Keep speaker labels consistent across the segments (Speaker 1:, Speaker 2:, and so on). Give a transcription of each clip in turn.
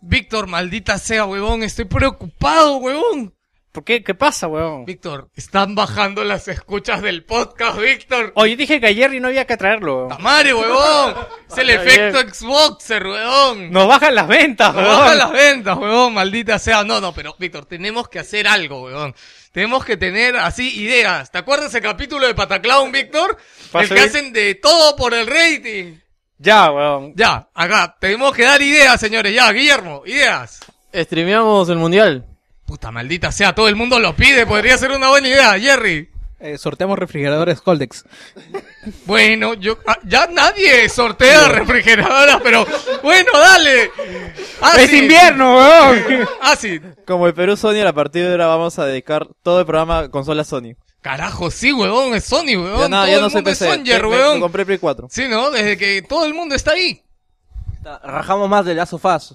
Speaker 1: Víctor, maldita sea, huevón, estoy preocupado, huevón.
Speaker 2: ¿Por qué? ¿Qué pasa, weón?
Speaker 1: Víctor, están bajando las escuchas del podcast, Víctor.
Speaker 2: Oye, yo dije que ayer y no había que traerlo, weón.
Speaker 1: Tamare, huevón. Es el
Speaker 2: Está
Speaker 1: efecto Xboxer, huevón.
Speaker 2: Nos bajan las ventas,
Speaker 1: Nos
Speaker 2: weón.
Speaker 1: bajan las ventas, huevón, maldita sea. No, no, pero Víctor, tenemos que hacer algo, huevón. Tenemos que tener así ideas. ¿Te acuerdas el capítulo de Pataclown, Víctor?
Speaker 2: Pa'
Speaker 1: El que
Speaker 2: subir.
Speaker 1: hacen de todo por el rating.
Speaker 2: Ya, weón.
Speaker 1: Ya, acá, tenemos que dar ideas, señores. Ya, Guillermo, ideas.
Speaker 3: Streameamos el mundial.
Speaker 1: Puta maldita sea, todo el mundo lo pide, podría ser una buena idea, Jerry.
Speaker 4: Eh, sorteamos refrigeradores Coldex.
Speaker 1: Bueno, yo ah, ya nadie sortea refrigeradoras, pero bueno, dale. Ah,
Speaker 2: ¡Es
Speaker 1: sí.
Speaker 2: invierno, weón!
Speaker 1: Ah, sí.
Speaker 3: Como el Perú-Sony, a la partida de ahora vamos a dedicar todo el programa a consola Sony.
Speaker 1: Carajo, sí, huevón, es Sony, huevón.
Speaker 3: ya no,
Speaker 1: todo
Speaker 3: ya
Speaker 1: el
Speaker 3: no soy
Speaker 1: mundo es
Speaker 3: PC.
Speaker 1: Songer,
Speaker 3: Me- me-
Speaker 1: huevón.
Speaker 3: me compré Play 4.
Speaker 1: Sí, ¿no? Desde que todo el mundo está ahí.
Speaker 4: Rajamos más de Lazo Faz.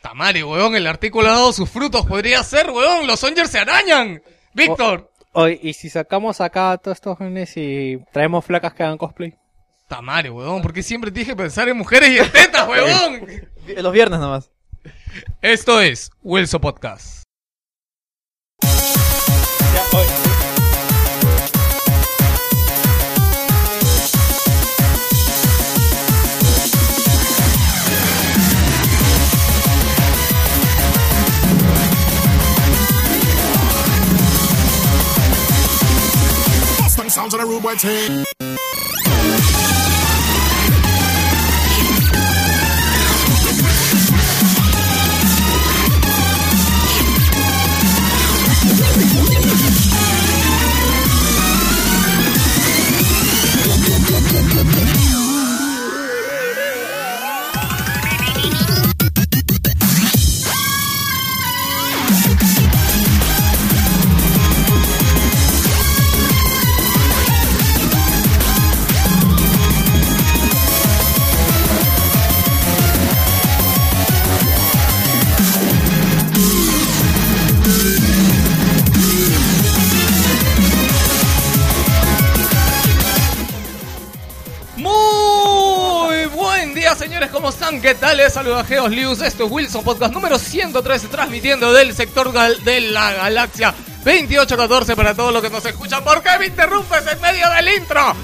Speaker 1: Tamare, huevón, el artículo ha dado sus frutos, podría ser, huevón. Los Songers se arañan.
Speaker 3: Oh.
Speaker 1: Víctor.
Speaker 2: Oye, ¿y si sacamos acá a todos estos jóvenes y traemos flacas que hagan cosplay?
Speaker 1: Tamare, huevón, porque siempre tienes que pensar en mujeres y en tetas,
Speaker 3: Eh,
Speaker 1: huevón.
Speaker 3: Vi- Los viernes nomás.
Speaker 1: Esto es Wilson Podcast.
Speaker 5: Boston sounds on a rude boy team.
Speaker 1: Muy buen día, señores. ¿Cómo están? ¿Qué tal? Les saluda Geos Lius. Esto es Wilson Podcast número 113, transmitiendo del sector gal- de la galaxia 2814 para todos los que nos escuchan. ¿Por qué me interrumpes en medio del intro?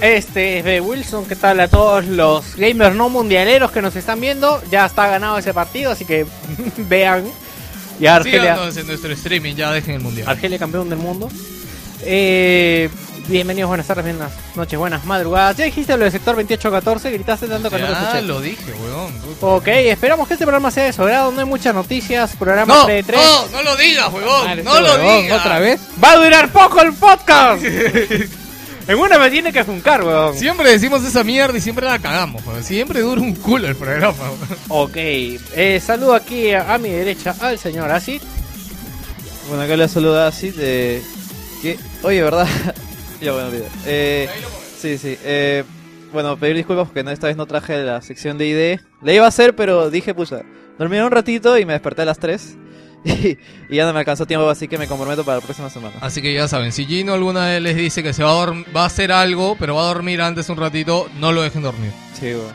Speaker 2: Este es B. Wilson, ¿qué tal a todos los gamers no mundialeros que nos están viendo? Ya está ganado ese partido, así que vean. Y Argelia,
Speaker 1: Síganos en nuestro streaming, ya dejen el mundial.
Speaker 2: Argelia campeón del mundo. Eh, bienvenidos, buenas tardes, buenas noches, buenas madrugadas. Ya dijiste lo del sector 2814, gritaste tanto que no te
Speaker 1: Ya
Speaker 2: escuché.
Speaker 1: lo dije, weón. Puta.
Speaker 2: Ok, esperamos que este programa sea de su agrado, no hay muchas noticias, programa
Speaker 1: No,
Speaker 2: de 3
Speaker 1: no, no lo digas,
Speaker 2: Ah,
Speaker 1: weón. No lo digas.
Speaker 4: ¿Otra vez?
Speaker 2: ¡Va a durar poco el podcast! en una me tiene que juncar, weón.
Speaker 1: Siempre decimos esa mierda y siempre la cagamos, weón. Siempre dura un culo el programa, weón.
Speaker 2: Ok, eh, saludo aquí a, a mi derecha al señor Asit.
Speaker 3: Bueno, acá le saluda así de... que- Oye, ¿verdad? ya, bueno, olvidé. Eh, sí, sí. Eh, bueno, pedir disculpas porque no, esta vez no traje la sección de ID. La iba a hacer, pero dije, pucha, dormí un ratito y me desperté a las 3. Y, y ya no me alcanzó tiempo, así que me comprometo para la próxima semana.
Speaker 1: Así que ya saben, si Gino alguna vez les dice que se va a, dorm- va a hacer algo, pero va a dormir antes un ratito, no lo dejen dormir.
Speaker 3: Sí, bueno.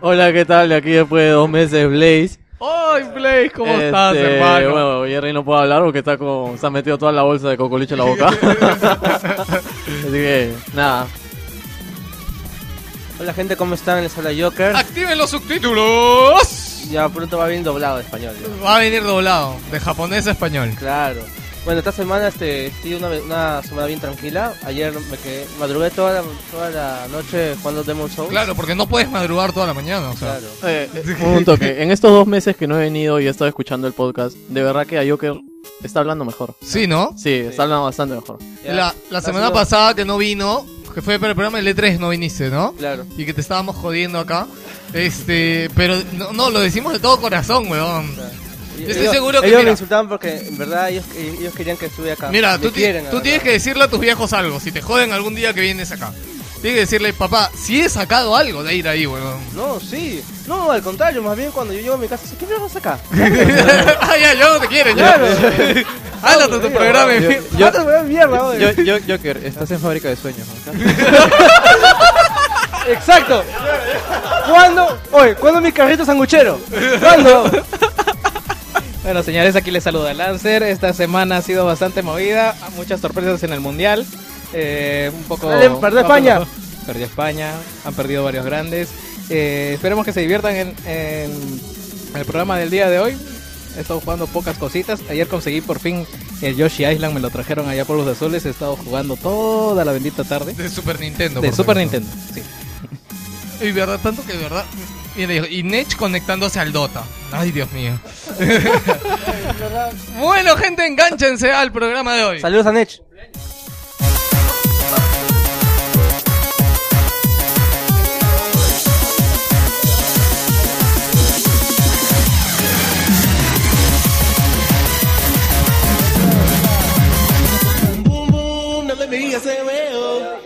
Speaker 3: Hola, ¿qué tal? Aquí después de dos meses, Blaze.
Speaker 1: ¡Ay, Blaze! ¿Cómo estás,
Speaker 3: Este,
Speaker 1: hermano?
Speaker 3: Bueno, Jerry no puede hablar porque está con, se ha metido toda la bolsa de cocoliche en la boca. Así que, nada.
Speaker 4: Hola gente, ¿cómo están? Les habla Joker.
Speaker 1: ¡Activen los subtítulos!
Speaker 4: Ya pronto va bien doblado de español. ya.
Speaker 1: Va a venir doblado, de japonés a español.
Speaker 4: Claro. Bueno, esta semana este, estoy una, una semana bien tranquila. Ayer me quedé, madrugué toda la, toda la noche jugando Demon Souls.
Speaker 1: Claro, porque no puedes madrugar toda la mañana, o sea.
Speaker 4: Claro.
Speaker 3: Eh, eh, un toque. En estos dos meses que no he venido y he estado escuchando el podcast, de verdad que a Joker está hablando mejor.
Speaker 1: Sí, ¿no?
Speaker 3: Sí, está hablando bastante mejor.
Speaker 4: Ya.
Speaker 1: La, la
Speaker 4: Ha
Speaker 1: semana
Speaker 4: sido-
Speaker 1: pasada que no vino, que fue para el programa del E3, no viniste, ¿no?
Speaker 4: Claro.
Speaker 1: Y que te estábamos jodiendo acá. Este, pero no, no, lo decimos de todo corazón, weón. Yo estoy
Speaker 4: Ellos-
Speaker 1: seguro que,
Speaker 4: ellos
Speaker 1: mira-
Speaker 4: me insultaban porque en verdad ellos, ellos querían que estuve acá.
Speaker 1: Mira,
Speaker 4: Me
Speaker 1: tú, ti-
Speaker 4: quieren, la
Speaker 1: tú
Speaker 4: verdad.
Speaker 1: tienes que decirle a tus viejos algo. Si te joden algún día que vienes acá, tienes que decirle, papá, si he sacado algo de ir ahí, weón.
Speaker 4: No, sí. No, al contrario, más bien cuando yo llego a mi casa, ¿qué mierda vas acá?
Speaker 1: ah, ya, yo no te quiero, ya.
Speaker 4: Claro.
Speaker 1: Háblate de tu programa. en fin.
Speaker 4: Yo, mierda, oye.
Speaker 3: Joker, estás en fábrica de sueños.
Speaker 6: Exacto. ¿Cuándo? Oye, ¿cuándo mi carrito sanguchero? ¿Cuándo?
Speaker 7: Bueno, señores, aquí les saluda Lancer. Esta semana ha sido bastante movida, muchas sorpresas en el mundial. Eh, un poco.
Speaker 6: Dale, perdió España.
Speaker 7: Perdió España, han perdido varios grandes. Eh, esperemos que se diviertan en, en el programa del día de hoy. He estado jugando pocas cositas. Ayer conseguí por fin el Yoshi Island, me lo trajeron allá por los azules. He estado jugando toda la bendita tarde.
Speaker 1: De Super Nintendo.
Speaker 7: De
Speaker 1: por
Speaker 7: Super
Speaker 1: cierto.
Speaker 7: Nintendo, sí.
Speaker 1: Y verdad, tanto que de verdad. mira, dijo, Y Nech conectándose al Dota. Ay, Dios mío. bueno, gente, enganchense al programa de hoy.
Speaker 6: Saludos a Nech.
Speaker 8: boom boom, no le me digas ese huevo.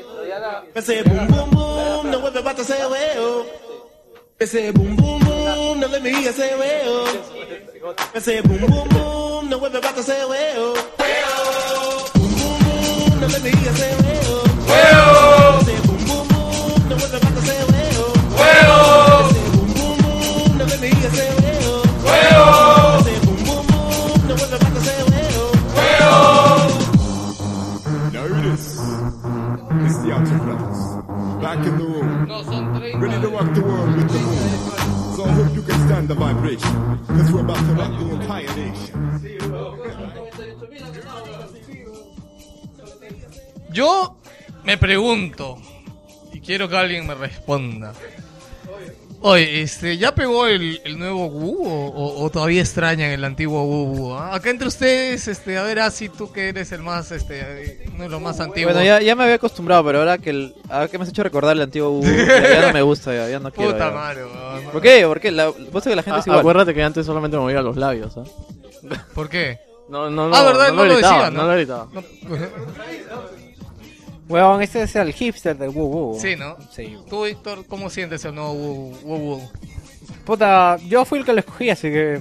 Speaker 8: Ese boom boom boom, no vuelve para ese huevo. Ese boom boom boom, no le me digas ese huevo. Ese boom boom boom, no vuelve para ese huevo. Boom boom boom, no le me digas ese huevo. Ese boom boom boom, no vuelve para ese huevo. Ese boom boom boom, no le me digas ese huevo. Ese boom boom boom, no vuelve para ese huevo.
Speaker 5: Now here it is. It's the Outer Brothers. Back in the room. Ready to rock the world with the moon. So I hope you can stand the vibration. Cause we're about to rock the entire nation.
Speaker 1: Yo me pregunto, y quiero que alguien me responda. Oye, este, ¿ya pegó el, el nuevo Wu o, o- o todavía extrañan el antiguo Wu? Wu, ah? Acá entre ustedes, este, a ver, así tú que eres el más, este, uno de los más antiguos.
Speaker 9: Bueno, ya, ya me había acostumbrado, pero ahora que, el- ahora que me has hecho recordar el antiguo Ubu, ya, ya no me gusta, ya, ya no quiero.
Speaker 1: Puta
Speaker 9: ya.
Speaker 1: madre, weón.
Speaker 9: ¿Por qué? ¿Por qué? La, vos sabés que la gente
Speaker 2: Ah,
Speaker 9: es igual.
Speaker 2: acuérdate que antes solamente movía los labios. ¿ah?
Speaker 1: ¿Por qué?
Speaker 2: No, no, no,
Speaker 1: Ah, ¿verdad? No lo
Speaker 2: gritaba,
Speaker 1: decía, ¿no?
Speaker 2: lo gritaba.
Speaker 1: No.
Speaker 2: Huevón, este es el hipster del Wu Wu.
Speaker 1: Sí, ¿no?
Speaker 2: Sí.
Speaker 1: Tú, Víctor, ¿cómo sientes el nuevo Wu Wu? Wu?
Speaker 2: Puta, yo fui el que lo escogí, así que.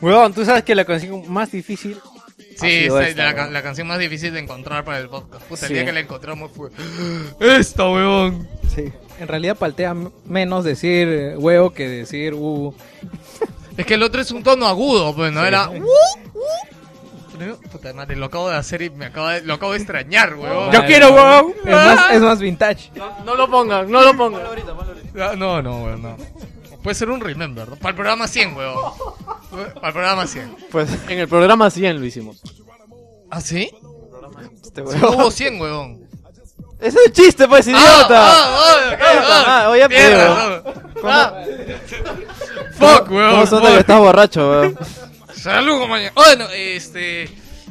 Speaker 2: Huevón, tú sabes que la canción más difícil. ha
Speaker 1: Sí,
Speaker 2: sido
Speaker 1: esa es
Speaker 2: esta,
Speaker 1: la,
Speaker 2: huevón.
Speaker 1: can- la canción más difícil de encontrar para el podcast. Puta,
Speaker 2: Sí.
Speaker 1: el día que la encontramos fue... ¡Esta, weón!
Speaker 2: Sí.
Speaker 7: En realidad paltea m- menos decir eh, huevo que decir hubo.
Speaker 1: Es que el otro es un tono agudo, pues no era. uh". Puta madre, lo acabo de hacer y me acabo de, lo acabo de extrañar, Ah. weón.
Speaker 2: Yo quiero, huevón.
Speaker 7: Es más, es más vintage.
Speaker 2: No lo pongan, no lo pongan.
Speaker 1: Ah, No, no, weón, no. Puede ser un remember, ¿no? Para el programa 100, weón. Para el programa 100.
Speaker 2: Pues en el programa 100 lo hicimos.
Speaker 1: ¿Ah, sí?
Speaker 9: Este
Speaker 1: Sí,
Speaker 9: huevón.
Speaker 1: hubo 100, weón.
Speaker 9: Ese es el chiste, pues,
Speaker 1: ¡Ah!
Speaker 9: idiota.
Speaker 1: ¡Ah! ok,
Speaker 9: Ah,
Speaker 1: ¡Ah!
Speaker 9: oye,
Speaker 1: ah,
Speaker 9: pero-
Speaker 1: mierda, no. Ah. ¡Fuck,
Speaker 9: ¿Cómo
Speaker 1: weón!
Speaker 9: son de que
Speaker 1: fuck.
Speaker 9: estás borracho, weón?
Speaker 1: Salud, compañero. Bueno, este.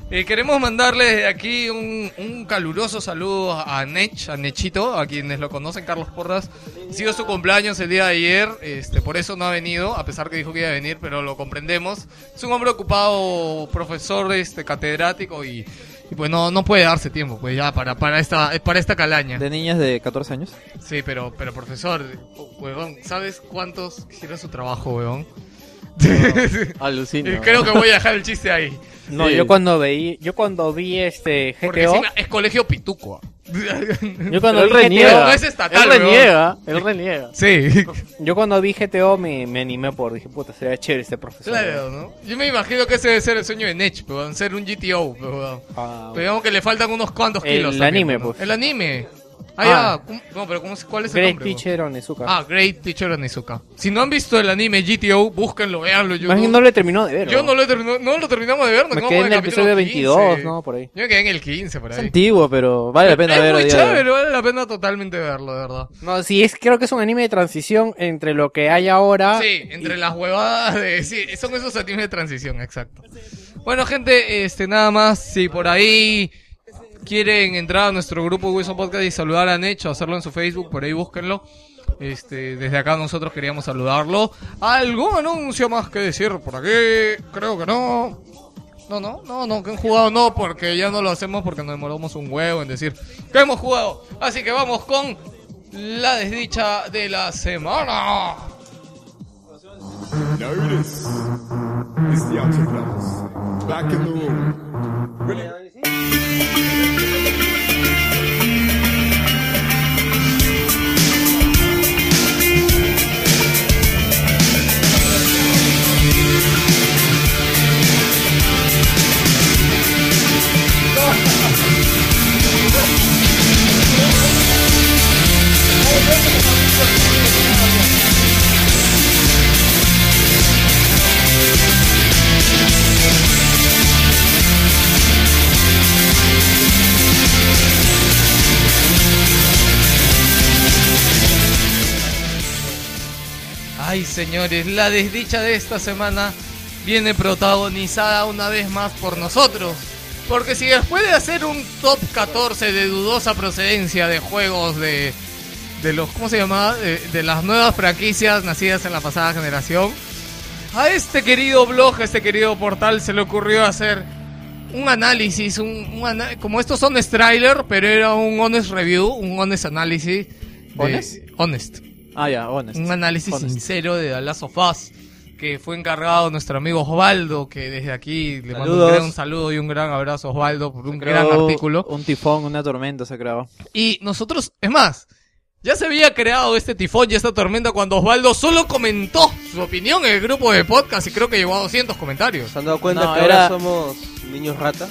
Speaker 1: eh, queremos mandarle desde aquí un, un caluroso saludo a Nech, a Nechito, a quienes lo conocen, Carlos Porras. Ha sido su cumpleaños el día de ayer, este, por eso no ha venido, a pesar que dijo que iba a venir, pero lo comprendemos. Es un hombre ocupado, profesor, este, catedrático y, y pues no, no puede darse tiempo, pues ya, para, para, esta, para esta calaña.
Speaker 9: De niñas de 14 años.
Speaker 1: Sí, pero, pero profesor, huevón, ¿sabes cuántos hicieron su trabajo, huevón?
Speaker 2: Alucino.
Speaker 1: Y creo que voy a dejar el chiste ahí.
Speaker 2: No,
Speaker 9: Sí.
Speaker 2: yo cuando veí, yo cuando vi este
Speaker 1: Porque
Speaker 2: GTO,
Speaker 1: encima es colegio pituco.
Speaker 2: yo cuando
Speaker 9: Él
Speaker 2: vi
Speaker 9: reniega.
Speaker 2: GTO,
Speaker 1: No, es estatal,
Speaker 2: él
Speaker 1: weón.
Speaker 2: reniega, él reniega.
Speaker 1: sí.
Speaker 2: Yo cuando vi GTO me, me animé por, dije, puta, sería chévere este profesor.
Speaker 1: Claro, ¿no? Yo me imagino que ese debe ser el sueño de Nech, pero ser un GTO, pero
Speaker 2: Ah,
Speaker 1: pero digamos que le faltan unos cuantos
Speaker 2: El
Speaker 1: kilos.
Speaker 2: anime,
Speaker 1: ¿no?
Speaker 2: pues.
Speaker 1: El anime. Ah,
Speaker 2: Ah.
Speaker 1: ya. ¿cómo- No, pero ¿cómo, se- ¿cuál es el
Speaker 2: Great
Speaker 1: nombre? weón?
Speaker 2: Teacher Onizuka.
Speaker 1: Ah, Great Teacher Onizuka. Si no han visto el anime GTO, búsquenlo, véanlo. en YouTube.
Speaker 2: Más bien no le terminó de ver.
Speaker 1: Yo
Speaker 2: ¿no?
Speaker 1: no lo, he terminado- no lo terminamos de ver, nos
Speaker 2: Me
Speaker 1: quedamos
Speaker 2: quedé
Speaker 1: con
Speaker 2: en el
Speaker 1: capítulo
Speaker 2: episodio 22,
Speaker 1: 15.
Speaker 2: ¿no? Por ahí.
Speaker 1: Yo me quedé en el 15, por
Speaker 9: Es
Speaker 1: ahí.
Speaker 9: antiguo, pero vale la pena
Speaker 1: es
Speaker 9: verlo.
Speaker 1: muy
Speaker 9: a día de hoy.
Speaker 1: chévere, vale la pena totalmente verlo, de verdad.
Speaker 2: No, sí, es, creo que es un anime de transición entre lo que hay ahora.
Speaker 1: Sí, entre las huevadas de... Sí, son esos animes de transición, exacto. Bueno, gente, este, nada más, si por ahí quieren entrar a nuestro grupo Wilson Podcast y saludar a Necho, hacerlo en su Facebook, por ahí búsquenlo. Este, desde acá nosotros queríamos saludarlo. ¿Algún anuncio más que decir por aquí? Creo que no. No, no, no, no, que han jugado no, porque ya no lo hacemos porque nos demoramos un huevo en decir que hemos jugado. Así que vamos con la desdicha de la semana.
Speaker 5: Now here it is. It's the Outer Brothers. Back in the room. Ready
Speaker 1: Ay, señores, la desdicha de esta semana viene protagonizada una vez más por nosotros. Porque si después de hacer un top 14 de dudosa procedencia de juegos de, de los, ¿cómo se llamaba? De, de las nuevas franquicias nacidas en la pasada generación, a este querido blog, a este querido portal se le ocurrió hacer un análisis, un, un ana- como estos honest trailer, pero era un honest review, un honest análisis. de-
Speaker 9: ¿Honest?
Speaker 1: Honest.
Speaker 9: Ah, ya, honest.
Speaker 1: Un análisis
Speaker 9: Honest.
Speaker 1: sincero de The Last of Us, que fue encargado nuestro amigo Osvaldo, que desde aquí le mando un,
Speaker 9: Saludos.
Speaker 1: gran saludo y un gran abrazo a Osvaldo por un
Speaker 9: Creo
Speaker 1: gran artículo.
Speaker 9: Un tifón, una tormenta se creó.
Speaker 1: Y nosotros, es más, ya se había creado este tifón y esta tormenta cuando Osvaldo solo comentó su opinión en el grupo de podcast y creo que llegó a 200 comentarios.
Speaker 6: ¿Se han dado cuenta
Speaker 9: No,
Speaker 6: que
Speaker 9: era-
Speaker 6: ahora somos niños rata?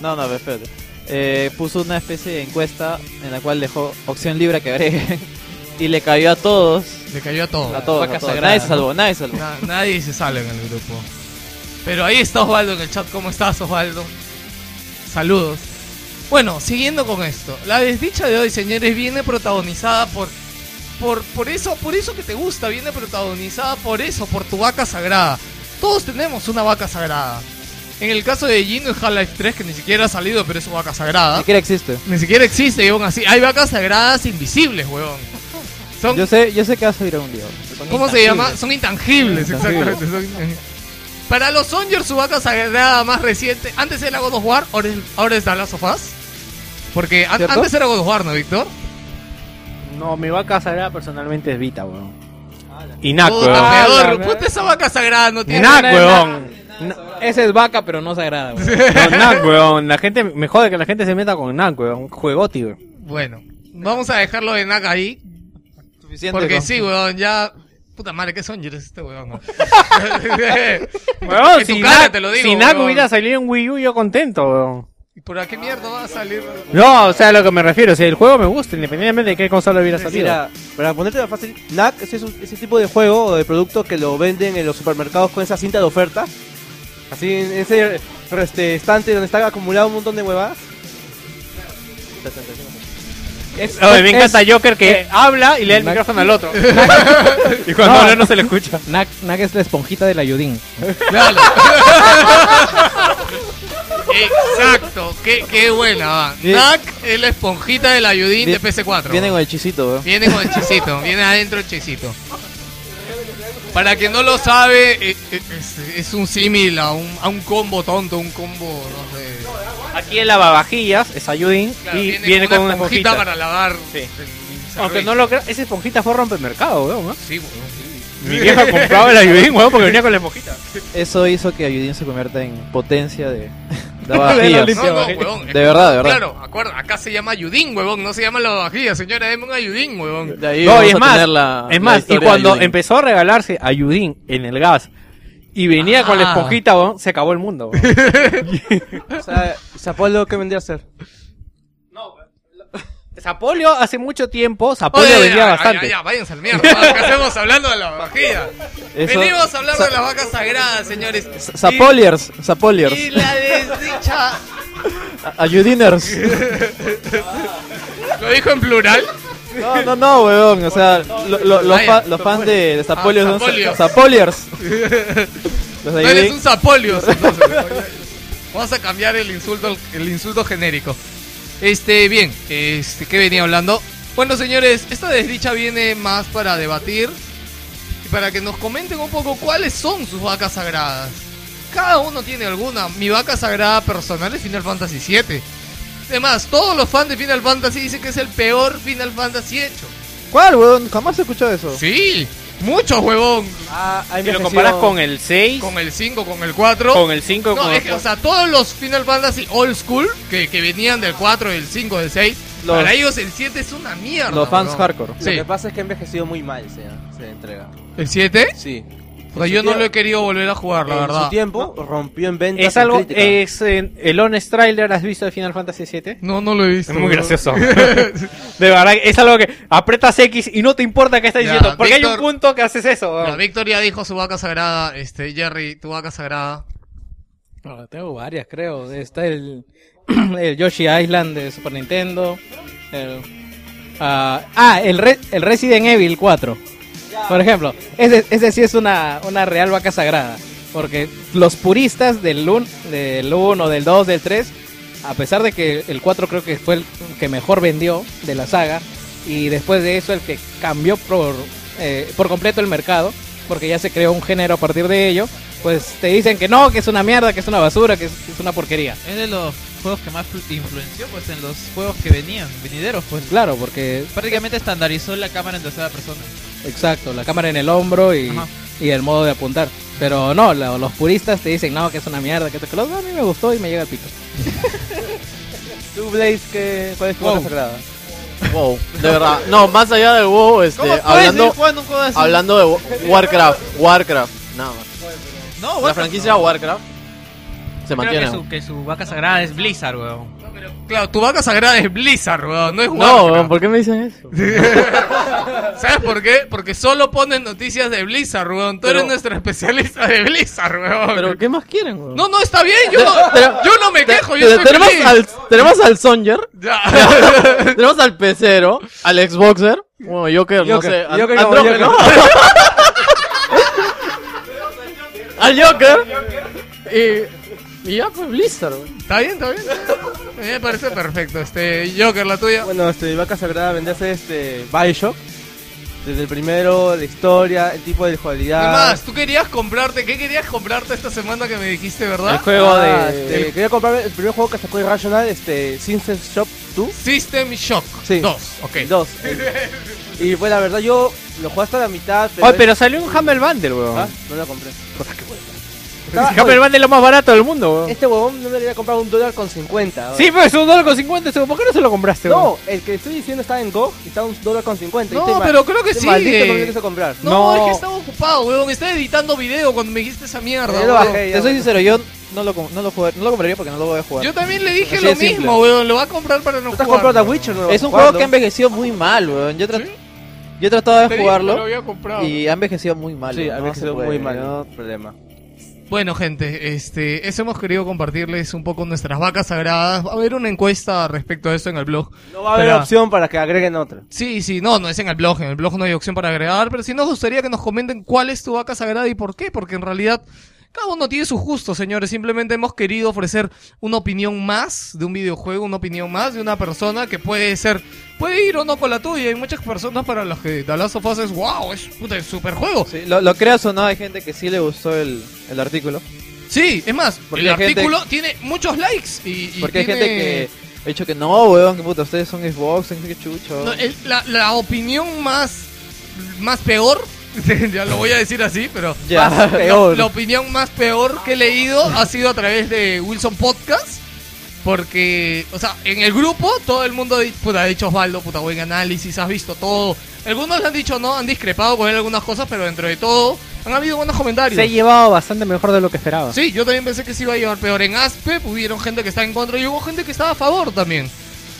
Speaker 9: No, no, pero espérate. Eh, puso una especie de encuesta en la cual dejó opción libre que agreguen. Y le cayó a todos.
Speaker 1: Le cayó a todo.
Speaker 9: A todos.
Speaker 7: vaca
Speaker 9: A todos.
Speaker 7: sagrada,
Speaker 9: Nadie se salvó, nadie se salvó.
Speaker 1: Na- nadie se sale en el grupo. Pero ahí está Osvaldo en el chat. ¿Cómo estás, Osvaldo? Saludos. Bueno, siguiendo con esto. La desdicha de hoy, señores, viene protagonizada por. Por, por eso, por eso que te gusta, viene protagonizada por eso, por tu vaca sagrada. Todos tenemos una vaca sagrada. En el caso de Gino y Half-Life 3, que ni siquiera ha salido, pero es su vaca sagrada.
Speaker 9: Ni siquiera existe.
Speaker 1: Ni siquiera existe, y aún así. Hay vacas sagradas invisibles, huevón. Son
Speaker 9: Yo sé, yo sé que vas a ir a un día.
Speaker 1: ¿Cómo se llama? Son intangibles, exactamente. son intangibles. Para los Songers, su vaca sagrada más reciente, antes era God of War, ahora es, ahora es The Last of Us. Porque an-
Speaker 9: ¿Cierto?
Speaker 1: antes era God of War, ¿no, Víctor?
Speaker 2: No, mi vaca sagrada personalmente es Vita, weón. Ah, Y Nac,
Speaker 1: Puta,
Speaker 2: weón.
Speaker 1: peor,
Speaker 7: la verdad.
Speaker 1: puta, esa vaca sagrada no tiene...
Speaker 2: Nac,
Speaker 7: Nada,
Speaker 2: weón.
Speaker 7: Esa es vaca, pero no sagrada. güey.
Speaker 2: No, Nac, weón. La gente, me jode que la gente se meta con Nac, weón. Juegoti, weón.
Speaker 1: Bueno, vamos a dejarlo de Naga ahí,
Speaker 9: Suficiente.
Speaker 1: porque
Speaker 9: con-
Speaker 1: sí, weón, ya... Puta madre, ¿qué Songers es este weón? no?
Speaker 2: Weón,
Speaker 1: En tu
Speaker 2: si
Speaker 1: cara
Speaker 2: Nac,
Speaker 1: te lo digo,
Speaker 2: si Nac
Speaker 1: weón.
Speaker 2: hubiera salido en Wii U, yo contento, weón.
Speaker 1: ¿Por qué mierda va a salir?
Speaker 2: No, o sea, a lo que me refiero, si el juego me gusta, independientemente de qué consola hubiera salido.
Speaker 6: Mira, para ponerte más fácil, NAC es un- ese tipo de juego o de producto que lo venden en los supermercados con esa cinta de oferta. Así en ese pero este, estante donde está acumulado un montón de huevadas.
Speaker 2: Es- Oye, me encanta Joker que habla y le da el
Speaker 7: Mac-
Speaker 2: micrófono al otro. y cuando habla no se le escucha.
Speaker 7: Nac, Nac es la esponjita del ayudín.
Speaker 1: Claro. Exacto, qué, qué buena va.
Speaker 9: Bien.
Speaker 1: Knack es la esponjita del ayudín
Speaker 9: Bien-
Speaker 1: de PC4.
Speaker 9: Viene con el chisito, ¿eh? weón.
Speaker 1: Viene con el chisito, viene adentro el chisito. Para quien no lo sabe, eh, eh, es, es un símil a un, a un combo tonto, un combo, no sé.
Speaker 2: Aquí en lavavajillas es ayudín
Speaker 1: Claro,
Speaker 2: y viene con una esponjita.
Speaker 1: para lavar.
Speaker 2: Sí.
Speaker 1: el- el
Speaker 2: Aunque
Speaker 1: servicio.
Speaker 2: no lo creas, esa esponjita fue rompemercado, ¿eh? weón. ¿no?
Speaker 1: Sí, bueno,
Speaker 2: Mi vieja compraba el ayudín, weón, porque venía con la esponjita.
Speaker 9: Eso hizo que Ayudín se convierta en potencia de. de
Speaker 2: la
Speaker 9: vajillas.
Speaker 1: No,
Speaker 2: Limpiaba
Speaker 1: no,
Speaker 2: vajillas.
Speaker 1: huevón.
Speaker 9: De verdad, de verdad.
Speaker 1: Claro, acuerda, acá se llama ayudín, huevón, no se llama la vajilla, señora, deme un ayudín, huevón.
Speaker 9: De ahí
Speaker 2: No,
Speaker 9: vamos
Speaker 2: y es
Speaker 9: a
Speaker 2: más,
Speaker 9: tener la-
Speaker 2: es
Speaker 9: la
Speaker 2: más y
Speaker 9: historia de
Speaker 2: cuando
Speaker 9: Ayudín.
Speaker 2: empezó a regalarse ayudín en el gas y venía con la
Speaker 1: Ah.
Speaker 2: esponjita, weón, se acabó el mundo, weón.
Speaker 6: O sea, Zapollo, ¿qué vendría a ser?
Speaker 2: Zapolio hace mucho tiempo, Zapolio
Speaker 1: Oye,
Speaker 2: vendía
Speaker 1: ya,
Speaker 2: bastante.
Speaker 1: Ya, ya, váyanse al mierda. ¿no? Acá estamos hablando de la vajilla.
Speaker 9: Eso-
Speaker 1: Venimos hablando
Speaker 9: Sa-
Speaker 1: de las vacas sagradas, señores.
Speaker 9: Sa- Zapoliers,
Speaker 1: Y,
Speaker 9: Zapoliers,
Speaker 1: y la desdicha.
Speaker 9: A- Ayudiners.
Speaker 1: ¿Lo dijo en plural?
Speaker 9: No, no, no, weón. O sea, lo- lo- los,
Speaker 1: Vaya,
Speaker 9: fa- los fans de, de Zapolios
Speaker 1: Ah, Zapolios.
Speaker 9: son Sa- Zapoliers. Los de
Speaker 1: Ah, No eres un
Speaker 9: Ayudín.
Speaker 1: zapolio. entonces. Vamos a cambiar el insulto, el insulto genérico. Este, bien, este, ¿qué venía hablando? Bueno, señores, esta desdicha viene más para debatir y para que nos comenten un poco cuáles son sus vacas sagradas. Cada uno tiene alguna. Mi vaca sagrada personal es Final Fantasy VII. Además, todos los fans de Final Fantasy dicen que es el peor Final Fantasy hecho.
Speaker 9: ¿Cuál, weón? Jamás he escuchado eso.
Speaker 1: Sí, muchos huevón.
Speaker 6: Ah, hay
Speaker 2: Si lo comparas con el 6,
Speaker 1: Con el 5, con el 4.
Speaker 2: con el 5,
Speaker 1: No,
Speaker 2: con
Speaker 1: es que, o sea, todos los Final Fantasy old school que, que venían del 4, del 5, del 6,
Speaker 9: Los-
Speaker 1: para ellos el 7 es una mierda.
Speaker 9: Los fans
Speaker 1: bro.
Speaker 9: hardcore.
Speaker 6: Lo
Speaker 1: Sí.
Speaker 6: que pasa es que ha envejecido muy mal, sea, se entrega.
Speaker 1: ¿El 7?
Speaker 6: Sí.
Speaker 1: O sea, Pues yo no lo he querido volver a jugar, la
Speaker 6: En su
Speaker 1: verdad.
Speaker 6: tiempo rompió en ventas.
Speaker 2: Es algo,
Speaker 6: en crítica.
Speaker 2: es eh, el honest trailer, ¿has visto de Final Fantasy VII?
Speaker 1: No, no lo he visto.
Speaker 2: Es muy
Speaker 1: bro.
Speaker 2: gracioso. De verdad, que es algo que apretas X y no te importa qué está
Speaker 1: Ya,
Speaker 2: diciendo, porque hay
Speaker 1: Víctor-
Speaker 2: un punto que haces eso.
Speaker 1: La
Speaker 2: weón.
Speaker 1: Victoria dijo su vaca sagrada, este, Jerry, tu vaca sagrada.
Speaker 7: No, tengo varias, creo. Está el, el Yoshi Island de Super Nintendo. el- ah, ah, el, Re- el Resident Evil 4. Por ejemplo, ese, ese sí es una, una real vaca sagrada. Porque los puristas del 1, del 1, del 2, del 3, a pesar de que el 4 creo que fue el que mejor vendió de la saga, y después de eso el que cambió por, eh, por completo el mercado, porque ya se creó un género a partir de ello, pues te dicen que no, que es una mierda, que es una basura, que es, que es una porquería.
Speaker 10: Es de los juegos que más flu- influenció pues en los juegos que venían, venideros pues.
Speaker 7: Claro, porque
Speaker 10: Prácticamente estandarizó la cámara en tercera persona.
Speaker 7: Exacto, la cámara en el hombro y,
Speaker 10: Ajá.
Speaker 7: y el modo de apuntar. Pero no, lo- los puristas te dicen, no, que es una mierda, que esto que lo otro". A mí me gustó y me llega el pito.
Speaker 6: ¿Tú, Blaze, qué, cuál es tu
Speaker 7: Wow.
Speaker 6: vaca sagrada?
Speaker 2: Wow, de verdad. No, más allá del wow, este,
Speaker 6: Eh,
Speaker 10: ¿Cómo puedes
Speaker 2: hablando,
Speaker 10: seguir jugando un juego
Speaker 6: pues?
Speaker 10: así?
Speaker 2: hablando de wa- Warcraft, Warcraft, nada más.
Speaker 10: No,
Speaker 2: La
Speaker 10: Warcraft
Speaker 2: franquicia
Speaker 10: no.
Speaker 2: Warcraft
Speaker 11: Creo que
Speaker 2: se mantiene.
Speaker 11: su, que su vaca sagrada es Blizzard, weón.
Speaker 1: Claro, tu vaca sagrada es Blizzard, weón, no es
Speaker 2: No,
Speaker 1: Warcraft.
Speaker 2: ¿por qué me dicen eso?
Speaker 1: ¿Sabes por qué? Porque solo ponen noticias de Blizzard, weón. Tú eres nuestro especialista de Blizzard, weón.
Speaker 2: Pero ¿qué más quieren, weón?
Speaker 1: No, no, está bien, yo no,
Speaker 2: Pero-
Speaker 1: yo no me quejo, yo
Speaker 2: Te-
Speaker 1: estoy
Speaker 2: tenemos
Speaker 1: feliz.
Speaker 2: al tenemos al Songer,
Speaker 1: Ya.
Speaker 2: tenemos al pecero, al Xboxer, bueno, Joker, no
Speaker 6: Joker,
Speaker 2: sé, a-
Speaker 6: Joker como
Speaker 2: andrógeno. al Joker. Y, y ya pues Blizzard. weón.
Speaker 1: Está bien, está bien. A mí Me parece perfecto. Este, Joker, la tuya.
Speaker 6: Bueno, este, mi vaca sagrada vendría a ser este, Bioshock. Desde el primero, la historia, el tipo de
Speaker 1: ¿Qué
Speaker 6: jugabilidad.
Speaker 1: más? ¿Tú querías comprarte? ¿Qué querías comprarte esta semana que me dijiste,
Speaker 2: El
Speaker 1: verdad?
Speaker 2: juego
Speaker 6: Ah,
Speaker 2: de
Speaker 6: este, quería comprarme el primer juego que sacó Irrational, este, Sinset Shop 2.
Speaker 1: System Shock
Speaker 6: Sí.
Speaker 1: 2. Ok.
Speaker 6: El 2. y pues la verdad yo lo jugué hasta la mitad, pero...
Speaker 2: Oye, pero salió un Humble Bundle, weón.
Speaker 6: Ah, no lo compré. Estaba-
Speaker 2: El Humble Bundle es lo más barato del mundo,
Speaker 6: oye,
Speaker 2: weón.
Speaker 6: este huevón no me lo había comprado un dólar con 50. oye.
Speaker 2: Sí, pues un dólar con 50, ese, ¿por qué no se lo compraste, weón?
Speaker 6: No, el que estoy diciendo está en Go y está un dólar con 50. y
Speaker 1: No,
Speaker 6: estoy mal-
Speaker 1: pero creo que
Speaker 6: estoy
Speaker 1: sí.
Speaker 6: Maldito, no me quiso comprar.
Speaker 1: No,
Speaker 2: No.
Speaker 1: es que estaba ocupado, weón. Estaba editando video cuando me dijiste esa mierda.
Speaker 6: Yo lo
Speaker 1: weón.
Speaker 6: bajé, ya,
Speaker 9: Te soy
Speaker 6: bueno.
Speaker 9: sincero, yo no lo, com- no, lo jugar- no lo compraría porque no lo voy a jugar.
Speaker 1: Yo también le dije
Speaker 9: Así
Speaker 1: lo
Speaker 9: de simple.
Speaker 1: mismo, weón. Lo va a comprar para no
Speaker 6: ¿Tú te has
Speaker 1: jugar.
Speaker 6: comprado The Witcher? No lo
Speaker 9: es un
Speaker 6: vas a
Speaker 9: juego que ha
Speaker 6: jugar, ¿no?
Speaker 9: envejecido muy mal, weón. Yo, he tra- yo he tratado
Speaker 1: Te
Speaker 9: de
Speaker 1: dije que lo
Speaker 9: jugarlo
Speaker 1: había comprado.
Speaker 9: y ha envejecido muy mal.
Speaker 6: Sí,
Speaker 9: weón.
Speaker 6: a
Speaker 9: No
Speaker 6: mí me
Speaker 9: se
Speaker 6: quedó
Speaker 9: puede,
Speaker 6: muy mal,
Speaker 9: weón.
Speaker 6: no problema.
Speaker 1: Bueno, gente, este, eso hemos querido compartirles un poco nuestras vacas sagradas. Va a haber una encuesta respecto a eso en el blog.
Speaker 6: No va a haber
Speaker 1: Pero-
Speaker 6: opción para que agreguen otra.
Speaker 1: Sí, sí, no, no es en el blog, en el blog no hay opción para agregar, pero sí nos gustaría que nos comenten cuál es tu vaca sagrada y por qué, porque en realidad cada uno tiene su justo, señores, simplemente hemos querido ofrecer una opinión más de un videojuego, una opinión más de una persona que puede ser, puede ir o no con la tuya, hay muchas personas para las que The Last of Us es, wow, es puta, es super juego.
Speaker 9: Sí, lo, lo creas o no, hay gente que sí le gustó el, el artículo.
Speaker 1: Sí, es más,
Speaker 9: Porque
Speaker 1: el
Speaker 9: hay gente-
Speaker 1: artículo tiene muchos likes y, y
Speaker 9: Porque hay
Speaker 1: tiene-
Speaker 9: gente que ha dicho que no, weón, que puta, ustedes son Xbox, que chucho.
Speaker 1: No, el- la, la opinión más, más peor, ya lo voy a decir así, pero
Speaker 9: Ya,
Speaker 1: más- la-
Speaker 9: peor.
Speaker 1: La, opinión más peor que he leído ha sido a través de Wilson Podcast. Porque, o sea, en el grupo todo el mundo di- puta, ha dicho Osvaldo, puta buen análisis, has visto todo. Algunos le han dicho no, han discrepado con él algunas cosas, pero dentro de todo han habido buenos comentarios.
Speaker 2: Se ha llevado bastante mejor de lo que esperaba.
Speaker 1: Sí, yo también pensé que se iba a llevar peor. En Aspe hubieron gente que estaba en contra y hubo gente que estaba a favor también. O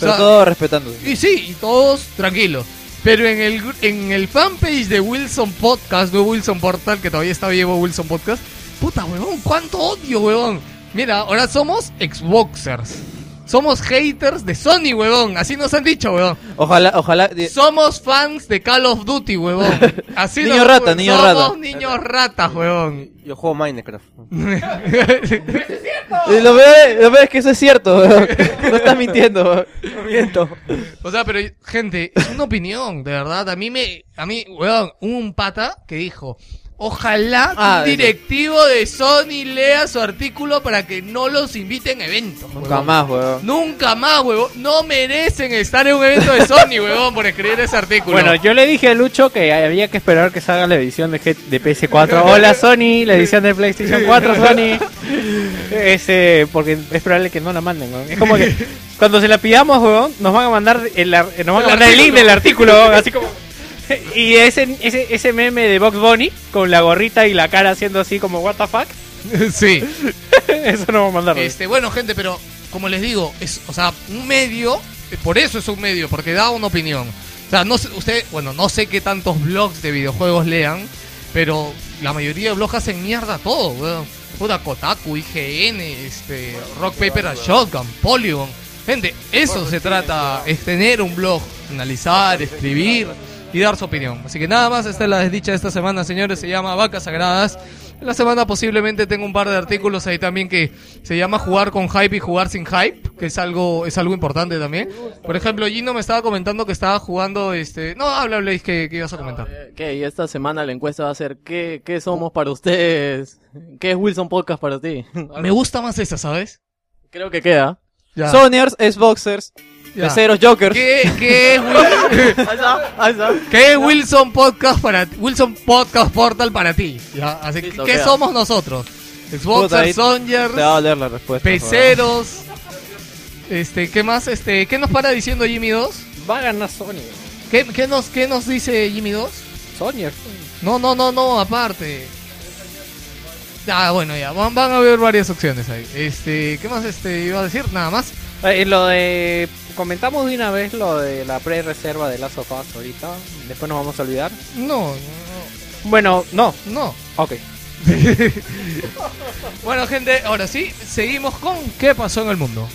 Speaker 9: Pero
Speaker 1: sea,
Speaker 9: todo respetándose.
Speaker 1: y sí, y todos tranquilos. Pero en el, gru- en el fanpage de Wilson Podcast, no Wilson Portal, que todavía está vivo Wilson Podcast, puta huevón, cuánto odio, huevón. Mira, ahora somos Xboxers. Somos haters de Sony, huevón. Así nos han dicho, huevón.
Speaker 9: Ojalá, ojalá.
Speaker 1: Somos fans de Call of Duty, huevón. Así
Speaker 9: Niño
Speaker 1: nos-
Speaker 9: rata, niño
Speaker 1: somos
Speaker 9: rata.
Speaker 1: niños ratas, huevón.
Speaker 6: Yo juego Minecraft.
Speaker 9: Y lo peor, lo peor es que eso es cierto, weón. No estás mintiendo, weón.
Speaker 6: Miento.
Speaker 1: O sea, pero gente, es una opinión, de verdad. A mí me, a mí, weón, hubo un pata que dijo, ojalá que
Speaker 9: Ah,
Speaker 1: un
Speaker 9: de-
Speaker 1: directivo de Sony lea su artículo para que no los inviten a eventos.
Speaker 9: Nunca
Speaker 1: huevón.
Speaker 9: más, weón.
Speaker 1: Nunca más, huevón. No merecen estar en un evento de Sony, huevón, por escribir ese artículo.
Speaker 2: Bueno, yo le dije a Lucho que había que esperar que salga la edición de, G- de PS4. Hola Sony, la edición de PlayStation 4 Sony. Ese, porque es probable que no la manden. weón. Es como que cuando se la pidamos, weón, nos van a mandar el, ar- nos van a
Speaker 1: El
Speaker 2: mandar el link
Speaker 1: artículo.
Speaker 2: del artículo, weón, así como y ese, ese ese meme de Box Bunny con la gorrita y la cara haciendo así como what the fuck.
Speaker 1: sí.
Speaker 2: Eso no vamos a mandar. weón.
Speaker 1: Este, bueno, gente, pero como les digo, es, o sea, un medio, eh, por eso es un medio, porque da una opinión. O sea, no sé, usted, bueno, no sé qué tantos blogs de videojuegos lean, pero la mayoría de blogs hacen mierda todo, weón. Puta Kotaku, IGN, este, Rock Paper and Shotgun, Polygon. Gente, eso se trata, es tener un blog, analizar, escribir, y dar su opinión. Así que nada más, esta es la desdicha de esta semana, señores. Se llama Vacas Sagradas. En la semana posiblemente tengo un par de artículos ahí también que se llama Jugar con hype y jugar sin hype, que es algo, es algo importante también. Por ejemplo, Gino me estaba comentando que estaba jugando este. No, habla, habla, es que, que ibas a comentar.
Speaker 3: ¿Qué? Y esta semana la encuesta va a ser ¿qué, ¿Qué somos para ustedes? ¿Qué es Wilson Podcast para ti?
Speaker 1: Me gusta más esa, ¿sabes?
Speaker 3: Creo que queda.
Speaker 1: Ya.
Speaker 9: Sonyers, Xboxers,
Speaker 1: Ya.
Speaker 9: Peceros, Jokers.
Speaker 1: ¿Qué, qué es Wilson? ¿Qué es Wilson Podcast para ti? Wilson Podcast Portal para ti? Ya, así que,
Speaker 3: Listo,
Speaker 1: ¿qué
Speaker 3: queda.
Speaker 1: somos nosotros?
Speaker 9: Puta, ahí
Speaker 1: Xboxers, Songers,
Speaker 9: Te va a doler la respuesta. weón.
Speaker 1: Peceros. Este, ¿qué más? Este, ¿qué nos para diciendo Jimmy 2?
Speaker 2: Va a ganar Sony.
Speaker 1: ¿Qué, qué nos, qué nos dice Jimmy 2?
Speaker 2: Sony.
Speaker 1: No, no, no, no, aparte. Ah, bueno, ya, van, van a haber varias opciones ahí. Este, ¿qué más este iba a decir? Nada más.
Speaker 2: Eh, lo de. Comentamos de una vez lo de la pre-reserva de Last of Us ahorita. Después nos vamos a olvidar.
Speaker 1: No,
Speaker 2: Bueno, no.
Speaker 1: no, no.
Speaker 2: Ok.
Speaker 1: Bueno, gente, ahora sí, seguimos con qué pasó en el mundo.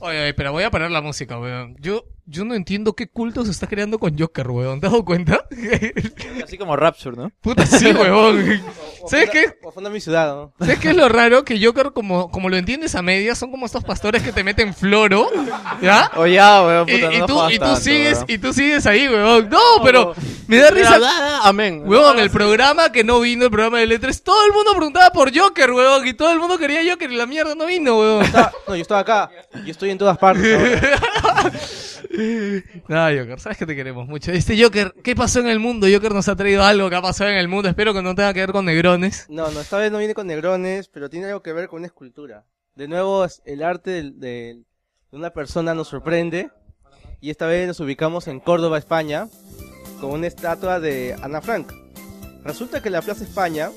Speaker 1: Oye, oye, pero voy a parar la música, weón. Yo, yo no entiendo qué culto se está creando con Joker, weón. ¿Te has dado cuenta?
Speaker 9: Así como Rapture, ¿no?
Speaker 1: Puta, sí, weón. ¿Sabes qué?
Speaker 6: O funda mi ciudad, ¿no?
Speaker 1: ¿Sabes qué es lo raro? Que Joker, como, como lo entiendes a medias, son como estos pastores que te meten floro, ¿ya?
Speaker 9: O ya, weón,
Speaker 1: Y,
Speaker 9: puta,
Speaker 1: y
Speaker 9: no
Speaker 1: tú,
Speaker 9: jodas
Speaker 1: y tú
Speaker 9: tanto,
Speaker 1: sigues,
Speaker 9: weón.
Speaker 1: y tú sigues ahí, weón. No, pero me da risa.
Speaker 3: Amén.
Speaker 1: Weón, el programa que no vino, el programa de letras, todo el mundo preguntaba por Joker, weón, y todo el mundo quería Joker y la mierda no vino, weón.
Speaker 6: Estaba- No, yo estoy acá. Yo estoy en todas partes. ahora.
Speaker 1: Nada, Joker, sabes que te queremos mucho. Este Joker, ¿qué pasó en el mundo? Joker nos ha traído algo que ha pasado en el mundo. Espero que no tenga que ver con negrones.
Speaker 6: No, no, esta vez no viene con negrones, pero tiene algo que ver con una escultura. De nuevo, es el arte del- del- de una persona nos sorprende. Y esta vez nos ubicamos en Córdoba, España, con una estatua de Ana Frank. Resulta que en la Plaza España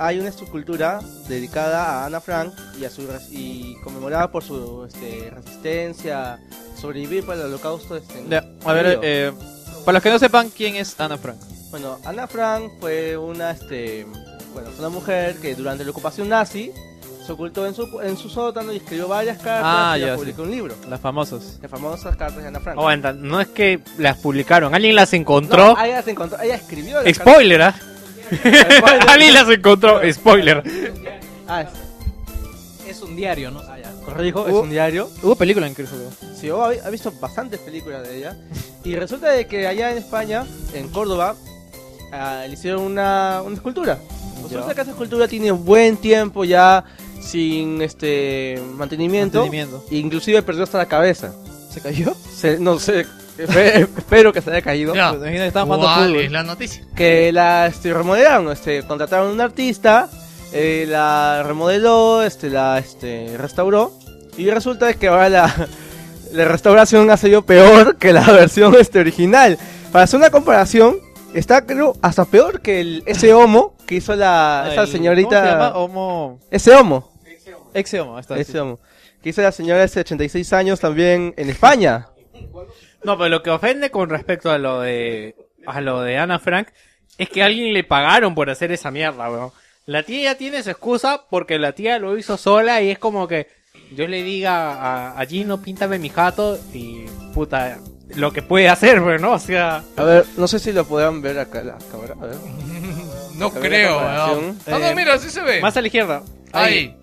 Speaker 6: hay una escultura dedicada a Ana Frank y, a su, res- y conmemorada por su este, resistencia, sobrevivir para el holocausto. Este,
Speaker 9: Ya, a ver,
Speaker 6: judío.
Speaker 9: eh, para los que no sepan quién es Ana Frank.
Speaker 6: Bueno, Ana Frank fue una, este, bueno, fue una mujer que durante la ocupación nazi se ocultó en su, en su sótano y escribió varias cartas
Speaker 9: Ah,
Speaker 6: y las
Speaker 9: ya,
Speaker 6: publicó en un libro.
Speaker 9: Las famosas.
Speaker 6: Las famosas cartas de Ana Frank.
Speaker 2: Aguanta, Oh, no es que las publicaron, alguien las
Speaker 6: No,
Speaker 2: encontró.
Speaker 6: Ah, ella las encontró, ella escribió las
Speaker 2: Spoiler, ¿ah?
Speaker 6: Spoiler.
Speaker 2: alguien las encontró, spoiler.
Speaker 6: cartas. Ah, es-
Speaker 7: Es un diario, ¿no?
Speaker 6: ah, ya, corrijo, es un diario.
Speaker 7: Hubo película incluso. creo.
Speaker 6: Sí, oh, ha ha visto bastantes películas de ella. Y resulta de que allá en España, en Córdoba, ah, le hicieron una, una escultura. Resulta que esa escultura tiene buen tiempo ya sin este mantenimiento.
Speaker 9: Mantenimiento.
Speaker 6: Inclusive perdió hasta la cabeza.
Speaker 9: ¿Se cayó?
Speaker 6: Se- no sé, espe- espero que se haya caído.
Speaker 1: Ya.
Speaker 9: Me imagino que estaban jugando
Speaker 1: ¿Cuál
Speaker 9: fútbol.
Speaker 1: es la noticia?
Speaker 6: Que la este, remodelaron, este, contrataron a un artista, eh, la remodeló, este, la este, restauró. Y resulta que ahora la, la restauración ha sido peor que la versión este, original. Para hacer una comparación, está creo hasta peor que el, ese homo que hizo la,
Speaker 9: Ah,
Speaker 6: esa
Speaker 9: el-
Speaker 6: señorita.
Speaker 9: ¿Cómo se llama? Ah, Homo.
Speaker 6: Ese homo,
Speaker 9: Exe homo, ahí está.
Speaker 6: ese homo. Que hizo la señora de 86 años también en España.
Speaker 2: No, pero lo que ofende con respecto a lo de a lo de Ana Frank es que a alguien le pagaron por hacer esa mierda, weón. La tía ya tiene su excusa porque la tía lo hizo sola y es como que yo le diga a, a Gino, píntame mi jato y puta, lo que puede hacer, weón, ¿no? O sea,
Speaker 6: A ver, no sé si lo podrán ver acá la cámara. A ver.
Speaker 1: No
Speaker 6: ver la
Speaker 1: creo, weón.
Speaker 6: comparación.
Speaker 1: Ah, no,
Speaker 2: Eh,
Speaker 1: mira, sí se ve.
Speaker 2: más a la izquierda.
Speaker 1: Ahí.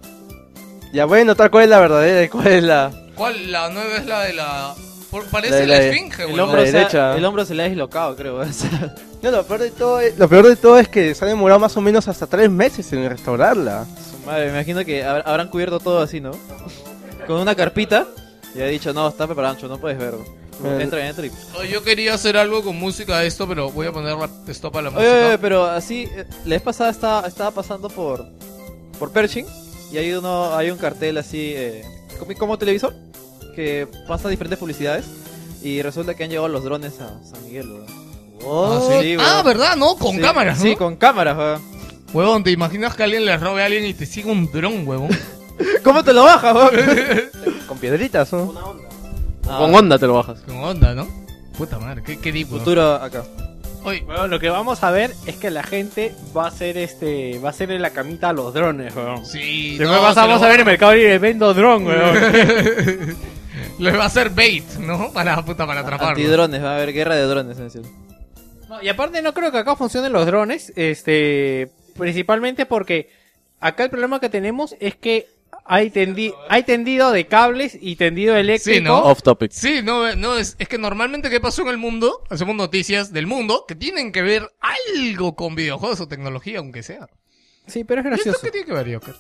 Speaker 6: Ya voy a notar cuál es la verdadera y cuál es la.
Speaker 1: ¿Cuál? La nueva es la de la. por-
Speaker 6: La
Speaker 1: Parece
Speaker 6: de
Speaker 1: la,
Speaker 6: la-
Speaker 1: esfinge,
Speaker 9: El
Speaker 1: weón.
Speaker 9: hombro,
Speaker 6: La
Speaker 9: se ha-
Speaker 6: derecha.
Speaker 9: el hombro se le ha dislocado, creo. o sea.
Speaker 6: No, lo peor de todo es, lo peor de todo es que se han demorado más o menos hasta tres meses en restaurarla.
Speaker 9: Su madre, me imagino que hab- habrán cubierto todo así, ¿no? Con una carpita. Y ha dicho, no, está preparado, ancho, no puedes verlo.
Speaker 6: Eh.
Speaker 9: Entra, entra y...
Speaker 1: Oye, Oh, Yo quería hacer algo con música de esto, pero voy a poner la stop a
Speaker 2: Eh,
Speaker 1: la
Speaker 9: Oye, oye,
Speaker 1: música.
Speaker 9: oye, pero así, eh, la vez pasada estaba, estaba pasando por por Pershing y hay uno hay un cartel así eh, como, como televisor que pasa diferentes publicidades y resulta que han llegado los drones a San Miguel, weón.
Speaker 1: Ah,
Speaker 9: sí,
Speaker 1: ah,
Speaker 9: weón.
Speaker 1: ¿verdad? No, con
Speaker 9: Sí,
Speaker 1: cámaras.
Speaker 9: Sí,
Speaker 1: ¿no?
Speaker 9: con cámaras, weón.
Speaker 1: Huevón, ¿te imaginas que alguien le robe a alguien y te siga un dron, huevón?
Speaker 9: ¿Cómo te lo bajas, weón? Con piedritas, ¿no?
Speaker 3: Con onda te lo bajas.
Speaker 1: Con onda, ¿no? Puta madre, qué, qué deep, weón.
Speaker 9: Futuro acá.
Speaker 1: Oye,
Speaker 2: Bueno, lo que vamos a ver es que la gente va a hacer este, va a hacer en la camita a los drones, weón.
Speaker 1: sí.
Speaker 2: Después
Speaker 1: no,
Speaker 2: vas
Speaker 1: se
Speaker 2: a-
Speaker 1: lo
Speaker 2: vamos a ver en Mercado Libre, vendo dron, weón.
Speaker 1: Le va a hacer bait, ¿no? Para puta, para atraparlo.
Speaker 9: Antidrones, va a haber guerra de drones en el cielo.
Speaker 2: No, y aparte no creo que acá funcionen los drones, este, principalmente porque acá el problema que tenemos es que hay, tendi- hay tendido de cables y tendido eléctrico.
Speaker 1: ¿no?
Speaker 9: Oh.
Speaker 3: Off topic.
Speaker 1: Sí, no, eh, no es, es que normalmente qué pasó en el mundo, hacemos noticias del mundo que tienen que ver algo con videojuegos o tecnología, aunque sea.
Speaker 7: Sí, pero es
Speaker 1: ¿Y esto
Speaker 7: gracioso.
Speaker 1: qué tiene que ver, Joker?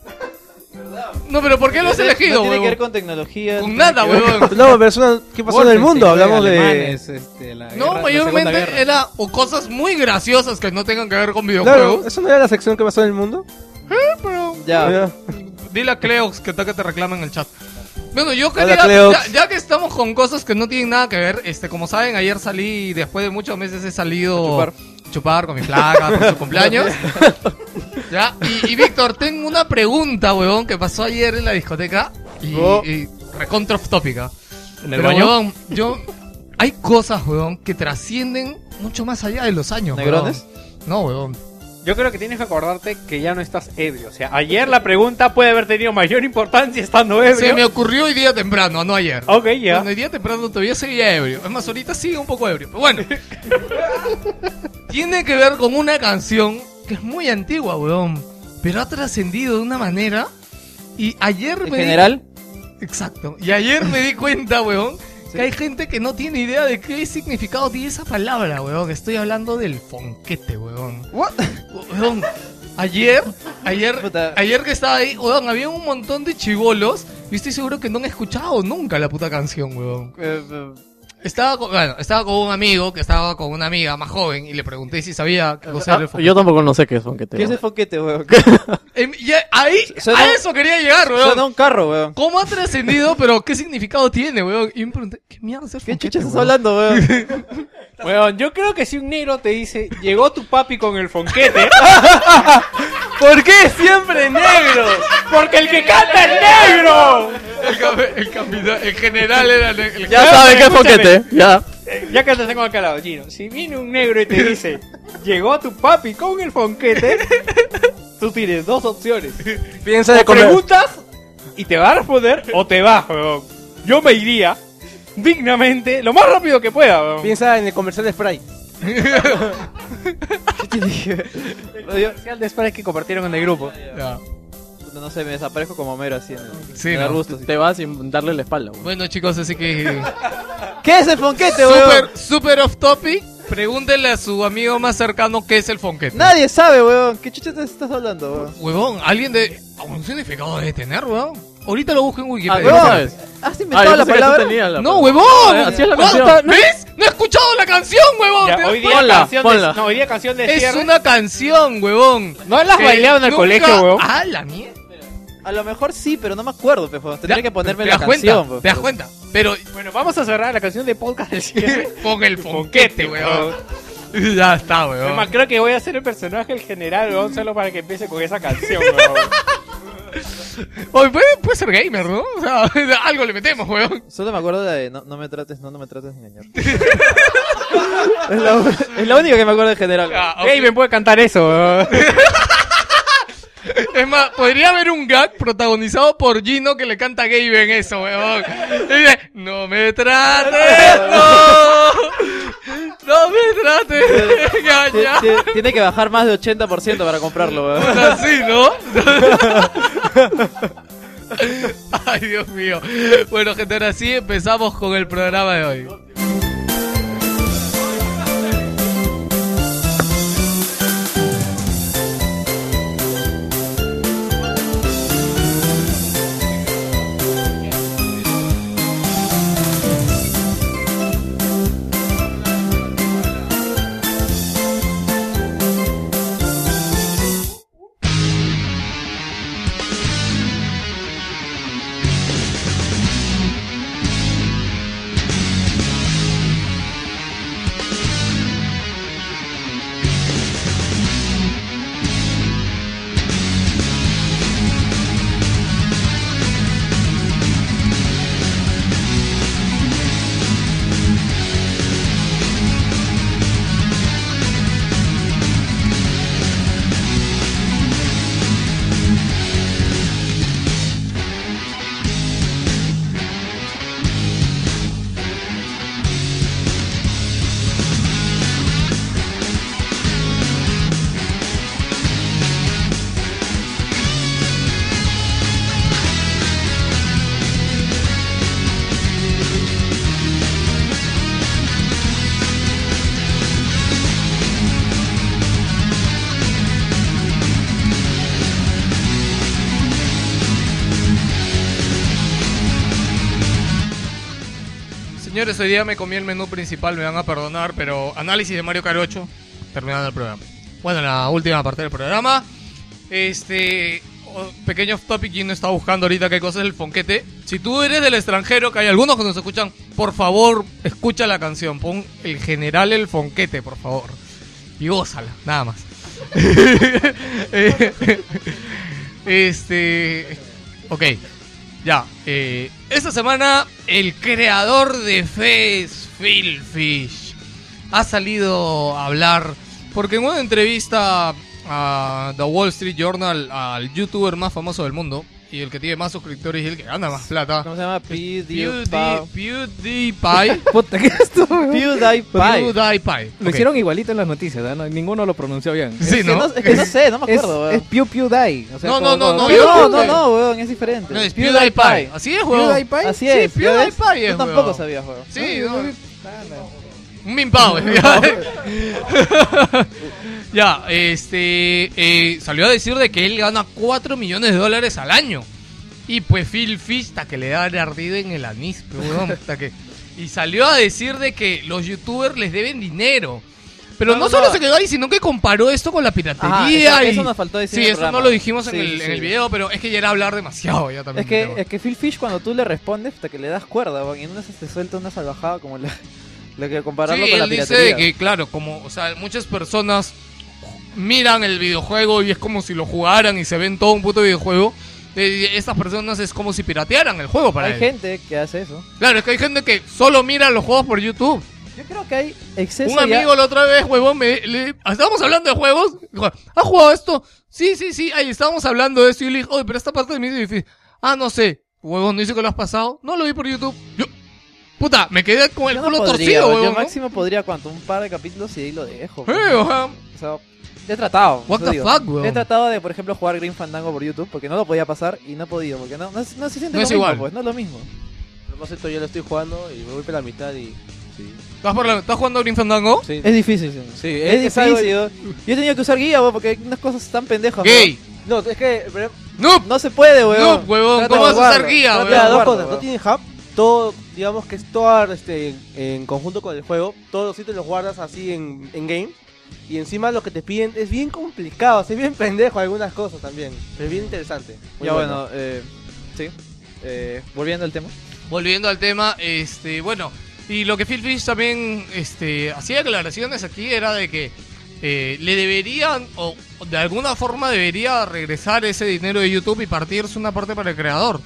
Speaker 1: No, pero ¿por qué lo has elegido,
Speaker 9: No tiene que
Speaker 1: huevón?
Speaker 9: ver con tecnología.
Speaker 1: Con nada, huevón.
Speaker 6: No, pero es una- ¿qué pasó en el mundo? Hablamos de...
Speaker 7: alemanes, este, la guerra-
Speaker 1: No,
Speaker 7: la Segunda
Speaker 1: mayormente
Speaker 7: Guerra.
Speaker 1: era o cosas muy graciosas que no tengan que ver con
Speaker 6: Claro,
Speaker 1: videojuegos.
Speaker 6: ¿eso no era la sección que pasó en el mundo?
Speaker 1: pero
Speaker 9: Ya.
Speaker 1: dile a Cleox que está que te reclama en el chat. Bueno, yo
Speaker 6: Hola,
Speaker 1: quería,
Speaker 6: Cleox.
Speaker 1: ya, ya que estamos con cosas que no tienen nada que ver, este, como saben, ayer salí, después de muchos meses he salido
Speaker 9: A chupar.
Speaker 1: chupar con mi placa por su cumpleaños. ya, y, y Víctor, tengo una pregunta, huevón, que pasó ayer en la discoteca y,
Speaker 9: Oh.
Speaker 1: y recontra off tópica.
Speaker 7: ¿En el
Speaker 1: Pero,
Speaker 7: baño?
Speaker 1: huevón, yo, hay cosas, huevón, que trascienden mucho más allá de los años, huevón.
Speaker 9: ¿Negrones?
Speaker 1: No, huevón.
Speaker 2: Yo creo que tienes que acordarte que ya no estás ebrio. O sea, ayer la pregunta puede haber tenido mayor importancia estando
Speaker 1: Se
Speaker 2: ebrio.
Speaker 1: me ocurrió hoy día temprano, no ayer.
Speaker 2: Ok, ya.
Speaker 1: Cuando iría temprano todavía seguía ebrio. Es más, ahorita sigue un poco ebrio. Pero bueno. Tiene que ver con una canción que es muy antigua, weón. Pero ha trascendido de una manera. Y ayer
Speaker 9: En
Speaker 1: me di-
Speaker 9: general,
Speaker 1: Exacto. Y ayer me di cuenta, weón, que hay gente que no tiene idea de qué significado tiene esa palabra, weón. Estoy hablando del fonquete, weón. Weón, ayer, ayer,
Speaker 9: Puta.
Speaker 1: ayer que estaba ahí, weón, había un montón de chivolos y estoy seguro que no han escuchado nunca la puta canción, weón.
Speaker 9: eh, eh,
Speaker 1: Estaba con, bueno, estaba con un amigo que estaba con una amiga más joven y le pregunté si sabía qué cosa era el
Speaker 3: Ah, yo tampoco no sé qué es fonquete.
Speaker 9: ¿qué es
Speaker 3: ¿no?
Speaker 9: el foquete, weón?
Speaker 1: Em, y ahí,
Speaker 9: Suena-
Speaker 1: a eso quería llegar, weón.
Speaker 9: Suena un carro, weón.
Speaker 1: ¿Cómo ha trascendido, pero qué significado tiene, weón? Y me pregunté, ¿qué mierda es el
Speaker 9: ¿Qué
Speaker 1: fonquete,
Speaker 9: chucha estás
Speaker 1: weón?
Speaker 9: hablando, weón?
Speaker 2: Weón, yo creo que si un negro te dice, llegó tu papi con el fonquete.
Speaker 9: ¿Por qué siempre negro?
Speaker 2: Porque el que canta es negro.
Speaker 1: El, cam- el capitán- el general era el, el
Speaker 3: Ya
Speaker 2: Escúchame,
Speaker 3: saben qué es
Speaker 2: escúchame.
Speaker 3: fonquete. Ya.
Speaker 2: Eh, Ya que te tengo acá al lado, Gino. Si viene un negro y te dice, llegó tu papi con el fonquete, tú tienes dos opciones.
Speaker 6: Piensa
Speaker 2: O preguntas y te va a responder o te vas, weón. Yo me iría dignamente, lo más rápido que pueda, weón.
Speaker 6: Piensa en el comercial de Sprite.
Speaker 9: ¿Qué te dije? No, yo-
Speaker 2: especial de Sprite que compartieron en el grupo.
Speaker 1: Ya.
Speaker 9: no sé, me desaparezco como Homero así en el,
Speaker 1: Sí,
Speaker 9: en el
Speaker 1: ¿no?
Speaker 9: arbusto. así.
Speaker 3: Te vas sin darle la espalda. güey.
Speaker 1: Bueno, chicos, así que.
Speaker 9: ¿Qué es el fonquete, weón?
Speaker 1: super, super off topic. Pregúntenle a su amigo más cercano qué es el fonquete.
Speaker 9: Nadie sabe, weón. ¿Qué chucha te estás hablando, weón?
Speaker 1: Huevón, alguien de. Un significado debe tener, huevón. Ahorita lo busco en
Speaker 3: Ah,
Speaker 1: Wikipedia.
Speaker 3: ¿cómo sabes?
Speaker 9: ¿Has
Speaker 3: Ah,
Speaker 9: inventado
Speaker 3: yo pensé
Speaker 9: la
Speaker 3: que tú
Speaker 9: palabra?
Speaker 3: tenías la
Speaker 1: no,
Speaker 3: palabra.
Speaker 1: huevón.
Speaker 3: Ah, así es la
Speaker 1: Basta,
Speaker 3: canción.
Speaker 1: ¿Ves? No he escuchado la canción, huevón.
Speaker 2: Ya,
Speaker 1: ¿Te das
Speaker 2: hoy día
Speaker 1: cuenta?
Speaker 3: Ponla,
Speaker 2: canción
Speaker 3: ponla.
Speaker 2: de, no, hoy día canción de
Speaker 1: Es
Speaker 2: cierre.
Speaker 1: una canción, huevón.
Speaker 2: No las
Speaker 1: Que
Speaker 2: bailaba en el
Speaker 1: nunca-
Speaker 2: colegio, weón.
Speaker 1: Ah, la mierda.
Speaker 9: A lo mejor sí, pero no me acuerdo, pejo. Tendría
Speaker 1: Ya,
Speaker 9: que ponerme
Speaker 1: ¿te
Speaker 9: la
Speaker 1: das
Speaker 9: canción,
Speaker 1: cuenta?
Speaker 9: weón.
Speaker 1: Te das cuenta. Pero
Speaker 2: Bueno, vamos a cerrar la canción de podcast del cierre.
Speaker 1: con el fonquete,
Speaker 2: weón.
Speaker 1: huevón. Ya está,
Speaker 2: Es más,
Speaker 1: huevón.
Speaker 2: creo que voy a hacer el personaje el general, weón, solo para que empiece con esa canción, weón.
Speaker 1: Oye, puede, puede ser gamer, ¿no? O sea, algo le metemos, huevón.
Speaker 9: Solo me acuerdo de no, no me trates, no, no me trates de engañar. es, la, es la única que me acuerdo en general. weón.
Speaker 1: Ah, ok.
Speaker 2: Gaben puede cantar eso, weón.
Speaker 1: Es más, podría haber un gag protagonizado por Gino que le canta a Gabe en eso, weón. Y dice, no me trates, no. No me trates de
Speaker 9: Ti-
Speaker 1: engañar.
Speaker 9: ti- Tiene que bajar más de 80% para comprarlo, weón.
Speaker 1: Así, ¿no? Ay, Dios mío. Bueno, gente, ahora sí empezamos con el programa de hoy. Señores, hoy día me comí el menú principal, me van a perdonar, pero análisis de Mario Kart 8, terminando el programa. Bueno, la última parte del programa. Este. o- Pequeño off topic, y no está buscando ahorita qué cosa es el fonquete. Si tú eres del extranjero, que hay algunos que nos escuchan, por favor, escucha la canción. Pon el general el fonquete, por favor. Y gózala, nada más. Eh, este. Ok. Ya. eh, esta semana, el creador de Face, Phil Fish, ha salido a hablar. Porque en una entrevista a The Wall Street Journal, al youtuber más famoso del mundo, y el que tiene más suscriptores y el que gana más plata.
Speaker 9: ¿Cómo se llama?
Speaker 1: PewDie-
Speaker 9: PewDiePie.
Speaker 1: PewDiePie.
Speaker 7: Puta, ¿qué es esto? weón?
Speaker 9: PewDiePie.
Speaker 1: PewDiePie.
Speaker 7: Lo
Speaker 1: Ok.
Speaker 7: hicieron igualito en las noticias,
Speaker 9: ¿ah?
Speaker 7: ¿verdad? No- ninguno lo pronunció bien.
Speaker 1: Sí,
Speaker 9: Es que no-
Speaker 1: ¿no?
Speaker 9: Es que no sé, no me
Speaker 7: Es,
Speaker 9: acuerdo,
Speaker 7: es
Speaker 9: weón.
Speaker 7: Pew Pew Die. o sea,
Speaker 1: No,
Speaker 7: como-
Speaker 1: no, no,
Speaker 7: como-
Speaker 1: no,
Speaker 7: Pew,
Speaker 1: yo-
Speaker 9: No,
Speaker 7: Pew,
Speaker 9: no,
Speaker 7: Die.
Speaker 9: no, weón, es diferente.
Speaker 1: No, es PewDiePie. Así es, huevón.
Speaker 7: PewDiePie.
Speaker 9: Así
Speaker 1: Sí,
Speaker 9: es. ¿ya ves?
Speaker 1: PewDiePie es,
Speaker 9: Yo tampoco
Speaker 1: weón.
Speaker 9: sabía, weón.
Speaker 1: Sí,
Speaker 7: No,
Speaker 1: no,
Speaker 7: no,
Speaker 1: Un mimpao. ya. ya, este. eh, salió a decir de que él gana 4 millones de dólares al año. Y pues Phil Fish, hasta que le da el ardido en el anís, pe, weón, hasta que. Y salió a decir de que los youtubers les deben dinero. Pero no,
Speaker 9: No, no,
Speaker 1: solo
Speaker 9: no.
Speaker 1: se quedó ahí, sino que comparó esto con la piratería.
Speaker 9: Ajá, eso,
Speaker 1: y...
Speaker 9: eso nos faltó decir.
Speaker 1: sí,
Speaker 9: en el
Speaker 1: eso no
Speaker 9: programa.
Speaker 1: lo dijimos en,
Speaker 9: Sí,
Speaker 1: el, en
Speaker 9: sí.
Speaker 1: el video, pero es que ya era hablar demasiado ya también.
Speaker 9: Es que,
Speaker 1: del tema.
Speaker 9: es que Phil Fish, cuando tú le respondes, hasta que le das cuerda, weón, y en una se te suelta una salvajada como la, la que compararlo
Speaker 1: Sí,
Speaker 9: con la
Speaker 1: él dice
Speaker 9: piratería.
Speaker 1: de que, claro, como, o sea, muchas personas miran el videojuego y es como si lo jugaran y se ven todo un puto videojuego. Eh, Estas personas es como si piratearan el juego para
Speaker 9: Hay
Speaker 1: él.
Speaker 9: gente que hace eso.
Speaker 1: Claro, es que hay gente que solo mira los juegos por YouTube.
Speaker 9: Yo creo que hay exceso
Speaker 1: un
Speaker 9: ya-
Speaker 1: amigo la otra vez, huevón, me, le- estábamos hablando de juegos. dijo, ¿Ha jugado esto? Sí, sí, sí, ahí estábamos hablando de eso. Y yo le dije, oye, pero esta parte de mí es difícil. Ah, no sé. Huevón, ¿no dice que lo has pasado? No lo vi por YouTube. Yo, puta, me quedé con el
Speaker 9: Yo no
Speaker 1: culo
Speaker 9: podría,
Speaker 1: torcido,
Speaker 9: weón.
Speaker 1: huevón.
Speaker 9: Yo
Speaker 1: ¿no?
Speaker 9: máximo podría, ¿cuánto? Un par de capítulos y ahí lo dejo.
Speaker 1: Eh,
Speaker 9: weón.
Speaker 1: ojá.
Speaker 9: O sea, he tratado.
Speaker 1: What the
Speaker 9: eso digo.
Speaker 1: fuck, weón.
Speaker 9: He tratado de, por ejemplo, jugar Green Fandango por YouTube porque no lo podía pasar y no he podido. Porque no, no, es- no se siente
Speaker 1: No
Speaker 9: lo
Speaker 1: es
Speaker 9: mismo,
Speaker 1: igual.
Speaker 9: pues, no es lo mismo.
Speaker 6: A propósito, yo lo estoy jugando y me voy para la mitad y. Sí.
Speaker 1: ¿Estás, por la- ¿Estás jugando Green Fandango?
Speaker 6: Sí,
Speaker 9: Es difícil, sí.
Speaker 6: sí,
Speaker 9: Es,
Speaker 6: es, es algo-
Speaker 9: difícil. yo, yo he tenido que usar guía, weón, porque hay unas cosas tan pendejas.
Speaker 1: Gay.
Speaker 6: No, es que. pero-
Speaker 1: Noob.
Speaker 9: No se puede, weón.
Speaker 1: Noob, huevón.
Speaker 9: Trata
Speaker 1: ¿Cómo
Speaker 9: de
Speaker 1: vas a usar
Speaker 9: guardo,
Speaker 1: guía,
Speaker 9: trata de
Speaker 1: weón?
Speaker 6: Mira, dos
Speaker 9: guardo,
Speaker 6: cosas. No
Speaker 9: weón.
Speaker 6: tiene hub. Todo, digamos que es todo este, en, en conjunto con el juego. Todos los sitios los guardas así en, en game. Y encima lo que te piden es bien complicado. Es bien pendejo algunas cosas también. Pero es bien interesante. Muy
Speaker 9: Ya bueno, eh, sí. Eh, volviendo al tema.
Speaker 1: Volviendo al tema, este, bueno, y lo que Phil Fish también este, hacía declaraciones aquí era de que eh, le deberían, o de alguna forma debería regresar ese dinero de YouTube y partirse una parte para el creador.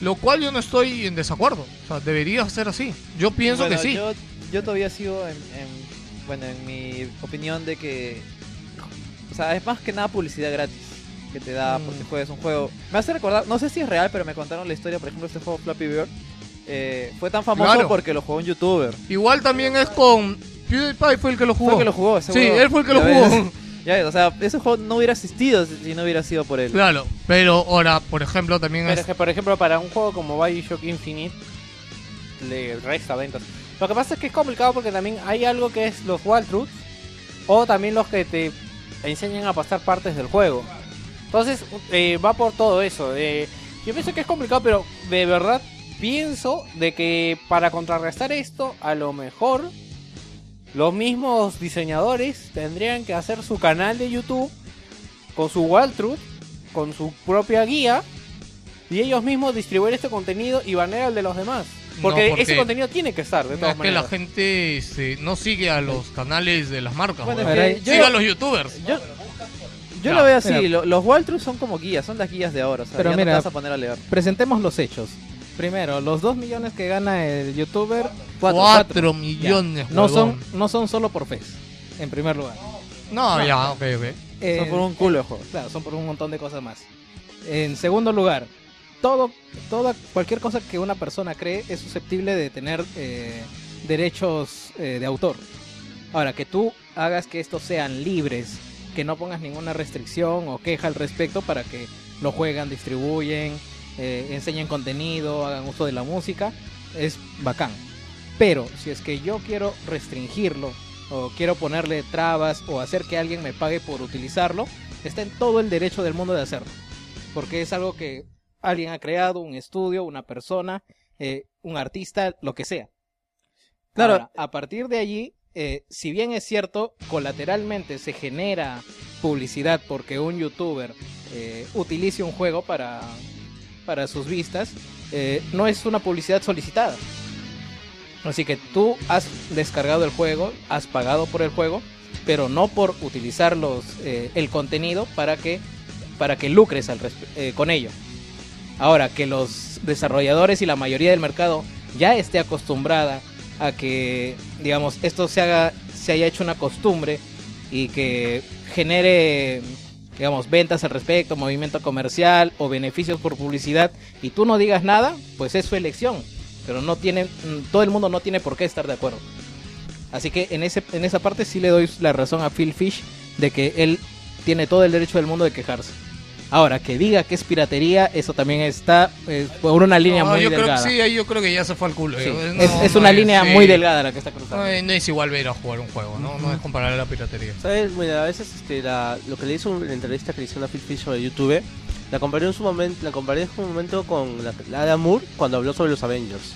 Speaker 1: Lo cual yo no estoy en desacuerdo. O sea, debería ser así. Yo pienso
Speaker 9: Bueno,
Speaker 1: que sí.
Speaker 9: Yo, yo todavía sigo en, en- bueno, en mi opinión de que, o sea, es más que nada publicidad gratis que te da porque
Speaker 1: Mm.
Speaker 9: juegas un juego. Me hace recordar, no sé si es real, pero me contaron la historia, por ejemplo, este juego Flappy Bird. eh, fue tan famoso
Speaker 1: Claro.
Speaker 9: porque lo jugó un youtuber.
Speaker 1: Igual también es con PewDiePie fue el que lo jugó.
Speaker 9: Fue el que lo jugó, ese
Speaker 1: sí,
Speaker 9: huevón.
Speaker 1: él fue el que lo
Speaker 9: Ya ves.
Speaker 1: jugó.
Speaker 9: Ya ves, o sea, ese juego no hubiera existido si si no hubiera sido por él.
Speaker 1: Claro, pero ahora, por ejemplo, también
Speaker 2: Pero
Speaker 1: es
Speaker 2: es que, por ejemplo, para un juego como Bioshock Infinite, le resta ventas. Lo que pasa es que es complicado porque también hay algo que es los walkthroughs o también los que te enseñan a pasar partes del juego. Entonces, eh, va por todo eso. eh, yo pienso que es complicado, pero de verdad pienso de que para contrarrestar esto, a lo mejor los mismos diseñadores tendrían que hacer su canal de YouTube con su walkthrough, con su propia guía y ellos mismos distribuir este contenido y banear el de los demás.
Speaker 1: No,
Speaker 2: Porque,
Speaker 1: porque-
Speaker 2: ese contenido tiene que estar, de
Speaker 1: No, es
Speaker 2: todas
Speaker 1: que
Speaker 2: maneras.
Speaker 1: la gente este, no sigue a los canales de las marcas.
Speaker 9: Bueno,
Speaker 1: weón.
Speaker 9: es que
Speaker 1: sigue
Speaker 9: yo-
Speaker 1: a los youtubers.
Speaker 9: Yo, yo
Speaker 1: Ya,
Speaker 9: lo veo así,
Speaker 7: mira.
Speaker 9: lo- los Waltrups son como guías, son las guías de ahora, o sea,
Speaker 7: Pero
Speaker 9: ya
Speaker 7: mira,
Speaker 9: no te vas a poner a leer.
Speaker 7: Presentemos los hechos. Primero, los 2 millones que gana el youtuber
Speaker 1: Cuatro,
Speaker 7: cuatro.
Speaker 1: millones,
Speaker 7: no son,
Speaker 1: huevón.
Speaker 7: no son solo por Fez, en primer lugar.
Speaker 1: No, ya, ok, ok.
Speaker 7: Eh,
Speaker 9: Son por un culo de juego.
Speaker 7: Claro, son por un montón de cosas más. En segundo lugar, todo, toda, cualquier cosa que una persona cree es susceptible de tener eh, derechos eh, de autor. Ahora, que tú hagas que estos sean libres, que no pongas ninguna restricción o queja al respecto para que lo juegan, distribuyen, eh, enseñen contenido, hagan uso de la música, es bacán. Pero si es que yo quiero restringirlo o quiero ponerle trabas o hacer que alguien me pague por utilizarlo, está en todo el derecho del mundo de hacerlo. Porque es algo que alguien ha creado, un estudio, una persona, eh, un artista, lo que sea. Claro.
Speaker 3: Claro.
Speaker 7: a partir de allí, eh, si bien es cierto, colateralmente se genera publicidad porque un youtuber eh, utilice un juego para, para sus vistas, eh, no es una publicidad solicitada. Así que tú has descargado el juego, has pagado por el juego, pero no por utilizar los, eh, el contenido para que, para que lucres al respe- eh, con ello. Ahora, que los desarrolladores y la mayoría del mercado ya esté acostumbrada a que, digamos, esto se, haga, se haya hecho una costumbre y que genere, digamos, ventas al respecto, movimiento comercial o beneficios por publicidad y tú no digas nada, pues es su elección. Pero no tiene, mm, todo el mundo no tiene por qué estar de acuerdo. Así que en, ese, en esa parte sí le doy la razón a Phil Fish de que él tiene todo el derecho del mundo de quejarse. Ahora, que diga que es piratería, eso también está eh, por una línea
Speaker 1: No,
Speaker 7: muy
Speaker 1: yo
Speaker 7: delgada.
Speaker 1: creo que sí, ahí yo creo que ya se fue al culo.
Speaker 7: Sí,
Speaker 1: Yo, eh,
Speaker 7: es-
Speaker 1: no,
Speaker 7: es
Speaker 1: no
Speaker 7: una línea
Speaker 1: sí.
Speaker 7: muy delgada la que está cruzando.
Speaker 1: No, eh, no es igual ver a jugar un juego, no, no es comparable a la piratería.
Speaker 6: ¿Sabes? Mira, a veces este, la- lo que le hizo la entrevista que le hicieron a Phil Fish sobre YouTube, la comparé en su momento, la comparé en su momento con la, la de Moore cuando habló sobre los Avengers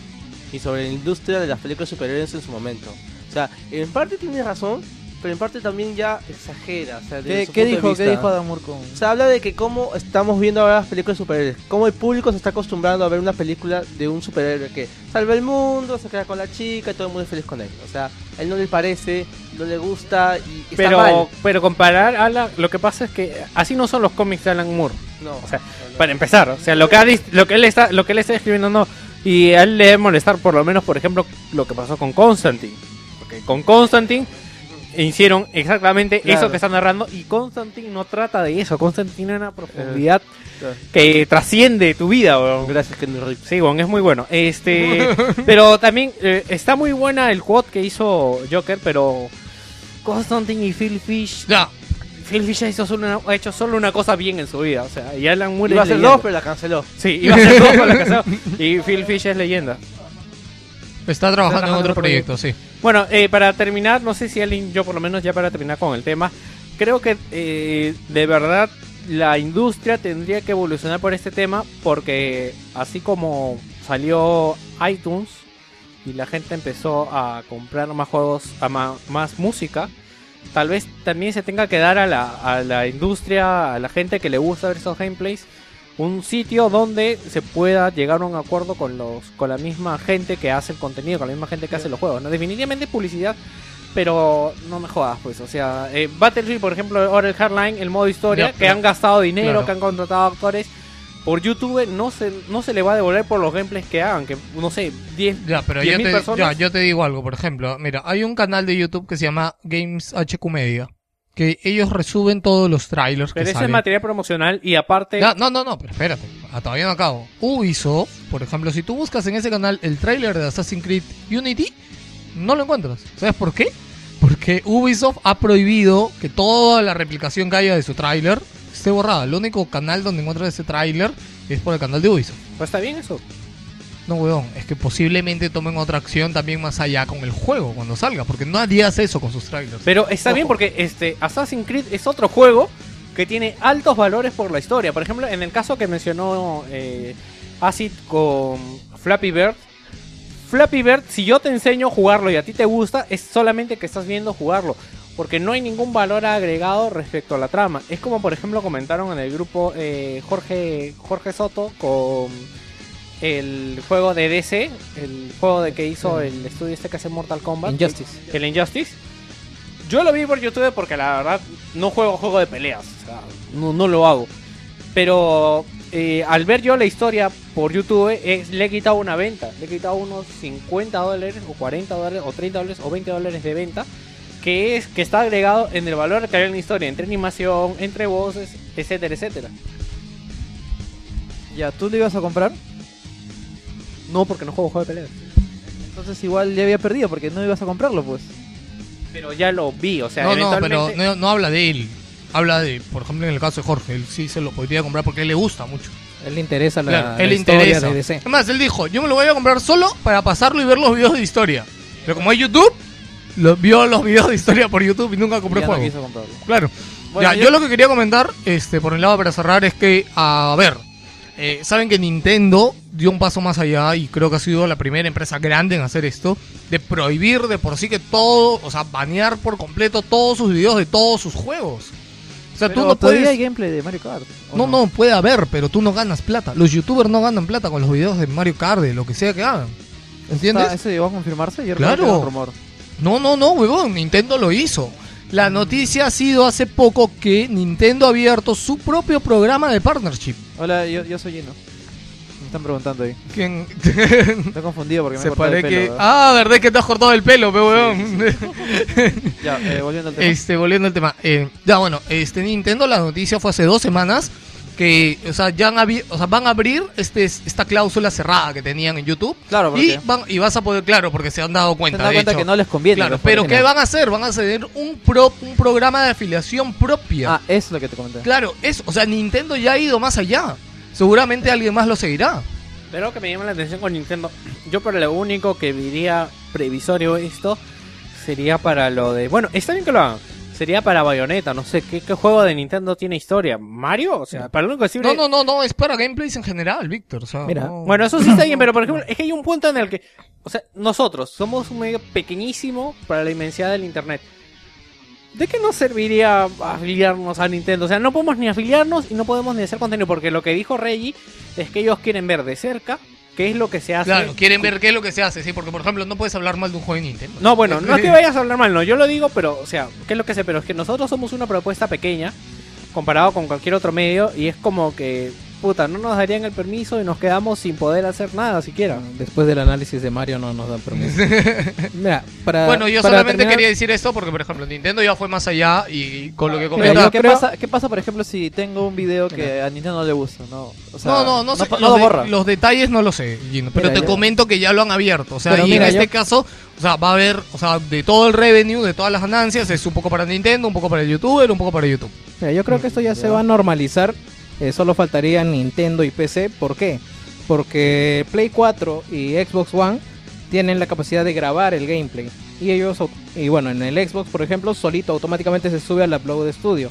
Speaker 6: y sobre la industria de las películas superhéroes en su momento. O sea, en parte tiene razón, pero en parte también ya exagera. O sea, desde
Speaker 9: ¿Qué,
Speaker 6: su
Speaker 9: qué
Speaker 6: punto de
Speaker 9: dijo, ¿Qué
Speaker 6: vista.
Speaker 9: dijo Adam Moore con.?
Speaker 6: O sea, habla de que cómo estamos viendo ahora las películas de superhéroes, cómo el público se está acostumbrando a ver una película de un superhéroe que salva el mundo, se queda con la chica y todo el mundo es feliz con él. O sea, a él no le parece, no le gusta y está
Speaker 2: Pero,
Speaker 6: mal.
Speaker 2: pero comparar Alan, lo que pasa es que así no son los cómics de Alan Moore.
Speaker 6: No.
Speaker 2: O sea, para empezar, o sea, lo que, ha dis- lo que él está, lo que él está escribiendo no. Y a él le debe molestar, por lo menos, por ejemplo, lo que pasó con Constantine. Porque con Constantine hicieron exactamente eso
Speaker 6: Claro.
Speaker 2: que están narrando. Y Constantine no trata de eso. Constantine es
Speaker 6: Eh.
Speaker 2: una profundidad
Speaker 6: claro.
Speaker 2: que trasciende tu vida, weón.
Speaker 6: Gracias, Kenny Reeves.
Speaker 2: Sí, weón, es muy bueno. Este, pero también eh, está muy buena el quad que hizo Joker, pero Constantine y Phil Fish.
Speaker 1: Ya,
Speaker 2: Phil Fish hizo solo una- ha hecho solo una cosa bien en su vida. O sea, y Alan Moore
Speaker 6: Iba a
Speaker 2: es
Speaker 6: ser
Speaker 2: leyenda.
Speaker 6: dos, pero la canceló.
Speaker 2: Sí, iba a ser dos, pero la cazó. Y Phil Fish es leyenda.
Speaker 1: está trabajando en
Speaker 2: trabajando
Speaker 1: otro
Speaker 2: en otro
Speaker 1: proyecto, sí.
Speaker 2: Bueno, eh, para terminar, no sé si alguien, yo por lo menos ya para terminar con el tema, creo que eh, de verdad la industria tendría que evolucionar por este tema porque así como salió iTunes y la gente empezó a comprar más juegos, a ma- más música, tal vez también se tenga que dar a la, a la industria, a la gente que le gusta ver esos gameplays, un sitio donde se pueda llegar a un acuerdo con los con la misma gente que hace el contenido, con la misma gente que hace los juegos. ¿no? Definitivamente publicidad, pero no me jodas, pues. O sea, eh, Battlefield, por ejemplo, ahora el Hardline, el modo historia,
Speaker 1: Ya,
Speaker 2: que
Speaker 1: claro.
Speaker 2: han gastado dinero,
Speaker 1: Claro.
Speaker 2: que han contratado actores. Por YouTube no se, no se le va a devolver por los gameplays que hagan, que no sé, 10,
Speaker 1: Ya, pero yo
Speaker 2: 10.000
Speaker 1: te,
Speaker 2: personas.
Speaker 1: ya, yo te digo algo, por ejemplo. Mira, hay un canal de YouTube que se llama Games HQ Media. Que ellos resuben todos los trailers
Speaker 2: Pero
Speaker 1: que
Speaker 2: ese es
Speaker 1: salen.
Speaker 2: material promocional y aparte...
Speaker 1: Ya, no, no, no, pero espérate. ah, Todavía no acabo. Ubisoft, por ejemplo, si tú buscas en ese canal el tráiler de Assassin's Creed Unity, no lo encuentras. ¿Sabes por qué? Porque Ubisoft ha prohibido que toda la replicación que haya de su tráiler esté borrada. El único canal donde encuentras ese tráiler es por el canal de Ubisoft.
Speaker 2: Pues está bien eso.
Speaker 1: No, weón, es que posiblemente tomen otra acción también más allá con el juego cuando salga, porque nadie hace eso con sus trailers.
Speaker 2: Pero está bien porque este Assassin's Creed es otro juego que tiene altos valores por la historia. Por ejemplo, en el caso que mencionó eh, Acid con Flappy Bird. Flappy Bird, si yo te enseño a jugarlo y a ti te gusta, es solamente que estás viendo jugarlo. Porque no hay ningún valor agregado respecto a la trama. Es como, por ejemplo, comentaron en el grupo eh, Jorge, Jorge Soto con el juego de DC, el juego de que hizo el estudio este que hace Mortal Kombat.
Speaker 7: Injustice.
Speaker 2: El Injustice. Yo lo vi por YouTube porque la verdad no juego juego de peleas. O sea, no, no lo hago. Pero eh, al ver yo la historia por YouTube, es, le he quitado una venta. Le he quitado unos 50 dólares, o 40 dólares, o 30 dólares, o 20 dólares de venta. Que, es, que está agregado en el valor que hay en la historia, entre animación, entre voces, etcétera, etcétera.
Speaker 9: Ya, ¿tú le ibas a comprar?
Speaker 2: No, porque no juego juego de peleas.
Speaker 9: Entonces igual ya había perdido porque no ibas a comprarlo, pues.
Speaker 2: Pero ya lo vi, o sea,
Speaker 1: No, no,
Speaker 2: eventualmente...
Speaker 1: pero no, no habla de él. Habla de, por ejemplo, en el caso de Jorge, él sí se lo podría comprar porque a él le gusta mucho.
Speaker 7: Él le interesa la,
Speaker 1: Claro,
Speaker 7: la
Speaker 1: él
Speaker 7: historia
Speaker 1: interesa.
Speaker 7: de DC.
Speaker 1: Es más, él dijo, yo me lo voy a comprar solo para pasarlo y ver los videos de historia. Pero como es YouTube, lo- vio los videos de historia por YouTube y nunca compró
Speaker 9: ya
Speaker 1: el juego.
Speaker 9: no quiso comprarlo.
Speaker 1: Claro.
Speaker 9: Bueno,
Speaker 1: ya, yo...
Speaker 9: yo-
Speaker 1: lo que quería comentar, este, por un lado para cerrar, es que, a ver, Eh, Saben que Nintendo dio un paso más allá y creo que ha sido la primera empresa grande en hacer esto, de prohibir de por sí que todo, o sea, banear por completo todos sus videos de todos sus juegos. O sea, tú no
Speaker 2: todavía
Speaker 1: puedes...
Speaker 2: hay gameplay de Mario Kart. ¿o
Speaker 1: No, no, puede haber, pero tú no ganas plata. Los youtubers no ganan plata con los videos de Mario Kart, de lo que sea que hagan. ¿Entiendes?
Speaker 9: Ah, ¿Eso llegó a confirmarse? Ayer
Speaker 1: Claro.
Speaker 9: me llegó un rumor.
Speaker 1: No, no, no, huevón, Nintendo lo hizo. La noticia ha sido hace poco que Nintendo ha abierto su propio programa de partnership.
Speaker 9: Hola, yo, yo soy Gino. Me están preguntando ahí.
Speaker 1: ¿Quién?
Speaker 9: Estoy confundido porque me he
Speaker 1: Se
Speaker 9: cortado el
Speaker 1: parece
Speaker 9: pelo.
Speaker 1: que...
Speaker 9: ¿verdad?
Speaker 1: Ah, verdad que te has cortado el pelo, pe, huevón. Ah.
Speaker 9: Ya, eh, volviendo al tema.
Speaker 1: Este, volviendo al tema. eh, ya, bueno, este Nintendo, la noticia fue hace dos semanas que, o sea, ya han abi- o sea, van a abrir este, esta cláusula cerrada que tenían en YouTube.
Speaker 9: Claro,
Speaker 1: y,
Speaker 9: porque
Speaker 1: van, y vas a poder, claro, porque se han dado
Speaker 9: se
Speaker 1: cuenta.
Speaker 9: han dado
Speaker 1: de
Speaker 9: cuenta
Speaker 1: hecho.
Speaker 9: que no les conviene.
Speaker 1: Claro,
Speaker 9: los
Speaker 1: pero ¿qué
Speaker 9: originales.
Speaker 1: van a hacer? Van a ceder un, pro, un programa de afiliación propia.
Speaker 9: Ah, eso es lo que te comenté.
Speaker 1: Claro, eso, o sea, Nintendo ya ha ido más allá. Seguramente alguien más lo seguirá.
Speaker 2: Pero lo que me llama la atención con Nintendo, yo por lo único que diría previsorio esto sería para lo de, bueno, está bien que lo hagan. Sería para Bayonetta, no sé qué, qué juego de Nintendo tiene historia, Mario, o sea, para lo único que sirve.
Speaker 1: Mm. No, no, no, no, es para gameplays en general, Víctor. o sea,
Speaker 2: Mira,
Speaker 1: no.
Speaker 2: bueno, eso sí está bien, pero por ejemplo, es que hay un punto en el que, o sea, nosotros somos un medio pequeñísimo para la inmensidad del internet. ¿De qué nos serviría afiliarnos a Nintendo? O sea, no podemos ni afiliarnos y no podemos ni hacer contenido, porque lo que dijo Reggie es que ellos quieren ver de cerca qué es lo que se hace.
Speaker 1: Claro, quieren ver qué es lo que se hace, sí, porque por ejemplo no puedes hablar mal de un juego de Nintendo.
Speaker 2: No, bueno, no es que vayas a hablar mal, no, yo lo digo, pero, o sea, ¿qué es lo que sé? Pero es que nosotros somos una propuesta pequeña comparado con cualquier otro medio y es como que, puta, no nos darían el permiso y nos quedamos sin poder hacer nada siquiera.
Speaker 7: Después del análisis de Mario no nos dan permiso. Mira, para
Speaker 1: Bueno, yo
Speaker 7: Ah, para
Speaker 1: solamente
Speaker 7: terminar-
Speaker 1: quería decir esto porque, por ejemplo, Nintendo ya fue más allá y con lo que
Speaker 9: Pero,
Speaker 1: comenta.
Speaker 9: ¿qué,
Speaker 7: creo-
Speaker 9: pasa, ¿Qué pasa, por ejemplo, si tengo un video que a Nintendo no le gusta? No, o sea,
Speaker 1: no, no, no, sé,
Speaker 9: pa-
Speaker 1: los,
Speaker 9: lo
Speaker 1: de-
Speaker 9: borra.
Speaker 1: los detalles no lo sé, Gino, pero
Speaker 7: Mira,
Speaker 1: te
Speaker 7: yo-
Speaker 1: comento que ya lo han abierto. O sea,
Speaker 7: Pero
Speaker 1: y
Speaker 7: mira,
Speaker 1: en este
Speaker 7: yo-
Speaker 1: caso, o sea, va a haber, o sea, de todo el revenue, de todas las ganancias, es un poco para Nintendo, un poco para el youtuber, un poco para YouTube.
Speaker 7: Mira, yo creo que esto ya se va a normalizar. eh, solo faltaría Nintendo y PC. ¿Por qué? Porque Play 4 y Xbox One tienen la capacidad de grabar el gameplay. Y ellos, au- y bueno, en el Xbox, por ejemplo, solito automáticamente se sube al upload de estudio.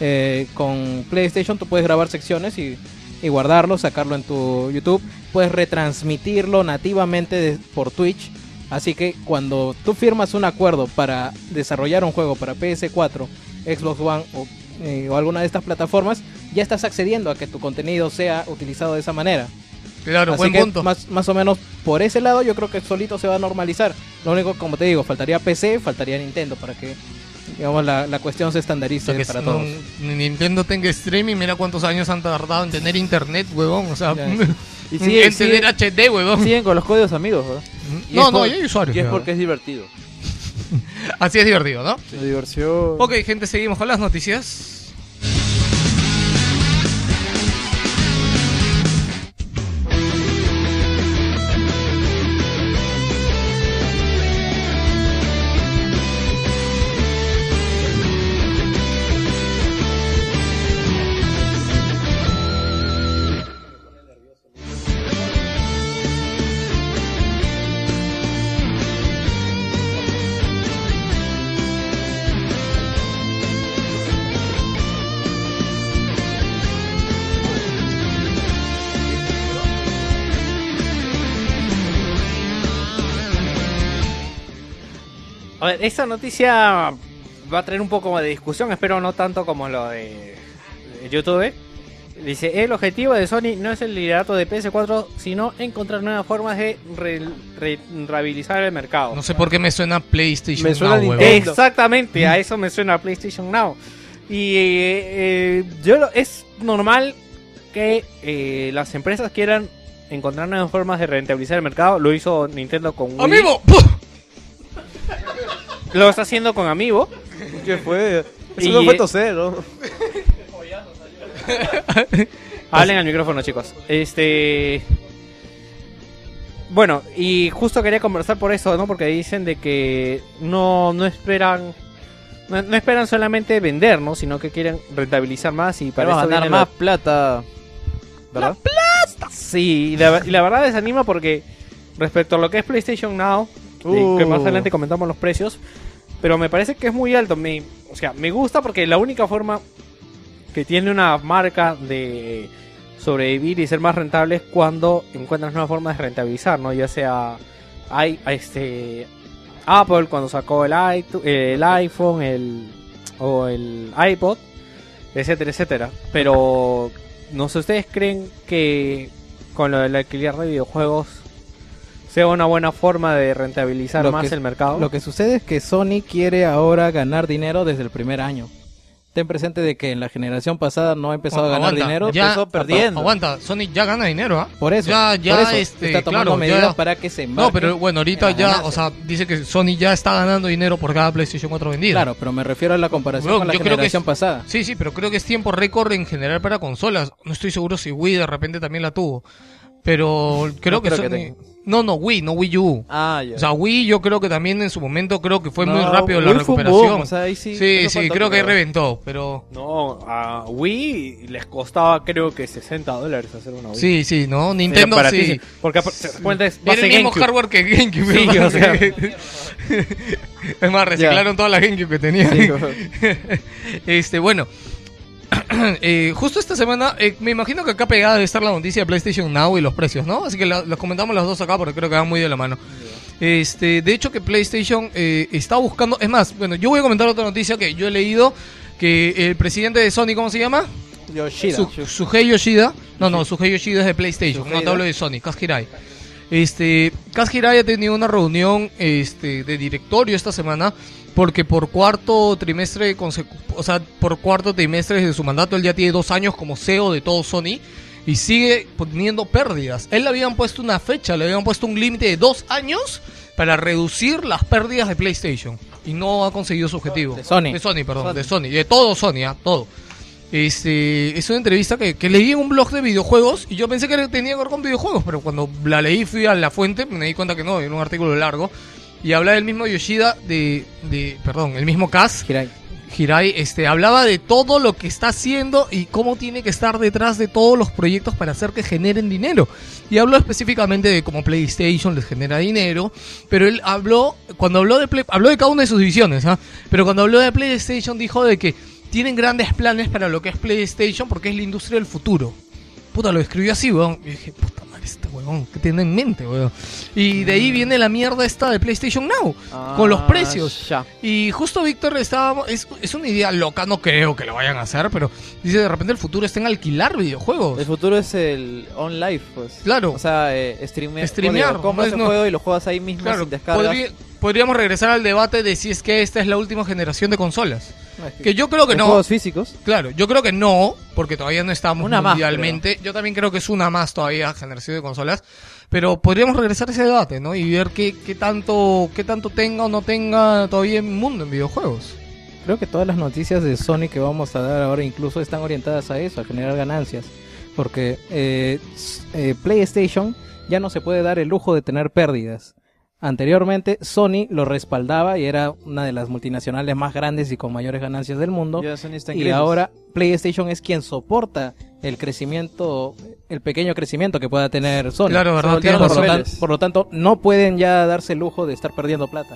Speaker 7: Eh, con PlayStation tú puedes grabar secciones y, y guardarlo, sacarlo en tu YouTube. Puedes retransmitirlo nativamente de- por Twitch. Así que cuando tú firmas un acuerdo para desarrollar un juego para PS4, Xbox One o, eh, o alguna de estas plataformas, ya estás accediendo a que tu contenido sea utilizado de esa manera.
Speaker 1: Claro,
Speaker 7: Así
Speaker 1: buen
Speaker 7: que
Speaker 1: punto.
Speaker 7: Más, más o menos por ese lado yo creo que solito se va a normalizar. Lo único, como te digo, faltaría PC, faltaría Nintendo para que digamos la, la cuestión se
Speaker 1: O
Speaker 7: estandarice
Speaker 1: sea, que
Speaker 7: para
Speaker 1: si
Speaker 7: todos.
Speaker 1: no- Nintendo tenga streaming, mira cuántos años han tardado en tener internet, huevón. O sea,
Speaker 7: Ya,
Speaker 9: Y
Speaker 1: en
Speaker 9: siguen,
Speaker 1: tener
Speaker 9: siguen,
Speaker 1: HD, huevón.
Speaker 9: siguen con los códigos amigos, ¿verdad?
Speaker 6: Y
Speaker 1: No,
Speaker 6: es
Speaker 1: no,
Speaker 6: por-
Speaker 1: ya hay usuarios.
Speaker 6: Y es
Speaker 1: ya.
Speaker 6: porque es divertido.
Speaker 1: Así es divertido, ¿no?
Speaker 9: La diversión.
Speaker 1: Ok, gente, seguimos con las noticias.
Speaker 2: A ver, esta noticia va a traer un poco de discusión, espero no tanto como lo de de YouTube. Dice, el objetivo de Sony no es el liderato de PS4, sino encontrar nuevas formas de re- rentabilizar el mercado.
Speaker 1: No sé por qué me suena PlayStation
Speaker 9: Me suena
Speaker 1: Now, huevón.
Speaker 9: Nintendo.
Speaker 2: Exactamente, a eso me suena PlayStation Now. Y eh, eh, yo lo- es normal que eh, las empresas quieran encontrar nuevas formas de rentabilizar el mercado. Lo hizo Nintendo con Wii.
Speaker 1: ¡Amigo!
Speaker 2: Lo está haciendo con Amiibo.
Speaker 9: ¿Qué fue? Eso
Speaker 2: Y-
Speaker 9: no fue toser, ¿no?
Speaker 2: Hablen al micrófono, chicos. Este. Bueno, y justo quería conversar por eso, ¿no? Porque dicen de que no, no esperan. No, no esperan solamente vender, ¿no? Sino que quieren rentabilizar más y para
Speaker 9: Para
Speaker 2: eso
Speaker 9: ganar
Speaker 2: viene lo-
Speaker 9: más plata. ¿Verdad?
Speaker 2: Sí, y la, y la verdad desanima porque respecto a lo que es PlayStation Now, y
Speaker 9: Uh.
Speaker 2: que más adelante comentamos los precios, pero me parece que es muy alto. Me, o sea, me gusta porque la única forma que tiene una marca de sobrevivir y ser más rentables cuando encuentras nuevas formas de rentabilizar, ¿no? Ya sea hay este Apple cuando sacó el, iTu- el iPhone, el o el iPod, etcétera, etcétera. Pero no sé, ¿ustedes creen que con lo del alquiler de videojuegos sea una buena forma de rentabilizar
Speaker 7: Lo
Speaker 2: más
Speaker 7: que-
Speaker 2: el mercado?
Speaker 7: Lo que sucede es que Sony quiere ahora ganar dinero desde el primer año. Ten presente de que en la generación pasada no ha empezado a ganar
Speaker 1: Aguanta,
Speaker 7: dinero,
Speaker 1: ya-
Speaker 7: empezó perdiendo.
Speaker 1: Aguanta, Sony ya gana dinero, ¿ah?
Speaker 7: Por eso,
Speaker 1: Ya, ya,
Speaker 7: por eso,
Speaker 1: este,
Speaker 7: está tomando
Speaker 1: claro,
Speaker 7: medidas
Speaker 1: ya-
Speaker 7: para que se
Speaker 1: No,
Speaker 7: embarque
Speaker 1: pero bueno, ahorita
Speaker 7: en la
Speaker 1: ya,
Speaker 7: ganancia.
Speaker 1: o sea, dice que Sony ya está ganando dinero por cada PlayStation 4 vendida.
Speaker 7: Claro, pero me refiero a la comparación
Speaker 1: Weón,
Speaker 7: con la
Speaker 1: yo creo que
Speaker 7: generación
Speaker 1: es-
Speaker 7: pasada.
Speaker 1: Sí, sí, pero creo que es tiempo récord en general para consolas. No estoy seguro si Wii de repente también la tuvo. Pero creo
Speaker 9: No
Speaker 1: que,
Speaker 9: creo
Speaker 1: Sony-
Speaker 9: que tenga.
Speaker 1: No, no, Wii, no Wii U.
Speaker 9: Ah, ya.
Speaker 1: O sea, Wii yo creo que también en su momento creo que fue muy
Speaker 9: No,
Speaker 1: rápido la
Speaker 9: Wii fue un boom,
Speaker 1: recuperación.
Speaker 9: o sea, ahí sí-
Speaker 1: sí,
Speaker 9: eso
Speaker 1: sí,
Speaker 9: faltó,
Speaker 1: creo que ahí
Speaker 9: creo.
Speaker 1: reventó, pero...
Speaker 2: No, a Wii les costaba creo que 60 dólares hacer una Wii.
Speaker 1: Sí, sí, ¿no? Nintendo
Speaker 2: Pero para ti
Speaker 1: sí.
Speaker 2: sí, porque apar- te das cuenta es
Speaker 1: Tiene
Speaker 2: base
Speaker 1: el mismo
Speaker 2: GameCube.
Speaker 1: hardware que GameCube.
Speaker 2: Sí,
Speaker 1: hermano.
Speaker 2: o sea.
Speaker 1: es más, reciclaron toda la GameCube que tenía.
Speaker 9: Sí, weón.
Speaker 1: este, bueno. Eh, justo esta semana, eh, me imagino que acá pegada debe estar la noticia de PlayStation Now y los precios, ¿no? Así que la- las comentamos las dos acá porque creo que van muy de la mano. Este, de hecho que PlayStation eh, está buscando, es más, bueno, yo voy a comentar otra noticia que yo he leído que el presidente de Sony, ¿cómo se llama?
Speaker 7: Yoshida.
Speaker 1: Su- Sugei Yoshida. No, no, Sugei Yoshida es de PlayStation. No te hablo de Sony, Kaz Hirai. Este, Kaz Hirai ha tenido una reunión este, de directorio esta semana porque por cuarto trimestre, consecu- o sea, por cuarto trimestre de su mandato, él ya tiene dos años como CEO de todo Sony y sigue poniendo pérdidas. Él le habían puesto una fecha, le habían puesto un límite de dos años para reducir las pérdidas de PlayStation y no ha conseguido su objetivo.
Speaker 7: De Sony.
Speaker 1: De Sony, perdón, de Sony, de todo Sony, ah, todo. Este, es una entrevista que, que leí en un blog de videojuegos y yo pensé que tenía que ver con videojuegos, pero cuando la leí fui a la fuente, me di cuenta que no, era un artículo largo. Y hablaba el mismo Yoshida de, de perdón, el mismo Kaz,
Speaker 7: Hirai.
Speaker 1: Hirai, este, hablaba de todo lo que está haciendo y cómo tiene que estar detrás de todos los proyectos para hacer que generen dinero. Y habló específicamente de cómo PlayStation les genera dinero, pero él habló, cuando habló de Play- habló de cada una de sus divisiones, ¿ah? pero cuando habló de PlayStation dijo de que tienen grandes planes para lo que es PlayStation porque es la industria del futuro. Puta, lo escribió así, weón. Y dije, puta madre, este weón, ¿qué tiene en mente, weón? Y de ahí viene la mierda esta de PlayStation Now, con
Speaker 9: Ah,
Speaker 7: Ah,
Speaker 1: los precios.
Speaker 3: Ya.
Speaker 1: Y justo Víctor estábamos. Es, es una idea loca, no creo que lo vayan a hacer, pero dice de repente el futuro está en alquilar videojuegos.
Speaker 9: El futuro es el on live, pues.
Speaker 1: Claro.
Speaker 9: O sea, eh, streamear.
Speaker 1: Streamear,
Speaker 9: Digo, compras
Speaker 1: no es-
Speaker 9: un
Speaker 1: no.
Speaker 9: juego y lo juegas ahí mismo
Speaker 1: claro,
Speaker 9: sin descargas.
Speaker 1: podría- podríamos regresar al debate de si es que esta es la última generación de consolas. Que yo creo que
Speaker 9: En
Speaker 1: no.
Speaker 9: juegos físicos.
Speaker 1: Claro, yo creo que no, porque todavía no estamos
Speaker 9: Una más,
Speaker 1: mundialmente. yo también creo que es una más todavía generación de consolas. Pero podríamos regresar a ese debate, ¿no? Y ver qué, qué tanto, qué tanto tenga o no tenga todavía el mundo en videojuegos.
Speaker 7: Creo que todas las noticias de Sony que vamos a dar ahora incluso están orientadas a eso, a generar ganancias. Porque eh, s- eh, PlayStation ya no se puede dar el lujo de tener pérdidas. Anteriormente Sony lo respaldaba y era una de las multinacionales más grandes y con mayores ganancias del mundo.
Speaker 9: Ya Sony está en
Speaker 7: Y
Speaker 9: crisis.
Speaker 7: ahora PlayStation es quien soporta el crecimiento, el pequeño crecimiento que pueda tener Sony.
Speaker 1: Claro, verdad,
Speaker 7: Por
Speaker 1: tienes
Speaker 7: lo tan- por,
Speaker 1: razón.
Speaker 7: lo tanto, no pueden ya darse el lujo de estar perdiendo plata.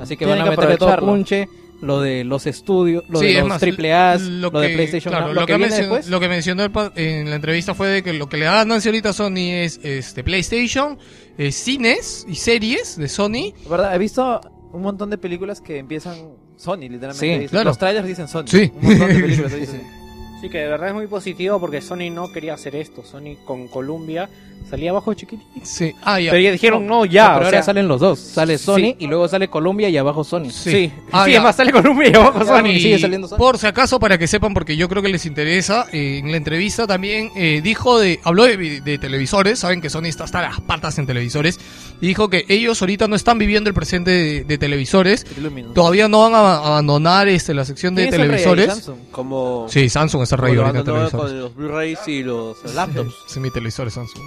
Speaker 7: Así que
Speaker 9: Tienen
Speaker 7: van a
Speaker 9: que
Speaker 7: meterle todo
Speaker 9: aprovecharlo.
Speaker 7: punche, lo de los estudios, lo
Speaker 1: Sí,
Speaker 7: de
Speaker 1: es
Speaker 7: los
Speaker 1: más,
Speaker 7: triple A, lo,
Speaker 1: que-
Speaker 7: de PlayStation,
Speaker 1: claro,
Speaker 7: Now,
Speaker 1: lo, que
Speaker 7: viene
Speaker 1: mencionó,
Speaker 7: después.
Speaker 1: lo que mencionó el pa- en la entrevista fue de que lo que le da ganancia ahorita a Sony es este PlayStation, eh, cines y series de Sony.
Speaker 9: ¿Verdad? He visto un montón de películas que empiezan Sony, literalmente.
Speaker 7: Sí,
Speaker 9: dicen.
Speaker 1: claro.
Speaker 9: Los trailers dicen Sony.
Speaker 1: Sí.
Speaker 9: Un montón de películas ahí dicen.
Speaker 2: Sí, que de verdad es muy positivo porque Sony no quería hacer esto. Sony con Columbia salía abajo chiquitito.
Speaker 1: Sí, ah, ya.
Speaker 2: Pero ya dijeron, no,
Speaker 7: No,
Speaker 2: ya.
Speaker 7: pero
Speaker 2: o
Speaker 7: ahora
Speaker 2: sea,
Speaker 7: salen los dos. Sale Sony
Speaker 2: Sí.
Speaker 7: y luego sale Colombia y abajo Sony.
Speaker 1: Sí.
Speaker 2: sí,
Speaker 1: Ah,
Speaker 2: sí
Speaker 1: ya.
Speaker 2: es más, sale Columbia y abajo Sony.
Speaker 1: Y
Speaker 7: sigue saliendo Sony.
Speaker 1: Por si acaso, para que sepan, porque yo creo que les interesa, eh, en la entrevista también eh, dijo de, habló de, vi- de televisores, saben que Sony está hasta las patas en televisores, y dijo que ellos ahorita no están viviendo el presente de, de televisores,
Speaker 9: Illuminus.
Speaker 1: todavía no van a abandonar este, la sección de
Speaker 9: ¿Quién es el rey ahí?
Speaker 1: televisores.
Speaker 9: Samsung.
Speaker 6: Como,
Speaker 1: Sí, Samsung está
Speaker 6: como
Speaker 1: rey
Speaker 6: lo
Speaker 1: ahorita en
Speaker 6: abandonó
Speaker 1: televisores.
Speaker 6: con los Blu-rays y los laptops.
Speaker 1: Sí, mi televisor es Samsung.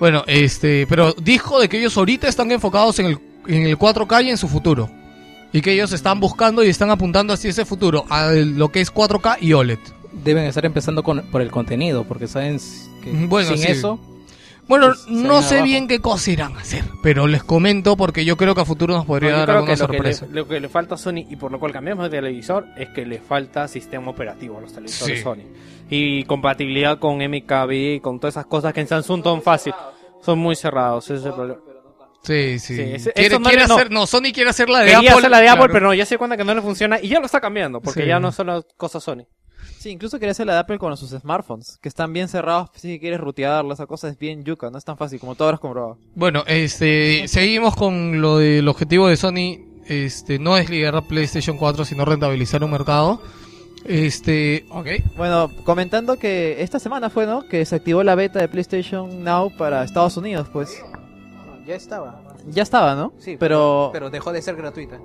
Speaker 1: Bueno, este, pero dijo de que ellos ahorita están enfocados en el, en el 4K y en su futuro. Y que ellos están buscando y están apuntando hacia ese futuro, a lo que es 4K y E OLED.
Speaker 7: Deben estar empezando con, por el contenido, porque saben s- que
Speaker 1: Mm, Bueno,
Speaker 7: sin
Speaker 1: sí.
Speaker 7: eso
Speaker 1: Bueno,
Speaker 2: Pues,
Speaker 1: no sé bien qué cosa irán a hacer, pero les comento porque yo creo que a futuro nos podría
Speaker 2: Yo
Speaker 1: dar
Speaker 2: creo
Speaker 1: alguna
Speaker 2: que lo que le-
Speaker 1: sorpresa.
Speaker 2: lo que le falta a Sony, y por lo cual cambiamos de televisor, es que le falta sistema operativo a los televisores
Speaker 1: Sí.
Speaker 2: Sony. Y compatibilidad con MKB y con todas esas cosas que en Samsung son fácil. Son muy cerrados, ese es el problema.
Speaker 1: Sí, sí.
Speaker 2: Sí, ese-
Speaker 1: quiere
Speaker 2: eso no
Speaker 1: quiere
Speaker 2: le- no.
Speaker 1: hacer, no, Sony quiere hacer la de
Speaker 2: Quería
Speaker 1: Apple.
Speaker 2: hacer la de Apple,
Speaker 1: Claro.
Speaker 2: pero no, ya se cuenta que no le funciona y ya lo está cambiando, porque
Speaker 1: Sí.
Speaker 2: ya no son las cosas Sony.
Speaker 9: Sí, incluso quería hacer la de Apple con sus smartphones, que están bien cerrados, si quieres rutearla, esa cosa es bien yuca, no es tan fácil como tú habrás comprobado.
Speaker 1: Bueno, este, seguimos con lo del objetivo de Sony. Este, no es liderar PlayStation 4, sino rentabilizar un mercado. Este, ok.
Speaker 9: Bueno, comentando que esta semana fue, ¿no? Que se activó la beta de PlayStation Now para Estados Unidos, pues.
Speaker 7: Ya estaba.
Speaker 9: Ya estaba, ¿no?
Speaker 7: Sí,
Speaker 9: pero...
Speaker 7: Pero dejó de ser gratuita.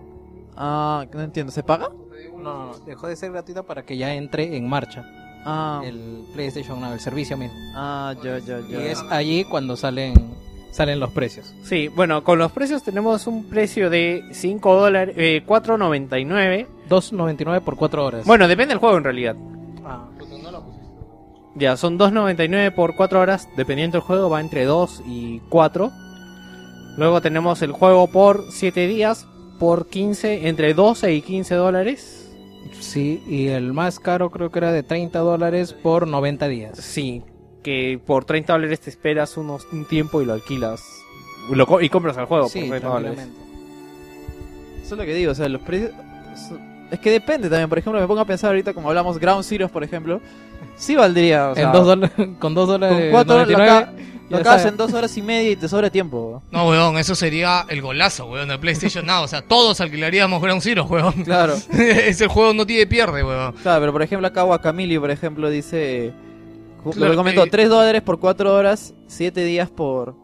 Speaker 9: Ah, no entiendo, ¿se paga?
Speaker 7: No, no, no. Dejó de ser gratuita para que ya entre en marcha
Speaker 9: Ah,
Speaker 7: el PlayStation Now, el servicio mismo.
Speaker 9: ah, yo, yo,
Speaker 7: Y
Speaker 9: yo.
Speaker 7: es allí cuando salen salen los precios.
Speaker 2: Sí, bueno, con los precios tenemos un precio de 5 dólares, eh, 4.99.
Speaker 7: 2.99 por 4 horas.
Speaker 2: Bueno, depende del juego en realidad.
Speaker 7: Ah.
Speaker 2: Ya, son 2.99 por 4 horas, dependiendo del juego, va entre 2 y 4. Luego tenemos el juego por 7 días, por 15, entre 12 y 15 dólares.
Speaker 7: Sí, y el más caro creo que era de 30 dólares por 90 días.
Speaker 2: Sí, que por 30 dólares te esperas unos, un tiempo y lo alquilas. Lo co- y compras el
Speaker 9: Oh,
Speaker 2: juego
Speaker 9: pues,
Speaker 7: Sí,
Speaker 2: por 30 dólares.
Speaker 7: tranquilamente.
Speaker 9: Eso es lo que digo, o sea, los precios... Es que depende también, por ejemplo, me pongo a pensar ahorita como hablamos Ground Zeroes, por ejemplo, sí valdría, o sea,
Speaker 7: En dos dola- con 2 dólares.
Speaker 9: con cuatro horas lo,
Speaker 7: 99,
Speaker 9: aca-
Speaker 7: ya
Speaker 9: lo acabas
Speaker 7: sabes.
Speaker 9: en dos horas y media y te sobra tiempo.
Speaker 1: No, weón, eso sería el golazo, weón, de PlayStation Now. O sea, todos alquilaríamos Ground Zero, weón.
Speaker 9: Claro.
Speaker 1: Ese juego no tiene pierde, weón.
Speaker 9: Claro, pero por ejemplo acá Guacamili, por ejemplo, dice... eh, ju-
Speaker 1: Claro
Speaker 9: lo que comentó,
Speaker 1: que-
Speaker 9: 3 dólares por 4 horas, 7 días por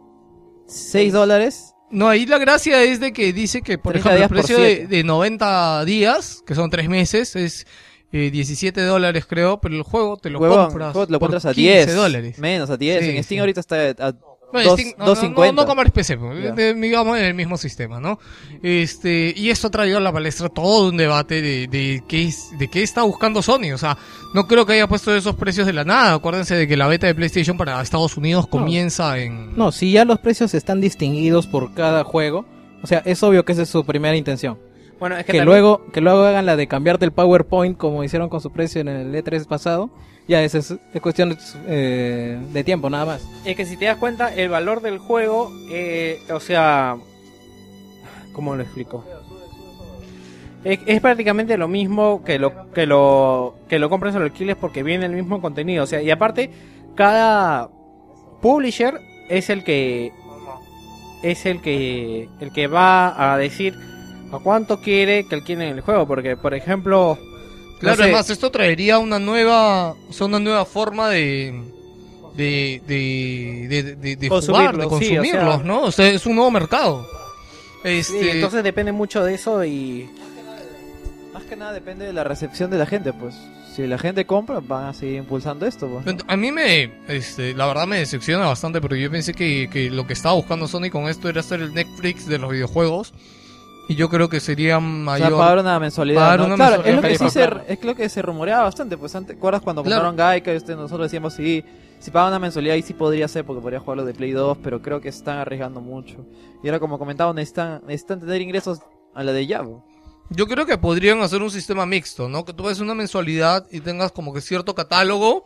Speaker 9: 6 dólares.
Speaker 1: No, ahí la gracia es de que dice que, por ejemplo,
Speaker 9: 30
Speaker 1: el
Speaker 9: días por
Speaker 1: precio de,
Speaker 9: siete.
Speaker 1: de 90 días, que son 3 meses, es eh, 17 dólares, creo, pero el juego te lo
Speaker 9: Huevón,
Speaker 1: compras.
Speaker 9: juego te lo
Speaker 1: por
Speaker 9: compras a
Speaker 1: 15
Speaker 9: 10.
Speaker 1: dólares.
Speaker 9: Menos, a 10.
Speaker 1: Sí,
Speaker 9: en Steam
Speaker 1: sí.
Speaker 9: ahorita está a
Speaker 1: Bueno,
Speaker 9: dos-
Speaker 1: Steam- no, no, no,
Speaker 9: 2.50.
Speaker 1: no comprar PC, pues,
Speaker 9: Ya.
Speaker 1: de- digamos en el mismo sistema, ¿no? Este, y esto ha traído a la palestra todo un debate de, de, qué es- de qué está buscando Sony. O sea, no creo que haya puesto esos precios de la nada. Acuérdense de que la beta de PlayStation para Estados Unidos comienza en...
Speaker 7: No, si ya los precios están distinguidos por cada juego, o sea, es obvio que esa es su primera intención.
Speaker 2: Bueno, es
Speaker 7: Que,
Speaker 2: que, también-
Speaker 7: luego que luego hagan la de cambiarte el PowerPoint como hicieron con su precio en el E3 pasado, ya esa es, es cuestión eh, de tiempo nada más.
Speaker 2: Es que si te das cuenta, el valor del juego, eh, o sea, ¿cómo lo explico? Es, es prácticamente lo mismo que lo que lo que lo compras o lo alquiles porque viene el mismo contenido, o sea, y aparte cada publisher es el que es el que el que va a decir a cuánto quiere que alquilen el juego, porque por ejemplo, no
Speaker 1: Claro,
Speaker 2: sé,
Speaker 1: además esto traería una nueva, o sea, una nueva forma de de de de, de, de jugar, de
Speaker 2: Consumirlos, sí, o
Speaker 1: consumirlos,
Speaker 2: sea.
Speaker 1: ¿no? O sea, es un nuevo mercado. Este,
Speaker 2: sí, entonces depende mucho de eso y
Speaker 9: Más que nada depende de la recepción de la gente, pues. Si la gente compra, van a seguir impulsando esto, pues. ¿no?
Speaker 1: a mí me, este, la verdad me decepciona bastante, pero yo pensé que, que lo que estaba buscando Sony con esto era hacer el Netflix de los videojuegos y yo creo que sería
Speaker 9: O sea,
Speaker 1: mayor.
Speaker 9: pagar una mensualidad.
Speaker 1: pagar
Speaker 9: ¿no?
Speaker 1: una
Speaker 9: claro,
Speaker 1: mensualidad
Speaker 9: es lo que sí
Speaker 1: fija.
Speaker 9: se, es lo que se rumoreaba bastante, pues. Antes, ¿te acuerdas cuando
Speaker 1: Claro.
Speaker 9: compraron Gaika? y usted- nosotros decíamos, sí, si pagan una mensualidad, ahí sí podría ser, porque podría jugarlo de Play 2, pero creo que están arriesgando mucho. Y ahora, como comentaba, necesitan, necesitan tener ingresos a la de pues". Yahoo.
Speaker 1: Yo creo que podrían hacer un sistema mixto, ¿no? Que tú ves una mensualidad y tengas como que cierto catálogo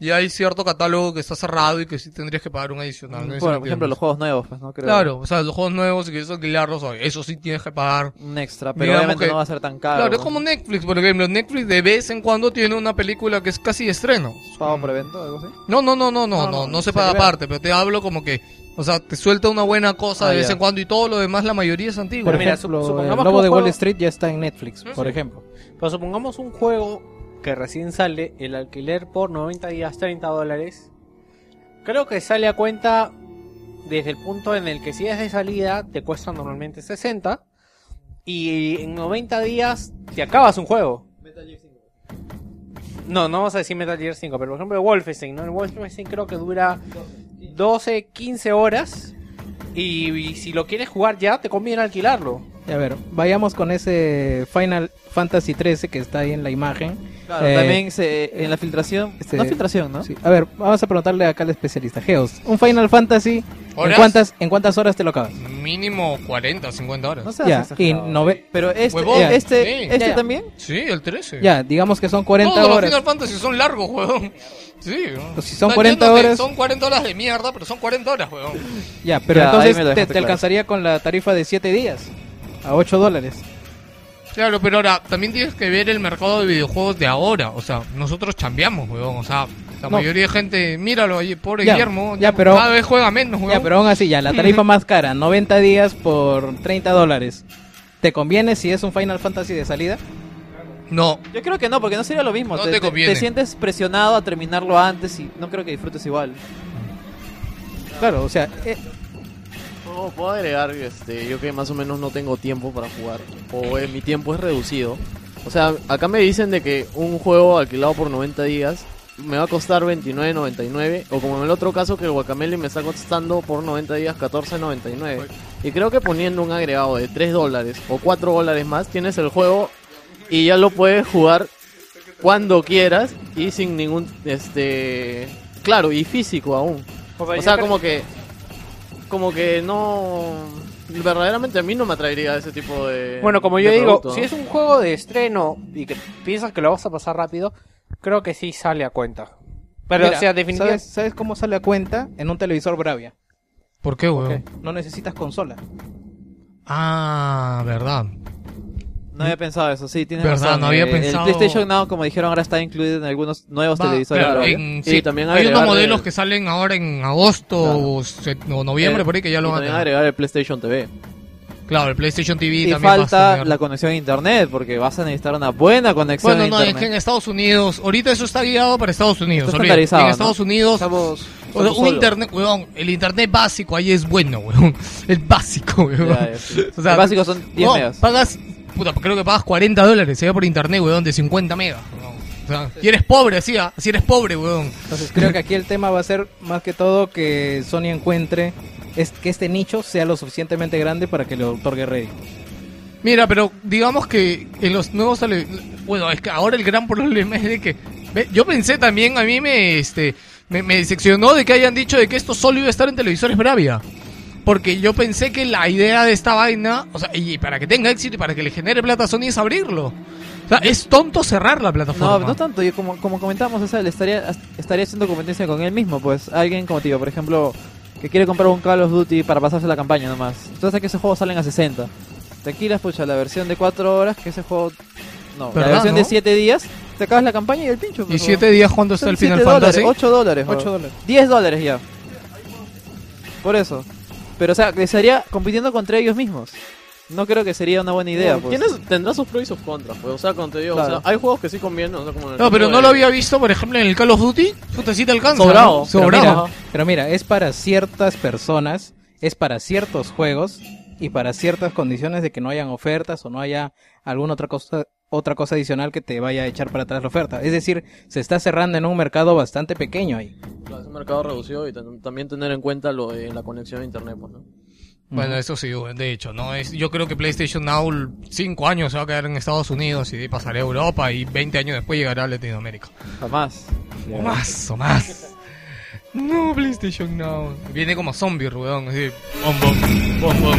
Speaker 1: y hay cierto catálogo que está cerrado y que sí tendrías que pagar un adicional. ¿no? Eso
Speaker 9: bueno,
Speaker 1: no
Speaker 9: por ejemplo,
Speaker 1: entiendo.
Speaker 9: los juegos nuevos, pues, ¿no? Creo.
Speaker 1: Claro, o sea, los juegos nuevos, si quieres alquilarlos, oye, eso sí tienes que pagar.
Speaker 9: Un extra, pero
Speaker 1: Digamos
Speaker 9: obviamente
Speaker 1: que-
Speaker 9: no va a ser tan caro.
Speaker 1: Claro, es
Speaker 9: ¿no?
Speaker 1: como Netflix, por ejemplo. Netflix de vez en cuando tiene una película que es casi de estreno.
Speaker 9: Pago por evento, algo
Speaker 7: Eh,
Speaker 9: así.
Speaker 1: No, no, no, no, no, no,
Speaker 9: No,
Speaker 1: no,
Speaker 9: no,
Speaker 1: se
Speaker 9: se
Speaker 1: paga
Speaker 9: libera.
Speaker 1: aparte, pero te hablo como que, o sea, te suelta una buena cosa
Speaker 9: Ah,
Speaker 1: de vez
Speaker 9: ya.
Speaker 1: en cuando y todo lo demás, la mayoría es antiguo.
Speaker 7: Por
Speaker 2: Pero mira,
Speaker 7: ejemplo,
Speaker 2: sup- supongamos
Speaker 7: el
Speaker 2: que
Speaker 7: Lobo
Speaker 2: un
Speaker 7: de
Speaker 2: juego-
Speaker 7: Wall Street ya está en Netflix, por
Speaker 1: sí.
Speaker 7: ejemplo.
Speaker 2: Pero Pues supongamos un juego que recién sale, el alquiler por 90 días, 30 dólares. Creo que sale a cuenta desde el punto en el que si es de salida te cuesta normalmente 60. Y en 90 días te acabas un juego. No, no vamos a decir Metal Gear 5, pero por ejemplo Wolfenstein, ¿no? El Wolfenstein creo que dura 12, 15 horas. Y, y si lo quieres jugar ya, te conviene alquilarlo.
Speaker 7: Y a ver, vayamos con ese Final Fantasy XIII que está ahí en la imagen.
Speaker 9: Claro,
Speaker 7: Eh,
Speaker 9: también se, en la filtración.
Speaker 7: este-
Speaker 9: No filtración, ¿no?
Speaker 7: sí. A ver, vamos a preguntarle acá al especialista. Geos, un Final Fantasy, ¿en
Speaker 1: ¿Horas?
Speaker 7: cuántas, ¿en cuántas horas te lo acabas?
Speaker 1: Mínimo 40 o 50 horas.
Speaker 9: No seas
Speaker 7: Ya, y
Speaker 9: exagerado.
Speaker 7: nove-
Speaker 9: Pero este,
Speaker 1: Huevón,
Speaker 7: ya.
Speaker 9: este,
Speaker 1: sí.
Speaker 9: este
Speaker 7: Ya, ya.
Speaker 9: también.
Speaker 1: Sí, el 13.
Speaker 7: ya, digamos que son 40
Speaker 1: Todos los
Speaker 7: horas.
Speaker 1: Final Fantasy son largos, huevón. Sí,
Speaker 7: Pues Si son
Speaker 1: No,
Speaker 7: 40
Speaker 1: entiendo que
Speaker 7: horas,
Speaker 1: Son 40 horas de mierda, pero son 40 horas, huevón.
Speaker 7: ya, pero
Speaker 9: Ya, ahí
Speaker 7: entonces
Speaker 9: me lo
Speaker 7: te,
Speaker 9: dejaste
Speaker 7: te
Speaker 9: claro.
Speaker 7: alcanzaría con la tarifa de 7 días a 8 dólares.
Speaker 1: Claro, pero ahora también tienes que ver el mercado de videojuegos de ahora. O sea, nosotros chambeamos, huevón. O sea, la
Speaker 7: No.
Speaker 1: mayoría de gente, míralo, oye, pobre
Speaker 7: Ya,
Speaker 1: Guillermo.
Speaker 7: ya, pero-
Speaker 1: Cada vez juega menos, huevón.
Speaker 7: Ya, pero aún así, ya, la tarifa más cara, 90 días por 30 dólares. ¿Te conviene si es un Final Fantasy de salida?
Speaker 1: No,
Speaker 9: Yo creo que no, porque no sería lo mismo.
Speaker 1: No te conviene.
Speaker 9: sientes presionado a terminarlo antes y no creo que disfrutes igual.
Speaker 7: Claro, o sea, eh,
Speaker 3: Puedo- Oh, puedo agregar, este, yo que más o menos no tengo tiempo para jugar, o eh, mi tiempo es reducido. O sea, acá me dicen de que un juego alquilado por 90 días me va a costar 29.99, o como en el otro caso que el Guacamele me está costando por 90 días 14.99. Y creo que poniendo un agregado de 3 dólares o 4 dólares más, tienes el juego y ya lo puedes jugar cuando quieras y sin ningún, este, claro, y físico aún. O sea, como que como que no verdaderamente a mí no me atraería ese tipo de
Speaker 12: Bueno, como yo
Speaker 3: de
Speaker 12: digo,
Speaker 3: producto,
Speaker 12: si
Speaker 3: ¿no?
Speaker 12: es un juego de estreno y que piensas que lo vas a pasar rápido, creo que sí sale a cuenta. Pero,
Speaker 7: mira,
Speaker 12: o sea, definitivamente...
Speaker 7: ¿sabes, sabes cómo sale a cuenta? En un televisor Bravia.
Speaker 1: ¿por qué, huevón?
Speaker 7: No necesitas consola.
Speaker 1: Ah, verdad.
Speaker 9: No había pensado eso, sí, tienes
Speaker 1: Verdad,
Speaker 9: razón.
Speaker 1: no había
Speaker 9: Eh,
Speaker 1: pensado-
Speaker 9: El PlayStation Now, como dijeron, ahora está incluido en algunos nuevos
Speaker 1: Va,
Speaker 9: televisores.
Speaker 1: claro,
Speaker 9: ¿no?
Speaker 1: en-
Speaker 3: Y
Speaker 1: sí,
Speaker 3: también
Speaker 1: hay unos
Speaker 3: agregarle-
Speaker 1: modelos que salen ahora en agosto o, se- o noviembre,
Speaker 3: Eh,
Speaker 1: por ahí que ya lo
Speaker 3: y
Speaker 1: van a
Speaker 3: también
Speaker 1: tener.
Speaker 3: agregar el PlayStation TV.
Speaker 1: Claro, el PlayStation TV
Speaker 9: Y
Speaker 1: también va a
Speaker 9: falta
Speaker 1: tener.
Speaker 9: la conexión a internet, porque vas a necesitar una buena conexión
Speaker 1: Bueno,
Speaker 9: a
Speaker 1: no, es
Speaker 9: internet.
Speaker 1: que en Estados Unidos, ahorita eso está guiado para Estados Unidos.
Speaker 9: Está
Speaker 1: olvídate.
Speaker 9: estandarizado,
Speaker 1: en
Speaker 9: ¿no?
Speaker 1: Estados Unidos,
Speaker 7: Estamos...
Speaker 1: o sea, un internet, huevón, el internet básico ahí es bueno, huevón. El básico, huevón.
Speaker 9: Ya, ya, sí.
Speaker 1: O sea,
Speaker 9: Los básicos son 10
Speaker 1: huevón,
Speaker 9: megas.
Speaker 1: Pagas, puta, creo que pagas 40 dólares, se ve por internet, huevón, de 50 megas. huevón. O sea, y eres pobre, así, ah, si eres pobre, huevón.
Speaker 7: Entonces creo que aquí el tema va a ser más que todo que Sony encuentre es que este nicho sea lo suficientemente grande para que le otorgue rédito.
Speaker 1: Mira, pero digamos que en los nuevos tele- bueno, es que ahora el gran problema es de que ve, yo pensé también a mí me este me, me decepcionó de que hayan dicho de que esto solo iba a estar en televisores Bravia. Porque yo pensé que la idea de esta vaina, o sea, y para que tenga éxito y para que le genere plata a Sony es abrirlo. O sea, es tonto cerrar la plataforma.
Speaker 9: No, no tanto, yo como, como comentamos, o sea, le estaría, estaría haciendo competencia con él mismo, pues alguien como tío, por ejemplo, que quiere comprar un Call of Duty para pasarse la campaña nomás. Entonces que esos juegos salen a 60. Tranquila, pucha, la versión de 4 horas, que ese juego... No, la
Speaker 1: ¿Verdad,
Speaker 9: versión
Speaker 1: no?
Speaker 9: de 7 días, te acabas la campaña y el pincho.
Speaker 1: y siete días cuando está el Final Fantasy.
Speaker 9: 8 dólares,
Speaker 7: 8
Speaker 9: 8
Speaker 7: dólares.
Speaker 9: 10 dólares ya. Por eso. Pero o sea, que estaría compitiendo contra ellos mismos. No creo que sería una buena idea.
Speaker 3: No,
Speaker 9: pues.
Speaker 3: tienes- tendrá sus pros y sus contras, pues. O sea, cuando te digo,
Speaker 9: Claro.
Speaker 3: o sea, hay juegos que sí convienen, o sea, como en el
Speaker 1: No, pero
Speaker 3: caso
Speaker 1: no
Speaker 3: de-
Speaker 1: lo había visto, por ejemplo, en el Call of Duty. Puta, sí te alcanza.
Speaker 3: Sobrado.
Speaker 1: ¿no?
Speaker 7: Pero
Speaker 1: Sobrado.
Speaker 7: mira, pero mira, es para ciertas personas, es para ciertos juegos y para ciertas condiciones de que no hayan ofertas o no haya alguna otra cosa otra cosa adicional que te vaya a echar para atrás la oferta. Es decir, se está cerrando en un mercado bastante pequeño ahí.
Speaker 3: Claro, es un mercado reducido y ten- también tener en cuenta lo de la conexión a internet, pues, ¿no?
Speaker 1: Bueno, eso sí, de hecho, ¿no? Es, yo creo que PlayStation Now 5 años se va a quedar en Estados Unidos y pasará a Europa y 20 años después llegará a Latinoamérica.
Speaker 9: Jamás.
Speaker 1: O más, o más. No, PlayStation Now. Viene como zombie, rudón, así. Bom, bom, bom, bom.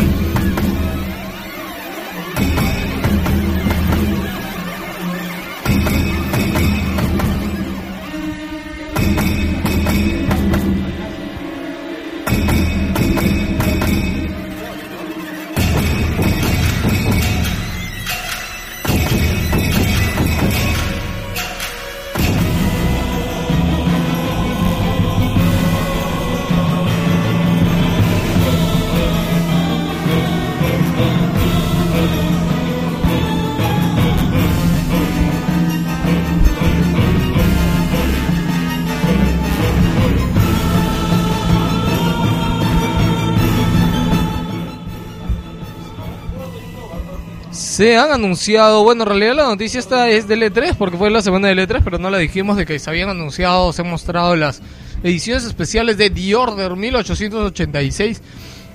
Speaker 1: Se han anunciado, bueno, en realidad la noticia esta es del E3, porque fue la semana del E3, pero no la dijimos de que se habían anunciado, se han mostrado las ediciones especiales de The Order 1886.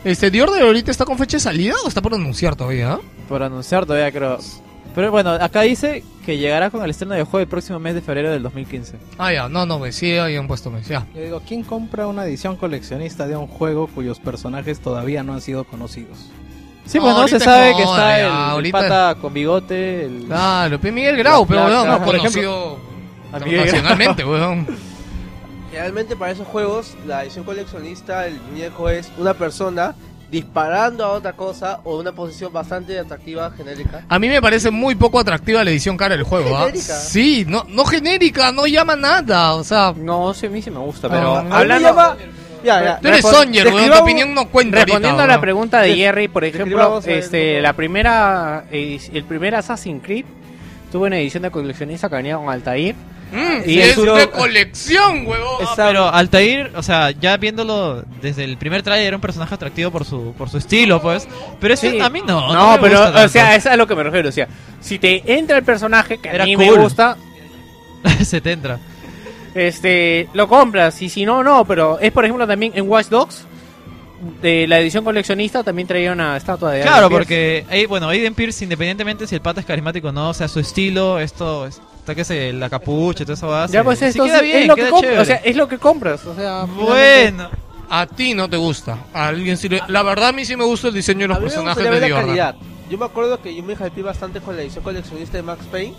Speaker 1: Este, ¿The Order ahorita está con fecha de salida o está por anunciar todavía? ah?
Speaker 9: por anunciar todavía, creo. Pero bueno, acá dice que llegará con el estreno del juego el próximo mes de febrero del 2015.
Speaker 1: Ah, ya, no, no, me sí, ahí han puesto mes, ya.
Speaker 7: Yo digo, ¿quién compra una edición coleccionista de un juego cuyos personajes todavía no han sido conocidos?
Speaker 9: Sí,
Speaker 1: No,
Speaker 9: pues no
Speaker 1: ahorita
Speaker 9: se sabe
Speaker 1: es
Speaker 9: que
Speaker 1: moda,
Speaker 9: está
Speaker 10: eh,
Speaker 1: ya,
Speaker 9: el- el,
Speaker 1: ahorita
Speaker 9: pata con bigote. El...
Speaker 1: Claro, pe Miguel Grau,
Speaker 9: La
Speaker 1: pero
Speaker 9: placa.
Speaker 1: weón, no,
Speaker 9: Ah,
Speaker 1: por
Speaker 9: por
Speaker 1: ejemplo,
Speaker 9: ejemplo. A Miguel Grau.
Speaker 1: nacionalmente, weón.
Speaker 6: Realmente para esos juegos, la edición coleccionista, el muñeco es una persona disparando a otra cosa o una posición bastante atractiva, genérica.
Speaker 1: A mí me parece muy poco atractiva la edición cara del juego, ¿ah?
Speaker 6: Genérica.
Speaker 1: Sí, no, no genérica, no llama nada, o sea.
Speaker 2: No, sí, a mí sí me gusta,
Speaker 12: pero
Speaker 6: hablando- Ya, ya.
Speaker 1: Tú eres
Speaker 2: Respon-
Speaker 1: Songer, weón, tu
Speaker 2: describamos-
Speaker 1: opinión no cuenta ahorita,
Speaker 2: Respondiendo a la
Speaker 1: weón.
Speaker 2: pregunta de
Speaker 1: Des-
Speaker 2: Jerry, por ejemplo,
Speaker 1: describamos el-
Speaker 2: este, la primera, edis- el primer Assassin's Creed tuvo una edición de coleccionista que venía con Altair.
Speaker 1: Mm,
Speaker 2: Y
Speaker 1: es
Speaker 2: el duro-
Speaker 1: de colección, huevón.
Speaker 10: Ah, pero Altair, o sea, ya viéndolo desde el primer trailer era un personaje atractivo por su por su estilo, pues. Pero eso a mí no.
Speaker 2: No,
Speaker 10: me
Speaker 2: pero,
Speaker 10: gusta tanto.
Speaker 2: o sea, es a lo que me refiero. O sea, si te entra el personaje que
Speaker 10: Era
Speaker 2: a mí me
Speaker 10: cool.
Speaker 2: gusta,
Speaker 10: se te entra.
Speaker 2: este, lo compras. Y si no, no. Pero es, por ejemplo, también en Watch Dogs, de la edición coleccionista también traía una estatua de
Speaker 10: Claro,
Speaker 2: Aiden Pierce.
Speaker 10: porque ahí, bueno, Aiden Pierce, independientemente si el pata es carismático o no, o sea, su estilo, esto, está que se la capucha, toda esa base.
Speaker 2: Ya, pues,
Speaker 10: sí
Speaker 2: esto
Speaker 10: queda
Speaker 2: es-
Speaker 10: bien,
Speaker 2: es lo que
Speaker 10: queda
Speaker 2: compras,
Speaker 10: chévere.
Speaker 2: o sea, es lo que compras. O sea,
Speaker 10: Bueno.
Speaker 1: A ti no te gusta. A alguien sí le- La verdad, a mí sí me gusta el diseño de los
Speaker 6: A mí me
Speaker 1: personajes de
Speaker 6: gustaría ver la
Speaker 1: Diorra.
Speaker 6: calidad. Yo me acuerdo que yo me hypeé bastante con la edición coleccionista de Max Payne.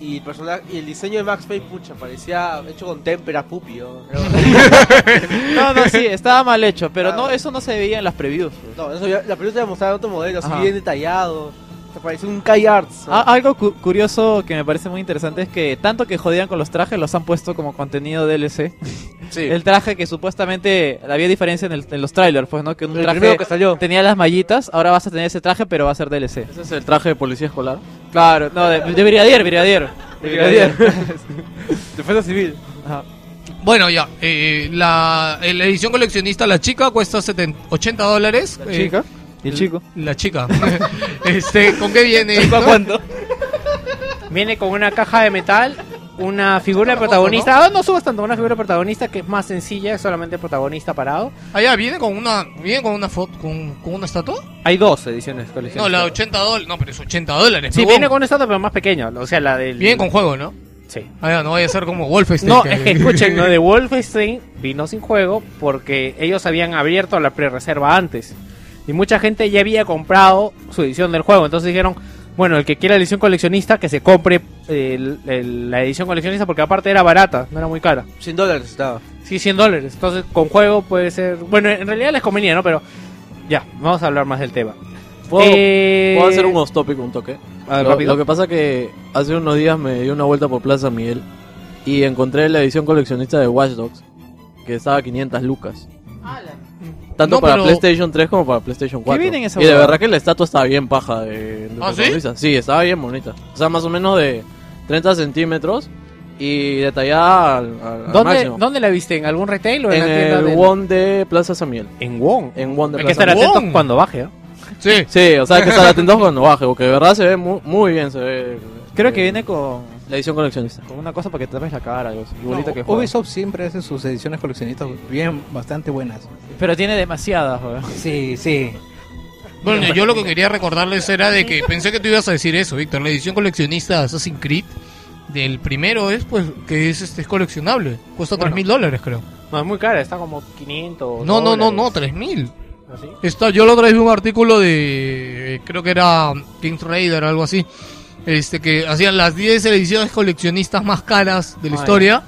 Speaker 6: Y el, personaje, y el diseño de Max Payne, pucha, parecía hecho con témpera, pupi. ¿no?
Speaker 9: No, no, sí, estaba mal hecho, pero
Speaker 3: Ah.
Speaker 9: no, eso no se veía en las previews.
Speaker 6: No, eso ya- la película te mostraba otro modelo, así
Speaker 9: Ajá.
Speaker 6: bien detallado. Te parecía un Kai Arts.
Speaker 9: Ah, algo cu- curioso que me parece muy interesante es que tanto que jodían con los trajes, los han puesto como contenido DLC. El traje que supuestamente había diferencia en, el- en los trailers, pues, ¿no? Que un
Speaker 6: El
Speaker 9: traje
Speaker 6: primero que salió.
Speaker 9: tenía las mallitas, ahora vas a tener ese traje, pero va a ser DLC.
Speaker 3: Ese es el traje de policía escolar.
Speaker 9: Claro, no, de, de brigadier, brigadier. De brigadier. Defensa civil.
Speaker 1: Bueno, ya. eh, la, eh, la edición coleccionista, la chica, cuesta 70 80 dólares. eh,
Speaker 9: ¿Y el chico?
Speaker 1: La chica. este, ¿Con qué viene? esto?
Speaker 2: Viene con una caja de metal, una figura de protagonista. Ah, no subas tanto, una figura de protagonista que es más sencilla, es solamente el protagonista parado.
Speaker 1: Ah, ya, viene con una, viene con una foto, con, con una estatua.
Speaker 2: Hay dos ediciones
Speaker 1: No,
Speaker 2: coleccionistas.
Speaker 1: la de 80 dólares. No, pero es 80 dólares.
Speaker 2: Sí,
Speaker 1: huevón.
Speaker 2: viene con una estatua, pero más pequeña. O sea, la del.
Speaker 1: Viene con juego, ¿no?
Speaker 2: Sí.
Speaker 1: Ah, ya, no vaya a ser como este, Wolfenstein.
Speaker 2: No, es que escuchen, ¿no? de Wolfenstein vino sin juego porque ellos habían abierto la pre-reserva antes. Y mucha gente ya había comprado su edición del juego. Entonces dijeron, bueno, el que quiera la edición coleccionista, que se compre el- el- la edición coleccionista porque aparte era barata, no era muy cara.
Speaker 6: 100 dólares estaba.
Speaker 2: Sí, 100 dólares. Entonces, con juego puede ser. Bueno, en realidad les convenía, ¿no? Pero ya, vamos a hablar más del tema.
Speaker 3: ¿Puedo,
Speaker 2: Eh,
Speaker 3: puedo hacer un off topic un toque?
Speaker 2: A ver,
Speaker 3: lo,
Speaker 2: rápido.
Speaker 3: lo que pasa que hace unos días me di una vuelta por Plaza Miguel y encontré la edición coleccionista de Watch Dogs que estaba a 500 lucas. Tanto
Speaker 9: No,
Speaker 3: para
Speaker 9: pero-
Speaker 3: PlayStation 3 como para PlayStation 4.
Speaker 9: viene en esa
Speaker 3: y de
Speaker 9: huevada?
Speaker 3: verdad que la estatua estaba bien paja de, de
Speaker 1: ¿Ah, sí?
Speaker 3: protagonista. Sí, estaba bien bonita. O sea, más o menos de 30 centímetros y detallada al, al- al
Speaker 2: ¿Dónde,
Speaker 3: máximo.
Speaker 2: ¿Dónde la viste? ¿En algún retail o en,
Speaker 3: en
Speaker 2: la tienda
Speaker 3: el
Speaker 2: del-
Speaker 3: Won de Plaza San Miguel.
Speaker 2: En Won.
Speaker 3: En Won de
Speaker 2: Hay que
Speaker 3: Plaza
Speaker 2: estar
Speaker 3: San Miguel.
Speaker 2: atentos cuando baje, ¿eh?
Speaker 1: Sí.
Speaker 3: Sí, o sea, hay que estar atentos cuando baje, porque de verdad se ve mu- muy, bien, se ve. eh,
Speaker 9: Creo que viene con,
Speaker 3: La edición coleccionista.
Speaker 9: con una cosa para que tapes la cara, algo así, igualito que juego.
Speaker 7: Ubisoft siempre hace sus ediciones coleccionistas bien, bastante buenas.
Speaker 9: Pero tiene demasiadas, weón.
Speaker 7: Sí, sí.
Speaker 1: Bueno, yo lo que quería recordarles era de que pensé que tú ibas a decir eso, Víctor. La edición coleccionista de Assassin's Creed del primero es, pues, que es, este, es coleccionable. Cuesta
Speaker 2: Bueno.
Speaker 1: tres mil dólares, creo.
Speaker 2: No, es muy cara, está como 500.
Speaker 1: No, no, no, no,
Speaker 2: dólares.
Speaker 1: tres mil.
Speaker 2: ¿Así?
Speaker 1: Está, yo lo traje un artículo de, eh, creo que era King Raider o algo así, este que hacían las 10 ediciones coleccionistas más caras de la
Speaker 2: Ah,
Speaker 1: historia.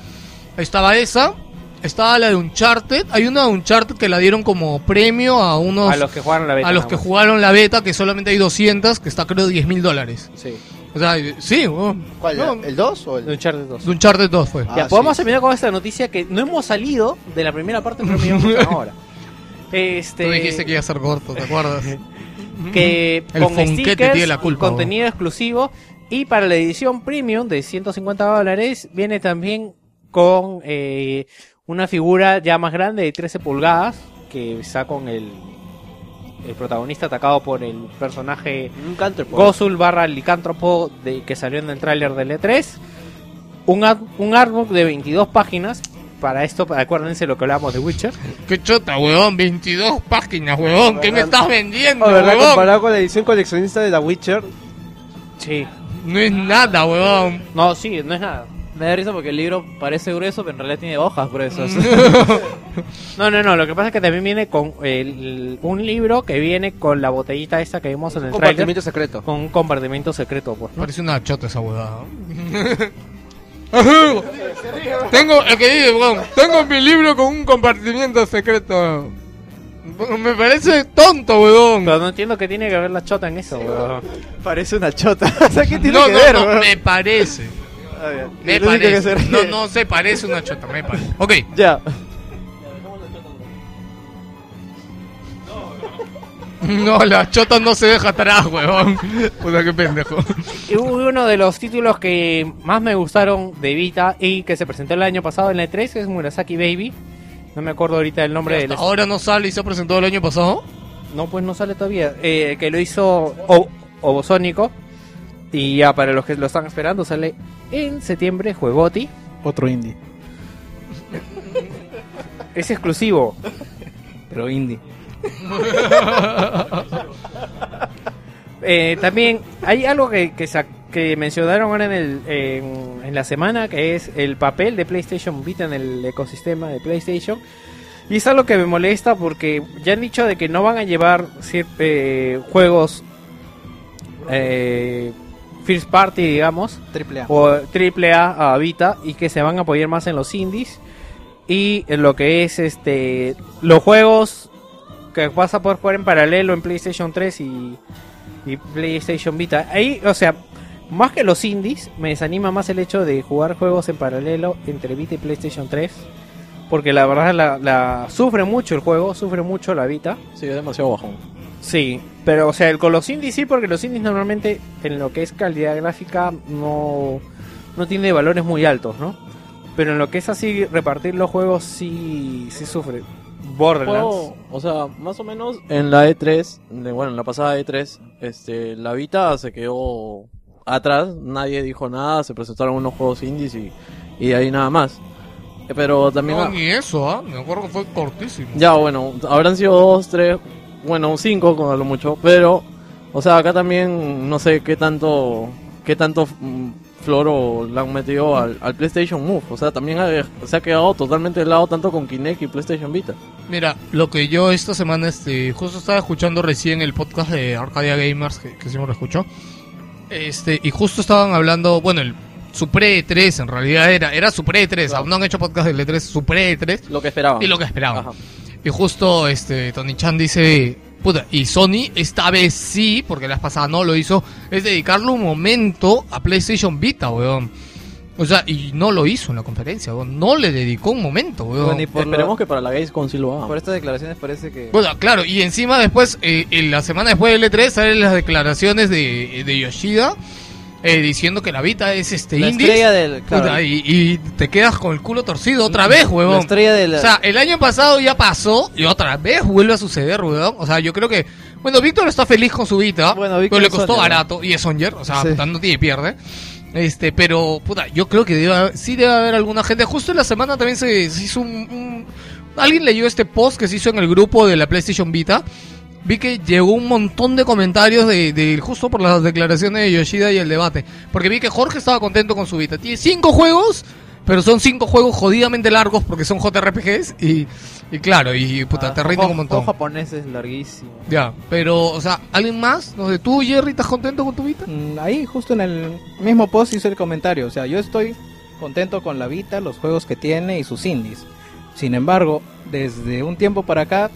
Speaker 1: Estaba esa, estaba la de Uncharted, hay una de Uncharted que la dieron como premio a unos...
Speaker 2: A los que jugaron la beta.
Speaker 1: a los
Speaker 2: nada
Speaker 1: que
Speaker 2: más.
Speaker 1: jugaron la beta, que solamente hay 200, que está creo 10 mil dólares.
Speaker 2: Sí.
Speaker 1: O sea, eh, sí, weón.
Speaker 8: ¿Cuál?
Speaker 1: No,
Speaker 8: ¿El 2 o
Speaker 2: De
Speaker 8: el...?
Speaker 2: Uncharted 2.
Speaker 1: de Uncharted 2 fue.
Speaker 8: Ah,
Speaker 2: ya,
Speaker 8: sí,
Speaker 2: podemos
Speaker 8: sí.
Speaker 2: terminar con esta noticia que no hemos salido de la primera parte, pero me íbamos a ahora. Este,
Speaker 1: Tú dijiste que iba a ser corto, ¿te acuerdas?
Speaker 2: que
Speaker 1: El
Speaker 2: con
Speaker 1: Fonquete
Speaker 2: stickers,
Speaker 1: tiene la culpa,
Speaker 2: contenido exclusivo y para la edición premium de 150 dólares viene también con eh, una figura ya más grande de 13 pulgadas que está con el, el protagonista atacado por el personaje
Speaker 6: Un counterpart.
Speaker 2: Gozul barra licántropo E de, que salió en el tráiler del E3. Un, ad- un artbook de 22 páginas para esto, acuérdense lo que hablábamos de Witcher.
Speaker 1: Qué chota, huevón, 22 páginas, huevón, ¿qué me estás vendiendo,
Speaker 6: Oh, ¿verdad?
Speaker 1: huevón?
Speaker 6: Comparado con la edición coleccionista de The Witcher.
Speaker 2: Sí.
Speaker 1: No es nada, huevón.
Speaker 2: No, sí, no es nada.
Speaker 9: Me da risa porque el libro parece grueso, pero en realidad tiene hojas gruesas.
Speaker 2: No, no, no, lo que pasa es que también viene con el- un libro que viene con la botellita esta que vimos en el
Speaker 6: Compartimiento
Speaker 2: trailer.
Speaker 6: secreto.
Speaker 2: Con un compartimento secreto, pues. ¿no?
Speaker 1: Parece una chota esa huevada. Ajú. tengo, el que dice, huevón, tengo mi libro con un compartimiento secreto. Me parece tonto, huevón.
Speaker 2: Pero no entiendo qué tiene que ver la chota en eso, huevón.
Speaker 9: Parece una chota. o sea, ¿qué tiene
Speaker 1: No,
Speaker 9: que
Speaker 1: no,
Speaker 9: ver,
Speaker 1: no,
Speaker 9: bro?
Speaker 1: me parece.
Speaker 9: Ah, bien.
Speaker 1: Me
Speaker 9: El único que se
Speaker 1: parece.
Speaker 9: ríe.
Speaker 1: No, no se parece una chota, me parece. Ok,
Speaker 9: Ya.
Speaker 1: no, la chota no se deja atrás, huevón. Puta, qué pendejo.
Speaker 2: Y hubo uno de los títulos que más me gustaron de Vita y que se presentó el año pasado en la E3 es Murasaki Baby. No me acuerdo ahorita el nombre del...
Speaker 1: Hasta ahora no sale y se ha presentado el año pasado.
Speaker 2: No, pues no sale todavía. Eh, que lo hizo O- Obosónico. Y ya para los que lo están esperando, sale en septiembre Juegoti.
Speaker 7: Otro indie.
Speaker 2: Es exclusivo.
Speaker 7: Pero indie.
Speaker 2: Eh, también hay algo que, que, sa- que mencionaron ahora en, el, en, en la semana, que es el papel de PlayStation Vita en el ecosistema de PlayStation. Y es algo que me molesta porque ya han dicho de que no van a llevar cier- eh, juegos eh, first party, digamos,
Speaker 7: Triple A.
Speaker 2: o triple A a Vita y que se van a apoyar más en los indies y en lo que es este los juegos que vas a poder jugar en paralelo en PlayStation 3 y, y PlayStation Vita. Ahí, o sea, más que los indies, me desanima más el hecho de jugar juegos en paralelo entre Vita y PlayStation 3. Porque la verdad la, la- sufre mucho el juego, sufre mucho la Vita.
Speaker 3: Sí, es demasiado bajón.
Speaker 2: Sí, pero o sea, el- con los indies sí, porque los indies normalmente en lo que es calidad gráfica no, no tiene valores muy altos, ¿no? Pero en lo que es así, repartir los juegos sí, sí sufre. Borderlands.
Speaker 3: Juego, o sea, más o menos en la E3, de- bueno, en la pasada E3, este, la Vita se quedó atrás, nadie dijo nada, se presentaron unos juegos indies y, y ahí nada más. Eh, Pero también...
Speaker 1: No,
Speaker 3: ah,
Speaker 1: ni eso, ¿ah? Me acuerdo que fue cortísimo.
Speaker 3: Ya, bueno, habrán sido dos, tres, bueno, cinco con lo mucho, pero, o sea, acá también no sé qué tanto, qué tanto mm, floro le han metido al, al PlayStation Move, o sea, también ha- se ha quedado totalmente de lado tanto con Kinect y PlayStation Vita.
Speaker 1: Mira, lo que yo esta semana, este, justo estaba escuchando recién el podcast de Arcadia Gamers, que, que siempre lo escucho, este, y justo estaban hablando, bueno, el, su pre-3 en realidad era, era su pre-3, aún no han hecho podcast del E E3, su pre-3,
Speaker 3: Lo que esperaban.
Speaker 1: y lo que esperaban.
Speaker 3: Ajá.
Speaker 1: Y justo este Tony Chan dice, puta, y Sony esta vez sí, porque la pasada no lo hizo, es dedicarle un momento a PlayStation Vita, weón. O sea, y no lo hizo en la conferencia, weón. No le dedicó un momento, weón.
Speaker 6: Bueno, y por,
Speaker 3: Esperemos
Speaker 6: lo-
Speaker 3: que para la Gamescom sí lo hagan.
Speaker 6: por estas declaraciones parece que.
Speaker 1: Bueno, claro, y encima después, eh, en la semana después del E3, salen las declaraciones de, de Yoshida eh, diciendo que la Vita es este
Speaker 6: la
Speaker 1: indie.
Speaker 6: estrella del. claro,
Speaker 1: y, y te quedas con el culo torcido otra vez,
Speaker 6: La
Speaker 1: huevón.
Speaker 6: estrella de la-
Speaker 1: O sea, el año pasado ya pasó y otra vez vuelve a suceder, huevón. O sea, yo creo que. Bueno, Víctor está feliz con su Vita,
Speaker 9: Bueno, Víctor
Speaker 1: pero le
Speaker 9: es
Speaker 1: costó
Speaker 9: Songer.
Speaker 1: barato y es Songer, o sea,
Speaker 9: Sí.
Speaker 1: puta, no tiene pierde. Este, pero, puta, yo creo que debe haber- sí debe haber alguna gente. Justo en la semana también se, se hizo un, un- Alguien leyó este post que se hizo en el grupo de la PlayStation Vita. Vi que llegó un montón de comentarios de, de- justo por las declaraciones de Yoshida y el debate. Porque vi que Jorge estaba contento con su Vita. Tiene cinco juegos, pero son cinco juegos jodidamente largos porque son JRPGs. Y, y claro, y puta,
Speaker 9: Ah,
Speaker 1: te rinden
Speaker 9: juego-
Speaker 1: un montón.
Speaker 9: juego japonés es larguísimo.
Speaker 1: Ya, pero, o sea, ¿alguien más? No sé, ¿tú, Jerry, estás contento con tu Vita?
Speaker 7: Mm, Ahí justo en el mismo post hice el comentario. O sea, yo estoy contento con la Vita, los juegos que tiene y sus indies. Sin embargo, desde un tiempo para acá,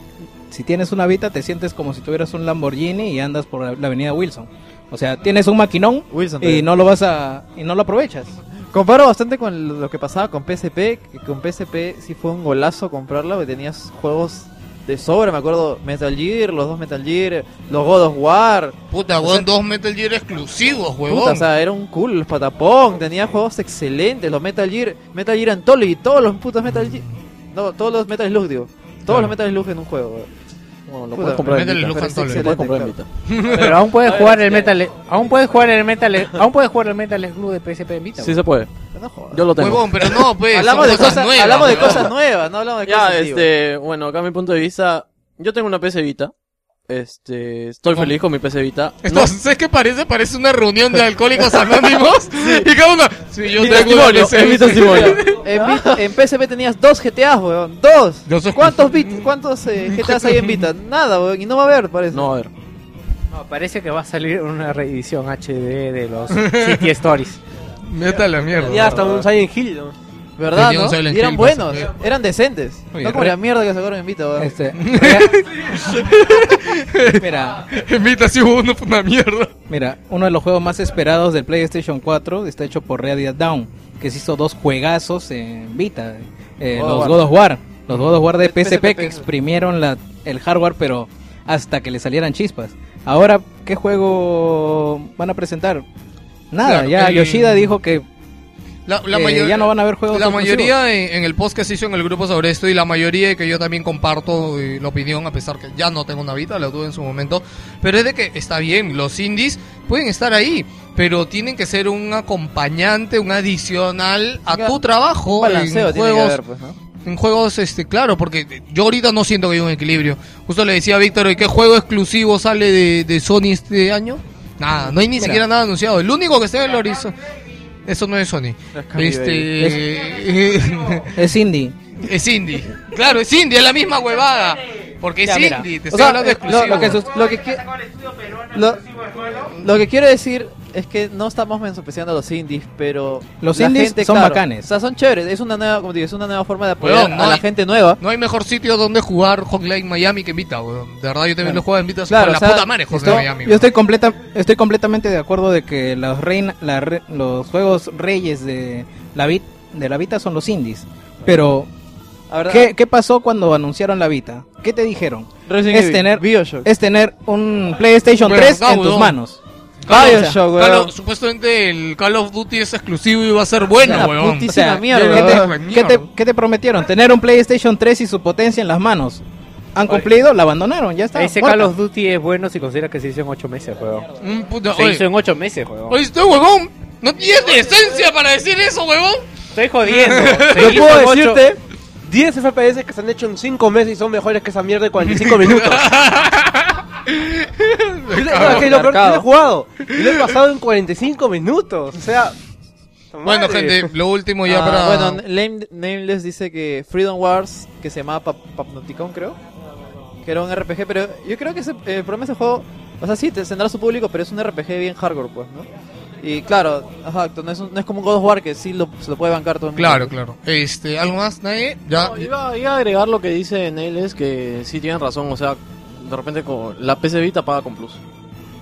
Speaker 7: si tienes una Vita te sientes como si tuvieras un Lamborghini y andas por la- la avenida Wilson. O sea, tienes un maquinón
Speaker 9: Wilson.
Speaker 7: y no lo vas a y no lo aprovechas.
Speaker 9: Comparo bastante con lo que pasaba con PSP. que Con PSP sí fue un golazo comprarla, porque tenías juegos de sobra. Me acuerdo Metal Gear, los dos Metal Gear, los God of War.
Speaker 1: Puta,
Speaker 9: O
Speaker 1: weón,
Speaker 9: sea-
Speaker 1: dos Metal Gear exclusivos, huevón.
Speaker 9: Puta, o sea, era un cool los patapón. Tenía juegos excelentes. Los Metal Gear, Metal Gear Anthology, todos los putos Metal Gear. No, todos los Metal Slug, digo. Todos los Metal Slug en un juego. weón.
Speaker 3: Bueno, lo
Speaker 12: Puta,
Speaker 3: puedes comprar en
Speaker 12: métele
Speaker 3: Vita.
Speaker 12: Lux
Speaker 3: Parece
Speaker 12: Antonio.
Speaker 3: que se puede comprar en Vita.
Speaker 2: Pero aún puedes jugar el Metal, E, aún puedes jugar el Metal, E, aún puedes jugar el Metal Slug de PSP en Vita.
Speaker 3: Sí se puede. Yo lo tengo.
Speaker 1: Huevón, pero no, pues,
Speaker 9: Hablamos
Speaker 1: son
Speaker 9: de cosas-
Speaker 1: nuevas,
Speaker 9: hablamos de
Speaker 1: huevón.
Speaker 9: cosas nuevas, no hablamos de
Speaker 3: ya,
Speaker 9: cosas
Speaker 3: este, bueno, acá mi punto de vista, yo tengo una PC Vita. Este, estoy feliz con mi PC Vita.
Speaker 1: Esto, ¿Sabes qué parece? Parece una reunión de alcohólicos anónimos. Y cada uno. Sí, yo
Speaker 3: Mi
Speaker 1: tengo una
Speaker 3: testimonio,
Speaker 1: PC.
Speaker 3: es mi testimonio.
Speaker 9: En, Vita- en PSP tenías dos GTAs, weón. Dos. ¿Cuántos, Vit- cuántos eh, GTAs hay en Vita? Nada, weón. Y no va a haber, parece.
Speaker 3: No va a haber.
Speaker 2: No, parece que va a salir una reedición HD de los City Stories.
Speaker 1: Meta la mierda.
Speaker 6: Ya, hasta un Silent Hill, ¿no?
Speaker 9: ¿Verdad?
Speaker 2: Tenía un
Speaker 9: ¿no?
Speaker 2: Silent
Speaker 9: Y eran
Speaker 2: Hill
Speaker 9: buenos, eh,
Speaker 2: bastante.
Speaker 9: eran decentes.
Speaker 2: Oye,
Speaker 9: no como
Speaker 2: re-
Speaker 9: la mierda que sacaron en Vita, weón.
Speaker 7: Este, Mira.
Speaker 1: En Vita sí hubo uno, fue una mierda.
Speaker 7: Mira, uno de los juegos más esperados del PlayStation 4 está hecho por Red Dead Down, que se hizo dos juegazos en Vita. Eh,
Speaker 12: God of War.
Speaker 7: los God of War. Los God of War de PSP
Speaker 12: PSP.
Speaker 7: que exprimieron la, el hardware, pero hasta que le salieran chispas. Ahora, ¿qué juego van a presentar? Nada,
Speaker 1: Claro,
Speaker 7: ya
Speaker 1: el-
Speaker 7: Yoshida dijo que
Speaker 1: La, la
Speaker 7: eh,
Speaker 1: mayor-
Speaker 7: ya no van a haber juegos
Speaker 1: La
Speaker 7: exclusivos.
Speaker 1: mayoría en, en el post que se hizo en el grupo sobre esto y la mayoría que yo también comparto eh, la opinión, a pesar que ya no tengo una vida, la tuve en su momento, pero es de que está bien, los indies pueden estar ahí, pero tienen que ser un acompañante, un adicional a
Speaker 9: Tenga-
Speaker 1: tu trabajo.
Speaker 9: un balanceo
Speaker 1: en
Speaker 9: tiene que
Speaker 1: juegos-
Speaker 9: haber, pues, ¿no?
Speaker 1: En juegos, este, claro, porque yo ahorita no siento que hay un equilibrio. Justo le decía a Víctor, ¿y qué juego exclusivo sale de, de Sony este año? Nada, no hay ni
Speaker 12: Mira.
Speaker 1: siquiera nada anunciado. El único que está en el horizonte. Eso no es Sony.
Speaker 12: Raspberry.
Speaker 1: Este.
Speaker 7: es indie.
Speaker 1: Es indie. Claro, es indie, es la misma huevada. Porque es
Speaker 9: Ya, mira.
Speaker 1: indie, te
Speaker 9: O
Speaker 1: estoy
Speaker 9: sea,
Speaker 1: hablando de
Speaker 9: eh, lo-
Speaker 1: exclusivo.
Speaker 9: lo que sus- lo que qui- lo- Lo que quiero decir es que no estamos menospreciando a los indies, pero
Speaker 7: Los
Speaker 9: la
Speaker 7: indies son bacanes.
Speaker 9: O sea, son chéveres, es una nueva, como te digo, es una nueva forma de apoyar
Speaker 1: Weón,
Speaker 9: a la
Speaker 1: hay-
Speaker 9: gente nueva.
Speaker 1: No hay mejor sitio donde jugar Hotline Miami que Vita, weón. De verdad, yo también lo juego en Vita. con
Speaker 7: Claro,
Speaker 1: la
Speaker 7: o sea,
Speaker 1: puta madre Hotline
Speaker 7: esto-
Speaker 1: Miami.
Speaker 7: Yo estoy completa, estoy completamente de acuerdo de que los reina, la re- los juegos reyes de la Vita, de la Vita son los indies. Pero ¿qué, qué pasó cuando anunciaron la Vita? ¿Qué te dijeron?
Speaker 9: Resident
Speaker 7: es
Speaker 9: Evil,
Speaker 7: tener
Speaker 9: Bioshock.
Speaker 7: es tener un PlayStation
Speaker 1: Pero,
Speaker 7: 3 en
Speaker 1: Gabo,
Speaker 7: tus
Speaker 1: no.
Speaker 7: manos.
Speaker 1: Claro,
Speaker 7: Bioshock,
Speaker 1: o sea,
Speaker 7: weón.
Speaker 1: Call of- supuestamente el Call of Duty es exclusivo y va a ser bueno,
Speaker 7: Una
Speaker 1: weón.
Speaker 7: putísima
Speaker 1: O sea,
Speaker 7: mierda,
Speaker 1: yo-
Speaker 7: ¿qué te-
Speaker 1: mierda.
Speaker 7: ¿qué, te, qué te prometieron? Tener un PlayStation 3 y su potencia en las manos. ¿Han cumplido? ¿La abandonaron? Ya está.
Speaker 2: Ese
Speaker 7: muerta.
Speaker 2: Call of Duty es bueno si consideras que se hizo en 8 meses, juego.
Speaker 1: Un puto-
Speaker 2: se
Speaker 1: oye.
Speaker 2: hizo en 8 meses, juego.
Speaker 1: Oye, este huevón no tiene esencia para decir eso, huevón.
Speaker 2: Estoy jodiendo.
Speaker 6: Yo puedo decirte 10 FPS que se han hecho en 5 meses y son mejores que esa mierda de 45 minutos. Yo le- no, es que lo peor que yo le he jugado. Y lo he pasado en 45 minutos. O sea.
Speaker 1: Bueno, gente, lo último ya
Speaker 9: Ah,
Speaker 1: para.
Speaker 9: Bueno, Lame- Nameless dice que Freedom Wars, que se llamaba Pap Papnoticon, creo. Que era un RPG, pero yo creo que ese, eh, el problema de ese juego. O sea, sí, te- tendrá su público, pero es un RPG bien hardcore, pues, ¿no? Y claro, ajá, no es, un- no es como un God of War que sí lo, se lo puede bancar todo el mundo.
Speaker 1: Claro, claro. Este, ¿algo más? ¿Nadie? Ya.
Speaker 3: No, iba, iba a agregar lo que dice Neil es que sí tienen razón, o sea, de repente con la PC Vita paga con Plus.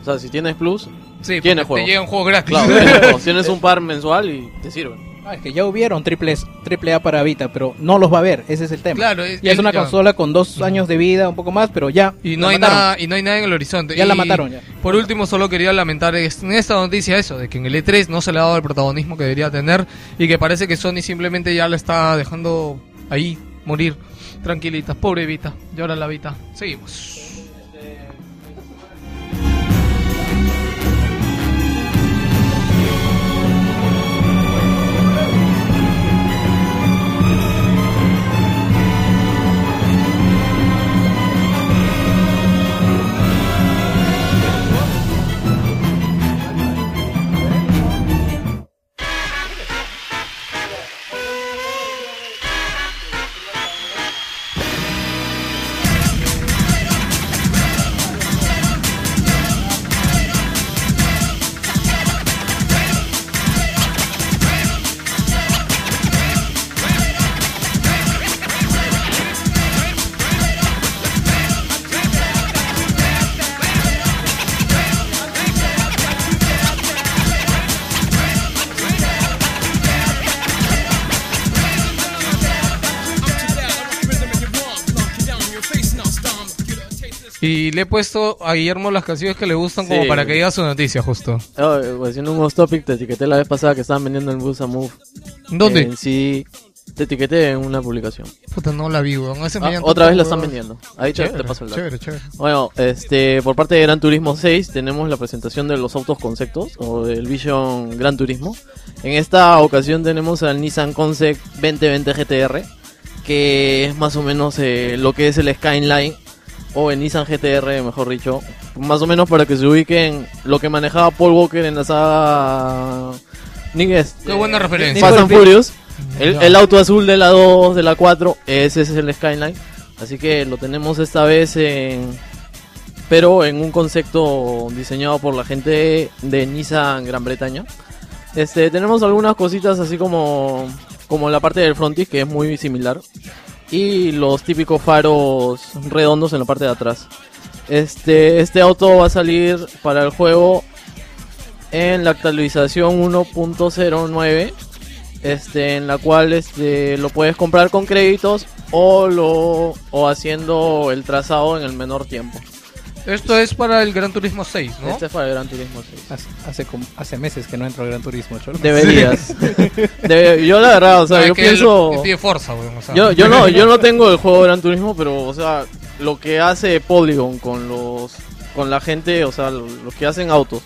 Speaker 3: O sea, si tienes Plus,
Speaker 1: Sí, porque te
Speaker 3: tienes juego.
Speaker 1: llega un juego gratis.
Speaker 3: Claro, tienes, juegos, tienes un par mensual y te sirven.
Speaker 7: Ah, es que ya hubieron triples, triple A para Vita, pero no los va a ver, ese es el tema.
Speaker 1: Claro, es-
Speaker 7: ya es una
Speaker 1: ya.
Speaker 7: consola con dos años de vida, un poco más, pero ya.
Speaker 1: Y no,
Speaker 7: la
Speaker 1: hay
Speaker 7: mataron.
Speaker 1: nada, y no hay nada en el horizonte.
Speaker 7: Ya la
Speaker 1: Y
Speaker 7: mataron, ya.
Speaker 1: Por último, solo quería lamentar es- en esta noticia eso, de que en el E3 no se le ha dado el protagonismo que debería tener y que parece que Sony simplemente ya la está dejando ahí morir. Tranquilita, pobre Vita. Llora la Vita. Seguimos. Y le he puesto a Guillermo las canciones que le gustan como
Speaker 3: Sí.
Speaker 1: para que diga su noticia, justo.
Speaker 3: Ah, eh, haciendo un off topic, te etiqueté la vez pasada que estaban vendiendo el Busa Move.
Speaker 1: ¿Dónde?
Speaker 3: En CD, Te etiqueté en una publicación.
Speaker 13: Puta, no la vi, weón. Ese
Speaker 3: Ah,
Speaker 13: mañana
Speaker 3: otra vez la
Speaker 13: tampoco,
Speaker 3: están
Speaker 13: weón.
Speaker 3: vendiendo. Ahí te-
Speaker 13: Chévere,
Speaker 3: te paso el dato.
Speaker 13: Chévere, chévere.
Speaker 3: Bueno, este, por parte de Gran Turismo 6 tenemos la presentación de los autos conceptos o del Vision Gran Turismo. En esta ocasión tenemos al Nissan Concept 2020 GTR, que es más o menos eh, lo que es el Skyline o el Nissan GTR, mejor dicho. Más o menos para que se ubiquen lo que manejaba Paul Walker en la saga... Nick, este,
Speaker 1: Qué buena referencia.
Speaker 3: Fast and
Speaker 1: Need for Speed.
Speaker 3: Furious. El,
Speaker 1: Ya.
Speaker 3: el auto azul de la 2, de la 4, ese es el Skyline. Así que lo tenemos esta vez en... Pero en un concepto diseñado por la gente de Nissan Gran Bretaña. Este, tenemos algunas cositas así como, como la parte del frontis que es muy similar. Y los típicos faros redondos en la parte de atrás. Este, este auto va a salir para el juego en la actualización 1.09 este en la cual este lo puedes comprar con créditos o lo o haciendo el trazado en el menor tiempo
Speaker 1: Esto es para el Gran Turismo 6, ¿no?
Speaker 3: Este es para el Gran Turismo 6.
Speaker 7: Hace, hace como- hace meses que no entro al Gran Turismo, Cholo.
Speaker 3: Deberías. Debe- yo la verdad, o sea,
Speaker 7: Ah,
Speaker 3: yo
Speaker 7: que
Speaker 3: pienso.
Speaker 7: él tiene Forza, weón, o sea.
Speaker 3: yo, yo no, yo no tengo el juego de Gran Turismo, pero, o sea, lo que hace Polygon con los, con la gente, o sea, lo, lo que hacen autos.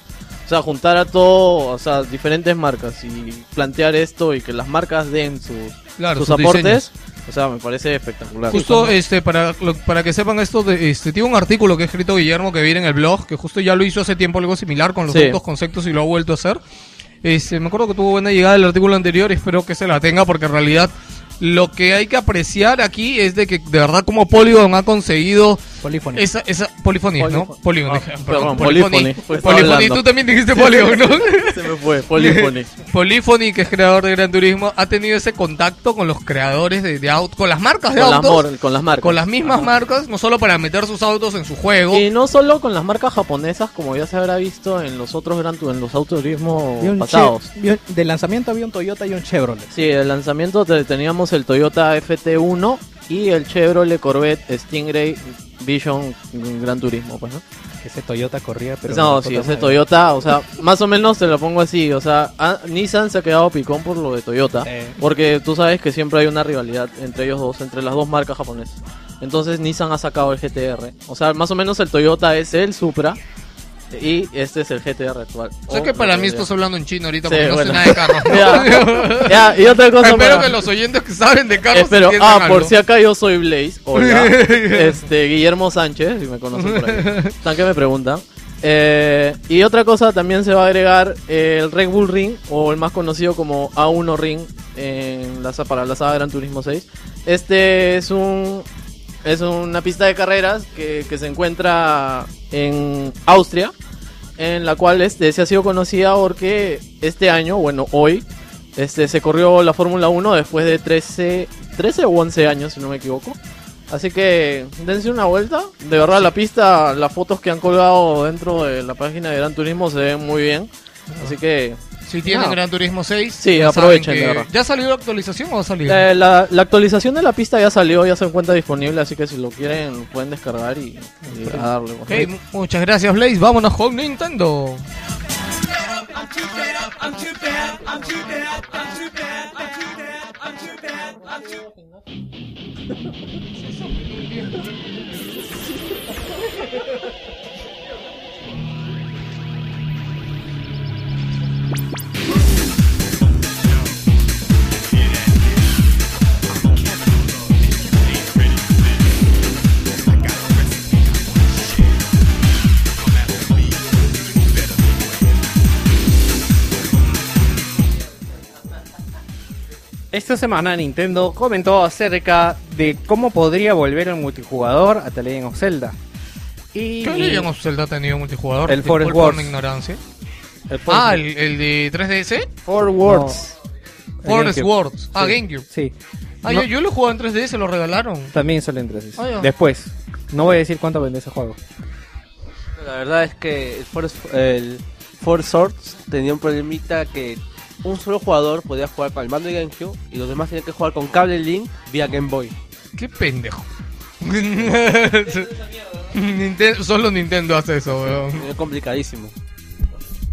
Speaker 3: O sea, juntar a todo, o sea, diferentes marcas y plantear esto y que las marcas den sus,
Speaker 1: Claro,
Speaker 3: sus
Speaker 1: sus
Speaker 3: aportes. O sea, me parece espectacular.
Speaker 1: Justo este para lo- para que sepan esto de, este tiene un artículo que ha escrito Guillermo que viene en el blog que justo ya lo hizo hace tiempo algo similar con los
Speaker 3: Sí.
Speaker 1: autos conceptos y lo ha vuelto a hacer. Este, me acuerdo que tuvo buena llegada el artículo anterior y espero que se la tenga porque en realidad lo que hay que apreciar aquí es de que de verdad como Polygon ha conseguido esa esa polifonía, ¿no? Polygon. dije,
Speaker 3: Ah, perdón, Polyphony. Pues estaba
Speaker 1: Polyphony,
Speaker 3: hablando.
Speaker 1: tú también dijiste Polygon, ¿no?
Speaker 3: Se Este me fue, Polyphony.
Speaker 1: Polyphony, que es creador de Gran Turismo, ha tenido ese contacto con los creadores de, de autos, con las marcas de
Speaker 3: Con las
Speaker 1: autos.
Speaker 3: mor- con las marcas. Ah,
Speaker 1: Con las mismas marcas, no solo para meter sus autos en su juego.
Speaker 3: Y no solo con las marcas japonesas, como ya se habrá visto en los otros gran tu- en los
Speaker 7: Vi
Speaker 3: autorismos
Speaker 7: un
Speaker 3: pasados.
Speaker 7: Che- vi un- de lanzamiento había un Toyota y un Chevrolet.
Speaker 3: Sí, el lanzamiento te- teníamos el Toyota FT1 y el Chevrolet Corvette Stingray Vision Gran Turismo, pues, ¿no?
Speaker 7: Ese Toyota corría, pero.
Speaker 3: no,
Speaker 7: de
Speaker 3: sí,
Speaker 7: puta
Speaker 3: ese
Speaker 7: madre.
Speaker 3: Toyota, o sea, más o menos te lo pongo así, o sea, a- Nissan se ha quedado picón por lo de Toyota,
Speaker 7: Eh,
Speaker 3: porque tú sabes que siempre hay una rivalidad entre ellos dos, entre las dos marcas japonesas. Entonces Nissan ha sacado el GTR, o sea, más o menos el Toyota es el Supra y este es el GTR actual.
Speaker 1: Sé
Speaker 3: O
Speaker 1: que para
Speaker 3: lo
Speaker 1: mí
Speaker 3: ya-
Speaker 1: estás hablando en chino ahorita
Speaker 3: Sí,
Speaker 1: porque no
Speaker 3: bueno.
Speaker 1: sé nada de carros.
Speaker 3: Ya, ya, y otra cosa
Speaker 1: Espero
Speaker 3: para-
Speaker 1: que los oyentes que saben de carros
Speaker 3: Espero,
Speaker 1: entiendan
Speaker 3: ah, por
Speaker 1: algo.
Speaker 3: si acá yo soy Blaze, hola. este, Guillermo Sánchez, si me conocen por ahí. Están que me preguntan. Eh, y otra cosa, también se va a agregar eh, el Red Bull Ring, o el más conocido como A1 Ring, en la, sa- para la saga Gran Turismo 6. Este es un es una pista de carreras que, que se encuentra en Austria, en la cual este, se ha sido conocida porque este año, bueno, hoy, este, se corrió la Fórmula 1 después de 13, 13 o 11 años, si no me equivoco. Así que dense una vuelta. De verdad, la pista, las fotos que han colgado dentro de la página de Gran Turismo se ven muy bien. Así que...
Speaker 1: Si tienen Gran Turismo 6,
Speaker 3: Ah. Sí,
Speaker 1: ya saben
Speaker 3: aprovechen, de
Speaker 1: que-
Speaker 3: verdad.
Speaker 1: ¿Ya salió la actualización o ha salido?
Speaker 3: Eh, la, la actualización de la pista ya salió, ya se encuentra disponible, así que si lo quieren lo pueden descargar y, y darle.
Speaker 1: Ok, mu- muchas gracias, Blaze. Vámonos con Nintendo.
Speaker 2: Esta semana Nintendo comentó acerca de cómo podría volver el multijugador a The Legend of Zelda. Y,
Speaker 1: ¿Qué Legend of Zelda ha tenido multijugador?
Speaker 2: El Forest
Speaker 1: Disculpa
Speaker 2: Wars.
Speaker 1: mi ignorancia.
Speaker 2: El Forest
Speaker 1: ah,
Speaker 2: Wars.
Speaker 1: el, el de 3DS.
Speaker 2: Forest Wars.
Speaker 1: No. Forest
Speaker 2: GameCube.
Speaker 1: Wars. Ah,
Speaker 2: Sí.
Speaker 1: GameCube.
Speaker 2: Sí.
Speaker 1: Ah,
Speaker 2: No.
Speaker 1: yo, yo lo jugaba en 3DS, lo regalaron.
Speaker 2: También solo en 3
Speaker 1: Ah, ya.
Speaker 2: Después. No voy a decir cuánto vendió ese juego.
Speaker 6: La verdad es que el Force, el Four Swords tenía un problemita que un solo jugador podía jugar con el mando de GameCube y los demás tenían que jugar con cable Link vía Game Boy.
Speaker 1: Qué pendejo. Nintendo, solo Nintendo hace eso, weón.
Speaker 6: Es complicadísimo.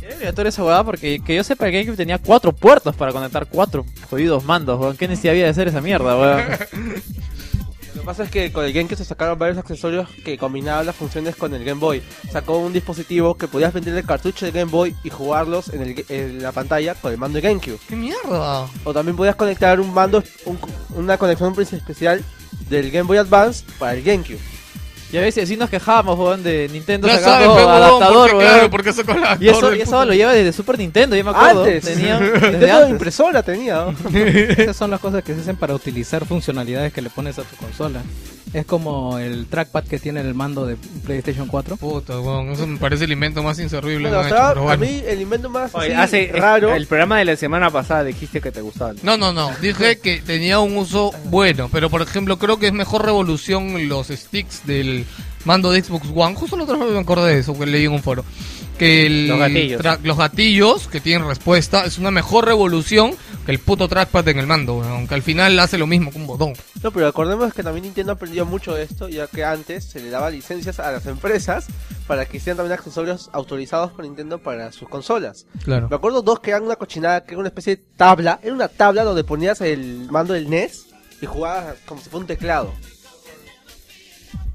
Speaker 9: Es obligatorio esa huevada porque que yo sepa el GameCube tenía cuatro puertos para conectar cuatro jodidos mandos, weón. ¿Qué necesidad había de hacer esa mierda, weón?
Speaker 6: Lo que pasa es que con el GameCube se sacaron varios accesorios que combinaban las funciones con el Game Boy. Sacó un dispositivo que podías vender el cartucho del Game Boy y jugarlos en, el- en la pantalla con el mando de GameCube.
Speaker 1: ¡Qué mierda!
Speaker 6: O también podías conectar un mando, un- una conexión especial del Game Boy Advance para el GameCube.
Speaker 9: Y a veces sí nos quejábamos, weón, de Nintendo
Speaker 6: Ya
Speaker 9: sacando
Speaker 6: sabes, pues, huevón,
Speaker 9: adaptador,
Speaker 6: porque,
Speaker 9: weón.
Speaker 6: claro, porque sacó el adaptador
Speaker 9: y eso,
Speaker 6: del
Speaker 9: y
Speaker 6: puto.
Speaker 9: eso lo lleva desde Super Nintendo, yo me acuerdo.
Speaker 6: Antes.
Speaker 9: Tenía desde
Speaker 6: Nintendo
Speaker 9: antes.
Speaker 6: impresora tenía. ¿no?
Speaker 7: Esas son las cosas que se hacen para utilizar funcionalidades que le pones a tu consola. Es como el trackpad que tiene el mando de PlayStation 4.
Speaker 1: Puta, weón, eso me parece el invento más inservible.
Speaker 6: Bueno,
Speaker 1: que han
Speaker 6: o sea,
Speaker 1: hecho, pero
Speaker 6: a
Speaker 1: bueno.
Speaker 6: mí el invento más
Speaker 2: Oye,
Speaker 6: así
Speaker 2: hace eh,
Speaker 6: raro.
Speaker 2: El programa de la semana pasada dijiste que te gustaban.
Speaker 1: No, no, no. Dije que tenía un uso bueno, pero por ejemplo creo que es mejor revolución los sticks del mando de Xbox One. Justo la otra vez me acordé de eso, que leí en un foro. Que el
Speaker 2: Los gatillos.
Speaker 1: tra- los gatillos que tienen respuesta es una mejor revolución que el puto trackpad en el mando, weón, aunque al final hace lo mismo con un botón.
Speaker 6: No, pero acordemos que también Nintendo aprendió mucho de esto, ya que antes se le daba licencias a las empresas para que hicieran también accesorios autorizados por Nintendo para sus consolas.
Speaker 1: Claro.
Speaker 6: Me acuerdo dos que eran una cochinada, que era una especie de tabla, era una tabla donde ponías el mando del NES y jugabas como si fuera un teclado.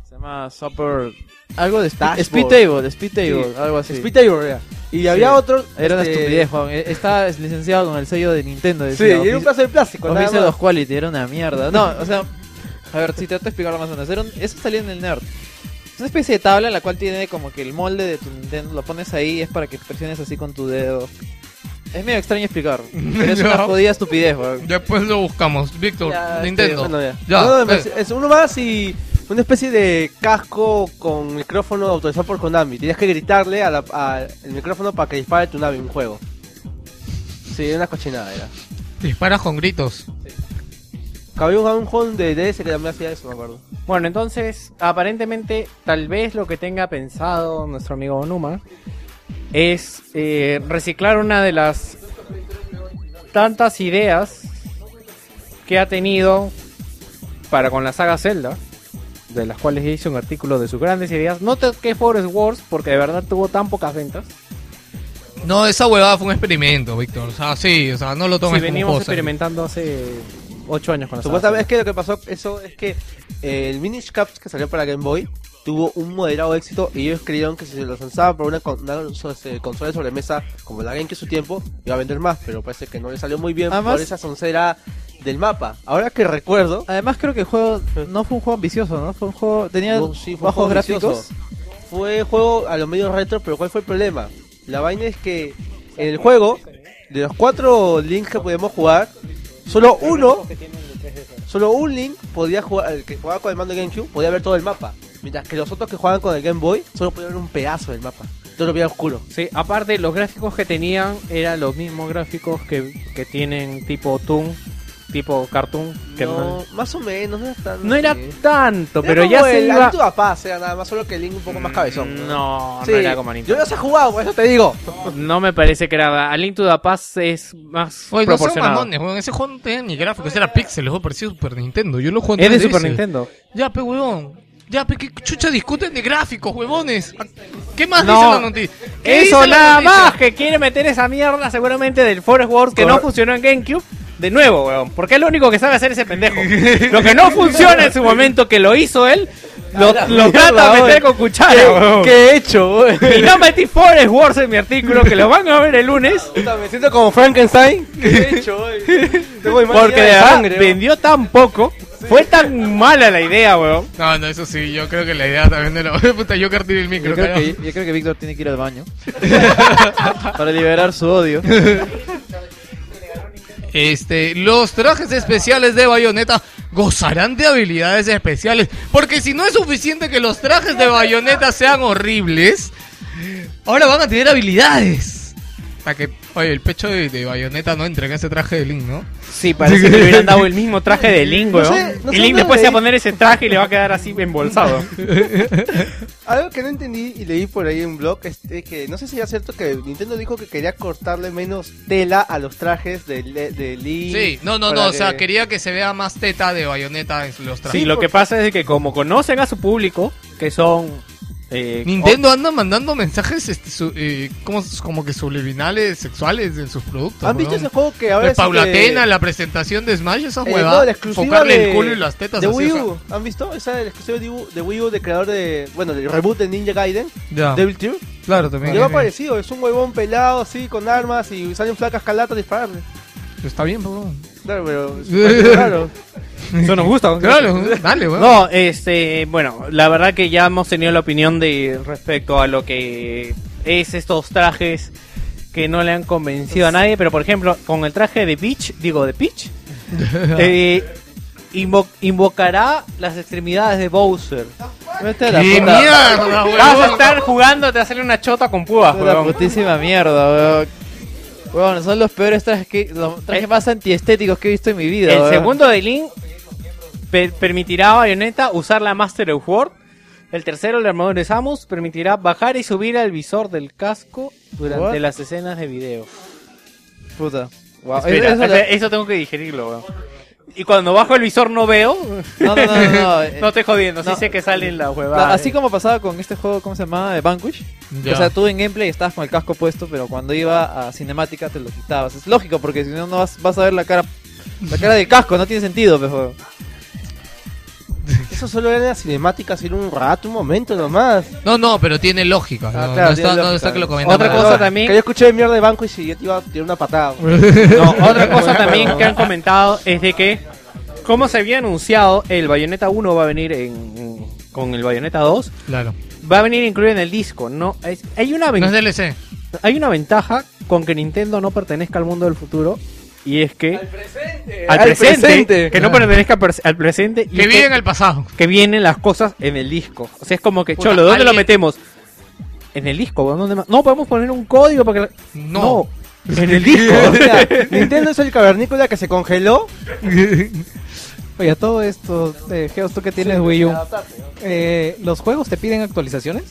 Speaker 9: Se llama Super... Algo de speed,
Speaker 6: Dashboard.
Speaker 9: speed Table, Speed Table,
Speaker 6: Sí.
Speaker 9: algo así.
Speaker 6: Speed Table era. Y
Speaker 9: Sí.
Speaker 6: había otro...
Speaker 9: Era una
Speaker 6: este,
Speaker 9: estupidez, Juan. E- Estaba licenciado con el sello de Nintendo.
Speaker 6: Sí, y era un pedazo de plástico, nada
Speaker 9: Office
Speaker 6: más.
Speaker 9: 2 Quality, era una mierda. No, o sea, a ver, si trato de explicarlo más o menos. Era un- eso salía en el Nerd. Es una especie de tabla en la cual tiene como que el molde de tu Nintendo, lo pones ahí y es para que presiones así con tu dedo. Es medio extraño explicar, pero es una
Speaker 1: No.
Speaker 9: jodida estupidez, weón.
Speaker 1: Después lo buscamos. Víctor,
Speaker 9: Ya,
Speaker 1: Nintendo.
Speaker 6: Bueno, ya.
Speaker 1: Ya,
Speaker 6: No, no,
Speaker 1: eh,
Speaker 6: es- es uno más y una especie de casco con micrófono autorizado por Konami. Tenías que gritarle al micrófono para que dispare tu nave en un juego. Sí, era una cochinada era.
Speaker 1: disparas con gritos.
Speaker 6: Había un, un juego de DS que también hacía eso, me acuerdo.
Speaker 2: Bueno, entonces, aparentemente, tal vez lo que tenga pensado nuestro amigo Onuma es eh, reciclar una de las tantas ideas que ha tenido para con la saga Zelda, de las cuales hizo un artículo de sus grandes ideas. No te que Forest Wars, porque de verdad tuvo tan pocas ventas.
Speaker 1: No, esa huevada fue un experimento, Víctor. O sea, sí, o sea, no lo tomes
Speaker 2: si
Speaker 1: como
Speaker 2: venimos
Speaker 1: cosa.
Speaker 2: experimentando hace 8 años con la saga.
Speaker 6: Supuestamente es que lo que pasó eso es que eh, el Minish Caps que salió para Game Boy tuvo un moderado éxito y ellos creyeron que si se los lanzaba por una, con- una so- este, consola de sobremesa como la Game en su tiempo iba a vender más, pero parece que no le salió muy bien
Speaker 9: Además-
Speaker 6: por esa soncera del mapa. Ahora que recuerdo,
Speaker 9: Además creo que el juego no fue un juego ambicioso, ¿no? Fue un juego... Tenía
Speaker 6: Fue- sí, fue un
Speaker 9: bajos
Speaker 6: juego
Speaker 9: gráficos.
Speaker 6: ambicioso. Fue juego a los medios retro, pero ¿cuál fue el problema? La vaina es que en el juego, de los cuatro links que podíamos jugar, solo uno, solo un link podía jugar, el que jugaba con el mando de GameCube podía ver todo el mapa. Mientras que los otros que jugaban con el Game Boy solo podían ver un pedazo del mapa. Todo lo veía oscuro.
Speaker 2: Sí, aparte los gráficos que tenían eran los mismos gráficos que, que tienen tipo Toon, tipo Cartoon. Que
Speaker 6: No,
Speaker 2: no,
Speaker 6: más o menos, no era tan.
Speaker 2: no era
Speaker 6: así.
Speaker 2: tanto,
Speaker 6: Era
Speaker 2: pero
Speaker 6: como
Speaker 2: ya se
Speaker 6: el
Speaker 2: iba... Mm,
Speaker 6: Alto a Paz, era nada más, solo que el Link un poco más cabezón.
Speaker 2: No,
Speaker 6: Sí,
Speaker 2: no era como
Speaker 6: Yo
Speaker 2: Nintendo.
Speaker 6: los he jugado, por eso te digo.
Speaker 2: No me parece que era... A Link to the Past es más
Speaker 1: Oye, no sean
Speaker 2: proporcionado.
Speaker 1: mamones, weón. Ese juego no tenía ni gráficos, era píxeles, weón. Parecía Super Nintendo. Yo lo juego en
Speaker 2: es de
Speaker 1: 3DS.
Speaker 2: Super Nintendo.
Speaker 1: Ya, pe, huevón. Ya, pe, ¿qué chucha discuten de gráficos, huevones? ¿Qué más
Speaker 2: No.
Speaker 1: dice la noticia? ¿Qué
Speaker 2: Eso
Speaker 1: dice la
Speaker 2: nada
Speaker 1: noticia?
Speaker 2: más que quiere meter esa mierda seguramente del Forest Wars que no funcionó en GameCube. De nuevo, weón. Porque es lo único que sabe hacer ese pendejo. Lo que no funciona en su momento, que lo hizo él, lo,
Speaker 6: Ah,
Speaker 2: lo trata de meter con cuchara, weón.
Speaker 6: ¿Qué he hecho? weón?
Speaker 2: Y no metí Forest Wars en mi artículo, que lo van a ver el lunes. eh.
Speaker 6: Puta, Me siento como Frankenstein. ¿Qué he hecho? weón? Tengo mi
Speaker 2: Porque de
Speaker 6: manía
Speaker 2: verdad
Speaker 6: sangre, weón.
Speaker 2: vendió tan poco. Fue tan mala la idea, weón.
Speaker 1: No, no, eso sí, yo creo que la idea también de la. Puta, yo cartilé el
Speaker 9: Yo
Speaker 1: micro,
Speaker 9: creo, que,
Speaker 1: cagado.
Speaker 9: yo creo que Víctor tiene que ir al baño. para liberar su odio.
Speaker 1: Este, los trajes especiales de Bayonetta gozarán de habilidades especiales. Porque si no es suficiente que los trajes de Bayonetta sean horribles, ahora van a tener habilidades. Para que, oye, el pecho de, de Bayonetta no entre en ese traje de Link, ¿no?
Speaker 2: Sí, parece que le hubieran dado el mismo traje de Link,
Speaker 6: No
Speaker 2: weón.
Speaker 6: sé- no sé
Speaker 2: y Link
Speaker 6: dónde
Speaker 2: después se va a
Speaker 6: leí.
Speaker 2: poner ese traje y le va a quedar así embolsado.
Speaker 6: Algo que no entendí y leí por ahí en un blog este, que no sé si era cierto que Nintendo dijo que quería cortarle menos tela a los trajes de, Le- de Link.
Speaker 1: Sí, no, no,
Speaker 6: para
Speaker 1: no, o sea,
Speaker 6: que-
Speaker 1: quería que se vea más teta de Bayonetta en los trajes.
Speaker 2: Sí, lo que pasa es que como conocen a su público, que son eh,
Speaker 1: Nintendo anda mandando mensajes este, su- eh, como, como que subliminales sexuales en sus productos.
Speaker 6: ¿Han visto
Speaker 1: weón?
Speaker 6: ese juego que ahora
Speaker 1: De
Speaker 6: es,
Speaker 1: Paulatena,
Speaker 6: este,
Speaker 1: la presentación de Smash, esa
Speaker 6: Eh,
Speaker 1: huevada.
Speaker 6: no, la exclusiva
Speaker 1: Enfocarle
Speaker 6: de-
Speaker 1: el culo y las tetas
Speaker 6: de
Speaker 1: así,
Speaker 6: Wii
Speaker 1: o sea.
Speaker 6: U. ¿Han visto? Esa es la exclusiva de Wii U- de Wii U, de creador de. Bueno, del reboot de Ninja Gaiden.
Speaker 1: Ya.
Speaker 6: Devil Tear.
Speaker 1: Claro, también.
Speaker 6: Yo me ha
Speaker 1: Ah. Sí.
Speaker 6: parecido, es un huevón pelado así, con armas y salen flacas calatas a dispararle.
Speaker 1: Pues Está bien, huevón.
Speaker 6: Claro, pero. es raro.
Speaker 2: Eso nos gusta.
Speaker 1: Claro, dale, weón.
Speaker 2: No, este, bueno, la verdad que ya hemos tenido la opinión de respecto a lo que es estos trajes que no le han convencido a nadie, pero por ejemplo, con el traje de Peach, digo de Peach, eh, invo- invocará las extremidades de Bowser.
Speaker 9: Vete a la
Speaker 2: ¡Qué
Speaker 9: puta-
Speaker 1: Ah,
Speaker 2: mierda, weón! Vas a estar jugando, te va a salir una chota con púas,
Speaker 9: Vete a La
Speaker 2: weón.
Speaker 9: putísima mierda, weón. Weón, son los peores trajes que los trajes más antiestéticos que he visto en mi vida.
Speaker 2: Eh. El
Speaker 9: weón.
Speaker 2: segundo de Link per- permitirá a Bayonetta usar la Master of War. El tercero, el armador de Samus, permitirá bajar y subir al visor del casco durante
Speaker 9: What?
Speaker 2: las escenas de video.
Speaker 9: Puta. Wow.
Speaker 2: Espera,
Speaker 9: Eso- eso-
Speaker 2: espera, eso tengo que digerirlo, weón. Y cuando bajo el visor no veo.
Speaker 9: No, no, no, no, no, eh,
Speaker 2: te jodiendo, sí
Speaker 9: no.
Speaker 2: sé que salen las
Speaker 9: Claro,
Speaker 2: huevadas.
Speaker 9: así como pasaba con este juego, ¿cómo se llamaba? De Vanquish.
Speaker 1: Ya.
Speaker 9: O sea, tú en gameplay estabas con el casco puesto, pero cuando iba a cinemática te lo quitabas. Es lógico, porque si no, no vas, vas a ver la cara la cara del casco, no tiene sentido, pejo.
Speaker 6: Eso solo era en la cinemática, sino un rato, un momento nomás.
Speaker 1: No, no, pero tiene lógica.
Speaker 6: Ah,
Speaker 1: no,
Speaker 6: claro,
Speaker 1: no
Speaker 6: tiene
Speaker 1: está, no
Speaker 6: lógica.
Speaker 1: está que lo comentamos.
Speaker 2: Otra
Speaker 1: ahora.
Speaker 2: cosa también.
Speaker 6: Que yo escuché de mierda de banco y si yo te iba a tirar una patada.
Speaker 2: No, otra cosa también que han comentado es de que, como se había anunciado, el Bayonetta 1 va a venir en, con el Bayonetta 2.
Speaker 1: Claro.
Speaker 2: Va a venir incluido en el disco. No, es- hay, una
Speaker 1: No es
Speaker 2: ven-
Speaker 1: DLC.
Speaker 2: hay una ventaja con que Nintendo no pertenezca al mundo del futuro. Y es que. Al presente.
Speaker 6: al presente.
Speaker 2: Que no pertenezca per- al presente. y
Speaker 1: Que vive en el pasado.
Speaker 2: que vienen las cosas en el disco. O sea, es como que,
Speaker 1: Puta,
Speaker 2: Cholo, ¿dónde lo
Speaker 1: alguien-
Speaker 2: metemos? En el disco, weón, ¿dónde más? No, podemos poner un código para que... la-
Speaker 1: No.
Speaker 2: No, en el disco.
Speaker 6: O sea, Nintendo es el cavernícola que se congeló.
Speaker 7: Oye, a todo esto, eh, Geos, tú que tienes Wii U, eh, ¿los juegos te piden actualizaciones?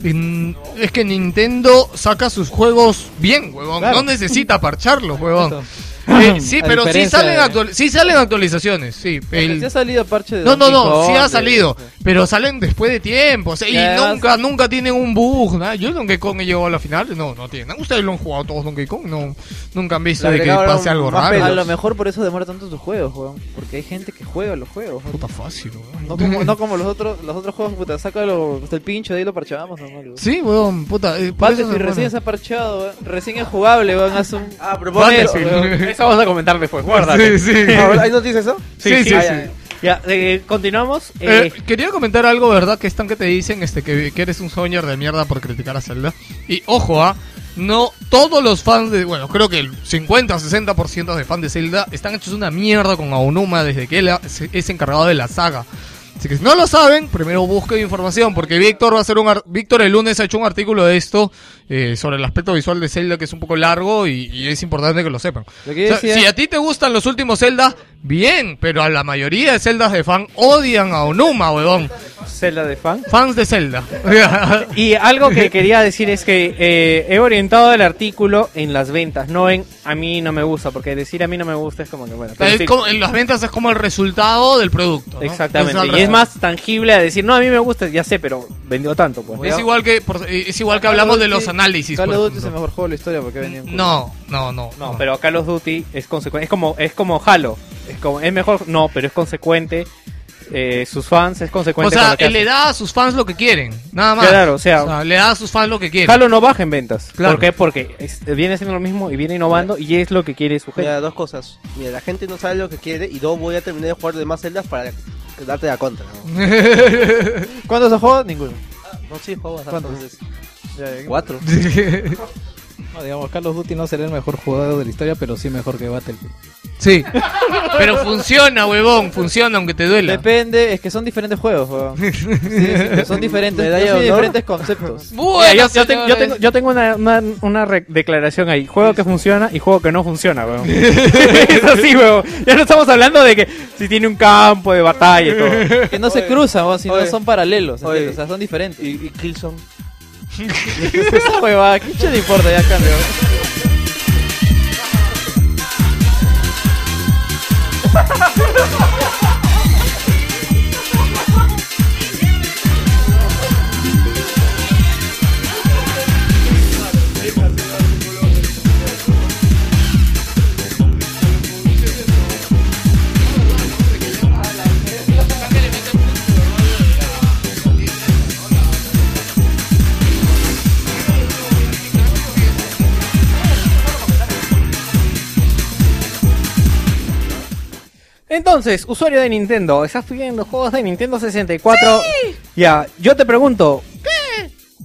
Speaker 1: Mm, Es que Nintendo saca sus juegos bien, huevón.
Speaker 7: Claro.
Speaker 1: No necesita parcharlos, huevón.
Speaker 7: Exacto.
Speaker 1: Eh, sí,
Speaker 7: A
Speaker 1: pero sí
Speaker 7: diferencia
Speaker 1: salen,
Speaker 7: de-
Speaker 1: actual- sí salen actualizaciones. Sí, El-
Speaker 9: Si ha salido parche de
Speaker 1: No, no,
Speaker 9: Donkey
Speaker 1: no, sí
Speaker 9: Kong,
Speaker 1: ha
Speaker 9: de-
Speaker 1: salido, pero salen después de tiempo, o sea, y
Speaker 9: Y además-
Speaker 1: nunca, nunca tienen un bug, nada. Yo Donkey Kong he llegado a la final, no, no tienen. ¿Ustedes lo han jugado todos Donkey Kong? No, nunca han visto
Speaker 6: Le
Speaker 1: de que
Speaker 6: agregaron
Speaker 1: pase algo
Speaker 6: más
Speaker 1: raro.
Speaker 6: pelos.
Speaker 9: A lo mejor por eso demora tanto tus juegos, weón. Porque hay gente que juega los juegos. weón.
Speaker 1: Puta fácil, weón.
Speaker 9: No como, no como los otros los otros juegos, puta, sácalo hasta el pincho, de ahí lo parchábamos normal, weón.
Speaker 1: Sí, weón, puta. eh, por eso
Speaker 9: Battlefield
Speaker 1: se
Speaker 9: recién se
Speaker 1: pone.
Speaker 9: ha parchado, weón. recién es jugable, weón. Haz un...
Speaker 6: Ah, pero
Speaker 1: Battlefield.
Speaker 2: Eso vamos a comentar después, guárdate.
Speaker 1: Sí, sí.
Speaker 6: ¿Ahí nos dice eso?
Speaker 1: Sí, sí,
Speaker 6: Ah,
Speaker 1: sí.
Speaker 6: ya, ya.
Speaker 2: Ya, eh, continuamos. eh,
Speaker 1: Eh, quería comentar algo, ¿verdad? Que están que te dicen este, que, que eres un soñer de mierda por criticar a Zelda. Y ojo, ¿ah? No todos los fans de. Bueno, creo que el 50 o 60% de fans de Zelda están hechos una mierda con Aonuma desde que él ha- se- es encargado de la saga. Así que si no lo saben, primero busquen información, porque Víctor va a hacer un ar- Víctor el lunes ha hecho un artículo de esto eh, sobre el aspecto visual de Zelda que es un poco largo y, y es importante que lo sepan.
Speaker 9: Lo que yo
Speaker 1: O sea,
Speaker 9: decía-
Speaker 1: si a ti te gustan los últimos Zelda, bien, pero a la mayoría de Zeldas de fan odian a Onuma, weón.
Speaker 2: Zelda de fan.
Speaker 1: Fans de Zelda.
Speaker 2: Y algo que quería decir es que eh, he orientado el artículo en las ventas, no en a mí no me gusta, porque decir a mí no me gusta es como que bueno. pero
Speaker 1: Es
Speaker 2: sí,
Speaker 1: como- en las ventas es como el resultado del producto. ¿no?
Speaker 2: Exactamente.
Speaker 1: al
Speaker 2: y es
Speaker 1: revés.
Speaker 2: más tangible a decir, no, a mí me gusta, ya sé, pero vendió tanto. Pues.
Speaker 1: Es igual que, por- es igual que
Speaker 9: Call of
Speaker 1: hablamos de
Speaker 9: Duty-
Speaker 1: los análisis.
Speaker 9: Call
Speaker 1: por
Speaker 9: of Duty es el
Speaker 1: ejemplo.
Speaker 9: mejor juego de la historia porque ha venido en
Speaker 1: No, no, no.
Speaker 2: No, pero Call of Duty es consecuente. Es como, es como Halo. Es, como, es mejor, no, pero es consecuente. eh, sus fans es
Speaker 1: O
Speaker 2: consecuente. con
Speaker 1: sea,
Speaker 2: lo que
Speaker 1: él le
Speaker 2: hacen.
Speaker 1: da a sus fans lo que quieren. Nada más.
Speaker 2: Claro, o sea-
Speaker 1: le da a sus fans lo que quieren.
Speaker 2: Halo no baja en ventas.
Speaker 1: Claro.
Speaker 2: ¿Por qué? Porque es- viene haciendo lo mismo y viene innovando y es lo que quiere su gente.
Speaker 6: Mira, dos cosas. Mira, la gente no sabe lo que quiere y dos, voy a terminar de jugar de más celdas para darte la contra. ¿no?
Speaker 9: ¿Cuántos ha jugado? Ninguno.
Speaker 6: No, sí, juego bastante.
Speaker 9: ¿Cuántos?
Speaker 6: entonces.
Speaker 9: Ya, ya.
Speaker 6: Cuatro.
Speaker 7: No, digamos, Call of Duty no será el mejor jugador de la historia, pero sí mejor que Battlefield.
Speaker 1: sí. Pero funciona, huevón. Funciona aunque te duela.
Speaker 9: Depende, es que son diferentes juegos, weón. Sí, sí, son diferentes,
Speaker 6: Medalla de
Speaker 9: son
Speaker 6: honor.
Speaker 9: diferentes conceptos.
Speaker 1: Bueno,
Speaker 2: Mira, yo, yo tengo- yo
Speaker 1: señores.
Speaker 2: tengo, yo tengo una, una- una re- declaración ahí. Juego que funciona y juego que no funciona, weón. Eso sí, weón. Ya no estamos hablando de que si tiene un campo de batalla y todo.
Speaker 9: Que no se cruzan, weón, sino
Speaker 6: Oye.
Speaker 9: son paralelos, ¿entiendes?
Speaker 6: Oye.
Speaker 9: o sea, son diferentes.
Speaker 6: Y, y Killzone.
Speaker 9: Esa huevada, ¿qué chucha le importa ya, cambio?
Speaker 2: Entonces, usuario de Nintendo, estás pidiendo juegos de Nintendo 64. Ya, yo te pregunto,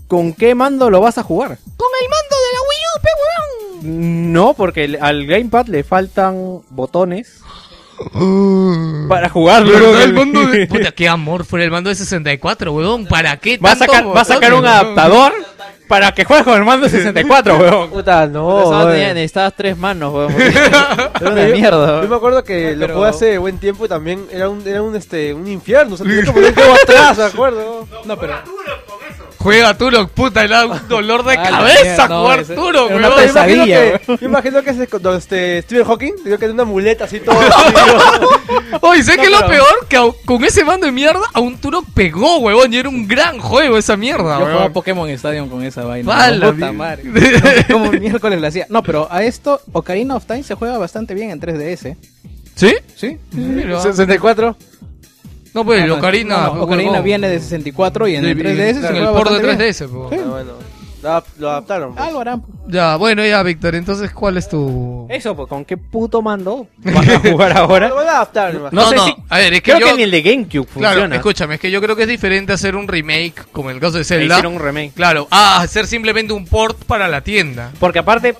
Speaker 2: ¿con qué mando lo vas a jugar?
Speaker 13: Con el mando de la Wii U, pe weón.
Speaker 2: No, porque le- al gamepad le faltan botones para jugarlo.
Speaker 1: ¿Verdad? El mando de- Puta, qué amor fuera el mando de 64, huevón. ¿Para qué?
Speaker 2: Va a
Speaker 1: tanto
Speaker 2: sacar, va a sacar un
Speaker 1: botón, huevón?
Speaker 2: adaptador para que juegues con el mando 64, weón.
Speaker 6: Puta, no.
Speaker 9: Por eso
Speaker 6: weón.
Speaker 9: tenía- necesitabas tres manos, weón. porque Era una
Speaker 6: Yo-
Speaker 9: mierda.
Speaker 6: Yo me
Speaker 9: weón.
Speaker 6: acuerdo que lo
Speaker 9: pero-
Speaker 6: jugué hace buen tiempo y también era un, era un, este, un infierno. O sea, tenía que poner todo atrás, ¿de acuerdo? No, pero.
Speaker 1: Juega Turok, puta, era un dolor de
Speaker 6: Ah, la
Speaker 1: cabeza
Speaker 6: mierda, no,
Speaker 1: jugar
Speaker 6: ese-
Speaker 1: Turok,
Speaker 6: Pero
Speaker 1: huevón.
Speaker 6: me imagino que- Yo imagino que ese, cuando, este, Stephen Hawking tenía que tener una muleta así todo. Ah,
Speaker 1: Oye, ¿sabes
Speaker 6: No,
Speaker 1: qué es lo
Speaker 6: pero-
Speaker 1: peor? Que a- con ese mando de mierda a un Turok pegó, huevón. Y era un gran juego esa mierda,
Speaker 7: Yo jugaba
Speaker 1: huevón.
Speaker 7: Pokémon Stadium con esa vaina.
Speaker 1: Ah, ¡Hala,
Speaker 7: Puta
Speaker 1: mi-
Speaker 7: madre. No, como miércoles la hacía. No, pero a esto, Ocarina of Time se juega bastante bien en 3DS.
Speaker 1: ¿Sí?
Speaker 7: ¿Sí?
Speaker 1: Mira.
Speaker 7: 64.
Speaker 1: No, pues,
Speaker 7: Ah, no,
Speaker 1: Ocarina,
Speaker 7: no,
Speaker 1: pues,
Speaker 7: Ocarina
Speaker 1: huevón.
Speaker 7: viene de 64 y en
Speaker 1: Sí,
Speaker 7: el 3DS se
Speaker 1: claro,
Speaker 7: juega
Speaker 1: el port de
Speaker 7: bastante bien.
Speaker 1: 3DS, po.
Speaker 7: Sí.
Speaker 6: Ah, bueno. Lo, adap- lo adaptaron. pues.
Speaker 7: Algo harán.
Speaker 1: Ya, bueno, ya, Víctor, entonces, ¿cuál es tu...?
Speaker 2: Eso, pues, ¿con qué puto mando vas a jugar ahora?
Speaker 6: Lo van a adaptar. me
Speaker 2: No,
Speaker 6: imagino.
Speaker 2: sé si.
Speaker 1: a ver, es que
Speaker 2: creo
Speaker 1: yo-
Speaker 2: que ni el de GameCube
Speaker 1: Claro,
Speaker 2: funciona.
Speaker 1: escúchame, es que yo creo que es diferente hacer un remake, como en el caso de Zelda.
Speaker 2: E hicieron un remake.
Speaker 1: Claro, a hacer simplemente un port para la tienda.
Speaker 2: Porque aparte.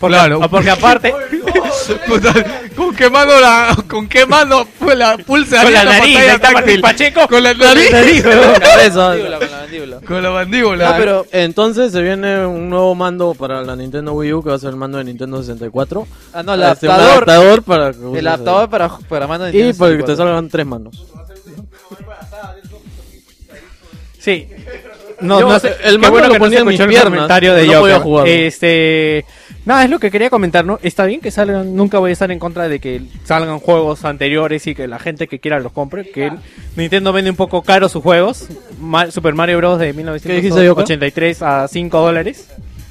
Speaker 2: Porque,
Speaker 1: Claro.
Speaker 2: ah, porque aparte.
Speaker 1: Puta, con qué mano la, con qué mano pues, la pulsa
Speaker 2: Con la
Speaker 1: esta
Speaker 2: nariz,
Speaker 1: pantalla
Speaker 2: ahí está
Speaker 1: táctil?
Speaker 2: Martín Pacheco.
Speaker 1: Con la nariz.
Speaker 6: mandíbula.
Speaker 1: Con la
Speaker 3: Ah,
Speaker 1: mandíbula.
Speaker 3: pero entonces se viene un nuevo mando para la Nintendo Wii U que va a ser el mando de Nintendo 64.
Speaker 9: Ah, no, el
Speaker 3: Este, un
Speaker 9: adaptador.
Speaker 3: adaptador para que uses
Speaker 9: El adaptador
Speaker 3: ahí.
Speaker 9: para, para mano de
Speaker 3: Y
Speaker 9: Nintendo
Speaker 3: para que te
Speaker 9: 64.
Speaker 3: salgan tres manos.
Speaker 2: Sí. No,
Speaker 3: Yo,
Speaker 2: no sé.
Speaker 3: eh, el
Speaker 2: Qué
Speaker 3: mando
Speaker 2: bueno
Speaker 3: lo
Speaker 2: que no se
Speaker 3: ponía en mis
Speaker 2: escuchó el
Speaker 3: piernas,
Speaker 2: comentario de
Speaker 3: no
Speaker 2: Joker.
Speaker 3: podía jugar.
Speaker 2: Este. Nada, es lo que quería comentar, ¿no? Está bien que salgan, nunca voy a estar en contra de que salgan juegos anteriores y que la gente que quiera los compre,
Speaker 3: Ah.
Speaker 2: que Nintendo vende un poco caro sus juegos, Ma- Super Mario Bros. de
Speaker 3: dijiste, Joker?
Speaker 2: 1983 a 5 dólares.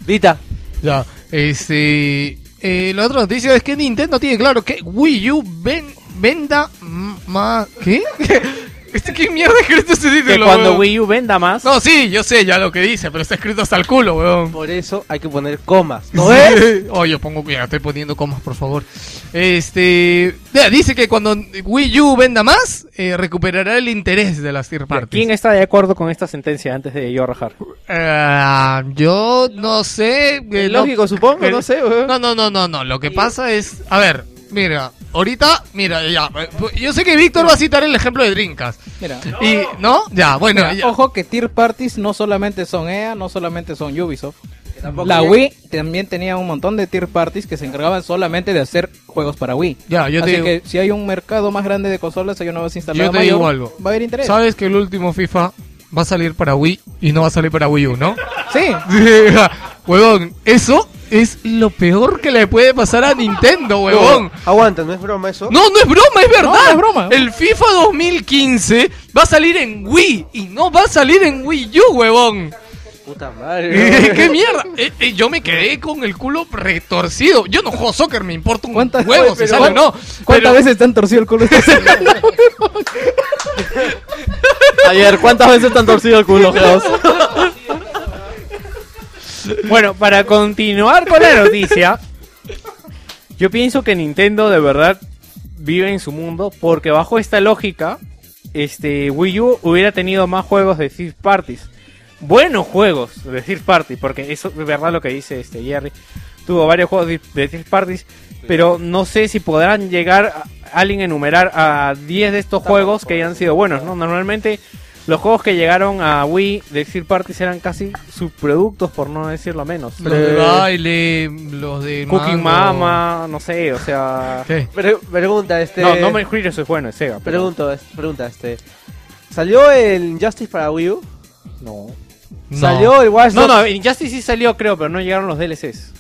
Speaker 9: Dita.
Speaker 1: Ya, este. eh, la otra noticia es que Nintendo tiene claro que Wii U ven- venda m- más. ¿Qué? ¿Este qué mierda escrito ese
Speaker 2: Que
Speaker 1: título?
Speaker 2: cuando
Speaker 1: weón?
Speaker 2: Wii U venda más,
Speaker 1: No, sí, yo sé ya lo que dice, pero está escrito hasta el culo, weón.
Speaker 6: Por eso hay que poner comas. ¿No
Speaker 1: Sí.
Speaker 6: ves?
Speaker 1: Oye, pongo, mira, estoy poniendo comas, por favor. Este, ya, dice que cuando Wii U venda más, eh, recuperará el interés de las third parties.
Speaker 2: ¿quién está de acuerdo con esta sentencia antes de yo rajar?
Speaker 1: Ah, yo no sé. eh, no-
Speaker 9: Lógico, supongo,
Speaker 1: eh,
Speaker 9: no sé, weón.
Speaker 1: No, no, no, no, no. Lo que pasa es, a ver, mira, ahorita, mira, ya, eh, yo sé que Víctor va a citar el ejemplo de Drinkas.
Speaker 7: Mira.
Speaker 1: Y, ¿no? Ya, bueno,
Speaker 7: Mira,
Speaker 1: ya.
Speaker 7: Ojo que tier parties no solamente son EA, no solamente son Ubisoft.
Speaker 6: tampoco
Speaker 7: La
Speaker 6: es-
Speaker 7: Wii también tenía un montón de tier parties que se encargaban solamente de hacer juegos para Wii.
Speaker 1: Ya, yo te
Speaker 7: Así
Speaker 1: digo.
Speaker 7: que si hay un mercado más grande de consolas, hay una vez instalada
Speaker 1: Yo te
Speaker 7: mayor,
Speaker 1: digo algo.
Speaker 7: va a haber interés.
Speaker 1: Sabes que el último FIFA va a salir para Wii y no va a salir para Wii U, ¿no?
Speaker 7: Sí.
Speaker 1: huevón, eso es lo peor que le puede pasar a Nintendo, huevón.
Speaker 6: Aguanta, no es broma eso.
Speaker 1: No, no es broma, es verdad.
Speaker 7: no es broma.
Speaker 1: El FIFA 2015 va a salir en Wii y no va a salir en Wii U, huevón.
Speaker 6: Puta madre.
Speaker 1: ¿Qué mierda? Eh, eh, yo me quedé con el culo retorcido. Yo no juego soccer, me importa un
Speaker 7: ¿Cuántas-
Speaker 1: huevo si
Speaker 7: pero
Speaker 1: sale o no.
Speaker 7: ¿Cuántas
Speaker 1: Pero-
Speaker 7: veces te han torcido el culo? esta semana?
Speaker 3: Ayer, ¿cuántas veces te han torcido el culo, Geos?
Speaker 2: Bueno, para continuar con la noticia, yo pienso que Nintendo de verdad vive en su mundo porque bajo esta lógica, este Wii U hubiera tenido más juegos de third parties. Buenos juegos de third party, porque eso es verdad lo que dice este Jerry. Tuvo varios juegos de- de third parties, pero no sé si podrán llegar a alguien a enumerar a 10 de estos juegos que hayan sido buenos, ¿no? Normalmente los juegos que llegaron a Wii de third parties eran casi subproductos, por no decirlo menos.
Speaker 1: Los de baile, los de.
Speaker 2: Cooking
Speaker 1: mango.
Speaker 2: Mama, no sé, o sea...
Speaker 1: ¿Qué?
Speaker 6: Pre- pregunta, este.
Speaker 2: No, no me incluyo, soy bueno, es Sega. pero-
Speaker 6: Pregunto, es- pregunta, este. ¿Salió el Injustice para Wii U?
Speaker 2: No.
Speaker 1: No.
Speaker 6: ¿Salió el Watch
Speaker 2: No,
Speaker 6: Dogs?
Speaker 2: no, Injustice sí salió, creo, pero no llegaron los DLCs.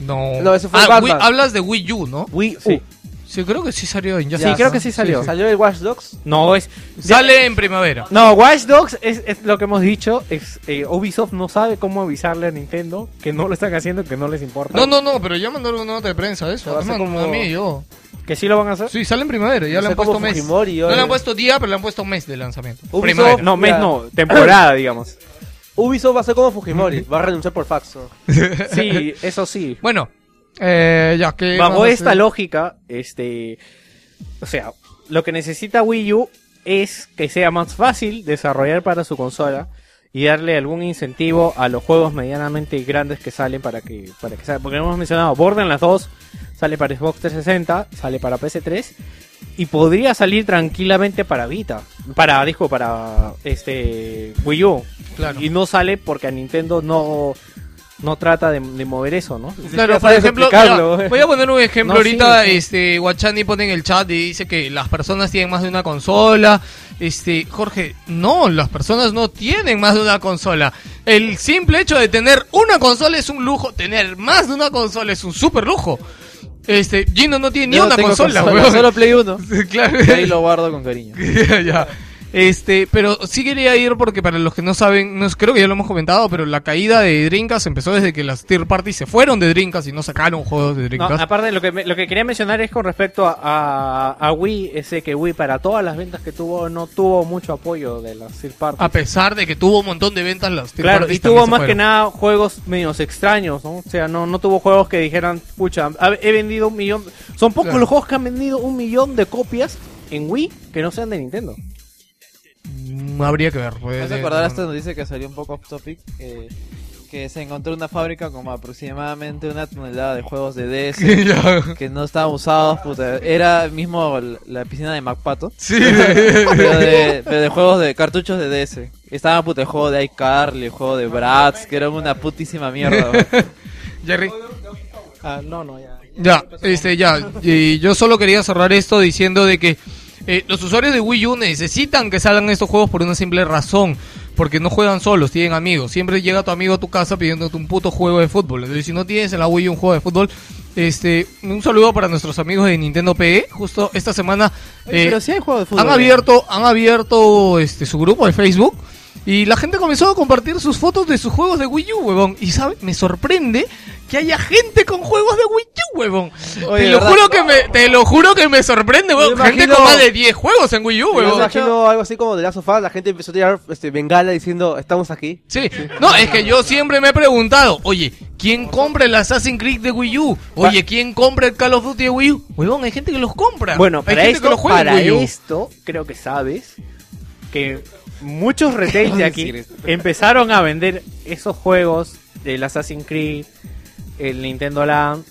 Speaker 1: No.
Speaker 6: No, ese fue
Speaker 1: Ah,
Speaker 6: Batman.
Speaker 1: Wii- hablas de Wii U, ¿no?
Speaker 6: Wii U.
Speaker 2: Sí.
Speaker 1: Sí, creo que sí salió en
Speaker 2: Sí, creo que sí salió.
Speaker 6: ¿Salió el Watch Dogs?
Speaker 2: No, es...
Speaker 1: Sale en primavera.
Speaker 2: No, Watch Dogs es, es lo que hemos dicho. Es, eh, Ubisoft no sabe cómo avisarle a Nintendo que no lo están haciendo, que no les importa.
Speaker 1: No, no, no, pero ya mandaron una nota de prensa de
Speaker 6: Va
Speaker 1: eso.
Speaker 6: a ser
Speaker 1: Además,
Speaker 6: como-
Speaker 1: a mí yo.
Speaker 2: Que sí lo van a hacer.
Speaker 1: Sí, sale en primavera, ya
Speaker 6: No
Speaker 1: le
Speaker 6: sé,
Speaker 1: han puesto
Speaker 6: como
Speaker 1: mes.
Speaker 6: Fujimori,
Speaker 1: No
Speaker 6: oye.
Speaker 1: le han puesto día, pero le han puesto mes de lanzamiento.
Speaker 6: Ubisoft-
Speaker 1: Primavera.
Speaker 2: No, mes
Speaker 6: Ya.
Speaker 2: no, temporada, digamos.
Speaker 6: Ubisoft va a ser como Fujimori. va a renunciar por fax. ¿no?
Speaker 2: Sí, eso sí.
Speaker 1: Bueno, eh, ya que.
Speaker 2: Bajo
Speaker 1: vamos a
Speaker 2: esta
Speaker 1: hacer-
Speaker 2: lógica, este. O sea, lo que necesita Wii U es que sea más fácil desarrollar para su consola y darle algún incentivo a los juegos medianamente grandes que salen para que para que salgan. Porque hemos mencionado Borderlands 2 sale para Xbox 360, sale para PS3 y podría salir tranquilamente para Vita, para disco para este Wii U.
Speaker 1: Claro.
Speaker 2: Y no sale porque a Nintendo no no trata de, de mover eso, ¿no?
Speaker 1: Claro,
Speaker 2: Ya
Speaker 1: por
Speaker 2: sabes
Speaker 1: ejemplo,
Speaker 2: explicarlo. ¿eh?
Speaker 1: mira, voy a poner un ejemplo
Speaker 2: No, sí,
Speaker 1: ahorita,
Speaker 2: sí.
Speaker 1: este, Guachani pone en el chat y dice que las personas tienen más de una consola, este, Jorge, no, las personas no tienen más de una consola. El simple hecho de tener una consola es un lujo, tener más de una consola es un super lujo. Este, Gino no tiene ni
Speaker 9: Yo no
Speaker 1: una
Speaker 9: tengo
Speaker 1: consola,
Speaker 9: consola,
Speaker 1: weón.
Speaker 9: solo Play 1.
Speaker 1: claro.
Speaker 9: Y ahí lo guardo con cariño.
Speaker 1: Ya, ya. Este, pero sí quería ir porque para los que no saben, no, es- creo que ya lo hemos comentado, pero la caída de Dreamcast empezó desde que las third parties se fueron de Dreamcast y no sacaron juegos de
Speaker 2: No,
Speaker 1: Dreamcast.
Speaker 2: aparte, lo que, me- lo que quería mencionar es con respecto a, a, a Wii, ese que Wii para todas las ventas que tuvo no tuvo mucho apoyo de las third parties.
Speaker 1: a pesar de que tuvo un montón de ventas las Ah, third
Speaker 2: Claro,
Speaker 1: parties
Speaker 2: y tuvo
Speaker 1: también se
Speaker 2: más que
Speaker 1: fueron.
Speaker 2: nada juegos medios extraños, ¿no? O sea, no, no tuvo juegos que dijeran, pucha, ha- he vendido un millón. Son pocos
Speaker 1: Claro.
Speaker 2: los juegos que han vendido un millón de copias en Wii que no sean de Nintendo.
Speaker 1: Mm, Habría que ver.
Speaker 9: ¿Me
Speaker 1: pues,
Speaker 9: vas a
Speaker 1: eh,
Speaker 9: acordar
Speaker 1: no,
Speaker 9: hasta nos dice que salió un poco off topic? eh, que se encontró una fábrica como aproximadamente una tonelada de juegos de DS que no estaban usados, puta. Era mismo l- la piscina de MacPato.
Speaker 1: Sí.
Speaker 9: pero, de, pero de juegos de cartuchos de DS. Estaba puta el juego de iCarly, el juego de Bratz, que era una putísima mierda. weón.
Speaker 1: Jerry.
Speaker 7: Ah, no, no, ya.
Speaker 1: Ya, este, ya. Y yo solo quería cerrar esto diciendo de que eh, los usuarios de Wii U necesitan que salgan estos juegos por una simple razón. Porque no juegan solos, tienen amigos. Siempre llega tu amigo a tu casa pidiéndote un puto juego de fútbol. Entonces, si no tienes en la Wii U un juego de fútbol, este, un saludo para nuestros amigos de Nintendo PE. Justo esta semana
Speaker 9: Oye,
Speaker 1: eh,
Speaker 9: pero sí hay juego de fútbol,
Speaker 1: han
Speaker 9: ¿no?
Speaker 1: abierto, han abierto este, su grupo de Facebook y la gente comenzó a compartir sus fotos de sus juegos de Wii U, huevón. Y sabe, me sorprende que haya gente con juegos de Wii U, huevón.
Speaker 9: Oye,
Speaker 1: te, lo
Speaker 9: ¿verdad?
Speaker 1: juro que me, te lo juro que me sorprende, huevón.
Speaker 6: Yo
Speaker 1: Gente
Speaker 6: imagino-
Speaker 1: con más de 10 juegos en Wii U,
Speaker 6: Yo me
Speaker 1: huevón.
Speaker 6: imagino algo así como de la sofá, la gente empezó a tirar este, bengala diciendo, estamos aquí.
Speaker 1: Sí. No, es que yo siempre me he preguntado, oye, ¿quién compra el Assassin's Creed de Wii U? Oye, ¿quién compra el Call of Duty de Wii U? Huevón, hay gente que los compra.
Speaker 2: Bueno,
Speaker 1: Hay
Speaker 2: para,
Speaker 1: gente que
Speaker 2: esto,
Speaker 1: los juega en
Speaker 2: para
Speaker 1: Wii U.
Speaker 2: esto, creo que sabes que muchos retail de aquí empezaron a vender esos juegos del Assassin's Creed, el Nintendo Land,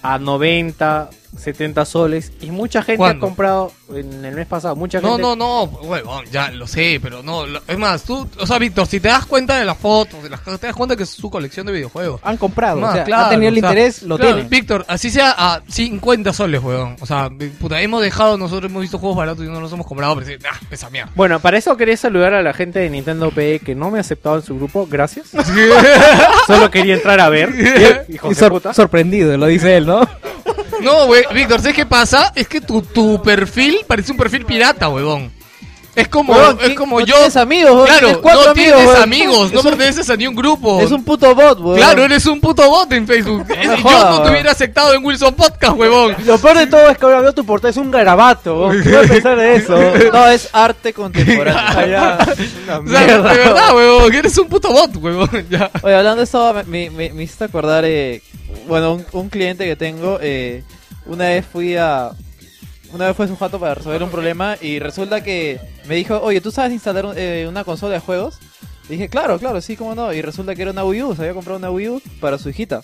Speaker 2: a 90, 70 soles. Y mucha gente
Speaker 1: ¿Cuándo?
Speaker 2: ha comprado en el mes pasado. Mucha
Speaker 1: No,
Speaker 2: gente...
Speaker 1: no, no, huevón, ya lo sé, pero no. lo- es más, tú, o sea, Víctor, si te das cuenta de las fotos, de las cosas, te das cuenta que es su colección de videojuegos.
Speaker 9: Ah,
Speaker 7: Han comprado,
Speaker 1: Más,
Speaker 7: o sea,
Speaker 1: claro,
Speaker 7: ha tenido el
Speaker 1: o sea,
Speaker 7: interés, lo
Speaker 1: claro,
Speaker 7: tienen.
Speaker 1: Víctor, así sea a 50 soles, huevón. O sea, puta, hemos dejado, nosotros hemos visto juegos baratos y no los hemos comprado, pero sí, ah, esa mierda.
Speaker 2: Bueno, para eso quería saludar a la gente de Nintendo PE que no me ha aceptado en su grupo, gracias. Solo quería entrar a ver. Hijo
Speaker 7: Y
Speaker 2: de
Speaker 7: sor-
Speaker 2: puta.
Speaker 7: sorprendido, lo dice él, ¿no?
Speaker 1: No, güey, Víctor, ¿sabes qué pasa? Es que tu, tu perfil parece un perfil pirata, huevón. Es como,
Speaker 9: Huevón,
Speaker 1: es
Speaker 9: ¿quién-
Speaker 1: como
Speaker 9: no
Speaker 1: yo.
Speaker 9: tienes amigos, huevón?
Speaker 1: claro,
Speaker 9: Tienes cuatro
Speaker 1: no
Speaker 9: amigos,
Speaker 1: tienes
Speaker 9: huevón.
Speaker 1: amigos, no
Speaker 9: Es un-
Speaker 1: perteneces a ningún grupo.
Speaker 9: Es un puto bot, weón.
Speaker 1: Claro, eres un puto bot en Facebook. Eh, yo
Speaker 9: jodas,
Speaker 1: no te
Speaker 9: weón.
Speaker 1: hubiera aceptado en Wilson Podcast, huevón.
Speaker 6: Lo peor de todo es que ahora veo tu portada, es un garabato, vos. ¿Qué voy a pensar de eso?
Speaker 9: No, es arte contemporáneo.
Speaker 1: O sea, de verdad, huevón, eres un puto bot, huevón. Ya.
Speaker 9: Oye, hablando de eso, me, me- me- me hiciste acordar, eh, bueno, un, un cliente que tengo, eh, una vez fui a... Una vez fue a su jato para resolver un problema y resulta que me dijo, oye, ¿tú sabes instalar un- eh, una consola de juegos? Y dije, claro, claro, sí, cómo no. Y resulta que era una Wii U, se había comprado una Wii U para su hijita.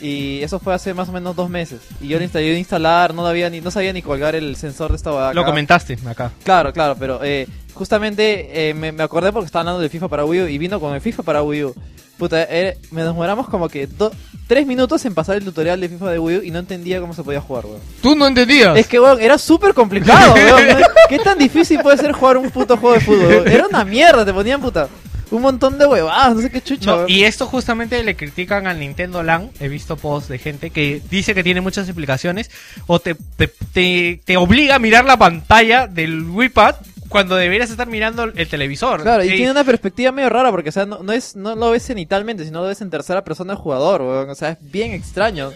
Speaker 9: Y eso fue hace más o menos dos meses. Y yo le instalé instalar, no, había ni, no sabía ni colgar el sensor de esta vaca.
Speaker 10: Lo comentaste acá.
Speaker 9: Claro, claro, pero eh, justamente eh, me, me acordé porque estaba hablando del FIFA para Wii U y vino con el FIFA para Wii U. Puta, eh, me demoramos como que do- tres minutos en pasar el tutorial de FIFA de Wii U y no entendía cómo se podía jugar, weón.
Speaker 1: Tú no entendías.
Speaker 9: Es que, weón, era súper complicado, weón. ¿no? ¿Qué tan difícil puede ser jugar un puto juego de fútbol? weón? Era una mierda, te ponían puta. Un montón de huevadas, no sé qué chucha,
Speaker 11: No,
Speaker 9: weón.
Speaker 11: y esto justamente le critican al Nintendo Land. He visto posts de gente que dice que tiene muchas explicaciones o te, te, te- te obliga a mirar la pantalla del Wiipad cuando deberías estar mirando el televisor.
Speaker 9: Claro, y
Speaker 11: Sí.
Speaker 9: tiene una perspectiva medio rara porque, o sea, no, no es, no lo ves cenitalmente, sino lo ves en tercera persona del jugador, weón. O sea, es bien extraño.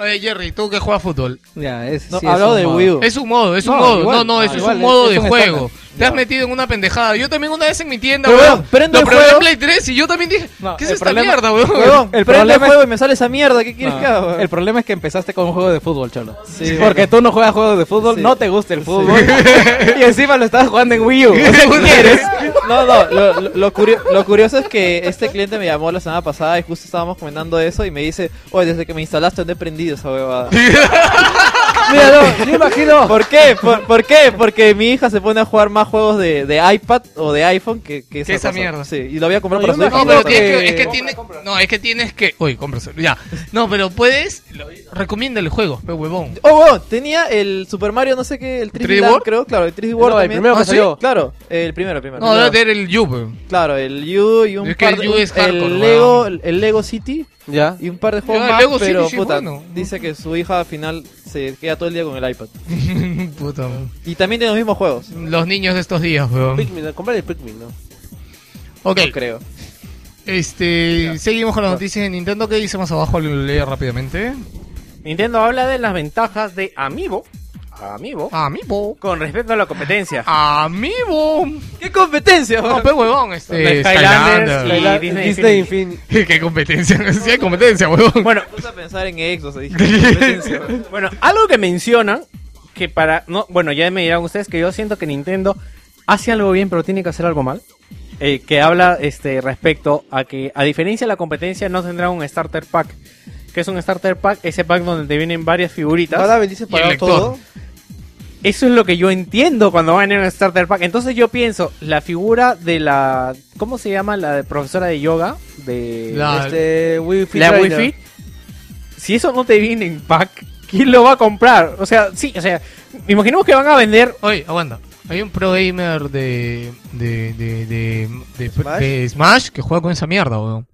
Speaker 1: Oye, Jerry, tú que juegas fútbol.
Speaker 7: Ya, es,
Speaker 1: No,
Speaker 7: sí,
Speaker 1: hablado
Speaker 7: es
Speaker 1: de
Speaker 7: un
Speaker 1: Wii
Speaker 7: modo.
Speaker 1: U. Es un modo, es un modo. no, no,
Speaker 7: ah,
Speaker 1: eso es
Speaker 7: igual,
Speaker 1: un modo de
Speaker 7: un
Speaker 1: juego.
Speaker 7: estándar.
Speaker 1: Te has metido en una pendejada. Yo también una vez en mi tienda,
Speaker 9: Pero,
Speaker 1: weón.
Speaker 9: weón, prendo
Speaker 1: lo
Speaker 9: el
Speaker 1: probé en
Speaker 9: juego.
Speaker 1: Play 3 y yo también dije,
Speaker 7: No,
Speaker 1: ¿qué es
Speaker 7: el
Speaker 1: esta
Speaker 7: problema-
Speaker 1: mierda, weón?
Speaker 7: El
Speaker 9: Huevón, prende el
Speaker 7: problema es-
Speaker 9: juego y me sale esa mierda. ¿Qué quieres
Speaker 7: No,
Speaker 9: que haga? huevón?
Speaker 7: el problema es que empezaste con un juego de fútbol, Cholo.
Speaker 9: Sí,
Speaker 7: Porque tú no juegas juegos de fútbol,
Speaker 9: Sí.
Speaker 7: no te gusta el fútbol. y encima lo estabas jugando en Wii U. O sea, ¿Qué quieres?
Speaker 9: No, no, lo, lo- lo curio- lo curioso es que este cliente me llamó la semana pasada y justo estábamos comentando eso y me dice, oye, desde que me instalaste no he prendido esa huevada. Mira, no, yo imagino. ¿Por qué? ¿Por, por qué? Porque mi hija se pone a jugar más juegos de, de iPad o de iPhone que, que
Speaker 1: Que esa
Speaker 9: cosa.
Speaker 1: mierda.
Speaker 9: Sí, y lo voy a comprar para su
Speaker 1: No,
Speaker 9: hija.
Speaker 1: pero tienes que, es que tiene- no, es que tienes que. Uy, cómpraselo. Ya. No, pero puedes. lo- Recomienda el juego, pe huevón.
Speaker 9: Oh, wow, tenía el Super Mario, no sé qué, el 3D,
Speaker 1: 3D
Speaker 9: Land,
Speaker 1: World?
Speaker 9: creo, claro, el 3D World
Speaker 1: No, el
Speaker 9: también.
Speaker 1: primero que ¿Ah, sí? salió.
Speaker 9: Claro, el primero, primero.
Speaker 1: No, debe tener el You, pe.
Speaker 9: Claro, el U y un
Speaker 1: Es que
Speaker 9: par
Speaker 1: el
Speaker 9: de-
Speaker 1: U es
Speaker 9: un- el
Speaker 1: hardcore,
Speaker 9: Lego, el Lego City
Speaker 6: Ya.
Speaker 9: y un par de juegos
Speaker 1: Ya, el
Speaker 9: más,
Speaker 1: Lego City
Speaker 9: pero
Speaker 1: sí es
Speaker 9: puta,
Speaker 1: bueno.
Speaker 9: dice que su hija al final se queda todo el día con el iPad.
Speaker 1: Puta. man.
Speaker 9: Y también tiene los mismos juegos.
Speaker 1: Los niños de estos días, weón.
Speaker 6: Pikmin, comprale el Pikmin, ¿no?
Speaker 1: Ok.
Speaker 9: No creo.
Speaker 1: Este, seguimos con las noticias de Nintendo. ¿Qué dice más abajo? Lo leo rápidamente.
Speaker 2: Nintendo habla de las ventajas de Amiibo. Amiibo.
Speaker 1: Amiibo.
Speaker 2: Con respecto a la competencia.
Speaker 1: Amiibo.
Speaker 9: ¿Qué competencia?
Speaker 1: No, pe huevón, este.
Speaker 2: Skylanders
Speaker 1: Skylander.
Speaker 2: y
Speaker 1: Skyla-
Speaker 2: Disney
Speaker 6: Disney
Speaker 2: Infinity.
Speaker 6: Infinity.
Speaker 1: Qué competencia. Sí, hay competencia, huevón.
Speaker 2: Bueno,
Speaker 9: Me puse a pensar en Xbox, dije, ¿qué competencia?
Speaker 2: bueno, algo que mencionan que para no, bueno, ya me dirán ustedes que yo siento que Nintendo hace algo bien, pero tiene que hacer algo mal. eh, que habla este respecto a que a diferencia de la competencia no tendrá un starter pack, que es un starter pack, ese pack donde te vienen varias figuritas.
Speaker 6: Ahora bendice
Speaker 1: Y
Speaker 6: para
Speaker 1: el
Speaker 6: todo.
Speaker 2: Eso es lo que yo entiendo cuando van en un starter pack. Entonces yo pienso, la figura de la ¿cómo se llama la de profesora de yoga de
Speaker 1: La-
Speaker 9: Eh,
Speaker 6: Este, Wii Fit
Speaker 2: la
Speaker 6: Trainer.
Speaker 2: Wi-Fi. Si eso no te viene en pack, ¿quién lo va a comprar? O sea, sí, o sea, imaginemos que van a vender.
Speaker 1: Oye, aguanta. Hay un pro gamer de. de. de. de. de-
Speaker 6: ¿Smash?
Speaker 1: de Smash que juega con esa mierda, weón.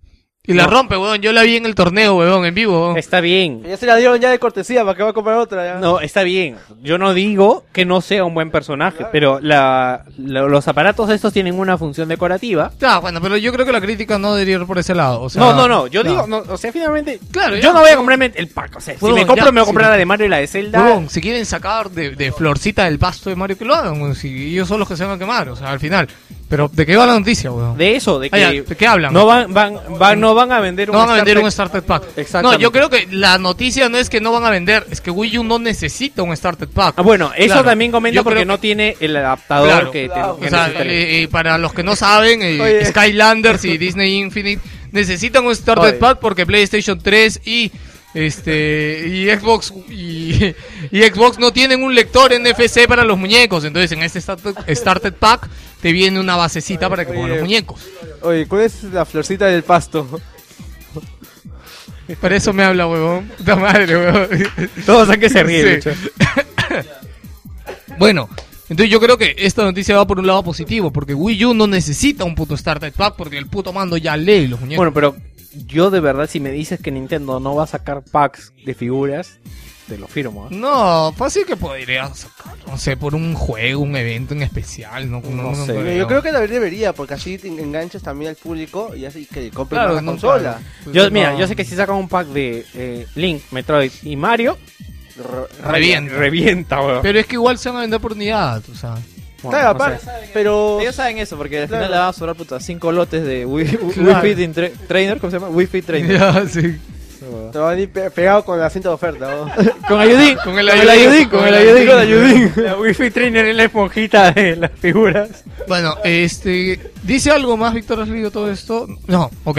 Speaker 1: Y la rompe, weón. Yo la vi en el torneo, weón, en vivo, weón.
Speaker 2: Está bien.
Speaker 6: Ya se la dieron ya de cortesía, ¿para qué va a comprar otra? Ya?
Speaker 2: No, está bien. Yo no digo que no sea un buen personaje, pero la, lo- los aparatos estos tienen una función decorativa.
Speaker 1: Ya, Ah, bueno, pero yo creo que la crítica no debería ir por ese lado. O sea,
Speaker 2: no, no, no. Yo
Speaker 1: ya.
Speaker 2: digo, no, o sea, finalmente.
Speaker 1: Claro, ya.
Speaker 2: yo no voy a comprarme el pack. O sea, si
Speaker 1: Huevón,
Speaker 2: me compro,
Speaker 1: ya,
Speaker 2: me voy a comprar
Speaker 1: sí.
Speaker 2: la de Mario y la de Zelda.
Speaker 1: Huevón, si quieren sacar de, de florcita del pasto de Mario, que lo hagan, weón. Si ellos son los que se van a quemar, o sea, al final. Pero, ¿de qué va la noticia, weón?
Speaker 2: De eso, de que.
Speaker 1: Ah, ya, ¿de qué hablan?
Speaker 2: No van, van, van- no van a vender un
Speaker 1: No van a vender
Speaker 2: starter-
Speaker 1: un Starter Pack. No,
Speaker 2: Exactamente.
Speaker 1: yo creo que la noticia no es que no van a vender, es que Wii U no necesita un Starter Pack.
Speaker 2: Ah, bueno, eso
Speaker 1: Claro.
Speaker 2: también comenta
Speaker 1: Yo
Speaker 2: porque
Speaker 1: creo
Speaker 2: no
Speaker 1: que-
Speaker 2: tiene el adaptador
Speaker 1: Claro.
Speaker 2: que, te-
Speaker 1: O
Speaker 2: que
Speaker 1: sea,
Speaker 2: necesitaría.
Speaker 1: eh, eh, para los que no saben, eh, Skylanders y Disney Infinite necesitan un Starter
Speaker 9: Oye.
Speaker 1: Pack porque PlayStation 3 y este y Xbox y, y Xbox no tienen un lector NFC para los muñecos, entonces en este Starter, starter Pack te viene una basecita para que pongas los
Speaker 6: oye.
Speaker 1: muñecos.
Speaker 6: Oye, ¿cuál es la florcita del pasto?
Speaker 1: Para eso me habla, huevón. Puta madre, huevón.
Speaker 2: Todos a que se ríen,
Speaker 1: Sí.
Speaker 2: de hecho.
Speaker 1: Bueno, entonces yo creo que esta noticia va por un lado positivo, porque Wii U no necesita un puto Starter Pack porque el puto mando ya lee los muñecos.
Speaker 2: Bueno, pero yo de verdad, si me dices que Nintendo no va a sacar packs de figuras, te lo firmo. ¿eh?
Speaker 1: no, fácil que podría sacar, no sé, por un juego, un evento en especial, no,
Speaker 2: No sé.
Speaker 6: Yo creo que la debería, porque así te enganchas también al público y así que compren
Speaker 1: Claro,
Speaker 6: más la
Speaker 1: no,
Speaker 6: consola.
Speaker 9: Pues
Speaker 1: claro.
Speaker 2: Yo,
Speaker 1: No.
Speaker 2: mira, yo sé que si sacan un pack de eh, Link, Metroid y Mario,
Speaker 1: Revienta.
Speaker 2: revienta, weón.
Speaker 1: Pero es que igual se van a vender por unidad, o sea.
Speaker 2: Bueno,
Speaker 6: Claro,
Speaker 2: no sé.
Speaker 6: aparte, pero...
Speaker 9: Ellos saben eso, porque al final
Speaker 6: Claro.
Speaker 9: le van a sobrar puta 5 lotes de Wii,
Speaker 1: Claro.
Speaker 9: Wii Fit Intra- Trainer, ¿cómo se llama? Wii Fit Trainer.
Speaker 1: Ya, sí.
Speaker 6: Te van a ir pe- pegado con la cinta de oferta, ¿no?
Speaker 9: Con ayudín,
Speaker 1: Con el ayudín, con el ayudín.
Speaker 9: con el ayudín.
Speaker 2: La Wi-Fi Trainer es la esponjita de las figuras.
Speaker 1: Bueno, este. ¿Dice algo más, Víctor? ¿Has leído todo esto? No, ok.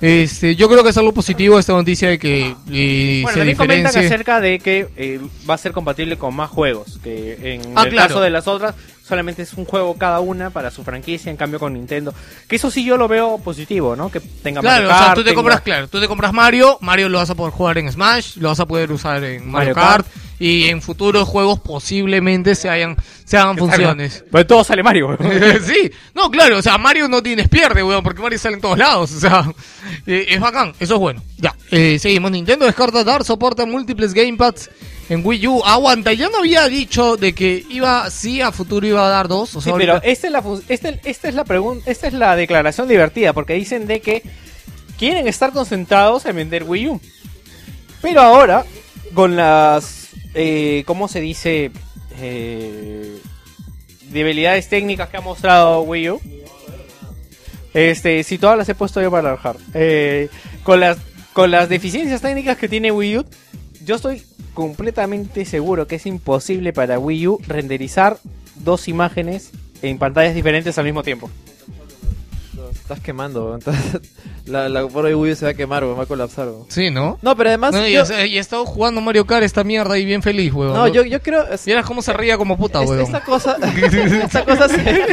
Speaker 1: Este, yo creo que es algo positivo esta noticia de que eh,
Speaker 2: Bueno,
Speaker 1: se
Speaker 2: también comentan
Speaker 1: diferencie.
Speaker 2: acerca de que eh, va a ser compatible con más juegos. Que en
Speaker 1: Ah,
Speaker 2: el
Speaker 1: claro.
Speaker 2: caso de las otras, solamente es un juego cada una para su franquicia. En cambio, con Nintendo. Que eso sí yo lo veo positivo, ¿no? Que tenga
Speaker 1: Claro,
Speaker 2: Mario
Speaker 1: o sea,
Speaker 2: Kart,
Speaker 1: tú te
Speaker 2: tenga-
Speaker 1: compras, claro, tú te compras Mario, Mario lo vas a poder jugar en Smash, lo vas a poder usar en Mario,
Speaker 2: Mario
Speaker 1: Kart,
Speaker 2: Kart.
Speaker 1: y en futuros juegos posiblemente se hayan, se hagan
Speaker 2: salga.
Speaker 1: funciones.
Speaker 2: Pero todo sale Mario, weón.
Speaker 1: sí, no, claro, o sea, Mario no tienes pierde, weón, porque Mario sale en todos lados, o sea, eh, es bacán, eso es bueno. Ya, eh, seguimos, Nintendo descarta dar soporte a múltiples gamepads en Wii U, aguanta, ya no había dicho de que iba, sí, a futuro iba a dar dos, o sea,
Speaker 2: Sí, pero
Speaker 1: ahorita-
Speaker 2: esta es la fun- esta, esta es la pregunta, esta es la declaración divertida porque dicen de que quieren estar concentrados en vender Wii U. Pero ahora con las, eh, ¿cómo se dice? Eh, debilidades técnicas que ha mostrado Wii U. Este, si todas las he puesto yo para trabajar. Eh, con, las, con las deficiencias técnicas que tiene Wii U, yo estoy completamente seguro que es imposible para Wii U renderizar dos imágenes en pantallas diferentes al mismo tiempo.
Speaker 9: Estás quemando, weón. Estás- La, la GoPro de Wii U se va a quemar, weón. Va a colapsar, weón.
Speaker 1: Sí, ¿no?
Speaker 9: No, pero además.
Speaker 1: y,
Speaker 9: yo-
Speaker 1: he- y he estado jugando Mario Kart esta mierda y bien feliz, weón.
Speaker 9: No, yo, yo creo. es-
Speaker 1: Vieras cómo se ría como puta,
Speaker 9: es-
Speaker 1: weón.
Speaker 9: esta cosa. esta cosa se.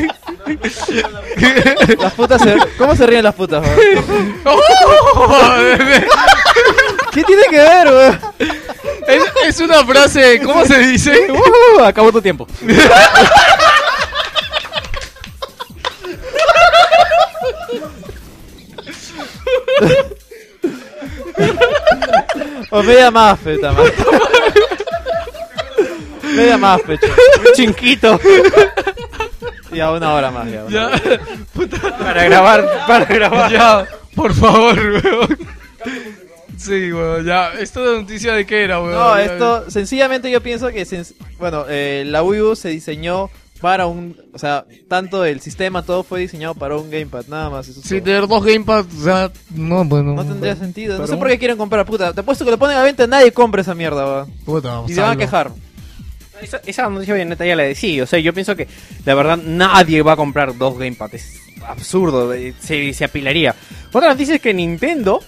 Speaker 9: las putas se. ¿Cómo se ríen las putas, weón?
Speaker 1: Oh,
Speaker 9: ¿Qué tiene que ver, weón?
Speaker 1: es, es una frase, ¿cómo se dice?
Speaker 7: acabó tu tiempo.
Speaker 9: O media más, feta, más. media más, pecho.
Speaker 2: Chinquito.
Speaker 9: Ya, una hora más, ya.
Speaker 1: Ya.
Speaker 2: Para grabar, para grabar.
Speaker 1: Ya, por favor, weón. Sí, weón, ya. ¿Esto de noticia de qué era, weón?
Speaker 9: No,
Speaker 1: Ya,
Speaker 9: esto, sencillamente yo pienso que, sen- bueno, eh, la Wii U se diseñó para un, o sea, tanto el sistema, todo fue diseñado para un gamepad, nada más. Eso es
Speaker 1: Sí,
Speaker 9: todo.
Speaker 1: tener dos gamepads, o sea, no, bueno.
Speaker 9: No tendría sentido. No
Speaker 1: Pero
Speaker 9: sé por
Speaker 1: un-
Speaker 9: qué quieren comprar, puta. Te apuesto que lo ponen a venta, nadie compra esa mierda, va.
Speaker 1: Puta,
Speaker 9: Y se van a
Speaker 1: salvo.
Speaker 9: quejar.
Speaker 2: Esa, esa noticia bien neta ya la decí. O sea, yo pienso que la verdad nadie va a comprar dos gamepads. Es absurdo. eh, Se, se apilaría. Otra noticia es que Nintendo,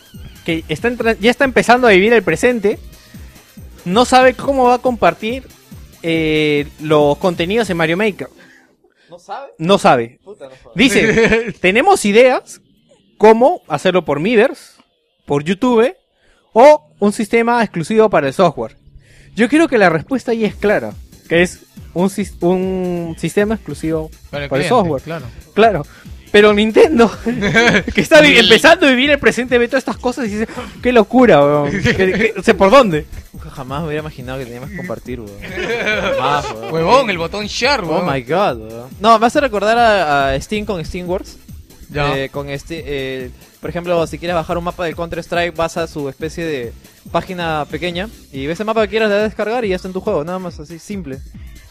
Speaker 2: que está entra- ya está empezando a vivir el presente, no sabe cómo va a compartir eh, los contenidos en Mario Maker.
Speaker 9: ¿No sabe?
Speaker 2: No sabe. Dice, tenemos ideas como hacerlo por Miiverse, por YouTube o un sistema exclusivo para el software. Yo creo que la respuesta ahí es clara, que es un, sis- un sistema exclusivo para
Speaker 1: Para
Speaker 2: el,
Speaker 1: el cliente,
Speaker 2: software.
Speaker 1: claro.
Speaker 2: Claro. Pero Nintendo, que está vi- empezando a vivir el presente, ve todas estas cosas y dice, qué locura, weón. ¿Qué- qué- o sea, ¿por dónde?
Speaker 9: Nunca Jamás me hubiera imaginado que teníamos que compartir, weón. Jamás, weón.
Speaker 1: Huevón, el botón share,
Speaker 9: Oh
Speaker 1: weón.
Speaker 9: my god, weón. No, me hace recordar a, a Steam con Steam Wars.
Speaker 1: Ya.
Speaker 9: Eh, con este, eh, por ejemplo, si quieres bajar un mapa del Counter Strike, vas a su especie de página pequeña y ves el mapa que quieras, le das a descargar y ya está en tu juego, nada más así, simple.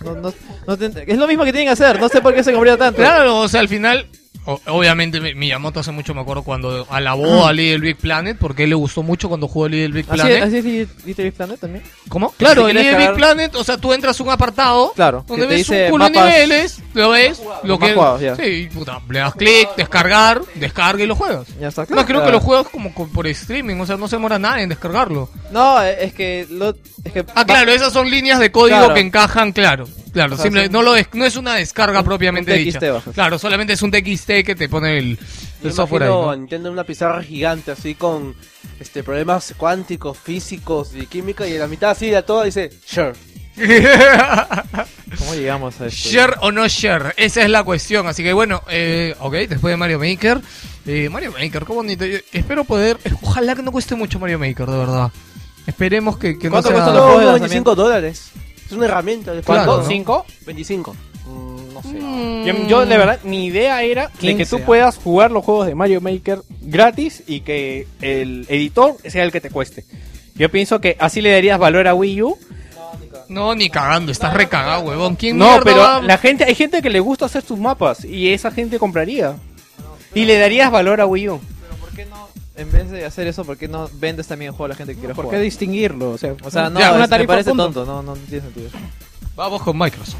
Speaker 9: No, no- no te- es lo mismo que tienen que hacer, no sé por qué se complica tanto.
Speaker 1: Claro, o sea, al final, o- obviamente mi- Miyamoto hace mucho, me acuerdo, cuando alabó a Little Big Planet, porque a él le gustó mucho cuando jugó a Little Big
Speaker 9: Así,
Speaker 1: Planet.
Speaker 9: así es Little- Little Big Planet también.
Speaker 1: ¿Cómo? Claro,
Speaker 9: Si
Speaker 1: en
Speaker 9: quieres
Speaker 1: Little Big
Speaker 9: cargar-
Speaker 1: Planet, o sea, tú entras a un apartado
Speaker 9: Claro,
Speaker 1: donde
Speaker 9: que te
Speaker 1: ves un
Speaker 9: dice
Speaker 1: culo de
Speaker 9: mapas-
Speaker 1: niveles, lo ves, lo
Speaker 9: Más
Speaker 1: que...
Speaker 9: jugados, ya.
Speaker 1: Sí, puta, le das clic, descargar, descarga y lo juegas.
Speaker 9: Ya está,
Speaker 1: No, creo
Speaker 9: claro.
Speaker 1: que lo juegas como co- por streaming, o sea, no se demora nada en descargarlo.
Speaker 9: No, eh, es que, lo- es que
Speaker 1: Ah, claro, esas son líneas de código
Speaker 9: Claro.
Speaker 1: que encajan, claro. Claro,
Speaker 9: O sea,
Speaker 1: simple-
Speaker 9: son-
Speaker 1: no, lo es, no es una descarga propiamente
Speaker 9: un TXT
Speaker 1: dicha.
Speaker 9: bajas.
Speaker 1: Claro, solamente es un TXT que te pone el,
Speaker 6: Yo
Speaker 1: el software ahí.
Speaker 6: imagino
Speaker 1: ¿no?
Speaker 6: a Nintendo en una pizarra gigante así con este problemas cuánticos, físicos y química y en la mitad así de todo dice sure.
Speaker 9: ¿Cómo llegamos a esto?
Speaker 1: Share o no share, esa es la cuestión. Así que bueno, eh, ok, después de Mario Maker. eh, Mario Maker, qué bonito. Yo espero poder. eh, Ojalá que no cueste mucho Mario Maker, de verdad. Esperemos que, que no
Speaker 9: ¿Cuánto
Speaker 1: sea.
Speaker 9: cuesta
Speaker 6: No,
Speaker 9: los juegos de
Speaker 6: 25 dólares. Es una herramienta. de
Speaker 1: Claro,
Speaker 6: juego.
Speaker 1: ¿no?
Speaker 2: ¿Cinco?
Speaker 6: 25.
Speaker 2: No sé. Yo, mm, yo, la verdad, mi idea era de que
Speaker 7: 15,
Speaker 2: tú
Speaker 7: ah.
Speaker 2: puedas jugar los juegos de Mario Maker gratis y que el editor sea el que te cueste. Yo pienso que así le darías valor a Wii U.
Speaker 1: No, ni cagando, estás recagado, huevón. ¿Quién
Speaker 2: No,
Speaker 1: mierda va-
Speaker 2: pero la gente, hay gente que le gusta hacer sus mapas y esa gente compraría. Y le darías valor a Wii U.
Speaker 9: En vez de hacer eso, ¿por qué no vendes también el juego a la gente que quiere
Speaker 7: ¿Por qué
Speaker 9: jugar?
Speaker 7: distinguirlo? O sea,
Speaker 9: O sea, no,
Speaker 1: Ya,
Speaker 9: es-
Speaker 1: una
Speaker 9: me
Speaker 1: tarifa,
Speaker 9: parece
Speaker 1: punto.
Speaker 9: tonto, no, no, no tiene sentido.
Speaker 1: Vamos con Microsoft.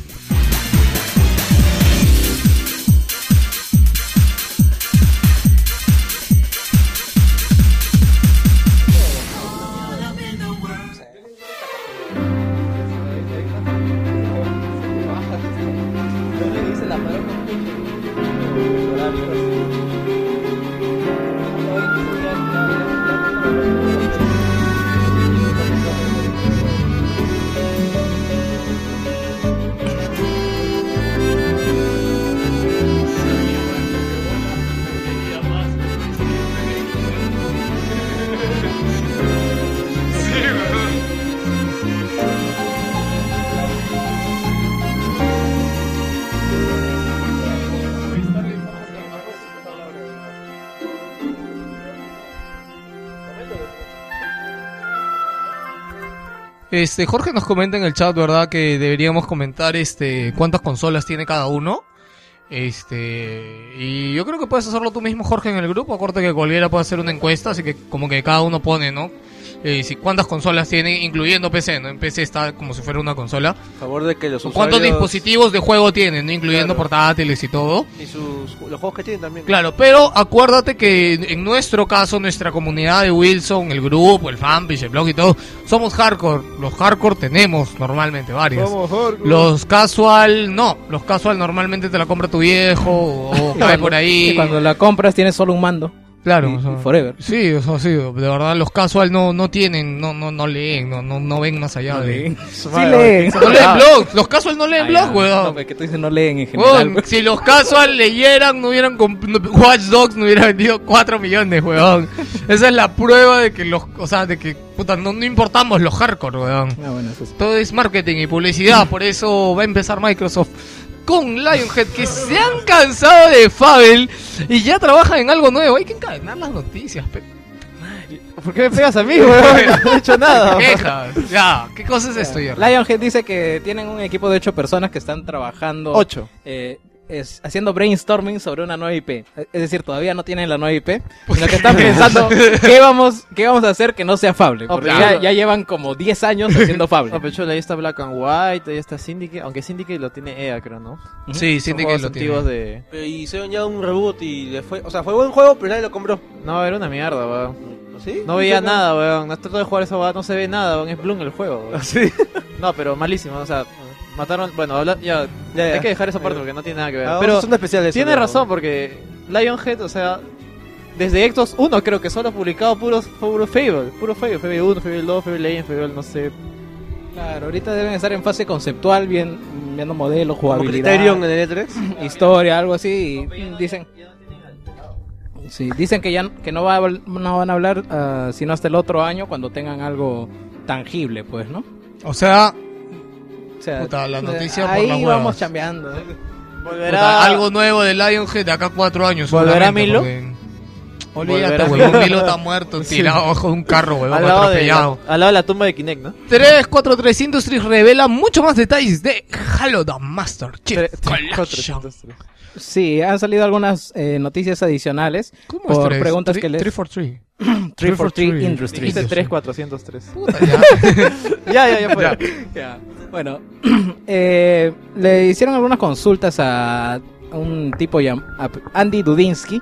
Speaker 1: Este, Jorge nos comenta en el chat, ¿verdad? Que deberíamos comentar este cuántas consolas tiene cada uno. Este, y yo creo que puedes hacerlo tú mismo, Jorge, en el grupo. Acuérdate que cualquiera puede hacer una encuesta, así que como que cada uno pone, ¿no? Eh, si cuántas consolas tiene, incluyendo PC, ¿no? En PC está como si fuera una consola.
Speaker 6: A favor de que los
Speaker 1: ¿Cuántos
Speaker 6: usuarios-
Speaker 1: dispositivos de juego tienen, ¿no? incluyendo portátiles y todo?
Speaker 6: Y sus, los juegos que tienen también.
Speaker 1: Claro, pero acuérdate que en nuestro caso, nuestra comunidad de Wilson, el grupo, el fanpage, el blog y todo, somos hardcore. Los hardcore tenemos normalmente varias.
Speaker 14: Somos hardcore.
Speaker 1: Los casual, no. Los casual normalmente te la compra tu viejo o, o cae por ahí.
Speaker 7: Y cuando la compras tienes solo un mando.
Speaker 1: Claro,
Speaker 7: Y-
Speaker 1: o sea,
Speaker 7: y forever.
Speaker 1: Sí, o sea, sí, de verdad los casual no, no tienen, no, no, no leen, no, no, no ven más allá de.
Speaker 7: Sí
Speaker 1: leen.
Speaker 7: leen.
Speaker 1: No leen blogs, los casual no leen
Speaker 7: Ah,
Speaker 1: blogs,
Speaker 7: ya.
Speaker 1: weón.
Speaker 7: No, es que tú dices no leen en
Speaker 1: Weón,
Speaker 7: general. weón.
Speaker 1: si los casual leyeran, no hubieran comp- no- Watch Dogs no hubiera vendido 4 millones, weón. Esa es la prueba de que los, o sea, de que puta, no, no importamos los hardcore, weón.
Speaker 7: Ah, bueno, eso sí.
Speaker 1: Todo es marketing y publicidad, por eso va a empezar Microsoft con Lionhead, que se han cansado de Fabel y ya trabajan en algo nuevo. Hay que encadenar las noticias, pe.
Speaker 2: ¿Por qué me pegas a mí, weón? No he hecho nada.
Speaker 1: Te quejas. Ya, ¿qué cosa es esto, Jordi?
Speaker 7: Lionhead dice que tienen un equipo de ocho personas que están trabajando.
Speaker 2: Ocho.
Speaker 7: eh, es- haciendo brainstorming sobre una nueva IP. Es decir, todavía no tienen la nueva IP, sino que están pensando qué vamos, qué vamos a hacer que no sea Fable.
Speaker 9: Oh.
Speaker 7: Porque
Speaker 2: pero-
Speaker 7: Ah, ya, ya llevan como 10 años haciendo Fable.
Speaker 2: No, pechola, Ah, ahí está Black and White, ahí está Syndicate, aunque Syndicate lo tiene EA, creo, ¿no?
Speaker 1: Sí,
Speaker 2: Son
Speaker 1: Syndicate
Speaker 2: juegos
Speaker 1: lo tiene.
Speaker 2: antiguos de...
Speaker 6: Pero hicieron ya un reboot y le fue. O sea, fue buen juego, pero nadie lo compró.
Speaker 2: No, era una
Speaker 9: Ah,
Speaker 2: mierda, weón.
Speaker 6: ¿Sí?
Speaker 2: No veía
Speaker 6: Nunca-
Speaker 2: nada, weón. No trato de jugar esa weá, no se ve nada, weón. Es Bloom el juego, weón.
Speaker 6: ¿Sí?
Speaker 2: No, pero malísimo, o sea, mataron. Bueno, habla- ya,
Speaker 6: Ya, ya.
Speaker 2: Hay que dejar esa parte
Speaker 6: Ya.
Speaker 2: porque no tiene nada que ver.
Speaker 6: Ah, vamos a
Speaker 2: pero
Speaker 6: hacer un especial de eso,
Speaker 2: tiene
Speaker 6: luego.
Speaker 2: razón porque Lionhead, o sea, desde Ectos 1 creo que solo ha publicado puros, puro Fable. Puro Fable, Fable 1, Fable 2, Fable Legends, Fable, no sé.
Speaker 7: Claro, ahorita deben estar en fase conceptual, bien, viendo modelos, jugabilidad.
Speaker 6: Criterion en el E E3.
Speaker 7: historia, algo así. y, mm, dicen. Sí, dicen que ya que no, va a habl- no van a hablar ah, sino hasta el otro año cuando tengan algo tangible, pues, ¿no?
Speaker 1: O sea,
Speaker 7: O sea,
Speaker 1: Puta, la
Speaker 7: eh,
Speaker 1: noticia por
Speaker 7: ahí
Speaker 1: las huevas.
Speaker 7: vamos chambeando. ¿eh?
Speaker 1: puta, algo nuevo de Lionhead de acá 4 años.
Speaker 2: ¿Volverá
Speaker 1: seguramente,
Speaker 2: Milo?
Speaker 1: porque- Olvídate,
Speaker 2: Volverá.
Speaker 1: huevón. Milo está muerto, tirado abajo de un carro, huevón,
Speaker 2: al, lado de la,
Speaker 1: atropellado.
Speaker 2: al lado de la tumba de Kinect, ¿no?
Speaker 1: 343 Industries revela mucho más detalles de Halo the Master Chief Collection.
Speaker 7: Sí, han salido algunas eh, noticias adicionales
Speaker 1: ¿Cómo es
Speaker 7: por
Speaker 1: tres?
Speaker 7: preguntas
Speaker 1: Tri-
Speaker 7: que les...
Speaker 1: 343.
Speaker 7: 343 Industries.
Speaker 2: Dice 3403.
Speaker 1: Puta,
Speaker 2: ya, ya, ya, fue.
Speaker 7: Ya. Bueno, eh, le hicieron algunas consultas a un tipo llamado Andy Dudinsky.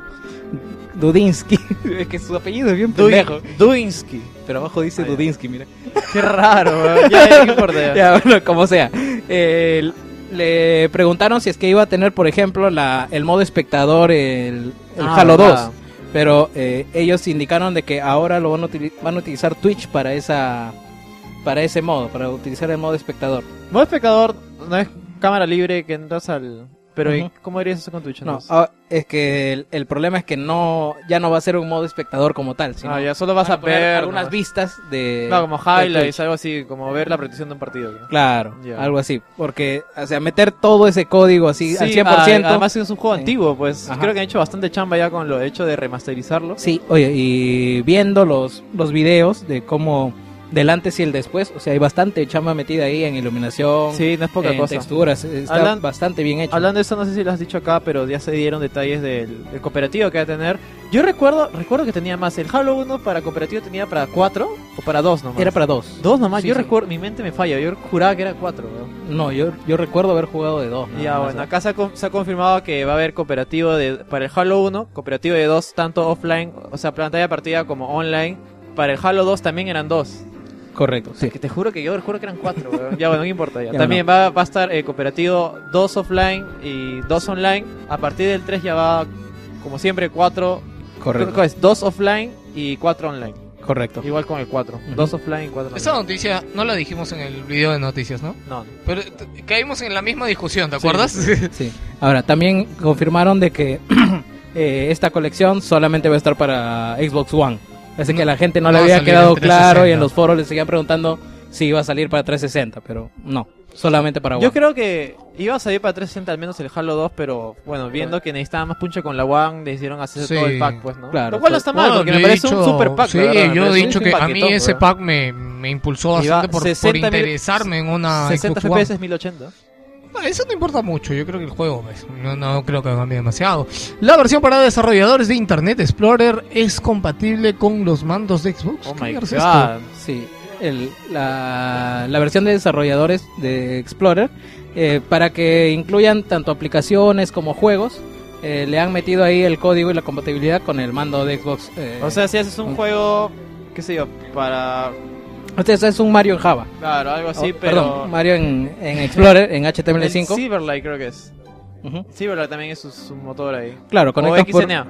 Speaker 7: Dudinsky, es que su apellido es bien pendejo.
Speaker 2: Duinsky.
Speaker 7: Pero abajo dice Dudinsky, mira.
Speaker 2: Qué raro, weón. Ya, ya, no importa. ya.
Speaker 7: Ya, bueno, como sea. Eh, le preguntaron si es que iba a tener, por ejemplo, la, el modo espectador, el, el
Speaker 2: Ah,
Speaker 7: Halo 2.
Speaker 2: verdad.
Speaker 7: Pero eh, ellos indicaron de que ahora lo van a, utili- van a utilizar Twitch para esa para ese modo, para utilizar el modo espectador.
Speaker 2: Modo espectador no es cámara libre que entras al. Pero ¿y
Speaker 7: Ujú.
Speaker 2: ¿cómo harías eso con Twitch?
Speaker 7: No,
Speaker 2: entonces?
Speaker 7: ah, es que el, el problema es que no ya no va a ser un modo espectador como tal, sino
Speaker 2: Ah, ya solo vas
Speaker 7: van
Speaker 2: a,
Speaker 7: a poner
Speaker 2: ver.
Speaker 7: algunas
Speaker 2: nomás.
Speaker 7: vistas de
Speaker 2: Claro, como
Speaker 7: de
Speaker 2: highlights,
Speaker 7: Twitch.
Speaker 2: algo así, como ver la repetición de un partido. ¿no?
Speaker 7: Claro,
Speaker 2: Ya.
Speaker 7: algo así, porque o sea, meter todo ese código así al
Speaker 2: Sí,
Speaker 7: 100%,
Speaker 2: a- Además es un juego
Speaker 7: Sí.
Speaker 2: antiguo, pues
Speaker 7: Ajá.
Speaker 2: creo que han hecho bastante chamba ya con lo hecho de remasterizarlo.
Speaker 7: Sí, oye, y viendo los, los videos de cómo del antes y el después, o sea, hay bastante chamba metida ahí en iluminación,
Speaker 2: Sí, no es poca
Speaker 7: en
Speaker 2: cosa.
Speaker 7: texturas, eh, está
Speaker 2: Hablan-
Speaker 7: bastante bien hecho.
Speaker 2: Hablando de eso, no sé si lo has dicho acá, pero ya se dieron detalles del, del cooperativo que va a tener. Yo recuerdo recuerdo que tenía más. El Halo 1 para cooperativo tenía para 4 o para 2 nomás.
Speaker 7: Era para dos.
Speaker 2: Dos nomás,
Speaker 7: Sí,
Speaker 2: yo
Speaker 7: sí.
Speaker 2: recuerdo, mi mente me falla, yo juraba que era 4.
Speaker 7: No, yo, yo recuerdo haber jugado de dos. nada
Speaker 2: Ya,
Speaker 7: más.
Speaker 2: bueno, acá se ha, con- se ha confirmado que va a haber cooperativo de, para el Halo 1, cooperativo de 2, tanto offline, o sea, pantalla de partida como online. Para el Halo 2 también eran 2.
Speaker 7: Correcto, sí.
Speaker 2: Que te juro que yo juro que eran 4, Ya, bueno, no importa. Ya.
Speaker 7: Ya,
Speaker 2: también va, va a estar eh, cooperativo 2 offline y 2 online. A partir del 3 ya va, como siempre, 4. Creo que
Speaker 7: Correcto.
Speaker 2: es 2 offline y 4 online.
Speaker 7: Correcto.
Speaker 2: Igual con el 4.
Speaker 7: Ujú.
Speaker 2: 2 offline y 4
Speaker 1: Esa
Speaker 2: online.
Speaker 1: noticia no la dijimos en el video de noticias, ¿no?
Speaker 2: No, no.
Speaker 1: Pero t- caímos en la misma discusión, ¿te acuerdas?
Speaker 7: Sí. Ahora, también confirmaron de que eh, esta colección solamente va a estar para Xbox One. Así que la gente no,
Speaker 1: No
Speaker 7: le
Speaker 1: va a
Speaker 7: había
Speaker 1: salir
Speaker 7: quedado
Speaker 1: en
Speaker 7: claro y
Speaker 1: 360.
Speaker 7: en los foros le seguían preguntando si iba a salir para 360, pero no, solamente para One.
Speaker 2: Yo creo que iba a salir para 360 al menos el Halo 2, pero bueno, viendo que necesitaba más puncho con la One, decidieron hacer
Speaker 1: Sí.
Speaker 2: todo el pack, pues, ¿no?
Speaker 7: Claro,
Speaker 2: Lo cual no
Speaker 7: pues,
Speaker 2: está mal,
Speaker 1: Bueno,
Speaker 2: porque
Speaker 1: yo
Speaker 2: me
Speaker 1: he
Speaker 2: parece un
Speaker 1: dicho-
Speaker 2: super pack.
Speaker 1: Sí,
Speaker 2: la verdad, me
Speaker 1: yo he
Speaker 2: parece un
Speaker 1: dicho que a mí
Speaker 2: paquetón,
Speaker 1: ese
Speaker 2: ¿verdad?
Speaker 1: pack me, me impulsó
Speaker 2: Y va
Speaker 1: bastante por, por
Speaker 2: 60 mil-
Speaker 1: interesarme en una
Speaker 2: 60
Speaker 1: Xbox One.
Speaker 2: FPS es 1080.
Speaker 1: Bueno, Eso no importa mucho, yo creo que el juego pues, no, no creo que cambie demasiado. La versión para desarrolladores de Internet Explorer es compatible con los mandos de Xbox.
Speaker 2: Oh
Speaker 1: ¿Qué mierda es esto?
Speaker 7: Sí. El- la, la versión de desarrolladores de Explorer, eh, para que incluyan tanto aplicaciones como juegos, eh, le han metido ahí el código y la compatibilidad con el mando de Xbox. eh,
Speaker 2: O sea, si haces un juego, qué sé yo, para...
Speaker 7: Entonces este es un Mario en Java.
Speaker 2: Claro, algo así,
Speaker 7: Oh,
Speaker 2: pero...
Speaker 7: Perdón, Mario en, en Explorer, en HTML5.
Speaker 2: El Cyberlight creo que es. Cyberlight también es su, su motor ahí.
Speaker 7: Claro,
Speaker 2: O
Speaker 7: conectas por-
Speaker 2: XNA.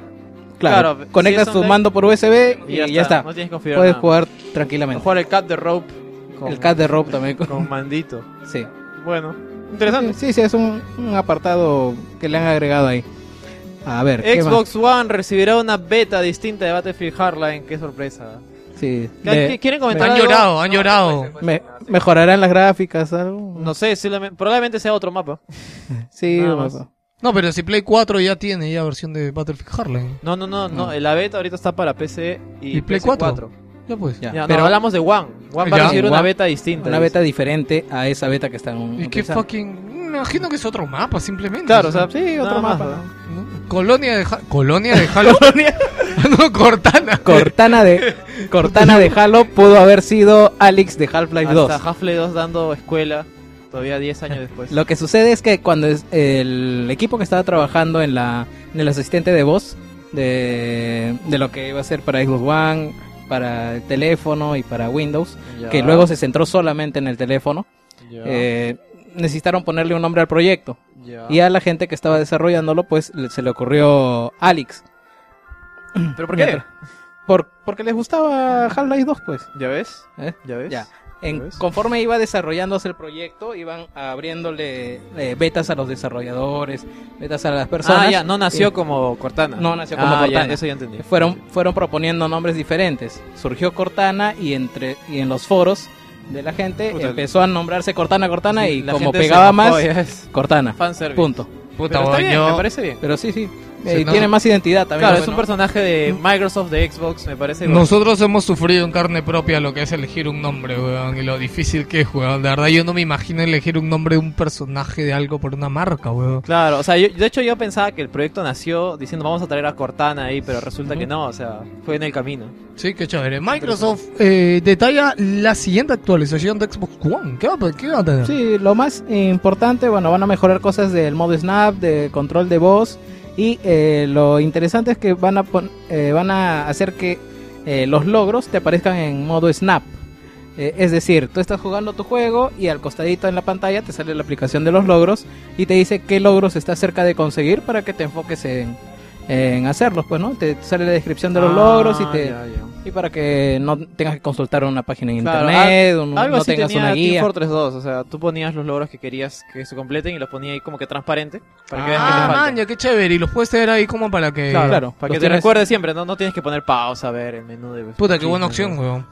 Speaker 7: Claro,
Speaker 2: si
Speaker 7: conectas
Speaker 2: es
Speaker 7: tu
Speaker 2: online,
Speaker 7: mando por USB y, ya, está.
Speaker 2: No tienes que configurar
Speaker 7: Puedes
Speaker 2: nada.
Speaker 7: jugar tranquilamente.
Speaker 2: Jugar el cat de rope.
Speaker 7: El cat de rope también.
Speaker 2: Con mandito.
Speaker 7: Sí.
Speaker 2: Bueno, interesante.
Speaker 7: Sí, sí, es un, un apartado que le han agregado ahí. A ver, ¿qué más?
Speaker 2: Xbox One recibirá una beta distinta de Battlefield Hardline. Qué sorpresa.
Speaker 7: Sí.
Speaker 2: ¿Qué-
Speaker 7: me-
Speaker 2: qué- ¿Quieren comentar?
Speaker 1: Han
Speaker 2: algo?
Speaker 1: llorado, han llorado.
Speaker 7: me- ¿Mejorarán las gráficas algo?
Speaker 2: No sé, solamente- probablemente sea otro mapa.
Speaker 7: Sí,
Speaker 2: Nada
Speaker 7: más.
Speaker 2: más.
Speaker 1: No, pero si Play 4 ya tiene ya versión de Battlefield Harlem.
Speaker 2: No, no, no, no. La beta ahorita está para PC y,
Speaker 1: ¿Y Play
Speaker 2: PS4.
Speaker 1: 4? Ya pues.
Speaker 2: Ya, no, hablamos de One. One va a
Speaker 7: Ya.
Speaker 2: recibir una
Speaker 7: One-
Speaker 2: beta distinta.
Speaker 7: Una beta diferente a esa beta que están
Speaker 1: Y qué
Speaker 7: utilizando.
Speaker 1: fucking. Me imagino que es otro mapa, simplemente.
Speaker 7: Claro, o sea, sí,
Speaker 1: nada
Speaker 7: otro
Speaker 1: más,
Speaker 7: mapa.
Speaker 1: ¿no? Colonia de. Ha- Colonia de Halo. Colonia. no, Cortana.
Speaker 7: Cortana de Cortana de Halo pudo haber sido Alex de Half-Life 2.
Speaker 2: Hasta Half-Life 2 dando escuela todavía 10 años después.
Speaker 7: Lo que sucede es que cuando es- el equipo que estaba trabajando en la en el asistente de voz de, de lo que iba a ser para Xbox One, para el teléfono y para Windows,
Speaker 15: Ya.
Speaker 7: que luego se centró solamente en el teléfono,
Speaker 15: Ya.
Speaker 7: eh, necesitaron ponerle un nombre al proyecto.
Speaker 15: Ya.
Speaker 7: Y a la gente que estaba desarrollándolo, pues le- se le ocurrió Alex.
Speaker 2: ¿Pero por qué?
Speaker 7: Mientras- Por, porque les gustaba Half-Life 2, pues.
Speaker 2: ¿Ya ves?
Speaker 7: ¿Eh?
Speaker 2: ¿Ya ves?
Speaker 7: Ya.
Speaker 2: ¿Ya
Speaker 7: En-
Speaker 2: ves?
Speaker 7: conforme iba desarrollándose el proyecto, iban abriéndole eh, betas a los desarrolladores, betas a las personas.
Speaker 2: Ah, ya, no nació
Speaker 7: Eh,
Speaker 2: como Cortana.
Speaker 7: No nació como
Speaker 2: Ah, ya,
Speaker 7: Cortana.
Speaker 2: eso ya entendí.
Speaker 7: Fueron, fueron proponiendo nombres diferentes. Surgió Cortana y, entre, y en los foros de la gente
Speaker 2: Puta.
Speaker 7: empezó a nombrarse Cortana, Cortana
Speaker 2: Sí,
Speaker 7: y
Speaker 2: la
Speaker 7: como
Speaker 2: gente se
Speaker 7: pegaba
Speaker 2: enojó, eh.
Speaker 7: más,
Speaker 2: ya es.
Speaker 7: Cortana.
Speaker 2: Fanservice.
Speaker 7: Punto.
Speaker 2: Puta, Pero está bien, boño. me parece bien.
Speaker 7: Pero sí, sí.
Speaker 2: Sí,
Speaker 7: Eh,
Speaker 2: no-
Speaker 7: Tiene más identidad también.
Speaker 2: Claro,
Speaker 7: ¿no?
Speaker 2: es un personaje de Microsoft, de Xbox, me parece. bueno.
Speaker 1: Nosotros hemos sufrido en carne propia lo que es elegir un nombre, weón, y lo difícil que es, weón. De verdad, yo no me imagino elegir un nombre de un personaje de algo por una marca, weón.
Speaker 2: Claro, o sea, yo- de hecho yo pensaba que el proyecto nació diciendo vamos a traer a Cortana ahí, pero resulta que no, o sea, fue en el camino.
Speaker 1: Sí, qué chévere. Microsoft eh, detalla la siguiente actualización de Xbox One. ¿Qué va, qué va a tener?
Speaker 7: Sí, lo más importante, bueno, van a mejorar cosas del modo snap, de control de voz y eh, lo interesante es que van a pon- eh, van a hacer que eh, los logros te aparezcan en modo snap. Eh, es decir, tú estás jugando tu juego y al costadito en la pantalla te sale la aplicación de los logros y te dice qué logros estás cerca de conseguir para que te enfoques en, en hacerlos, pues, ¿no? Te sale la descripción de los
Speaker 2: Ah,
Speaker 7: logros y te
Speaker 2: ya, ya.
Speaker 7: y para que no tengas que consultar una página en
Speaker 2: Claro,
Speaker 7: internet,
Speaker 2: al-
Speaker 7: un-
Speaker 2: algo
Speaker 7: no
Speaker 2: así
Speaker 7: tengas
Speaker 2: tenía
Speaker 7: una
Speaker 2: Team
Speaker 7: guía.
Speaker 2: Fortress 2, o sea, tú ponías los logros que querías que se completen y los ponías ahí como que transparente para que veas que te
Speaker 1: Ah,
Speaker 2: falta.
Speaker 1: maña, qué chévere. Y los puedes tener ahí como para que.
Speaker 2: Claro, para que te recuerdes siempre, ¿no? no tienes que poner pausa a ver el menú de
Speaker 1: Puta, qué buena opción, weón.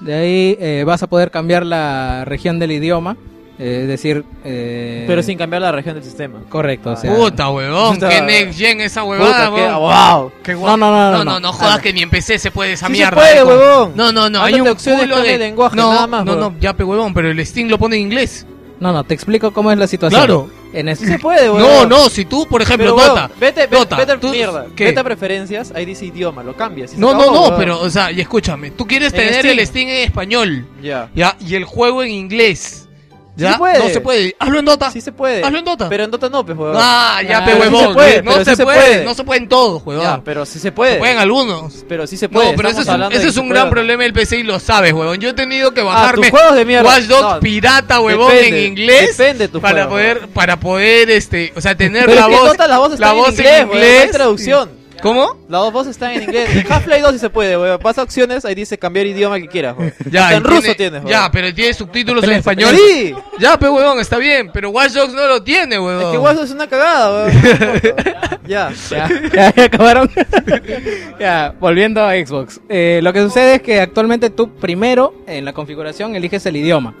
Speaker 7: De ahí eh, vas a poder cambiar la región del idioma, eh, es decir... eh,
Speaker 2: Pero sin cambiar la región del sistema.
Speaker 7: Correcto, o sea...
Speaker 1: Puta, weón,
Speaker 7: Puta.
Speaker 1: qué next gen esa huevada,
Speaker 7: Puta, qué-
Speaker 1: weón.
Speaker 7: wow.
Speaker 1: Qué guau.
Speaker 7: No, no, no, no,
Speaker 1: no,
Speaker 7: no.
Speaker 1: jodas que ni empecé se puede esa
Speaker 7: Sí se
Speaker 1: mierda.
Speaker 7: puede,
Speaker 1: loco.
Speaker 7: huevón.
Speaker 1: No, no, no, hay
Speaker 7: Ándate
Speaker 1: un
Speaker 7: opciones,
Speaker 1: culo
Speaker 7: cambia
Speaker 1: de
Speaker 7: el lenguaje,
Speaker 1: no,
Speaker 7: nada más,
Speaker 1: No,
Speaker 7: huevón.
Speaker 1: no, ya pe huevón, pero el Steam lo pone en inglés.
Speaker 7: No, no, te explico cómo es la situación.
Speaker 1: Claro.
Speaker 7: En
Speaker 1: Sí se puede, huevón. No, no, si tú, por ejemplo,
Speaker 2: Pero, huevón,
Speaker 1: Dota,
Speaker 2: Vete, vete,
Speaker 1: Dota,
Speaker 2: vete a
Speaker 1: tú-
Speaker 2: mierda.
Speaker 1: ¿qué?
Speaker 2: Vete a preferencias, ahí dice idioma, lo cambias. y se
Speaker 1: No, no,
Speaker 2: acabó,
Speaker 1: no,
Speaker 2: huevón.
Speaker 1: pero o sea, y escúchame, tú quieres
Speaker 2: En
Speaker 1: tener
Speaker 2: Steam.
Speaker 1: el Steam en español.
Speaker 2: Ya.
Speaker 1: Ya, y el juego en inglés. Ya,
Speaker 2: se puede.
Speaker 1: no se puede. Hazlo en Dota.
Speaker 2: Sí se puede.
Speaker 1: Hazlo en Dota.
Speaker 2: Pero en Dota no, pues, huevón.
Speaker 1: Ah, ya, pe
Speaker 2: pero sí
Speaker 1: huevón.
Speaker 2: se puede,
Speaker 1: no
Speaker 2: pero
Speaker 1: se,
Speaker 2: sí se
Speaker 1: puede,
Speaker 2: puede.
Speaker 1: no se pueden todos, huevón.
Speaker 2: Ya, pero sí se puede.
Speaker 1: Se pueden algunos.
Speaker 2: Pero sí se puede.
Speaker 1: No, pero ese
Speaker 2: estamos
Speaker 1: es un,
Speaker 2: hablando
Speaker 1: ese
Speaker 2: de
Speaker 1: es
Speaker 2: que
Speaker 1: un
Speaker 2: se
Speaker 1: gran
Speaker 2: puede.
Speaker 1: problema del PC y lo sabes, huevón. Yo he tenido que bajarme
Speaker 2: tus juegos de mierda.
Speaker 1: Watch Dogs
Speaker 2: No,
Speaker 1: pirata, huevón,
Speaker 2: depende,
Speaker 1: en inglés
Speaker 2: depende tu
Speaker 1: para
Speaker 2: juego,
Speaker 1: poder para poder este, o sea, tener
Speaker 2: Pero
Speaker 1: la
Speaker 2: es que
Speaker 1: voz
Speaker 2: Dota la voz está en inglés, huevón, no hay traducción.
Speaker 1: ¿Cómo?
Speaker 2: Las dos están en inglés. En Half-Life 2 sí se puede, weón. Pasa opciones, ahí dice cambiar idioma que quieras, weón.
Speaker 1: Ya,
Speaker 2: Hasta en
Speaker 1: y tiene-
Speaker 2: ruso tienes, weón.
Speaker 1: Ya, pero tiene subtítulos en español.
Speaker 2: Sí.
Speaker 1: Ya, pe huevón, está bien, pero Watch Dogs no lo tiene, huevón.
Speaker 2: Que Watch Dogs es una cagada, weón. ya.
Speaker 7: Ya, ya, ya acabaron. ya, volviendo a Xbox. Eh, lo que sucede es que actualmente tú primero en la configuración eliges el idioma.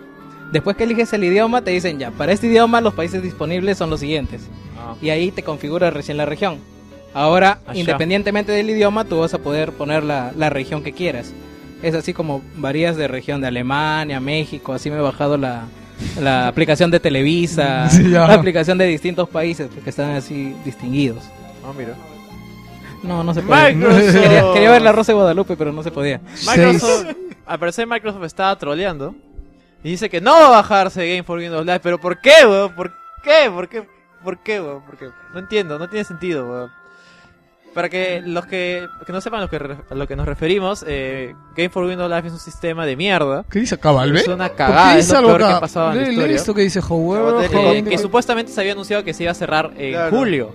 Speaker 7: Después que eliges el idioma te dicen ya, para este idioma los países disponibles son los siguientes.
Speaker 3: Ah,
Speaker 7: Y ahí te configura recién la región. Ahora,
Speaker 15: Allá.
Speaker 7: independientemente del idioma, tú vas a poder poner la, la región que quieras. es así como varías de región, de Alemania, México, así me he bajado la, la aplicación de Televisa,
Speaker 3: Sí, ya.
Speaker 7: la aplicación de distintos países que están así distinguidos.
Speaker 2: Ah, mira.
Speaker 7: No, no se puede.
Speaker 2: Microsoft.
Speaker 7: Quería, quería ver la Rosa de Guadalupe, pero no se podía.
Speaker 2: Microsoft, al parecer Microsoft estaba troleando. Y dice que no va a bajarse Game for Windows Live. Pero ¿por qué, weón? ¿Por qué? ¿Por qué? ¿Por qué, weón? ¿Por qué? No entiendo, no tiene sentido, weón. Para que los que, que no sepan lo que, re- a lo que nos referimos, eh, Game for Windows Live es un sistema de mierda.
Speaker 3: ¿Qué dice acá, Valve?
Speaker 2: Es una
Speaker 3: ¿Por
Speaker 2: cagada,
Speaker 3: qué
Speaker 2: es
Speaker 3: dice
Speaker 2: lo
Speaker 3: algo
Speaker 2: peor que
Speaker 3: acá?
Speaker 2: ha pasado en la
Speaker 3: Le-
Speaker 2: historia.
Speaker 3: leí esto que dice Howard.
Speaker 2: Eh,
Speaker 3: Howard-
Speaker 2: que supuestamente se había anunciado que se iba a cerrar en
Speaker 3: Claro.
Speaker 2: julio.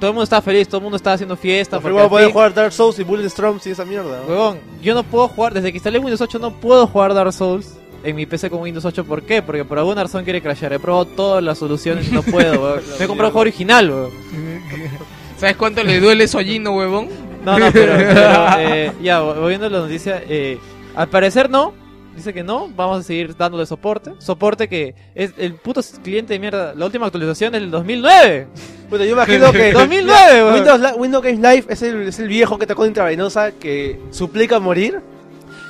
Speaker 2: Todo el mundo estaba feliz, todo el mundo estaba haciendo fiesta.
Speaker 6: Pero
Speaker 2: porque
Speaker 6: igual
Speaker 2: al
Speaker 6: puede
Speaker 2: fin-
Speaker 6: jugar Dark Souls y Bulletstorm y esa mierda. ¿no?
Speaker 2: Huevón, yo no puedo jugar, desde que instalé Windows 8 no puedo jugar Dark Souls en mi PC con Windows 8. ¿Por qué? Porque por alguna razón quiere crashear. He probado todas las soluciones y no puedo, huevón. Me he comprado el juego original, huevón.
Speaker 1: ¿Sabes cuánto le duele eso a Gino, huevón?
Speaker 2: No, no, pero, pero, eh, ya, volviendo a la noticia, eh, al parecer no. Dice que no, vamos a seguir dándole soporte. Soporte que es el puto cliente de mierda. La última actualización es el 2009.
Speaker 6: Puta, yo imagino que
Speaker 2: 2009,
Speaker 6: Ya,
Speaker 2: weón.
Speaker 6: Windows, Li- Windows Games Live es el, es el viejo que tocó intravenosa que suplica morir.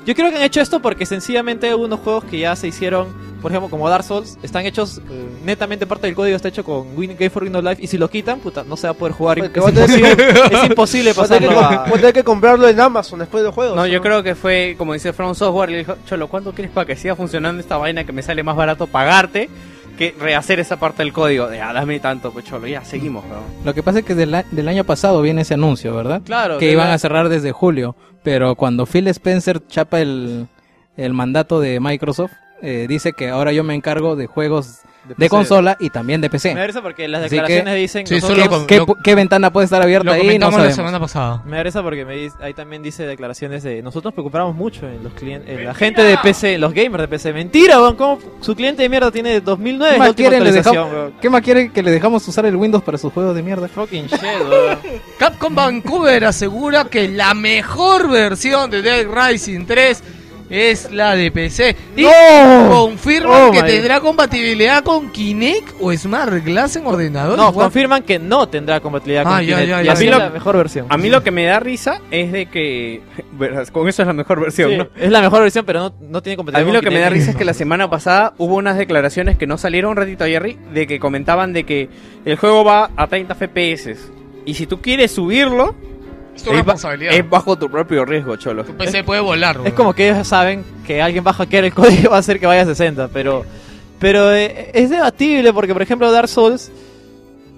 Speaker 2: Yo creo que han hecho esto porque sencillamente algunos juegos que ya se hicieron, por ejemplo, como Dark Souls, están hechos netamente parte del código está hecho con Win Game for Windows Live y si lo quitan, puta, no se va a poder jugar.
Speaker 6: Porque
Speaker 2: es,
Speaker 6: va a tener que-
Speaker 2: imposible, es imposible
Speaker 6: va a
Speaker 2: pasarlo
Speaker 6: tener que com-
Speaker 2: a...
Speaker 6: va a tener que comprarlo en Amazon después de los juegos.
Speaker 3: No, yo creo que fue, como dice From Software, le dijo, Cholo, ¿cuánto quieres para que siga funcionando esta vaina que me sale más barato pagarte que rehacer esa parte del código? Ya, dame tanto, pues Cholo, ya, seguimos, weón.
Speaker 7: Lo que pasa es que del, a- del año pasado viene ese anuncio, ¿verdad?
Speaker 3: Claro,
Speaker 7: Que
Speaker 3: de
Speaker 7: iban
Speaker 3: la-
Speaker 7: a cerrar desde julio, pero cuando Phil Spencer chapa el, el mandato de Microsoft, eh, dice que ahora yo me encargo de juegos de,
Speaker 2: PC.
Speaker 7: consola y también de PC.
Speaker 2: Me da risa porque las
Speaker 7: Así
Speaker 2: declaraciones dicen
Speaker 7: ¿qué,
Speaker 2: nosotros- lo com-
Speaker 7: qué
Speaker 2: lo-
Speaker 7: pu- qué ventana puede estar abierta ahí? No sabemos.
Speaker 2: Me agresa porque me dice- ahí también dice declaraciones de nosotros nos preocupamos mucho en los clientes, en la gente de PC, los gamers de PC. Mentira, weón, ¿cómo su cliente de mierda tiene 2009 la
Speaker 7: ¿Qué más,
Speaker 2: última
Speaker 7: quieren, le
Speaker 2: actualización,
Speaker 7: dejamos-
Speaker 2: weón?
Speaker 7: ¿Qué más quieren que le dejamos usar el Windows para sus juegos de mierda? Fucking
Speaker 1: Capcom Vancouver asegura que la mejor versión de Dead Rising 3 es la de PC. Y
Speaker 3: ¡No!
Speaker 1: confirman
Speaker 3: Oh,
Speaker 1: que
Speaker 3: my-
Speaker 1: tendrá compatibilidad con Kinect o Smart Glass en ordenador.
Speaker 2: No, confirman que no tendrá compatibilidad con
Speaker 1: Ah, ya,
Speaker 2: Kinect.
Speaker 1: ya,
Speaker 2: Y
Speaker 1: ya,
Speaker 2: así
Speaker 1: ya.
Speaker 2: es la mejor versión.
Speaker 3: A mí lo que me da risa es de que. verás, Con eso es la mejor versión,
Speaker 2: Sí,
Speaker 3: ¿no?
Speaker 2: Es la mejor versión, pero no, no tiene
Speaker 3: A
Speaker 2: compatibilidad.
Speaker 3: mí lo que me da risa es
Speaker 2: que
Speaker 3: que la semana pasada hubo unas declaraciones que no salieron un ratito a Jerry de que comentaban de que el juego va a 30 FPS y si tú quieres subirlo es,
Speaker 1: tu
Speaker 3: ba-
Speaker 1: responsabilidad.
Speaker 3: es bajo tu propio riesgo, cholo.
Speaker 1: Tu PC puede volar,
Speaker 2: Es
Speaker 1: weón.
Speaker 2: como que ellos saben que alguien va a hackear el código y va a hacer que vaya a 60, pero pero eh, es debatible porque por ejemplo Dark Souls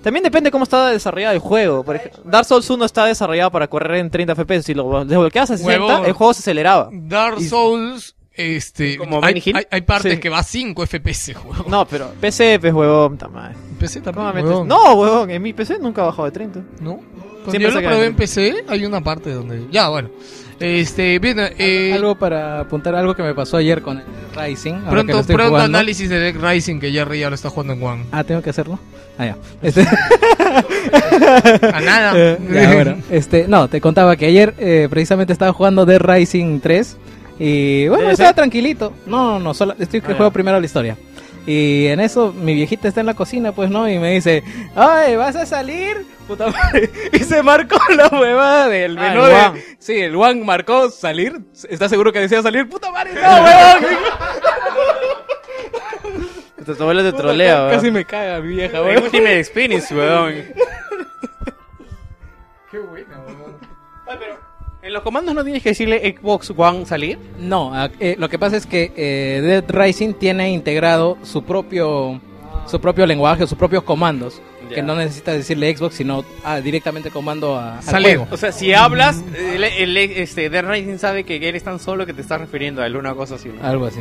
Speaker 2: también depende cómo está desarrollado el juego. Por ej- Dark Souls 1 está desarrollado para correr en 30 FPS. Si lo desbloqueas a 60,
Speaker 1: Huevón.
Speaker 2: el juego se aceleraba.
Speaker 1: Dark Souls, este,
Speaker 2: Como
Speaker 1: hay,
Speaker 2: Benny Hill.
Speaker 1: hay- hay partes
Speaker 2: Sí.
Speaker 1: que va a 5 FPS, weón.
Speaker 2: No, pero PC, pues huevón, tamás.
Speaker 1: PC también, huevón.
Speaker 2: No, huevón, en mi PC nunca ha bajado de 30.
Speaker 1: ¿No? Cuando
Speaker 2: Siempre
Speaker 1: yo lo
Speaker 2: saca
Speaker 1: probé
Speaker 2: de
Speaker 1: en PC, hay una parte donde... Ya, bueno. Este, bien, eh,
Speaker 7: Algo para apuntar algo que me pasó ayer con el Rising. ahora que lo
Speaker 1: pronto,
Speaker 7: estoy
Speaker 1: pronto
Speaker 7: jugando.
Speaker 1: análisis de Dead Rising que Jerry ya lo está jugando en One.
Speaker 7: Ah, tengo que hacerlo. Ah, ya. Este-
Speaker 1: A nada.
Speaker 7: Eh, Ya, bueno. Este, no, te contaba que ayer eh, precisamente estaba jugando Dead Rising 3. Y bueno,
Speaker 16: ¿Debe
Speaker 7: estaba
Speaker 16: ser?
Speaker 7: tranquilito. No, no, no, solo estoy que juego primero la historia. Y en eso mi viejita está en la cocina, pues no, y me dice, "Ay, vas a salir." Puta madre. Y se marcó la huevada del menú.
Speaker 16: el
Speaker 7: de-
Speaker 16: Juan.
Speaker 7: Sí, el Juan marcó salir. ¿Estás seguro que decía salir? Puta madre, no, huevón.
Speaker 2: Tu abuelo te trolea, huevón.
Speaker 7: Casi me caga mi vieja,
Speaker 3: Es
Speaker 7: huevón.
Speaker 3: Ultimate Experience, weón.
Speaker 1: Qué buena, weón.
Speaker 3: Ah, En los comandos no tienes que decirle Xbox One salir.
Speaker 7: No, a- eh, lo que pasa es que eh, Dead Rising tiene integrado su propio su propio lenguaje, sus propios comandos, que no necesitas decirle Xbox, sino ah, directamente comando a, al juego.
Speaker 3: O sea, si hablas, el, el- este, Dead Rising sabe que eres tan solo que te estás refiriendo a él, una cosa así. ¿no?
Speaker 1: Ah,
Speaker 7: Algo así.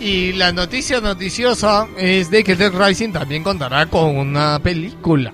Speaker 1: Y la noticia noticiosa es de que Dead Rising también contará con una película.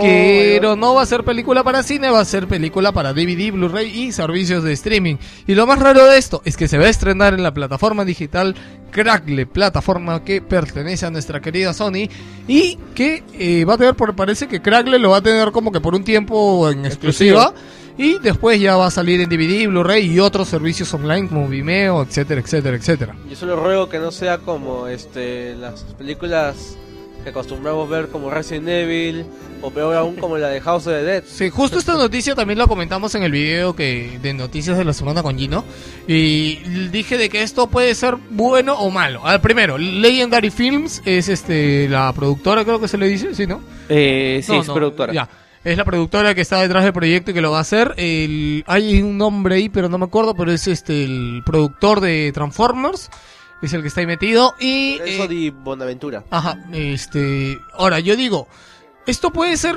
Speaker 1: Pero no va a ser película para cine, va a ser película para DVD, Blu-ray y servicios de streaming. Y lo más raro de esto es que se va a estrenar en la plataforma digital Crackle, plataforma que pertenece a nuestra querida Sony y que eh, va a tener, por parece que Crackle lo va a tener como que por un tiempo en exclusiva. Y después ya va a salir en DVD, Blu-ray y otros servicios online como Vimeo, etcétera, etcétera, etcétera.
Speaker 6: Yo solo ruego que no sea como este las películas que acostumbramos ver como Resident Evil, o peor aún como la de House of the Dead.
Speaker 1: Sí, justo esta noticia también la comentamos en el video que de noticias de la semana con Gino y dije de que esto puede ser bueno o malo. A ver, primero, Legendary Films es este la productora, creo que se le dice, ¿sí, no?
Speaker 2: Eh, sí,
Speaker 1: No,
Speaker 2: es
Speaker 1: no,
Speaker 2: productora.
Speaker 1: Ya. Es la productora que está detrás del proyecto y que lo va a hacer. El- hay un nombre ahí, pero no me acuerdo, pero es este el productor de Transformers. Es el que está ahí metido.
Speaker 3: Eh,
Speaker 1: Y. eh,
Speaker 6: Eso de Bonaventura.
Speaker 1: Ajá, este. Ahora, yo digo, esto puede ser,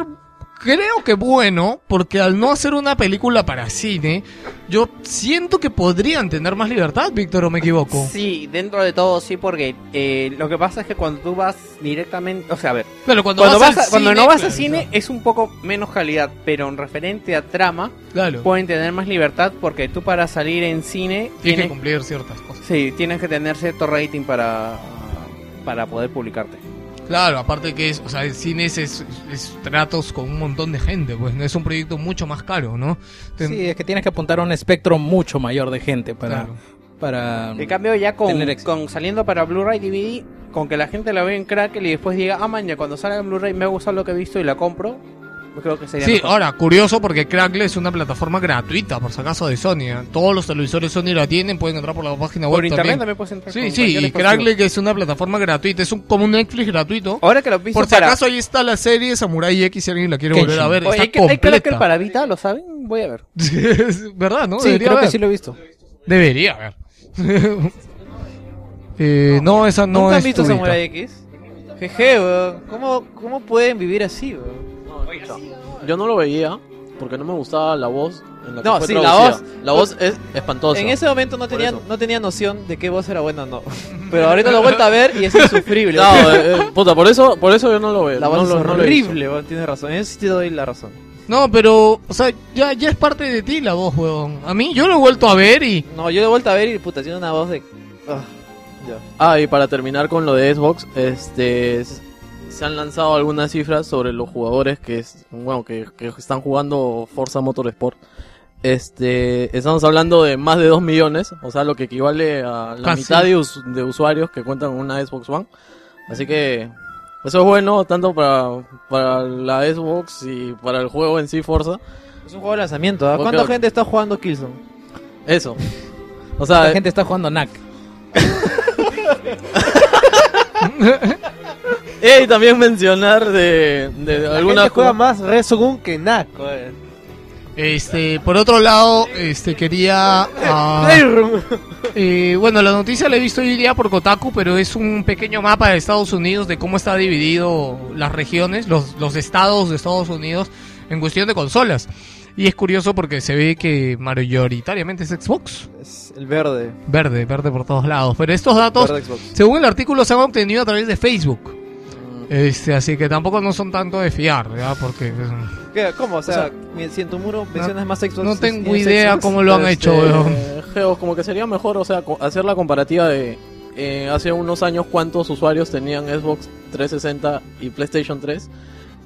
Speaker 1: creo que bueno, porque al no hacer una película para cine, yo siento que podrían tener más libertad, Víctor, o me equivoco.
Speaker 2: Sí, dentro de todo sí, porque eh, lo que pasa es que cuando tú vas directamente, o sea, a ver,
Speaker 1: Pero cuando vas al
Speaker 2: a- cuando
Speaker 1: cine,
Speaker 2: no vas
Speaker 1: claro,
Speaker 2: al cine es un poco menos calidad, pero en referente a trama
Speaker 1: Claro.
Speaker 2: pueden tener más libertad porque tú para salir en cine
Speaker 1: Tienes que cumplir ciertas cosas.
Speaker 2: Sí, tienes que tener cierto rating para para poder publicarte.
Speaker 1: Claro, aparte que es, o sea, el cine es, es- es tratos con un montón de gente, pues no es un proyecto mucho más caro, ¿no? Ten-
Speaker 7: Sí, es que tienes que apuntar a un espectro mucho mayor de gente para...
Speaker 1: Claro.
Speaker 7: para
Speaker 2: En cambio ya con,
Speaker 7: Tener
Speaker 2: con saliendo para Blu-ray DVD, con que la gente la ve en Crackle y después diga, ah, maña, cuando salga en Blu-ray me ha gustado lo que he visto y la compro, pues creo que sería
Speaker 1: Sí,
Speaker 2: mejor.
Speaker 1: ahora, curioso porque Crackle es una plataforma gratuita, por si acaso, de Sony. ¿eh? Todos los televisores Sony la tienen, pueden entrar por la página web
Speaker 2: Por internet también puedes entrar
Speaker 1: Sí,
Speaker 2: con
Speaker 1: sí,
Speaker 2: cualquier
Speaker 1: y
Speaker 2: dispositivo.
Speaker 1: Crackle que es una plataforma gratuita, es un, como un Netflix gratuito.
Speaker 2: Ahora que lo piso
Speaker 1: Por si
Speaker 2: Oh, para-
Speaker 1: acaso ahí está la serie Samurai X, si alguien la quiere volver a ver,
Speaker 2: Oye,
Speaker 1: está
Speaker 2: hay, que- hay
Speaker 1: completa.
Speaker 2: Crackle para Vita, ¿lo saben? Voy a ver.
Speaker 1: Es ¿Verdad, no?
Speaker 2: Sí,
Speaker 1: Debería
Speaker 2: creo que
Speaker 1: haber.
Speaker 2: sí lo he visto.
Speaker 1: Debería haber. Eh, no, esa no
Speaker 2: ¿Nunca
Speaker 1: es
Speaker 2: han visto
Speaker 1: tu Vita.
Speaker 2: Samurai X?
Speaker 3: Jeje, weón. ¿Cómo, ¿Cómo pueden vivir así, weón? Yo no lo veía porque no me gustaba la voz. En la que
Speaker 9: No,
Speaker 3: fue
Speaker 9: sí, la
Speaker 3: traducida.
Speaker 9: voz-
Speaker 3: La voz es espantosa.
Speaker 9: En ese momento no
Speaker 3: Por
Speaker 9: tenía,
Speaker 3: eso.
Speaker 9: no tenía noción de qué voz era buena o no. Pero ahorita lo he vuelto a ver y es insufrible.
Speaker 3: No, eh, eh, puta, por eso, por eso yo no lo veo.
Speaker 9: La voz
Speaker 3: no
Speaker 9: es
Speaker 3: lo- no lo he visto.
Speaker 9: horrible, weón, tienes razón. En eso sí te doy la razón.
Speaker 1: No, pero, o sea, ya, ya es parte de ti la voz, huevón. A mí, yo lo he vuelto a ver y...
Speaker 9: No, yo lo he vuelto a ver y puta, tiene una voz de. Ah, ya.
Speaker 3: Ah, y para terminar con lo de Xbox, este s- se han lanzado algunas cifras sobre los jugadores que es- bueno, que, que están jugando Forza Motorsport. Este, estamos hablando de más de 2 millones, o sea, lo que equivale a la
Speaker 1: Casi.
Speaker 3: mitad de, us- de usuarios que cuentan con una Xbox One. Así que eso es bueno tanto para, para la Xbox y para el juego en sí Forza.
Speaker 9: Es un juego de lanzamiento. ¿ah? ¿Cuánta
Speaker 3: Ok, ok.
Speaker 9: gente está jugando Killzone?
Speaker 3: Eso. O sea,
Speaker 7: la gente está jugando NAC.
Speaker 3: eh, y también mencionar de, de alguna
Speaker 6: gente juega
Speaker 3: ju-
Speaker 6: más Resogun que Nak.
Speaker 1: Este, por otro lado, este, quería... ah, eh, bueno, la noticia la he visto hoy día por Kotaku, pero es un pequeño mapa de Estados Unidos de cómo está dividido las regiones, los, los estados de Estados Unidos en cuestión de consolas. Y es curioso porque se ve que mayoritariamente es Xbox.
Speaker 9: Es el verde.
Speaker 1: Verde, verde por todos lados. Pero estos datos,
Speaker 9: Verde Xbox.
Speaker 1: según el artículo, se han obtenido a través de Facebook. Este, así que tampoco no son tanto de fiar, ¿ya? Porque... pues,
Speaker 9: ¿Qué? ¿Cómo? O sea, mi- si en tu muro mencionas más Xbox.
Speaker 1: no
Speaker 9: si
Speaker 1: tengo
Speaker 9: tienes
Speaker 1: idea
Speaker 9: Xbox. pues.
Speaker 1: cómo lo han hecho, weón.
Speaker 3: Geo, como que sería mejor, o sea, co- hacer la comparativa de eh, hace unos años cuántos usuarios tenían Xbox 360 y PlayStation 3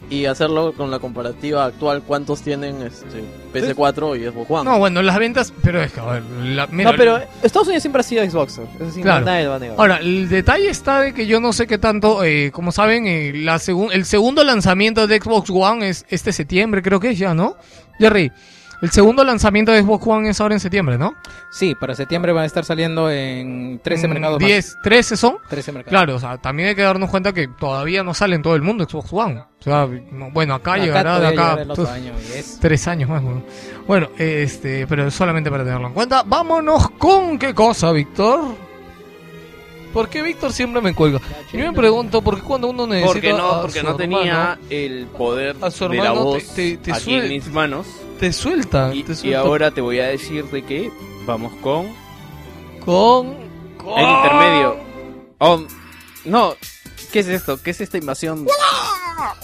Speaker 3: y hacerlo con la comparativa actual cuántos tienen este, PS4 y Xbox One.
Speaker 1: No, bueno, las ventas, pero es que, a ver, la- mira,
Speaker 9: No, pero Estados Unidos siempre ha sido Xbox. Eso sí,
Speaker 1: Claro.
Speaker 9: nadie lo va a negar.
Speaker 1: Ahora, el detalle está de que yo no sé qué tanto, eh, como saben, eh, la segun- el segundo lanzamiento de Xbox One es este septiembre, creo que es ya, ¿no? Jerry, el segundo lanzamiento de Xbox One es ahora en septiembre, ¿no?
Speaker 7: Sí, para septiembre van a estar saliendo en 13
Speaker 1: Mm,
Speaker 7: mercados
Speaker 1: 10, 13 son.
Speaker 7: 13 mercados.
Speaker 1: Claro, o sea, también hay que darnos cuenta que todavía no sale en todo el mundo Xbox One. O sea, no- bueno, acá,
Speaker 7: Acá
Speaker 1: llegará de
Speaker 7: todavía
Speaker 1: acá.
Speaker 7: llegará el otro año, y es-
Speaker 1: Tres años más, bueno. Bueno, este, pero solamente para tenerlo en cuenta. Vámonos con qué cosa, Víctor. ¿Por qué Víctor siempre me cuelga? Yo me pregunto, ¿por qué cuando uno necesita.
Speaker 2: Porque no,
Speaker 1: a
Speaker 2: porque
Speaker 1: su
Speaker 2: no tenía
Speaker 1: hermano,
Speaker 2: el poder
Speaker 1: A su
Speaker 2: de la
Speaker 1: hermano
Speaker 2: voz
Speaker 1: te- te- te
Speaker 2: aquí
Speaker 1: suel-
Speaker 2: en mis manos.
Speaker 1: Te suelta,
Speaker 2: Y,
Speaker 1: te
Speaker 2: y
Speaker 1: suelta.
Speaker 2: ahora te voy a decir de que vamos con
Speaker 1: Con.
Speaker 2: el intermedio. Oh, no, ¿qué es esto? ¿Qué es esta invasión?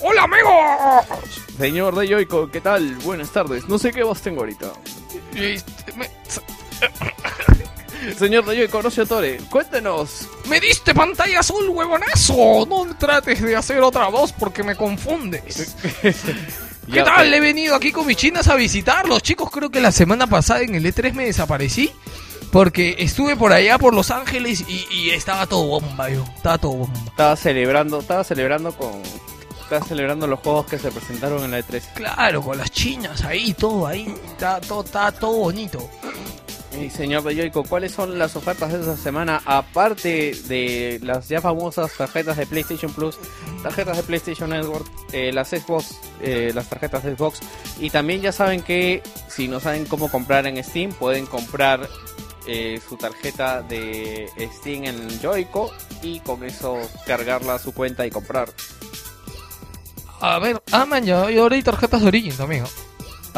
Speaker 1: ¡Hola, amigo!
Speaker 2: Señor de Yoico, ¿qué tal? Buenas tardes. No sé qué voz tengo ahorita.
Speaker 1: Este, me,
Speaker 2: Señor de Yoico, no se atore. Cuéntenos.
Speaker 1: me diste pantalla azul, huevonazo. No trates de hacer otra voz porque me confundes. ¿Qué
Speaker 2: Ya,
Speaker 1: tal?
Speaker 2: pues.
Speaker 1: He venido aquí con mis chinas a visitarlos. Chicos, creo que la semana pasada en el E3 me E desaparecí. Porque estuve por allá, por Los Ángeles, y, y estaba todo bomba, yo. Estaba todo bomba.
Speaker 2: Estaba celebrando, estaba celebrando con. Estaba celebrando los juegos que se presentaron en la E E3.
Speaker 1: Claro, con las chinas ahí, todo ahí. Está todo, está todo bonito.
Speaker 2: Y señor de Yoico, ¿cuáles son las ofertas de esta semana? Aparte de las ya famosas tarjetas de PlayStation Plus, tarjetas de PlayStation Network, eh, las Xbox, eh, las tarjetas de Xbox. Y también ya saben que si no saben cómo comprar en Steam, pueden comprar eh, su tarjeta de Steam en Yoico y con eso cargarla a su cuenta y comprar.
Speaker 1: A ver, ah, man, ya, y ahora hay tarjetas de Origin también. ¿no?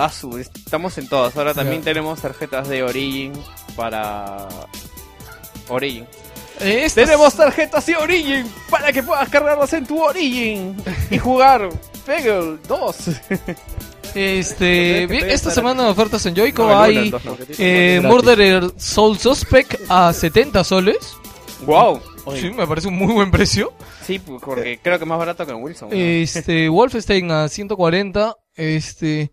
Speaker 2: Ah, su, estamos en todas. Ahora también
Speaker 1: Ya.
Speaker 2: tenemos tarjetas de Origin para Origin.
Speaker 1: Eh, Tenemos
Speaker 2: tarjetas de Origin para que puedas cargarlas en tu Origin y jugar Peggle 2.
Speaker 1: Este, bien, esta semana de ofertas en Joico
Speaker 2: No, el uno,
Speaker 1: hay
Speaker 2: el dos no.
Speaker 1: eh,
Speaker 2: Gratis.
Speaker 1: Murderer Soul Suspect a 70 soles.
Speaker 2: Wow.
Speaker 1: Sí, me parece un muy buen precio.
Speaker 2: Sí, porque creo que más barato que en Wilson. ¿no?
Speaker 1: Este, Wolfenstein a 140. Este,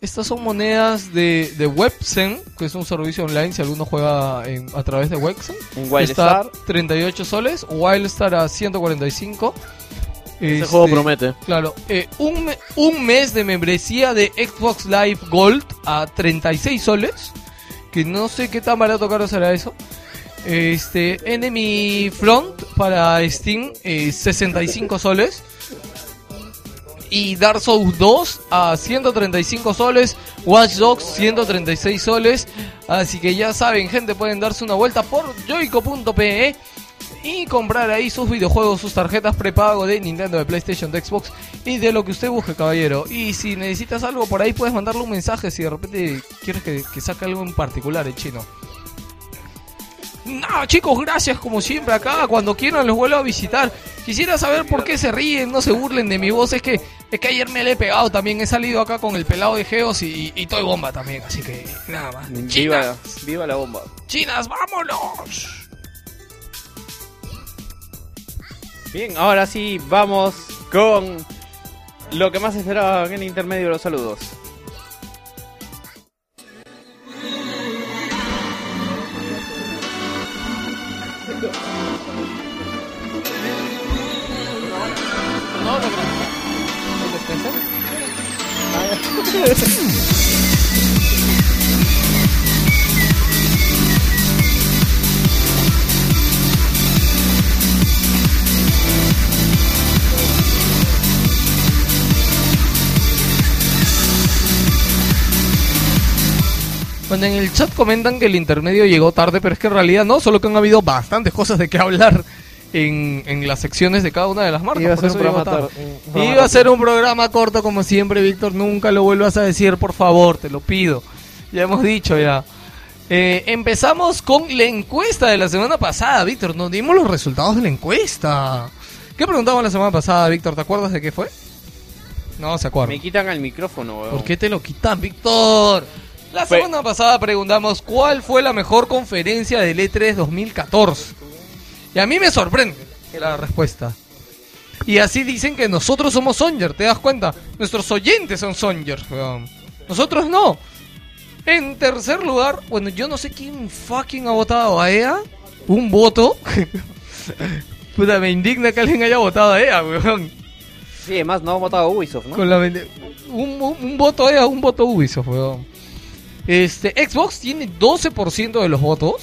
Speaker 1: estas son monedas de, de Websen, que es un servicio online si alguno juega en- a través de Websen.
Speaker 2: En
Speaker 1: Está
Speaker 2: Wildstar.
Speaker 1: 38 soles, Wildstar a 145.
Speaker 3: Ese
Speaker 1: Este,
Speaker 3: juego promete.
Speaker 1: Claro, eh, un, me- un mes de membresía de Xbox Live Gold a 36 soles. Que no sé qué tan barato caro será eso. Este, Enemy Front para Steam, eh, 65 soles. Y Dark Souls 2 a 135 soles. Watch Dogs 136 soles. Así que ya saben, gente, pueden darse una vuelta por joico.pe y comprar ahí sus videojuegos, sus tarjetas prepago de Nintendo, de PlayStation, de Xbox y de lo que usted busque, caballero. Y si necesitas algo por ahí, puedes mandarle un mensaje si de repente quieres que, que saque algo en particular en chino. No, chicos, gracias como siempre acá. Cuando quieran los vuelvo a visitar. Quisiera saber por qué se ríen, no se burlen de mi voz. Es que, es que ayer me le he pegado también. He salido acá con el pelado de Geos y, y Toy Bomba también. Así que nada más.
Speaker 2: Viva, viva la bomba.
Speaker 1: Chinas, vámonos.
Speaker 2: Bien, ahora sí, vamos con lo que más esperaban en el intermedio de los saludos.
Speaker 1: Bueno, en el chat comentan que el intermedio llegó tarde, pero es que en realidad no, solo que han habido bastantes cosas de qué hablar en, en las secciones de cada una de las marcas.
Speaker 9: Iba a
Speaker 1: por
Speaker 9: ser
Speaker 1: eso
Speaker 9: un
Speaker 1: llegó
Speaker 9: programa
Speaker 1: tarde.
Speaker 9: tar- un programa
Speaker 1: Iba a ser un programa corto como siempre, Víctor, nunca lo vuelvas a decir, por favor, te lo pido. Ya hemos dicho ya. Eh, empezamos con la encuesta de la semana pasada, Víctor. Nos dimos los resultados de la encuesta. ¿Qué preguntamos la semana pasada, Víctor? ¿Te acuerdas de qué fue? No, se acuerdan.
Speaker 2: Me quitan el micrófono, weón.
Speaker 1: ¿Por qué te lo quitan, Víctor? La semana pasada preguntamos cuál fue la mejor conferencia del E E3 2014. Y a mí me sorprende la respuesta. Y así dicen que nosotros somos Songer, ¿te das cuenta? Nuestros oyentes son Songer, weón. Nosotros no. En tercer lugar, bueno, yo no sé quién fucking ha votado a EA. Un voto. Puta, me indigna que alguien haya votado a EA, weón.
Speaker 2: Sí, además no ha votado Ubisoft, ¿no?
Speaker 1: Con la vende- un, un- un voto EA, un voto Ubisoft, weón. Este, Xbox tiene 12% de los votos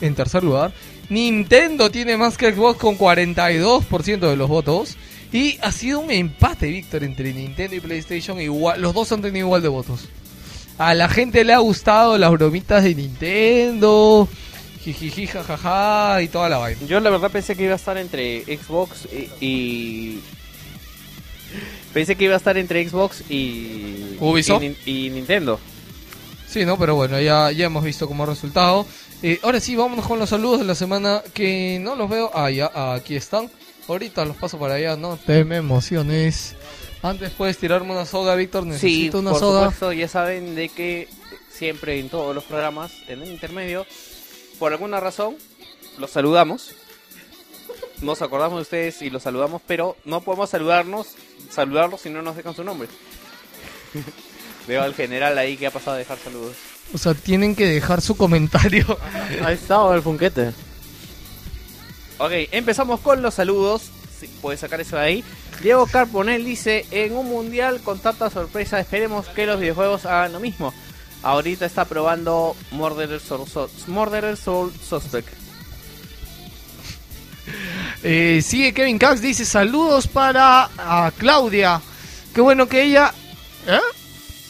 Speaker 1: en tercer lugar. Nintendo tiene más que Xbox con 42% de los votos. Y ha sido un empate, Víctor, entre Nintendo y PlayStation. Igual, los dos han tenido igual de votos. A la gente le ha gustado las bromitas de Nintendo. Jijiji, jajaja, y toda la vaina.
Speaker 2: Yo la verdad pensé que iba a estar entre Xbox y, y- Pensé que iba a estar entre Xbox y...
Speaker 1: Ubisoft.
Speaker 2: Y, Nin- y Nintendo.
Speaker 1: Sí, ¿no? Pero bueno, ya, ya hemos visto como resultado. Eh, ahora sí, vámonos con los saludos de la semana que no los veo. Ah, ya, ah, aquí están. Ahorita los paso para allá, ¿no? Te me emociones. Antes puedes tirarme una soga, Víctor. Necesito
Speaker 2: sí,
Speaker 1: una
Speaker 2: por
Speaker 1: soga.
Speaker 2: supuesto, ya saben de que siempre en todos los programas, en el intermedio, por alguna razón, los saludamos. Nos acordamos de ustedes y los saludamos, pero no podemos saludarnos, saludarlos si no nos dejan su nombre. Veo al general ahí que ha pasado a dejar saludos.
Speaker 1: O sea, tienen que dejar su comentario.
Speaker 3: Ahí estaba el funquete.
Speaker 2: Ok, empezamos con los saludos. Si puedes sacar eso de ahí. Diego Carponel dice: En un mundial con tanta sorpresa, esperemos que los videojuegos hagan lo mismo. Ahorita está probando Murderer Soul, Soul- Murderer Soul Suspect.
Speaker 1: Eh, sigue Kevin Cax, dice saludos para a Claudia. Qué bueno que ella... ¿Eh?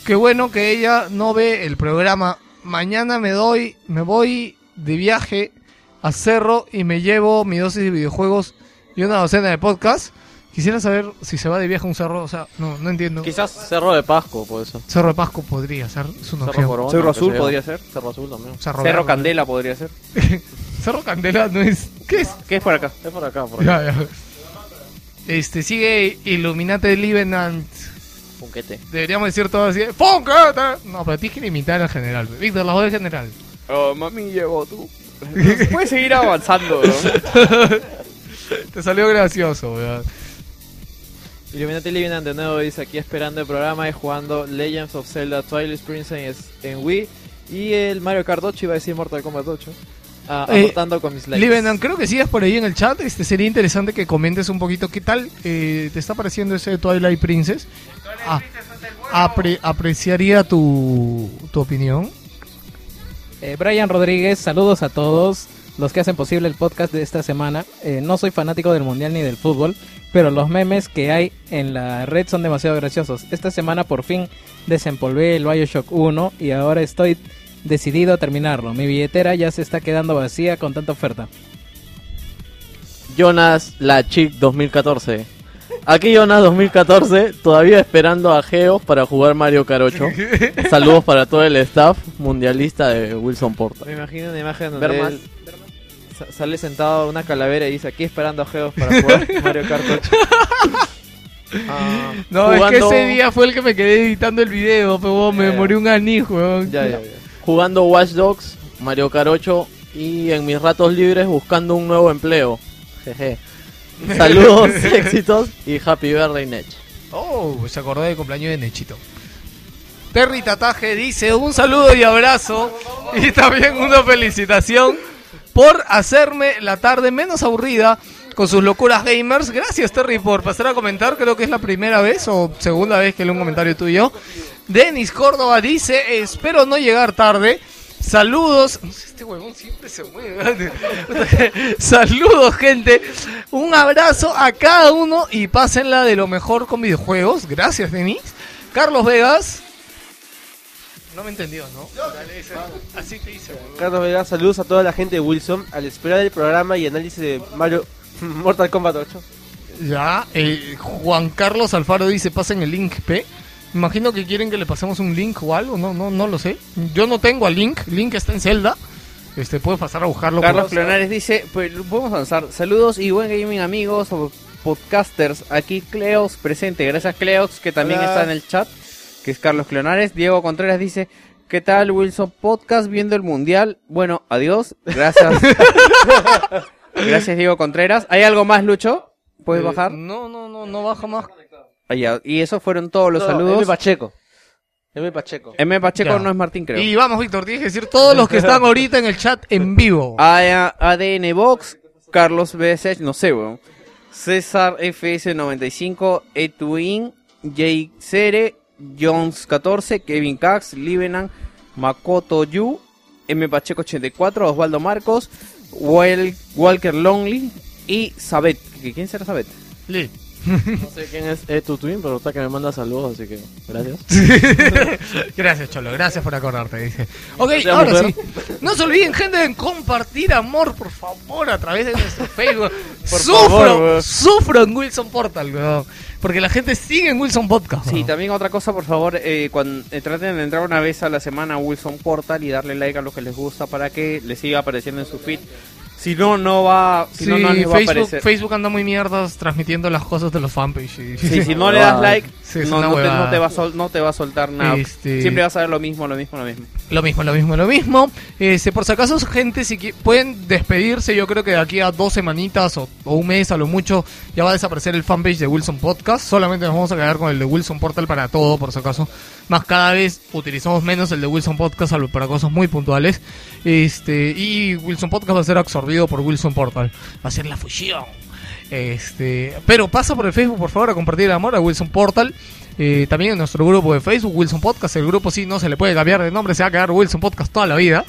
Speaker 1: Qué bueno que ella no ve el programa. Mañana me doy, me voy de viaje a Cerro y me llevo mi dosis de videojuegos y una docena de podcast. Quisiera saber si se va de viaje a un cerro, o sea, no, no entiendo.
Speaker 3: Quizás Cerro de Pasco, por eso.
Speaker 1: Cerro de Pasco podría ser su
Speaker 3: Cerro,
Speaker 1: opción.
Speaker 3: Corona,
Speaker 1: Cerro
Speaker 3: aunque
Speaker 1: Azul
Speaker 3: sea.
Speaker 1: podría
Speaker 2: ser.
Speaker 3: Cerro Azul también.
Speaker 1: Cerro
Speaker 2: Cerro
Speaker 1: Verde.
Speaker 2: Candela podría ser.
Speaker 1: Cerro Candela no es... ¿Qué es?
Speaker 2: ¿Qué es por acá?
Speaker 3: Es por acá, por
Speaker 1: Ya,
Speaker 3: acá.
Speaker 1: ya. Este, sigue Illuminate Livenant.
Speaker 3: Funquete.
Speaker 1: Deberíamos decir todo así. ¡Funkata! No, pero tienes que limitar al general. Víctor, la voz del general.
Speaker 2: Oh, mami, llegó tú. Puedes seguir avanzando,
Speaker 1: Te salió gracioso, weón.
Speaker 9: Illuminati Livinan de nuevo dice aquí esperando el programa y jugando Legends of Zelda Twilight Princess en, en Wii y el Mario Kart 8 iba a decir Mortal Kombat 8 ah,
Speaker 1: Eh,
Speaker 9: aportando con mis likes.
Speaker 1: Livenant, creo que sigas por ahí en el chat. Este, sería interesante que comentes un poquito qué tal eh, te está pareciendo ese Twilight Princess. Ah, apre- apreciaría tu, tu opinión.
Speaker 7: Eh, Brian Rodríguez, saludos a todos los que hacen posible el podcast de esta semana. Eh, no soy fanático del mundial ni del fútbol, pero los memes que hay en la red son demasiado graciosos. Esta semana por fin desempolvé el Bioshock 1 y ahora estoy decidido a terminarlo. Mi billetera ya se está quedando vacía con tanta oferta.
Speaker 3: Jonas La Chick 2014. Aquí Jonas 2014, todavía esperando a Geos para jugar Mario Carocho. Saludos para todo el staff mundialista de Wilson Porta.
Speaker 9: Me imagino una imagen donde
Speaker 3: Ver más.
Speaker 9: él sa- sale sentado una calavera y dice aquí esperando a Geos para jugar Mario Kart 8. Ah,
Speaker 1: No, es que
Speaker 3: jugando-
Speaker 1: ese día fue el que me quedé editando el video, pero me morí un anís, weón.
Speaker 3: Jugando Watch Dogs, Mario Carocho y en mis ratos libres buscando un nuevo empleo. Jeje. Saludos, éxitos y happy birthday, Nech.
Speaker 1: Oh, se acordó del cumpleaños de Nechito. Terry Tataje dice un saludo y abrazo y también una felicitación por hacerme la tarde menos aburrida con sus locuras gamers. Gracias Terry por pasar a comentar, creo que es la primera vez o segunda vez que leo un comentario tuyo. Denis Córdoba dice, espero no llegar tarde. Saludos. Este huevón siempre se mueve. Saludos, gente. Un abrazo a cada uno y pásenla de lo mejor con videojuegos. Gracias, Denis. Carlos Vegas. No me entendió, ¿no? Así te hice,
Speaker 6: Carlos Vega, saludos a toda la gente de Wilson a la espera del programa y análisis de Mario Mortal Kombat 8.
Speaker 1: Ya, eh, Juan Carlos Alfaro dice, pasen el link P. Imagino que quieren que le pasemos un link o algo, no, no, no lo sé. Yo no tengo a Link, Link está en Zelda. Este, puedes pasar a buscarlo.
Speaker 2: Carlos
Speaker 1: por-
Speaker 2: Clonares dice, pues podemos avanzar. Saludos y buen gaming amigos o podcasters. Aquí Cleox presente. Gracias Cleox que también
Speaker 17: Hola.
Speaker 2: está en el chat, que es Carlos Clonares. Diego Contreras dice, ¿qué tal Wilson Podcast viendo el Mundial? Bueno, adiós. Gracias. Gracias Diego Contreras. ¿Hay algo más, Lucho? ¿Puedes
Speaker 1: Eh,
Speaker 2: bajar?
Speaker 1: No, no, no, no baja más.
Speaker 2: Ah, ya. Y esos fueron todos los
Speaker 6: No,
Speaker 2: saludos.
Speaker 6: M. Pacheco. M. Pacheco.
Speaker 2: M. Pacheco
Speaker 6: Ya.
Speaker 2: no es Martín, creo.
Speaker 1: Y vamos, Víctor, tienes que decir todos los que están ahorita en el chat en vivo.
Speaker 2: Ah. A- ADN Box, Carlos BSH, no sé, weón. César FS95, Etwin, Jake Cere, Jones14, Kevin Cax, Livenan, Makoto Yu, M Pacheco84, Osvaldo Marcos, Wel- Walker Longley y Sabet. ¿Qué- ¿Quién será Sabet?
Speaker 1: Lee.
Speaker 3: No sé quién es, es tu twin, pero está que me manda saludos, así que gracias.
Speaker 1: Gracias, Cholo, gracias por acordarte, dice. Ok,
Speaker 3: Gracias,
Speaker 1: ahora
Speaker 3: mujer.
Speaker 1: sí. No se olviden, gente, de compartir amor, por favor, a través de nuestro Facebook.
Speaker 2: Por
Speaker 1: sufro,
Speaker 2: favor, weón.
Speaker 1: sufro en Wilson Portal, weón. Porque la gente sigue en Wilson Podcast.
Speaker 2: Sí,
Speaker 1: weón.
Speaker 2: también otra cosa, por favor, eh, cuando, eh, traten de entrar una vez a la semana a Wilson Portal y darle like a lo que les gusta para que les siga apareciendo en su feed.
Speaker 12: Si no, no va, si no, no, no va a
Speaker 1: Facebook,
Speaker 12: aparecer.
Speaker 1: Facebook anda muy mierdas transmitiendo las cosas de los fanpage. y-
Speaker 12: Sí, si no le das like,
Speaker 1: Sí, es
Speaker 12: no,
Speaker 1: una
Speaker 12: no te,
Speaker 1: huevada.
Speaker 12: no te va a sol- no te va a soltar nada.
Speaker 1: Este-
Speaker 12: Siempre vas a ver lo mismo, lo mismo, lo mismo.
Speaker 1: Lo mismo, lo mismo, lo mismo. Este, por si acaso, gente, si qui- pueden despedirse, yo creo que de aquí a dos semanitas o, o un mes a lo mucho ya va a desaparecer el fanpage de Wilson Podcast. Solamente nos vamos a quedar con el de Wilson Portal para todo, por si acaso. Más cada vez utilizamos menos el de Wilson Podcast salvo para cosas muy puntuales. Este, y Wilson Podcast va a ser absorbido por Wilson Portal. Va a ser la fusión. Este, pero pasa por el Facebook, por favor, a compartir el amor a Wilson Portal. Eh, también en nuestro grupo de Facebook, Wilson Podcast. El grupo sí no se le puede cambiar de nombre, se va a quedar Wilson Podcast toda la vida.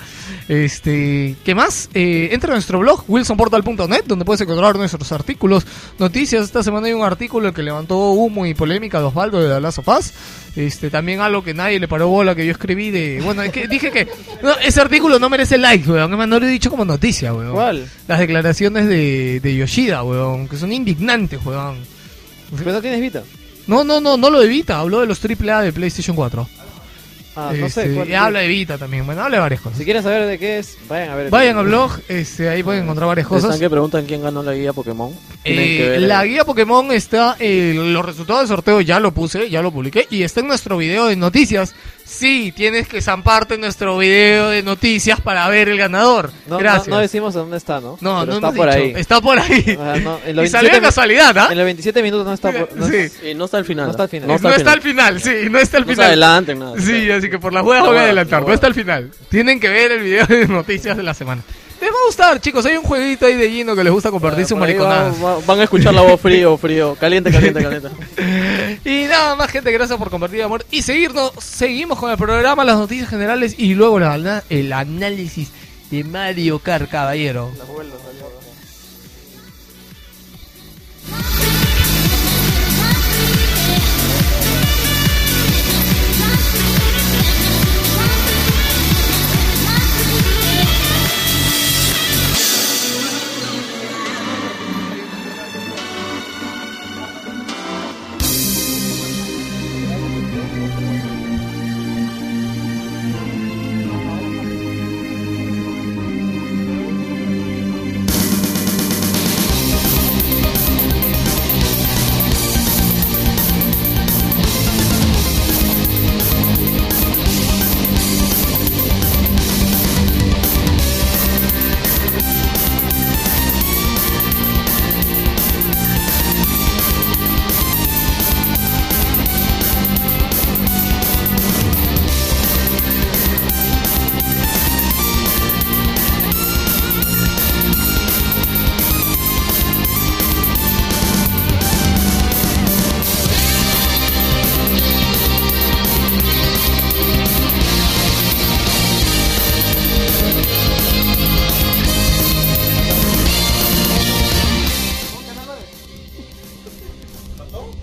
Speaker 1: Este, ¿Qué más? Eh, entra a nuestro blog, wilsonportal.net, donde puedes encontrar nuestros artículos, noticias. Esta semana hay un artículo que levantó humo y polémica de Osvaldo de Dalazo Paz. Este, también algo que nadie le paró bola que yo escribí de. Bueno, es que dije que no, ese artículo no merece like, weón. No lo he dicho como noticia, weón.
Speaker 9: ¿Cuál?
Speaker 1: Las declaraciones de, de Yoshida, weón, que son indignantes, weón.
Speaker 9: Pero no tienes Vita.
Speaker 1: No, no, no, no lo evita. Habló de los AAA de PlayStation 4.
Speaker 9: Ah, no sé,
Speaker 1: Este,
Speaker 9: ¿cuál-
Speaker 1: y habla de Vita también. Bueno, habla de varias cosas.
Speaker 9: Si quieren saber de qué es, vayan a ver. el
Speaker 1: Vayan al
Speaker 9: video.
Speaker 1: blog, este, ahí pueden encontrar varias
Speaker 3: Están
Speaker 1: cosas.
Speaker 3: que preguntan quién ganó la guía Pokémon. Tienen
Speaker 1: Eh,
Speaker 3: que ver
Speaker 1: la
Speaker 3: ahí.
Speaker 1: guía Pokémon está, eh, los resultados del sorteo ya lo puse, ya lo publiqué y está en nuestro video de noticias. Sí, tienes que zamparte nuestro video de noticias para ver el ganador.
Speaker 9: No,
Speaker 1: Gracias.
Speaker 9: No, no decimos dónde está, ¿no?
Speaker 1: No,
Speaker 9: Pero
Speaker 1: no
Speaker 9: está
Speaker 1: hemos
Speaker 9: por
Speaker 1: dicho.
Speaker 9: ahí.
Speaker 1: Está por ahí.
Speaker 9: Ajá, no, en
Speaker 1: Y
Speaker 9: los
Speaker 1: salió
Speaker 9: 27
Speaker 1: de casualidad, ¿ah?
Speaker 9: En los 27 minutos no está. por- No,
Speaker 1: Sí.
Speaker 3: Eh, no está al final.
Speaker 9: No está al final.
Speaker 1: No está, al final, sí, no está al
Speaker 3: No se
Speaker 1: final.
Speaker 3: adelanten, nada.
Speaker 1: Sí, así que por las huevas voy a
Speaker 3: hueva,
Speaker 1: adelantar,
Speaker 3: la
Speaker 1: no está al final. Tienen que ver el video de noticias de la semana. Les va a gustar, chicos, hay un jueguito ahí de Gino que les gusta compartir sus
Speaker 3: Por ahí va-
Speaker 1: mariconadas.
Speaker 3: va- van a escuchar la voz frío, frío. Caliente, caliente, caliente.
Speaker 1: Y nada más, gente, gracias por compartir el amor y seguirnos. Seguimos con el programa, las noticias generales y luego la- la- el análisis de Mario Kart, caballero.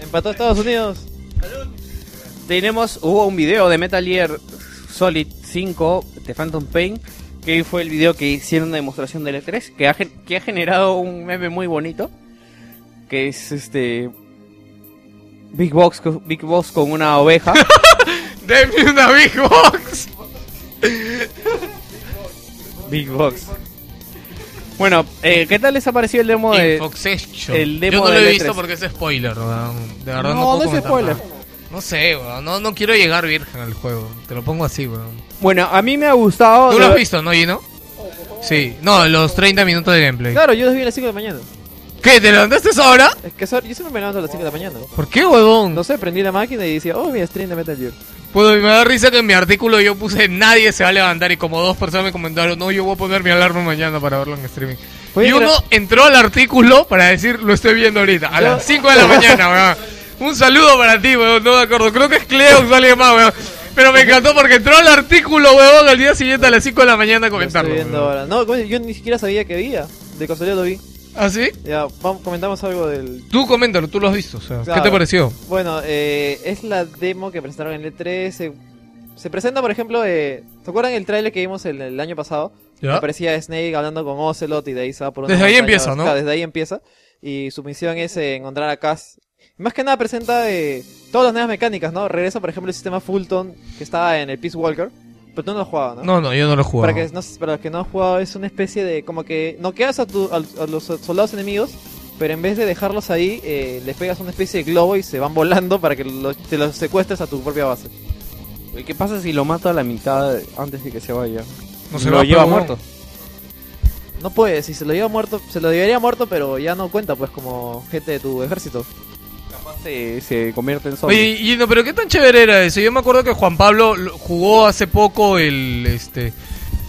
Speaker 9: Empató Estados Unidos.
Speaker 18: Tenemos, hubo un video de Metal Gear Solid 5 de Phantom Pain, que fue el video que hicieron de demostración del E3, que ha, gen- que ha generado un meme muy bonito, que es este... Big Box, co- Big Boss con una oveja.
Speaker 1: ¡Denme una Big Box!
Speaker 18: Big Box. Bueno, eh, ¿qué tal les ha parecido el demo de...
Speaker 1: Infoxession.
Speaker 18: El demo
Speaker 1: Yo no lo
Speaker 18: del
Speaker 1: he
Speaker 18: E3?
Speaker 1: visto porque es spoiler, weón. De verdad
Speaker 18: No,
Speaker 1: no, puedo
Speaker 18: no es
Speaker 1: comentar
Speaker 18: spoiler.
Speaker 1: nada. No sé, weón. No, no quiero llegar virgen al juego. Te lo pongo así, weón.
Speaker 18: Bueno, a mí me ha gustado...
Speaker 1: ¿Tú
Speaker 18: de
Speaker 1: lo has
Speaker 18: ver-
Speaker 1: visto, no, Gino? Sí. No, los 30 minutos de gameplay.
Speaker 9: Claro, yo los vi a las 5 de la mañana.
Speaker 1: ¿Qué? ¿Te levantaste ahora?
Speaker 9: Es que eso- yo siempre me levanto a las 5 de la mañana.
Speaker 1: ¿Por qué, huevón?
Speaker 9: No sé, prendí la máquina y decía, oh, mi stream de Metal Gear.
Speaker 1: Puedo, me da risa que en mi artículo yo puse nadie se va a levantar y como dos personas me comentaron, no, yo voy a poner mi alarma mañana para verlo en streaming.
Speaker 9: Oye,
Speaker 1: y
Speaker 9: pero-
Speaker 1: uno entró al artículo para decir, lo estoy viendo ahorita, a las 5 de la mañana, weón. Un saludo para ti, weón, no me acuerdo, creo que es Cleo o alguien más, weón. Pero me encantó porque entró al artículo, weón, al día siguiente a las 5 de la mañana a comentarlo.
Speaker 9: Estoy viendo
Speaker 1: weón.
Speaker 9: ahora. No, coño, yo ni siquiera sabía que había. De casualidad lo vi.
Speaker 1: ¿Ah, sí?
Speaker 9: Ya, vamos, comentamos algo del.
Speaker 1: Tú coméntalo, tú lo has visto, o sea, ¿qué te
Speaker 9: Claro.
Speaker 1: pareció?
Speaker 9: Bueno, eh, es la demo que presentaron en el E3. Se, se presenta, por ejemplo, eh, ¿se acuerdan el tráiler que vimos el, el año pasado?
Speaker 1: Ya.
Speaker 9: Aparecía Snake hablando con Ocelot y de ahí se va por una
Speaker 1: Ah. Desde ahí
Speaker 9: montaña.
Speaker 1: empieza, ¿no?
Speaker 9: Claro, desde ahí empieza. Y su misión es eh, encontrar a Cass. Más que nada presenta eh, todas las nuevas mecánicas, ¿no? Regresa, por ejemplo, el sistema Fulton que estaba en el Peace Walker. Pero tú no lo has jugado, ¿no?
Speaker 7: No, no, yo no lo he jugado.
Speaker 9: Para, que, no- para los que no han jugado, es una especie de. Como que noqueas a, tu, a, a los soldados enemigos, pero en vez de dejarlos ahí, eh, les pegas una especie de globo y se van volando para que los- te los secuestres a tu propia base.
Speaker 2: Güey, ¿Qué pasa si lo mato a la mitad antes de que se vaya?
Speaker 9: No se
Speaker 2: lo
Speaker 9: va,
Speaker 2: lleva
Speaker 9: pero-
Speaker 2: muerto.
Speaker 9: No puede, si se lo lleva muerto, se lo llevaría muerto, pero ya no cuenta, pues, como gente de tu ejército.
Speaker 2: Se, se convierte en zombie.
Speaker 1: Oye, y- y no, pero qué tan chévere era eso. Yo me acuerdo que Juan Pablo lo- jugó hace poco el este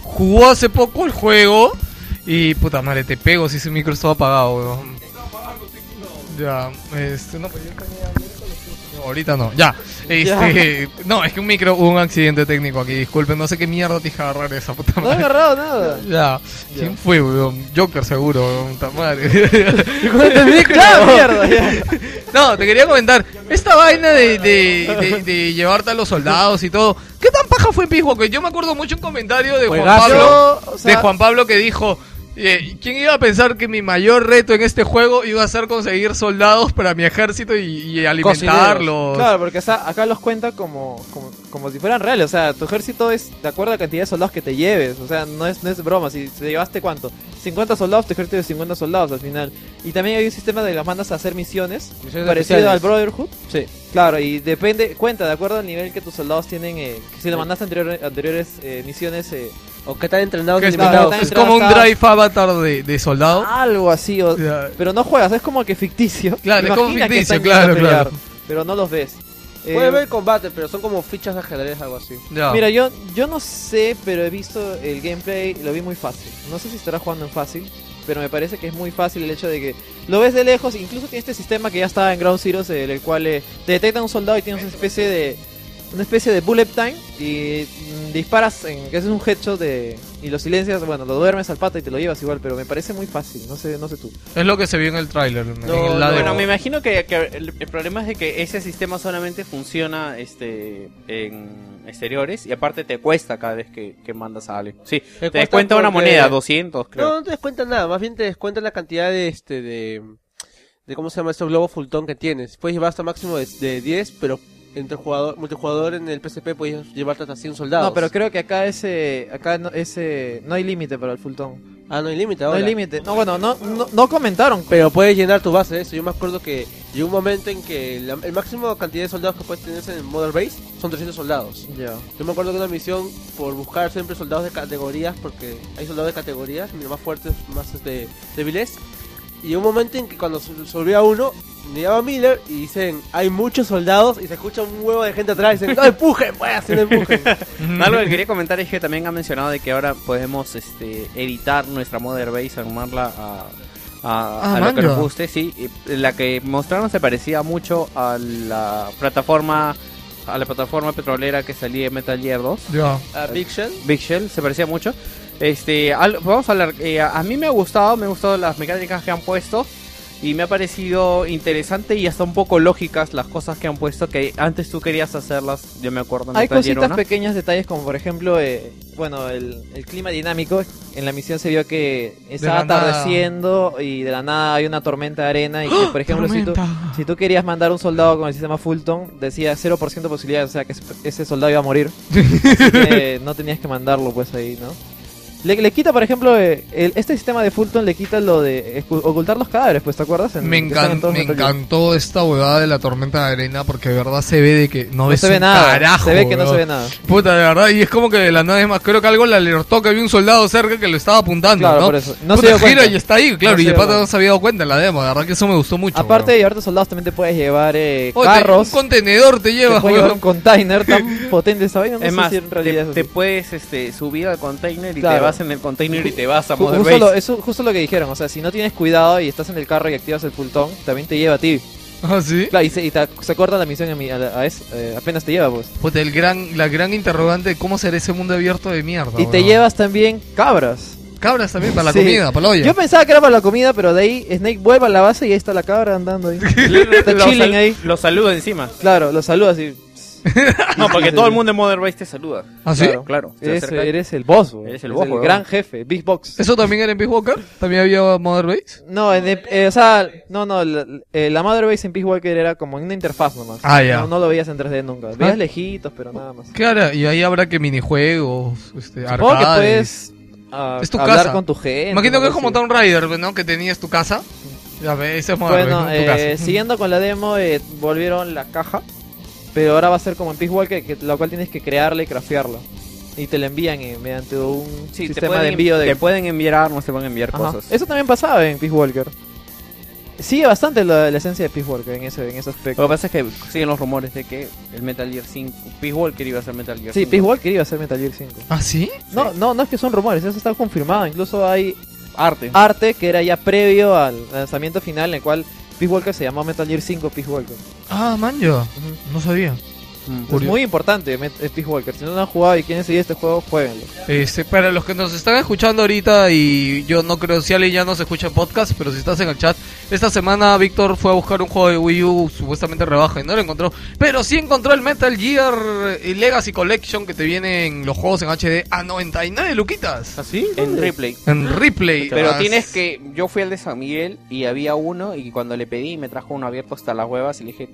Speaker 1: jugó hace poco el juego y puta madre, te pego si ese micro estaba apagado, weón. Ya, este no pero yo tenía- yo tenía los- no, Ahorita no, ya. Este, No, es que un micro, hubo un accidente técnico aquí, disculpen, no sé qué mierda te dije agarrar esa puta
Speaker 9: No he
Speaker 1: madre.
Speaker 9: agarrado nada.
Speaker 1: Ya, ¿quién fue, weón? Joker seguro, weón, puta madre.
Speaker 9: Ya, este mierda, ya.
Speaker 1: No, te quería comentar, esta vaina de, de, de, de llevarte a los soldados y todo, ¿qué tan paja fue Pisco? Que yo me acuerdo mucho un comentario de Juan
Speaker 7: Juegazo.
Speaker 1: Pablo,
Speaker 7: Yo, o sea-
Speaker 1: de Juan Pablo que dijo, eh, ¿quién iba a pensar que mi mayor reto en este juego iba a ser conseguir soldados para mi ejército y, y alimentarlos?
Speaker 9: Claro, porque o sea, acá los cuenta como, como, como si fueran reales. O sea, tu ejército es de acuerdo a la cantidad de soldados que te lleves. O sea, no es, no es broma. Si te llevaste cuánto, 50 soldados, tu ejército es 50 soldados al final. Y también hay un sistema de las mandas a hacer misiones,
Speaker 2: Misiones
Speaker 9: parecido
Speaker 2: especiales.
Speaker 9: al Brotherhood.
Speaker 2: Sí.
Speaker 9: Claro, y depende, cuenta de acuerdo al nivel que tus soldados tienen. eh, que si le mandaste anterior- anteriores eh, misiones. eh,
Speaker 6: o que están entrenados
Speaker 1: Que es, es como un drive avatar de, de soldado.
Speaker 9: algo así, o- pero no juegas, es como que ficticio.
Speaker 1: Claro, es como
Speaker 9: Imagina que
Speaker 1: ficticio,
Speaker 9: están yendo a
Speaker 1: claro,
Speaker 9: pelear,
Speaker 1: claro.
Speaker 9: Pero no los ves. Eh,
Speaker 6: Puede haber combate, pero son como fichas de ajedrez, algo así.
Speaker 9: Mira, yo, yo no sé, pero he visto el gameplay, lo vi muy fácil. No sé si estará jugando en fácil, pero me parece que es muy fácil el hecho de que lo ves de lejos. Incluso tiene este sistema que ya está en Ground Zero, en el cual eh, te detecta un soldado y tienes una especie de una especie de bullet time y mm, disparas, en, que es un headshot de, y lo silencias, bueno, lo duermes al pata y te lo llevas igual, pero me parece muy fácil, no sé, no sé tú.
Speaker 1: Es lo que se vio en el tráiler. en el lado-
Speaker 2: bueno, me imagino que, que el, el problema es de que ese sistema solamente funciona este en exteriores y aparte te cuesta cada vez que, que mandas a alguien. Sí, te,
Speaker 6: cuesta
Speaker 2: descuenta una
Speaker 6: porque-
Speaker 2: moneda, 200 creo.
Speaker 6: No, no te descuentan nada, más bien te descuentan la cantidad de este de de cómo se llama estos globos Fulton que tienes. Puedes llevar hasta máximo de, de 10, pero entre jugador multijugador en el PSP puedes llevarte hasta 100 soldados.
Speaker 9: No, pero creo que acá ese, acá no, ese, no hay límite para el Fultón.
Speaker 6: Ah, no hay límite
Speaker 9: No
Speaker 6: ahora.
Speaker 9: hay límite. No, bueno, no, no, no comentaron.
Speaker 6: Pero puedes llenar tu base de eso. Yo me acuerdo que llegó un momento en que la- el máximo cantidad de soldados que puedes tener en el Modern Base son 300 soldados.
Speaker 9: Ya.
Speaker 6: Yo me acuerdo que una misión por buscar siempre soldados de categorías, porque hay soldados de categorías, mira, más fuertes, más este, débiles. Y llegó un momento en que cuando se- sobrevivía uno, me llama Miller y dicen, hay muchos soldados y se escucha un huevo de gente atrás y dicen, no empujen, pues, no empujen.
Speaker 2: Algo que quería comentar es que también ha mencionado de que ahora podemos este, editar nuestra Mother Base, armarla a, a,
Speaker 1: Ah,
Speaker 2: a lo que nos
Speaker 1: manga.
Speaker 2: guste. Sí, Y la que mostraron se parecía mucho a la plataforma a la plataforma petrolera que salía en Metal Gear 2.
Speaker 1: Ya.
Speaker 6: A Big Shell.
Speaker 2: Big Shell, se parecía mucho. Este, al- vamos a hablar. eh, a a mí me ha gustado, me han gustado las mecánicas que han puesto. Y me ha parecido interesante y hasta un poco lógicas las cosas que han puesto que antes tú querías hacerlas, yo me acuerdo. en
Speaker 9: Hay
Speaker 2: Metal Gear
Speaker 9: cositas
Speaker 2: 1.
Speaker 9: pequeños detalles como por ejemplo, eh, bueno, el, el clima dinámico. En la misión se vio que estaba
Speaker 2: la nada.
Speaker 9: atardeciendo y de la nada hay una tormenta de arena y que, por ejemplo, si tú, si tú querías mandar un soldado con el sistema Fulton, decía 0% posibilidad, o sea que ese- ese soldado iba a morir. Así que no tenías que mandarlo pues ahí, ¿no? Le, le quita, por ejemplo, eh, el- este sistema de Fulton le quita lo de escu- ocultar los cadáveres, pues, ¿te acuerdas? En-
Speaker 1: Me,
Speaker 9: que están en
Speaker 1: encan-
Speaker 9: todos
Speaker 1: me
Speaker 9: Metal Gear.
Speaker 1: encantó esta huevada de la tormenta de arena porque de verdad se ve de que no,
Speaker 9: No
Speaker 1: ves
Speaker 9: se ve
Speaker 1: un
Speaker 9: nada,
Speaker 1: carajo.
Speaker 9: se ve que no
Speaker 1: huevón.
Speaker 9: se ve nada.
Speaker 1: Puta, de verdad, y es como que de la nada es más, creo que algo le alertó que había un soldado cerca que lo estaba apuntando,
Speaker 9: Claro,
Speaker 1: ¿no?
Speaker 9: por eso. No se
Speaker 1: Puta,
Speaker 9: dio
Speaker 1: gira
Speaker 9: cuenta.
Speaker 1: y está ahí, claro,
Speaker 9: No
Speaker 1: y
Speaker 9: se
Speaker 1: el
Speaker 9: dio
Speaker 1: pata
Speaker 9: cuenta.
Speaker 1: no se había dado cuenta en la demo, de verdad que eso me gustó mucho.
Speaker 9: Aparte de llevarte soldados, también te puedes llevar eh,
Speaker 1: Oh, te-
Speaker 9: carros.
Speaker 1: un contenedor te llevas,
Speaker 9: Te puedes llevar
Speaker 1: weón.
Speaker 9: un container tan potente esa vaina. No
Speaker 2: Es
Speaker 9: sé
Speaker 2: más,
Speaker 9: si en realidad
Speaker 2: te,
Speaker 9: es
Speaker 2: te
Speaker 9: así.
Speaker 2: puedes este, subir al container y te
Speaker 9: Claro.
Speaker 2: vas en el container y te vas a
Speaker 9: Ju-
Speaker 2: Mother
Speaker 9: justo lo,
Speaker 2: Base.
Speaker 9: eso, justo lo que dijeron, o sea, si no tienes cuidado y estás en el carro y activas el pultón, también te lleva a ti.
Speaker 1: Ah, sí.
Speaker 9: Claro, y se, y te- se corta la misión a, mi- a la- a es- eh, apenas te lleva, pues.
Speaker 1: Puta, el gran, la gran interrogante de cómo será ese mundo abierto de mierda.
Speaker 9: Y te
Speaker 1: huevón.
Speaker 9: llevas también cabras.
Speaker 1: Cabras también, para la
Speaker 9: Sí.
Speaker 1: comida, para la olla.
Speaker 9: Yo pensaba que era para la comida, pero de ahí Snake vuelve a la base y ahí eh, está la cabra andando ahí. está
Speaker 2: Lo
Speaker 9: chilling
Speaker 2: sal-
Speaker 9: ahí.
Speaker 2: Lo saludo encima.
Speaker 9: Claro, lo saludas y. pss,
Speaker 2: No, porque todo el mundo en Modern Base te saluda.
Speaker 1: ¿Ah, sí?
Speaker 2: Claro, claro. Se
Speaker 9: Eres,
Speaker 2: acerca-
Speaker 9: eres el boss, weón.
Speaker 2: Eres el
Speaker 9: Eres
Speaker 2: boss, weón.
Speaker 9: gran jefe, Big Box.
Speaker 1: ¿Eso también era en Peace Walker? ¿También había Mother Base?
Speaker 9: No, en, el- eh, o sea, no, no, la, eh, la Mother Base en Peace Walker era como en una interfaz nomás.
Speaker 1: Ah, ya. Ah.
Speaker 9: No, no lo veías en 3D nunca. Veías lejitos, pero nada más.
Speaker 1: ¿Qué hará? Y ahí habrá que minijuegos, este,
Speaker 9: Supongo que
Speaker 1: arcades.
Speaker 9: puedes ah,
Speaker 1: es tu
Speaker 9: hablar
Speaker 1: casa.
Speaker 9: con tu gente.
Speaker 1: Imagino que
Speaker 9: algo
Speaker 1: es como
Speaker 9: así.
Speaker 1: Tomb Raider, ¿no? Que tenías tu casa. Ya ve, ese es Mother
Speaker 9: Bueno,
Speaker 1: Base, ¿no? tu
Speaker 9: eh,
Speaker 1: casa.
Speaker 9: siguiendo con la demo, eh, volvieron la caja. Pero ahora va a ser como en Peace Walker, que, la cual tienes que crearla y craftearla. Y te la envían eh, mediante un
Speaker 2: Sí, te
Speaker 9: sistema
Speaker 2: pueden,
Speaker 9: de envío de
Speaker 2: te pueden enviar armas, te pueden enviar
Speaker 9: Ajá.
Speaker 2: cosas.
Speaker 9: Eso también pasaba en Peace Walker. Sigue bastante la, la esencia de Peace Walker en ese, en ese aspecto.
Speaker 2: Lo que pasa es que siguen los rumores de que el Metal Gear 5, Peace Walker iba a ser Metal Gear
Speaker 9: Sí,
Speaker 2: 5.
Speaker 9: Peace Walker iba a ser Metal Gear 5.
Speaker 1: ¿Ah, sí?
Speaker 9: No, no, no es que son rumores, eso está confirmado. Incluso hay
Speaker 2: Arte.
Speaker 9: arte que era ya previo al lanzamiento final, en el cual Peace Walker se llamó Metal Gear 5 Peace Walker.
Speaker 1: Ah, man, yo. No sabía.
Speaker 9: Es Mm, muy importante Met- eh, Peace Walker. Si no lo han jugado y quieren seguir este juego, jueguenlo.
Speaker 1: Este, para los que nos están escuchando ahorita y yo no creo si alguien ya nos escucha en podcast, pero si estás en el chat, esta semana Víctor fue a buscar un juego de Wii U supuestamente rebaja y no lo encontró, pero sí encontró el Metal Gear eh, Legacy Collection que te vienen los juegos en HD a 99 luquitas.
Speaker 2: ¿Así? En replay.
Speaker 1: En replay.
Speaker 2: Pero
Speaker 1: Ah,
Speaker 2: tienes que. Yo fui al de San Miguel y había uno, y cuando le pedí, me trajo uno abierto hasta las huevas y le dije,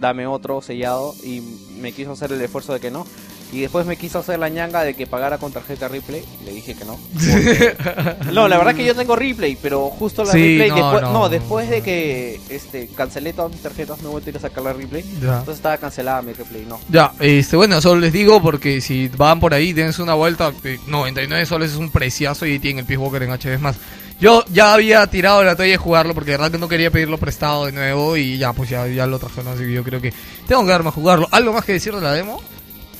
Speaker 2: dame otro sellado, y me quiso hacer el esfuerzo de que no. Y después me quiso hacer la ñanga de que pagara con tarjeta replay, y le dije que no. porque- no, la verdad es que yo tengo replay, pero justo la
Speaker 1: Sí,
Speaker 2: replay.
Speaker 1: no,
Speaker 2: después,
Speaker 1: no.
Speaker 2: no. después de que este, cancelé todas mis tarjetas, no he vuelto a ir a sacar la replay.
Speaker 1: Ya.
Speaker 2: Entonces estaba cancelada mi replay, no.
Speaker 1: Ya, este, bueno, solo les digo porque si van por ahí, dense una vuelta. eh, 99 soles es un preciazo y tienen el Peace Walker en HD. Es más, yo ya había tirado la toalla de jugarlo porque de verdad que no quería pedirlo prestado de nuevo y ya, pues ya, ya lo trajeron. Así que yo creo que tengo que darme a jugarlo. ¿Algo más que decir de la demo?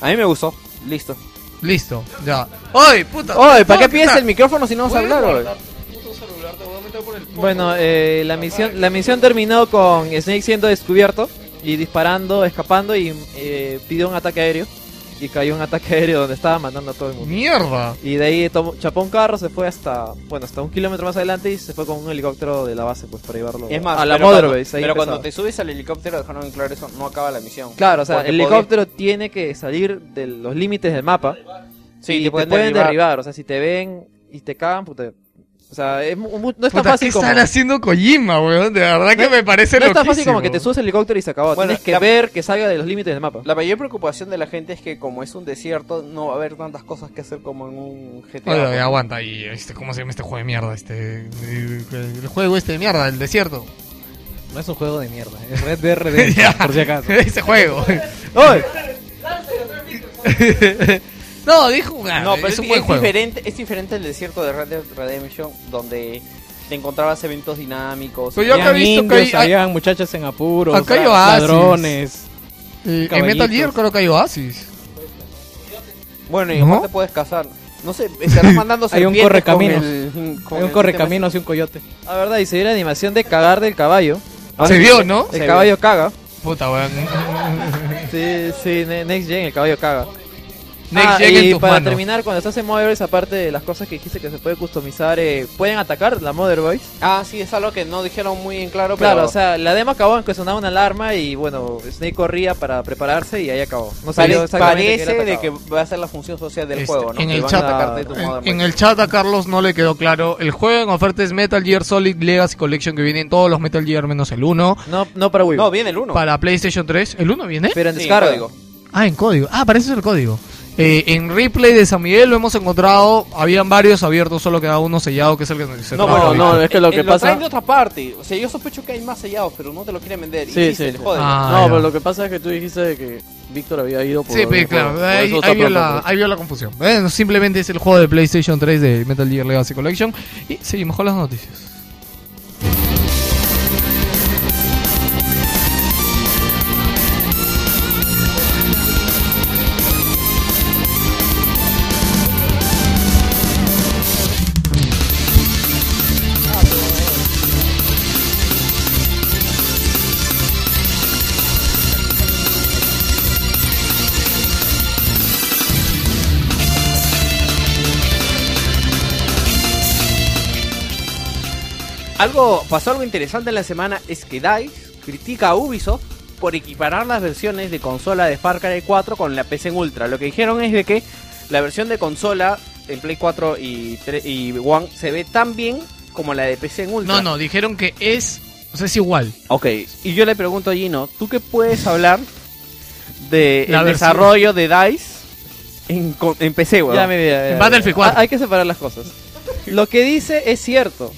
Speaker 2: A mí me gustó, listo.
Speaker 1: Listo, ya. ¡Oye, puta!
Speaker 2: Oye, ¿para qué
Speaker 1: No,
Speaker 2: pides
Speaker 1: está-
Speaker 2: el micrófono si no vas a
Speaker 1: Puedes
Speaker 2: hablar,
Speaker 1: guardar
Speaker 2: oye?
Speaker 9: Bueno, eh, la misión la misión terminó con Snake siendo descubierto y disparando, escapando y eh, pidió un ataque aéreo y cayó un ataque aéreo donde estaba matando a todo el mundo.
Speaker 1: ¡Mierda!
Speaker 9: Y de ahí tomó- chapó un carro, se fue hasta bueno hasta un kilómetro más adelante y se fue con un helicóptero de la base pues para llevarlo
Speaker 2: Es más,
Speaker 9: a la
Speaker 2: pero
Speaker 9: Mother
Speaker 2: cuando-
Speaker 9: Base, ahí
Speaker 2: pero cuando
Speaker 9: empezaba.
Speaker 2: te subes al helicóptero, dejaron en claro eso, no acaba la misión.
Speaker 9: Claro, o sea,
Speaker 2: Porque
Speaker 9: el
Speaker 2: podía-
Speaker 9: helicóptero tiene que salir de los límites del mapa.
Speaker 2: Sí,
Speaker 9: y
Speaker 2: te
Speaker 9: te
Speaker 2: pueden
Speaker 9: pueden,
Speaker 2: derribar.
Speaker 9: derribar. O sea, si te ven y te cagan, puta. O sea, es mu- mu- no es
Speaker 1: Puta,
Speaker 9: tan
Speaker 1: ¿Qué
Speaker 9: fácil como.
Speaker 1: están haciendo Kojima, weón? De verdad que me parece
Speaker 9: no es tan fácil
Speaker 1: loquísimo.
Speaker 9: como que te subes al helicóptero y se acabó.
Speaker 2: Bueno,
Speaker 9: Tienes que
Speaker 2: la-
Speaker 9: ver que salga de los límites del mapa.
Speaker 2: La mayor preocupación de la gente es que como es un desierto, no va a haber tantas cosas que hacer como en un GTA.
Speaker 1: Oye, oye, aguanta, y este, ¿cómo se llama este juego de mierda? Este, eh, el juego este de mierda, el desierto.
Speaker 7: No es un juego de mierda,
Speaker 1: ¿eh?
Speaker 7: es Red Dead Redemption, por si acaso.
Speaker 1: Ese juego.
Speaker 9: ¡Oye!
Speaker 1: No, dijo
Speaker 2: No, pero es, es diferente, es diferente el desierto de Red Dead Redemption, donde te encontrabas eventos dinámicos.
Speaker 1: Pero yo acá he
Speaker 7: Habían
Speaker 1: visto que
Speaker 7: indios,
Speaker 1: hay- hay-
Speaker 7: habían muchachas en apuros,
Speaker 1: Acá hay oasis.
Speaker 7: ladrones.
Speaker 1: Eh, en
Speaker 7: caballitos.
Speaker 1: Metal Gear creo que hay Oasis.
Speaker 2: Bueno, y
Speaker 1: ¿No?
Speaker 2: aparte puedes cazar. No sé, estarás mandando
Speaker 7: Hay un
Speaker 2: serpientes
Speaker 7: correcaminos.
Speaker 2: con el- con
Speaker 7: Hay un
Speaker 2: el-
Speaker 7: correcaminos y un coyote.
Speaker 9: La verdad, y se vio la animación de cagar del caballo.
Speaker 1: Ah, Se vio, ¿no?
Speaker 9: El caballo caga.
Speaker 1: Puta, weón.
Speaker 9: Ah, Sí, sí, ne- Next Gen, el caballo caga.
Speaker 1: Next
Speaker 9: Ah,
Speaker 1: Gen en
Speaker 9: y
Speaker 1: tus
Speaker 9: para
Speaker 1: manos.
Speaker 9: terminar, cuando estás en Mother Base, aparte de las cosas que dijiste que se puede customizar, eh, ¿pueden atacar la Mother Base?
Speaker 2: Ah, sí, es algo que no dijeron muy en claro, pero...
Speaker 9: Claro, o sea, la demo acabó en que sonaba una alarma y bueno, Snake corría para prepararse y ahí acabó. No
Speaker 2: Pare-
Speaker 9: sabía exactamente qué era
Speaker 2: parece de que
Speaker 9: atacado.
Speaker 2: va a ser la función social del
Speaker 1: Este,
Speaker 2: juego, ¿no?
Speaker 1: en
Speaker 2: Que
Speaker 1: el
Speaker 2: van
Speaker 1: chat-
Speaker 2: a atacarte tu
Speaker 1: En,
Speaker 2: modem.
Speaker 1: en el chat a Carlos no le quedó claro. El juego en oferta es Metal Gear Solid Legacy Collection que vienen todos los Metal Gear menos el 1.
Speaker 9: No, no para Wii. U.
Speaker 2: No, viene el 1.
Speaker 1: Para PlayStation 3, ¿el 1 viene?
Speaker 9: Pero en
Speaker 2: Sí,
Speaker 9: descarga.
Speaker 2: código.
Speaker 1: Ah, en código. Ah, parece ser el código. Eh, en replay de San Miguel lo hemos encontrado. Habían varios abiertos, solo quedaba uno sellado, que es el que se
Speaker 2: No,
Speaker 1: trajo
Speaker 2: bueno,
Speaker 1: ahorita.
Speaker 2: no,
Speaker 3: es que lo que
Speaker 2: Eh,
Speaker 3: pasa-
Speaker 2: traen de otra parte. O sea, yo sospecho que hay más sellados, pero no te lo quieren vender. Y
Speaker 3: Sí, sí.
Speaker 2: se
Speaker 3: sí.
Speaker 2: le joden.
Speaker 1: Ah,
Speaker 3: no,
Speaker 1: ya.
Speaker 3: pero lo que pasa es que tú dijiste de que Víctor había ido por.
Speaker 1: Sí, pero
Speaker 2: pues,
Speaker 3: por-
Speaker 1: claro,
Speaker 3: por
Speaker 1: ahí,
Speaker 3: eso está
Speaker 1: ahí vio
Speaker 3: pronto,
Speaker 1: la,
Speaker 3: pero-
Speaker 1: ahí vio la confusión. Bueno, simplemente es el juego de PlayStation 3 de Metal Gear Legacy Collection. Y seguimos con las noticias.
Speaker 2: Algo, pasó algo interesante en la semana, es que DICE critica a Ubisoft por equiparar las versiones de consola de Far Cry 4 con la PC en Ultra. Lo que dijeron es de que la versión de consola en Play 4 y, tre- y One se ve tan bien como la de PC en Ultra.
Speaker 1: No, no, dijeron que es. O sea, es igual.
Speaker 2: Ok, y yo le pregunto a Gino, ¿tú qué puedes hablar de
Speaker 9: La
Speaker 2: el
Speaker 9: versión.
Speaker 2: desarrollo de DICE en, co- en PC, weón?
Speaker 9: Ya, mi vida, ya, ya.
Speaker 2: Battlefield 4.
Speaker 9: Ah, Hay que separar las cosas. Lo que dice es cierto,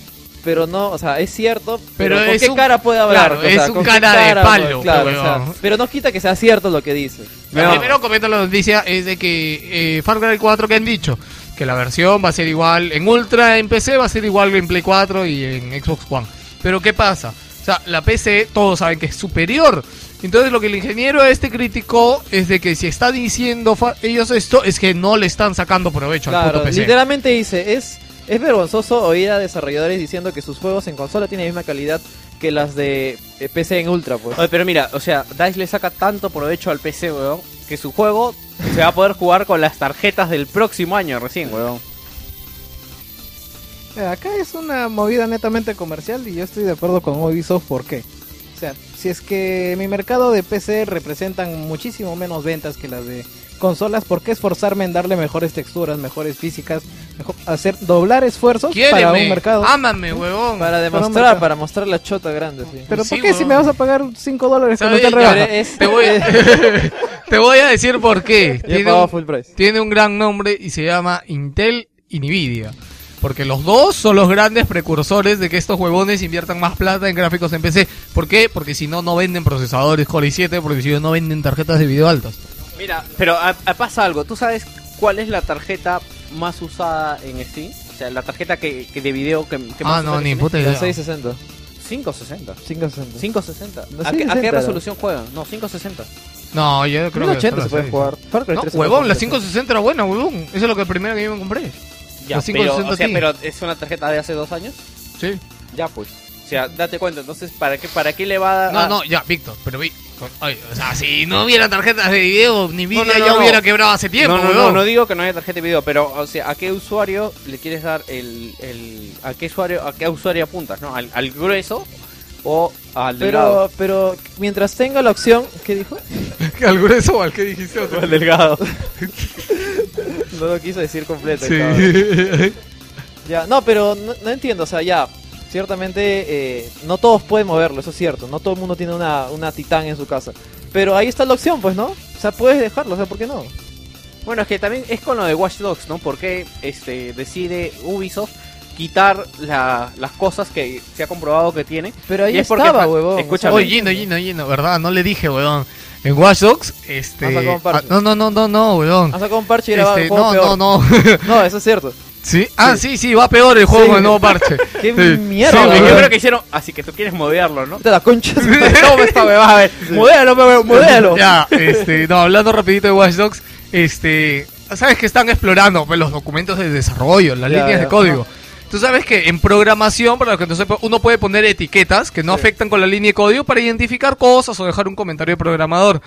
Speaker 9: pero no, o sea, es cierto, pero,
Speaker 1: Pero
Speaker 9: ¿con
Speaker 1: es
Speaker 9: qué
Speaker 1: un-
Speaker 9: cara puede hablar?
Speaker 1: claro,
Speaker 9: O sea,
Speaker 1: es un
Speaker 9: ¿con qué
Speaker 1: cara de palo, pues,
Speaker 9: weón? Claro, o sea,
Speaker 1: weón.
Speaker 9: pero no quita que sea cierto lo que dice.
Speaker 1: La primera comenta la noticia es de que eh, Far Cry 4 que han dicho que la versión va a ser igual en Ultra, en PC va a ser igual en Play 4 y en Xbox One. Pero ¿qué pasa? O sea, la PC todos saben que es superior. Entonces lo que el ingeniero este criticó es de que si está diciendo fa- ellos esto es que no le están sacando provecho al
Speaker 9: Claro,
Speaker 1: puto PC.
Speaker 9: literalmente dice, es, es vergonzoso oír a desarrolladores diciendo que sus juegos en consola tienen la misma calidad que las de eh, PC en Ultra, pues.
Speaker 2: Oye, pero mira, o sea, DICE le saca tanto provecho al PC, weón, que su juego se va a poder jugar con las tarjetas del próximo año recién, weón.
Speaker 7: Eh, Acá es una movida netamente comercial y yo estoy de acuerdo con Ubisoft. ¿Por qué? O sea, si es que mi mercado de PC representan muchísimo menos ventas que las de consolas, ¿por qué esforzarme en darle mejores texturas, mejores físicas, mejor- hacer doblar esfuerzos para un mercado?
Speaker 1: ámame, huevón.
Speaker 9: Para demostrar,
Speaker 7: mercado.
Speaker 9: para mostrar la chota grande, sí.
Speaker 7: Pero ¿por qué si me vas a pagar 5 dólares cuando
Speaker 1: ¿Sabes?
Speaker 7: te rebaja?
Speaker 1: Ya, te, voy, te voy a decir por qué. Tiene
Speaker 9: pagaba
Speaker 1: un, tiene un gran nombre y se llama Intel y Nvidia. Porque los dos son los grandes precursores de que estos huevones inviertan más plata en gráficos en PC. ¿Por qué? Porque si no, no venden procesadores Core i7, porque si no, no venden tarjetas de video altas.
Speaker 2: Mira, pero a- a- pasa algo. ¿Tú sabes cuál es la tarjeta más usada en Steam? O sea, la tarjeta que, que de video que, que más
Speaker 1: Ah, no,
Speaker 2: usuarios
Speaker 1: ni
Speaker 2: tiene.
Speaker 1: puta idea.
Speaker 9: 660.
Speaker 2: 560.
Speaker 9: 560.
Speaker 2: 560.
Speaker 9: No,
Speaker 2: ¿A, qué, a
Speaker 9: 660
Speaker 2: qué
Speaker 9: era.
Speaker 2: resolución juegan? No, 560.
Speaker 1: No, yo creo que.
Speaker 9: 1080 se puede jugar. Far Cry
Speaker 1: No,
Speaker 9: 3
Speaker 1: huevón, la 560
Speaker 9: 560.
Speaker 1: era buena, huevón. Eso es lo que primero que yo me compré.
Speaker 2: Ya,
Speaker 1: La
Speaker 2: pero,
Speaker 1: 560
Speaker 2: o sea,
Speaker 1: Ti.
Speaker 2: pero es una tarjeta de hace dos años.
Speaker 1: Sí.
Speaker 2: Ya, pues. O sea, date cuenta. Entonces, ¿para qué, para qué le va a.? Ah,
Speaker 1: No, no, ya, Víctor, pero vi. Ay, o sea, si no hubiera tarjetas de video, ni
Speaker 2: No,
Speaker 1: Nvidia
Speaker 2: no, no,
Speaker 1: ya
Speaker 2: no.
Speaker 1: hubiera quebrado hace tiempo,
Speaker 2: No, no, no,
Speaker 1: huevón.
Speaker 2: no digo que no haya tarjeta de video, pero, o sea, ¿a qué usuario le quieres dar el. el ¿A qué usuario a qué usuario apuntas? ¿No? ¿Al, al grueso o al delgado?
Speaker 9: Pero, pero mientras tenga la opción, ¿qué dijo?
Speaker 1: ¿Al grueso o al que dijiste otro?
Speaker 9: Al delgado. no lo quiso decir completo.
Speaker 1: Sí.
Speaker 9: cabrón. ya, no, pero no, no entiendo, o sea, ya, ciertamente eh, no todos pueden moverlo, eso es cierto, no todo el mundo tiene una, una titán en su casa. Pero ahí está la opción, pues, ¿no? O sea, puedes dejarlo, o sea, ¿por qué no?
Speaker 2: Bueno, es que también es con lo de Watch Dogs, ¿no? Porque este, decide Ubisoft quitar la- las cosas que se ha comprobado que tiene.
Speaker 9: Pero ahí
Speaker 2: Y es porque
Speaker 9: estaba,
Speaker 2: fa-
Speaker 9: huevón.
Speaker 2: Escúchame.
Speaker 1: Oye, Gino, Gino, Gino, ¿verdad? No le dije, weón. En Watch Dogs, este.
Speaker 9: Han sacado un parche.
Speaker 1: ah, no, no, no, no, no, weón.
Speaker 9: Han sacado un parche y Ah, era
Speaker 1: Este,
Speaker 9: el juego
Speaker 1: no,
Speaker 9: peor.
Speaker 1: no,
Speaker 9: No, eso es cierto.
Speaker 1: ¿Sí? Ah, sí, sí, va peor el juego
Speaker 9: Sí.
Speaker 1: con el nuevo parche.
Speaker 9: Qué
Speaker 1: Sí.
Speaker 9: mierda,
Speaker 1: Sí,
Speaker 2: Yo
Speaker 1: weón.
Speaker 2: creo que hicieron, así que tú quieres modearlo, ¿no?
Speaker 9: Puta, la concha. de su madre. pues,
Speaker 2: Toma esta huevada, a ver. Modéalo, pe, weón, modéalo.
Speaker 1: Ya, este, no, hablando rapidito de Watch Dogs, este, sabes que están explorando pues, los documentos de desarrollo, las
Speaker 9: Ya,
Speaker 1: líneas
Speaker 9: ya.
Speaker 1: de código. Tú sabes que en programación, para los que no sepan, uno puede poner etiquetas que no afectan con la línea de código para identificar cosas o dejar un comentario de programador.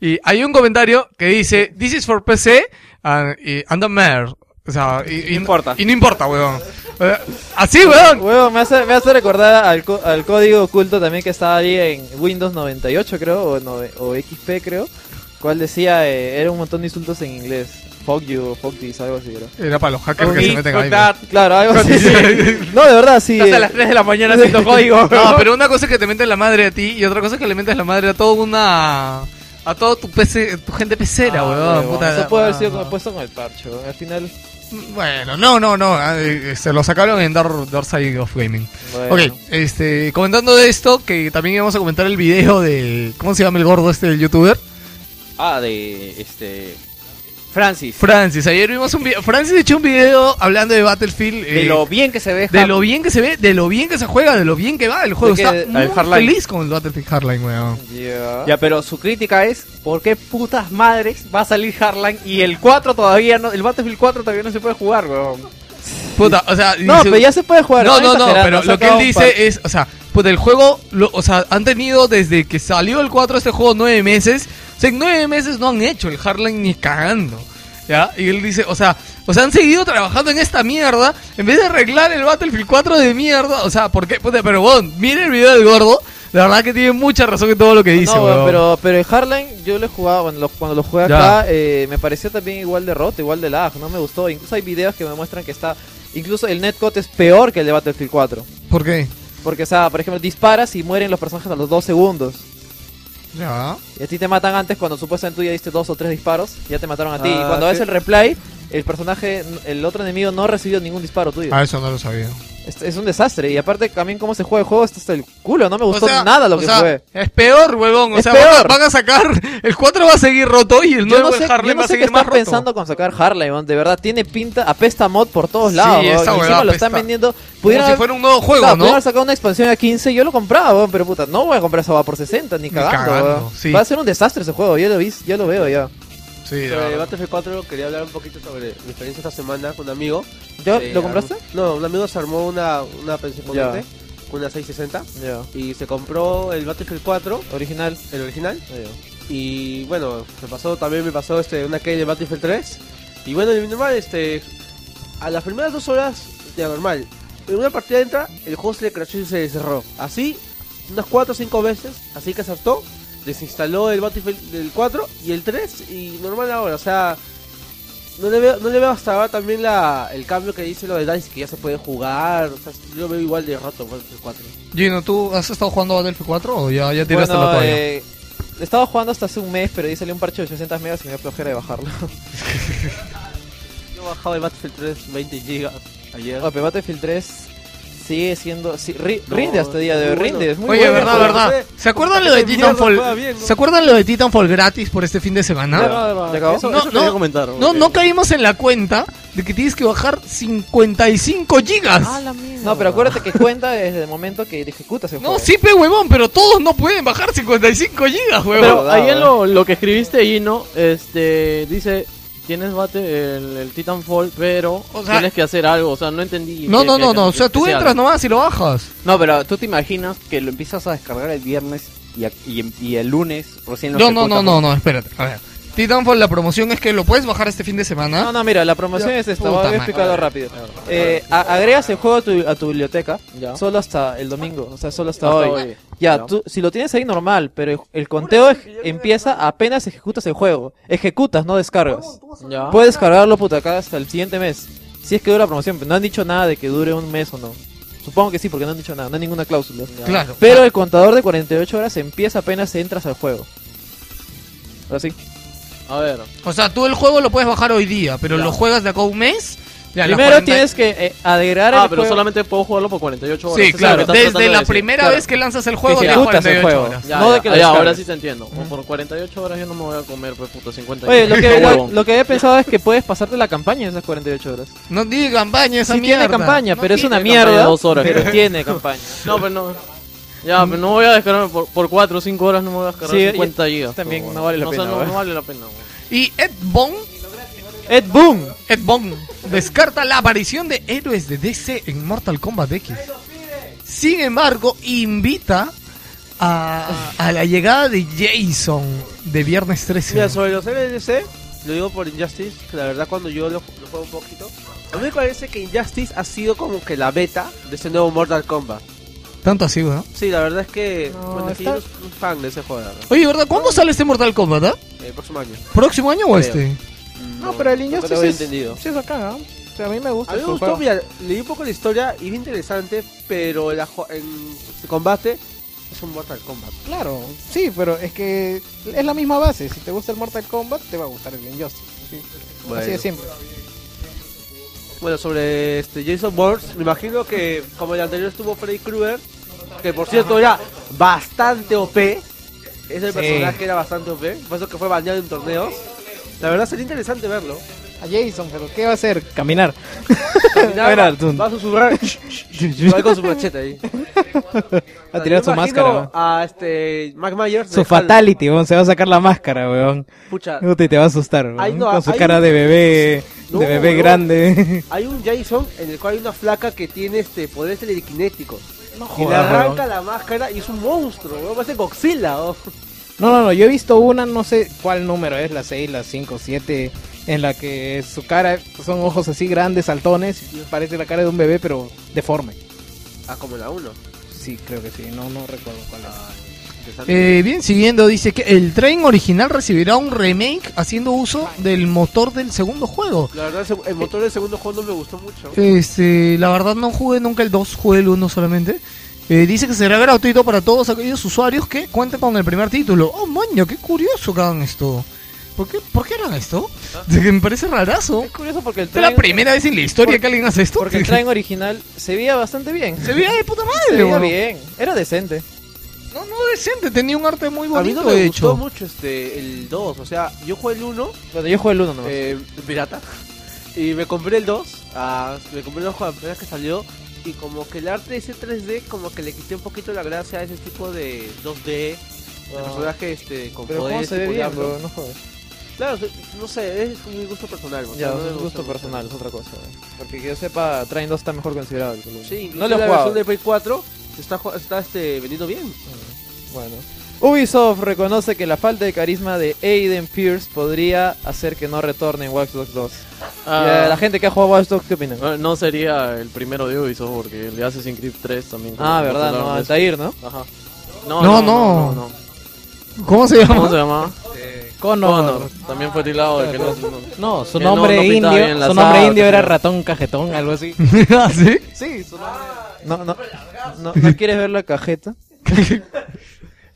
Speaker 1: Y hay un comentario que dice, this is for PC and, y, and a mare". O sea, y, no importa. Y no importa, weón. Eh, Así, weón.
Speaker 9: Huevón, me hace, me hace recordar al, co- al código oculto también que estaba ahí en Windows 98, creo, o, nove- o XP, creo. Cual decía, eh, era un montón de insultos en inglés. Fuck you, fuck this, algo así, creo.
Speaker 1: Era para los hackers que
Speaker 2: Fuck
Speaker 1: se meten ahí.
Speaker 2: fuck that.
Speaker 9: Claro, algo así. No, de verdad, sí.
Speaker 2: Estás a
Speaker 9: eh,
Speaker 2: las 3 de la mañana haciendo código.
Speaker 1: No, pero una cosa es que te meten la madre a ti y otra cosa es que le metes la madre a toda una. a todo tu PC, tu gente pecera, weón.
Speaker 9: Ah, huevón,
Speaker 1: puta,
Speaker 9: eso puede haber sido
Speaker 1: weón.
Speaker 9: como puesto con el parche, huevón. Al final,
Speaker 1: Bueno, no, no, no. ah, eh, Se lo sacaron en Dark, Dark Side of Gaming.
Speaker 9: Bueno.
Speaker 1: Ok, este, comentando de esto, que también íbamos a comentar el video del. ¿Cómo se llama el gordo este del youtuber?
Speaker 2: Ah, de este. Francis.
Speaker 1: Francis. Ayer vimos un video. Francis echó un video hablando de Battlefield.
Speaker 2: de
Speaker 1: eh,
Speaker 2: lo bien que se ve.
Speaker 1: de lo bien que se ve, de lo bien que se juega, de lo bien que va el juego.
Speaker 2: De que-
Speaker 1: Está
Speaker 2: al
Speaker 1: muy
Speaker 2: Hardline.
Speaker 1: feliz con el Battlefield Hardline, weón.
Speaker 2: Ya, pero su crítica es: ¿por qué putas madres va a salir Hardline y el 4 todavía no. El Battlefield 4 todavía no se puede jugar, weón.
Speaker 1: Puta, o sea.
Speaker 9: No,
Speaker 1: dice-
Speaker 9: pero ya se puede jugar.
Speaker 1: No, no,
Speaker 9: están
Speaker 1: no,
Speaker 9: exagerando,
Speaker 1: pero
Speaker 9: han
Speaker 1: lo que
Speaker 9: sacado
Speaker 1: él
Speaker 9: un par-
Speaker 1: dice es, o sea, pues el juego, lo- o sea, han tenido desde que salió el 4 este juego nueve meses. O sea, en nueve meses no han hecho el Hardline ni cagando. ¿Ya? Y él dice, o sea, o sea, han seguido trabajando en esta mierda en vez de arreglar el Battlefield 4 de mierda. O sea, ¿por qué? Puta, pero bueno, mira el video del gordo. La verdad que tiene mucha razón en todo lo que dice,
Speaker 9: No,
Speaker 1: weón.
Speaker 9: pero, pero el Hardline yo lo jugaba cuando lo, cuando lo jugué
Speaker 1: Ya.
Speaker 9: acá, eh, me pareció también igual de roto, igual de lag, no me gustó. Incluso hay videos que me muestran que está, incluso el netcode es peor que el de Battlefield 4.
Speaker 1: ¿Por qué?
Speaker 9: Porque, o sea, por ejemplo, disparas y mueren los personajes a los dos segundos.
Speaker 1: Ya.
Speaker 9: Y a ti te matan antes cuando supuestamente tú ya diste dos o tres disparos, ya te mataron a ti.
Speaker 19: Ah,
Speaker 9: y cuando
Speaker 19: sí.
Speaker 9: ves el replay, el personaje, el otro enemigo no recibió ningún disparo tuyo.
Speaker 19: Ah, eso no lo sabía.
Speaker 9: Es, es un desastre. Y aparte, también cómo se juega el juego, está hasta el culo. No me gustó nada lo
Speaker 1: o
Speaker 9: que
Speaker 1: sea,
Speaker 9: fue.
Speaker 1: Es peor, huevón. O
Speaker 9: Es
Speaker 1: sea, van a-
Speaker 9: peor.
Speaker 1: van a sacar. El 4 va a seguir roto y el
Speaker 9: Yo
Speaker 1: 9
Speaker 9: no sé,
Speaker 1: de Harlem
Speaker 9: yo no
Speaker 1: va a
Speaker 9: sé qué
Speaker 1: seguir más
Speaker 9: están
Speaker 1: roto.
Speaker 9: pensando con sacar Harley, man. De verdad, tiene pinta, apesta mod por todos lados.
Speaker 1: Sí,
Speaker 9: weón.
Speaker 1: esa
Speaker 9: Y
Speaker 1: huevada
Speaker 9: encima lo están
Speaker 1: apesta.
Speaker 9: vendiendo.
Speaker 1: si fuera un nuevo juego, ¿no?
Speaker 9: Pudieron haber sacado una expansión a 15, yo lo compraba, weón, pero puta, no voy a comprar esa va por 60, ni cagando.
Speaker 1: cagando,
Speaker 9: weón.
Speaker 1: sí.
Speaker 9: Va a ser un desastre ese juego, yo lo, vi, yo lo veo ya.
Speaker 1: Sí,
Speaker 6: sobre Battlefield 4 quería hablar un poquito sobre mi experiencia esta semana con un amigo.
Speaker 9: ¿Ya?
Speaker 6: Se
Speaker 9: ¿Lo compraste?
Speaker 6: armó- No, un amigo se armó una, una PC potente, una 660, y se compró el Battlefield 4.
Speaker 9: Original.
Speaker 6: El original. Y bueno, me pasó, también me pasó este, una key de Battlefield 3. Y bueno, y normal, este, a las primeras dos horas, ya normal, en una partida entra, el juego se le crashó y se cerró. Así, unas 4 o 5 veces, así que acertó, desinstaló el Battlefield del 4 y el 3 y normal ahora, o sea, no le veo, no le veo hasta ahora también la, el cambio que dice lo de Dice, que ya se puede jugar, o sea, yo lo veo igual de roto pues, Battlefield 4.
Speaker 1: Gino, ¿tú has estado jugando Battlefield 4 o ya, ya tiraste
Speaker 9: Bueno,
Speaker 1: la toalla?
Speaker 9: eh, estaba jugando hasta hace un mes, pero ahí salió un parche de 800 megas y me dio flojera de bajarlo.
Speaker 6: Yo he bajado el Battlefield 3 20 gigas ayer.
Speaker 9: Ope, Battlefield 3 sigue siendo... sí, ri-
Speaker 6: No,
Speaker 9: rinde hasta el día de hoy,
Speaker 6: es muy bueno.
Speaker 9: rinde. Es muy
Speaker 1: Oye,
Speaker 9: bueno,
Speaker 1: verdad,
Speaker 9: pero-
Speaker 1: verdad. ¿Se acuerdan lo de
Speaker 9: Mierda,
Speaker 1: Titanfall?
Speaker 9: juega bien, ¿no?
Speaker 1: ¿Se acuerdan lo de Titanfall gratis por este fin de semana?
Speaker 9: Ya, ya, ya. ¿Ya acabó? Eso-
Speaker 1: No,
Speaker 9: eso quería
Speaker 1: no,
Speaker 9: comentar,
Speaker 1: no, no caímos en la cuenta de que tienes que bajar 55 gigas.
Speaker 9: Ah, No, pero acuérdate que cuenta desde el momento que ejecutas el
Speaker 1: No,
Speaker 9: juego.
Speaker 1: sí, pe huevón, pero todos no pueden bajar 55 gigas, huevón.
Speaker 3: Pero ahí en lo, lo que escribiste, Gino, este, dice, tienes bate el, el Titanfall, pero
Speaker 1: sea-
Speaker 3: tienes que hacer algo. O sea, no entendí.
Speaker 1: No,
Speaker 3: qué-
Speaker 1: no,
Speaker 9: eh,
Speaker 3: qué-
Speaker 1: no, no. O sea,
Speaker 3: qué
Speaker 1: tú
Speaker 3: se
Speaker 1: entras
Speaker 3: hace.
Speaker 1: nomás y lo bajas.
Speaker 18: No, pero tú te imaginas que lo empiezas a descargar el viernes y, a- y- y el lunes recién lo
Speaker 1: No, no, no,
Speaker 18: ejecutas,
Speaker 1: no, no, espérate. A ver. Titanfall, la promoción es que lo puedes bajar este fin de semana.
Speaker 9: No, no, mira, la promoción
Speaker 1: Ya.
Speaker 9: es esta,
Speaker 1: Puta
Speaker 9: voy a
Speaker 1: madre.
Speaker 9: explicarlo rápido. Eh, a- agregas el juego a tu, a tu biblioteca, solo hasta el domingo, o sea, solo hasta,
Speaker 3: Hasta
Speaker 9: hoy.
Speaker 3: hoy.
Speaker 9: Ya,
Speaker 3: Ya.
Speaker 9: tú, si lo tienes ahí normal, pero el, el conteo ej- empieza apenas ejecutas el juego. Ejecutas, no descargas.
Speaker 3: Ya.
Speaker 9: Puedes cargarlo, puta, acá hasta el siguiente mes. Si es que dura la promoción, pero no han dicho nada de que dure un mes o no. Supongo que sí, porque no han dicho nada, no hay ninguna cláusula.
Speaker 1: Claro.
Speaker 9: Pero el contador de 48 horas empieza apenas entras al juego. Así.
Speaker 3: A ver.
Speaker 1: O sea, tú el juego lo puedes bajar hoy día, pero lo juegas de acá a un mes. y a las
Speaker 9: Primero
Speaker 1: 40
Speaker 9: tienes que eh, agregar
Speaker 3: Ah,
Speaker 9: el
Speaker 3: pero
Speaker 9: juego.
Speaker 3: solamente puedo jugarlo por 48 horas.
Speaker 1: Sí,
Speaker 3: Eso es lo que
Speaker 1: claro.
Speaker 3: estás tratando
Speaker 1: Desde
Speaker 3: de
Speaker 1: la
Speaker 3: decir.
Speaker 1: primera
Speaker 3: Claro.
Speaker 1: vez que lanzas el juego,
Speaker 3: Sí,
Speaker 1: de
Speaker 3: ejecutas
Speaker 1: 48
Speaker 3: el juego.
Speaker 1: horas.
Speaker 3: Ya,
Speaker 9: No
Speaker 3: ya,
Speaker 9: de que lo
Speaker 3: ya, ahora
Speaker 9: descargues.
Speaker 3: sí te entiendo. Por 48 horas yo no me voy a comer, pues puta, 50
Speaker 9: Oye, lo que,
Speaker 3: huevo.
Speaker 9: lo, lo que había pensado es que puedes pasarte la campaña en esas 48 horas.
Speaker 1: No tiene campaña esa
Speaker 9: sí tiene
Speaker 1: mierda.
Speaker 9: campaña,
Speaker 1: No
Speaker 9: pero es
Speaker 1: tiene
Speaker 9: una
Speaker 1: campaña de
Speaker 9: mierda.
Speaker 1: dos horas,
Speaker 9: pero
Speaker 1: creo.
Speaker 9: tiene campaña.
Speaker 3: No, pero no. Ya,
Speaker 6: Mm.
Speaker 3: pero no voy a descargarme por, por 4 o 5 horas, no me voy a descargar
Speaker 9: Sí,
Speaker 3: 50
Speaker 9: y-
Speaker 3: gigas.
Speaker 9: también
Speaker 3: pues,
Speaker 9: no vale la
Speaker 3: o sea,
Speaker 9: pena,
Speaker 3: no-
Speaker 9: güey.
Speaker 3: no vale la pena. güey.
Speaker 1: Y Ed Boon.
Speaker 9: Ed Boon.
Speaker 1: Ed Boon descarta la aparición de héroes de DC en Mortal Kombat X. Sin embargo, invita a, a la llegada de Jason de viernes 13.
Speaker 6: Mira, sobre los DLC, lo digo por Injustice, que la verdad cuando yo lo, lo juego un poquito, a mí me parece que Injustice ha sido como que la beta de ese nuevo Mortal Kombat.
Speaker 1: Tanto así, ¿verdad?
Speaker 6: Sí, la verdad es que bueno,
Speaker 1: está-
Speaker 6: es un fan de ese juego, la verdad. eh,
Speaker 1: Oye, ¿verdad? ¿Cuándo sale este Mortal Kombat? ah?
Speaker 6: El próximo año.
Speaker 1: ¿Próximo año o
Speaker 6: Creo.
Speaker 1: este?
Speaker 12: No, pero el
Speaker 6: no
Speaker 12: Injustice
Speaker 6: te lo había
Speaker 12: es-
Speaker 6: entendido.
Speaker 12: sí es acá, ¿no? O sea, a mí me gusta.
Speaker 6: A mí me
Speaker 12: su
Speaker 6: gustó,
Speaker 12: juego.
Speaker 6: mira, leí un poco la historia y es interesante, pero la jo- en el combate es un Mortal Kombat.
Speaker 12: Claro, sí, pero es que es la misma base. Si te gusta el Mortal Kombat, te va a gustar el Injustice. Sí.
Speaker 6: Bueno.
Speaker 12: Así de simple.
Speaker 6: Bueno, sobre este Jason Bourne, me imagino que como el anterior estuvo Freddy Krueger, que por cierto era bastante OP, ese
Speaker 12: Sí.
Speaker 6: personaje era bastante OP, por eso que fue bañado en torneos. La verdad sería interesante verlo.
Speaker 12: A Jason, pero ¿qué va a hacer? Caminar.
Speaker 6: Caminar,
Speaker 12: Era
Speaker 6: va-
Speaker 12: Artun.
Speaker 6: va a susurrar. Va con su machete ahí.
Speaker 12: a tirar su
Speaker 6: Yo imagino
Speaker 12: máscara. weón.
Speaker 6: A este, Mac Myers.
Speaker 12: Su
Speaker 6: de Hulk.
Speaker 12: fatality, weón. Se va a sacar la máscara, weón.
Speaker 6: Pucha.
Speaker 12: Puta, y te va a asustar, weón.
Speaker 6: Ay, no,
Speaker 12: Con su
Speaker 6: ay,
Speaker 12: cara de bebé,
Speaker 6: No,
Speaker 12: de bebé
Speaker 6: no.
Speaker 12: grande.
Speaker 6: Hay un Jason en el cual hay una flaca que tiene este poderes telequinéticos. y le
Speaker 12: jodas,
Speaker 6: arranca la máscara y es un monstruo, weón. Parece Godzilla. weón.
Speaker 12: No, no, no, yo he visto una, no sé cuál número es, la 6, la 5, 7, en la que su cara son ojos así grandes, saltones, y parece la cara de un bebé, pero deforme.
Speaker 6: Ah, como la 1.
Speaker 7: sí, creo que sí. No, no recuerdo cuál es.
Speaker 1: Eh, bien, siguiendo, dice que el Train original recibirá un remake haciendo uso del motor del segundo juego.
Speaker 6: La verdad, el seg- el motor del segundo juego no me gustó mucho.
Speaker 1: Este, la verdad no jugué nunca el 2, jugué el 1 solamente. Eh, dice que será gratuito para todos aquellos usuarios que cuenten con el primer título. Oh, moño, qué curioso que hagan esto. ¿Por qué, ¿Por qué harán esto?
Speaker 9: Ah.
Speaker 1: De que Me parece rarazo. Es
Speaker 9: curioso porque el
Speaker 1: la primera vez en la historia que alguien hace esto.
Speaker 9: Porque el train original se veía bastante bien.
Speaker 1: Se veía de puta madre,
Speaker 9: Se veía
Speaker 1: weón.
Speaker 9: bien. Era decente.
Speaker 1: No, no decente, tenía un arte muy
Speaker 6: A mí
Speaker 1: bonito,
Speaker 6: no me
Speaker 1: de
Speaker 6: gustó
Speaker 1: hecho.
Speaker 6: mucho este, el 2. O sea, yo jugué el 1.
Speaker 9: Bueno, yo jugué el 1 nomás.
Speaker 6: Eh, pirata. Y me compré el 2. ah, me compré el 2 cuando apenas que salió. Y como que el arte de ese 3D, como que le quité un poquito la gracia a ese tipo de 2D. De
Speaker 9: Ah.
Speaker 6: personaje este, con
Speaker 9: Pero cómo
Speaker 6: poderes
Speaker 9: se ve
Speaker 6: tipo
Speaker 9: bien,
Speaker 6: Diablo.
Speaker 9: bro, no jodas.
Speaker 6: Claro, no sé, es mi gusto personal. o sea,
Speaker 9: Ya,
Speaker 6: no me
Speaker 9: es un
Speaker 6: gusta
Speaker 9: gusto
Speaker 6: mucho.
Speaker 9: personal, es otra cosa. weón. Porque que yo sepa, Train 2 está mejor considerado. el volumen.
Speaker 6: Sí,
Speaker 9: no lo he
Speaker 6: la
Speaker 9: jugado.
Speaker 6: versión de Play 4 está, ju- está este, vendiendo bien.
Speaker 9: Bueno. Ubisoft reconoce que la falta de carisma de Aiden Pierce podría hacer que no retorne en Watch Dogs 2.
Speaker 3: Ah.
Speaker 9: Y a la gente que ha jugado Watch Dogs, ¿qué opinan?
Speaker 3: Bueno, No sería el primero de Ubisoft porque el de Assassin's Creed 3 también.
Speaker 9: Ah, verdad, no, Altair, ¿no?
Speaker 3: Ajá.
Speaker 1: No,
Speaker 3: no,
Speaker 1: no.
Speaker 3: no,
Speaker 1: ¿Cómo Eh, se llama?
Speaker 3: ¿Cómo se llama?
Speaker 7: Connor.
Speaker 3: También fue tildado de que no.
Speaker 7: No, su
Speaker 3: que no-
Speaker 7: nombre
Speaker 3: no pintaba bien
Speaker 7: indio,
Speaker 3: la
Speaker 7: su
Speaker 3: saga,
Speaker 7: nombre indio
Speaker 3: que
Speaker 7: era
Speaker 3: sea.
Speaker 7: ratón cajetón, algo así.
Speaker 1: ¿Ah, sí?
Speaker 9: Sí, su nombre. No, no, no, ¿no quieres ver la cajeta?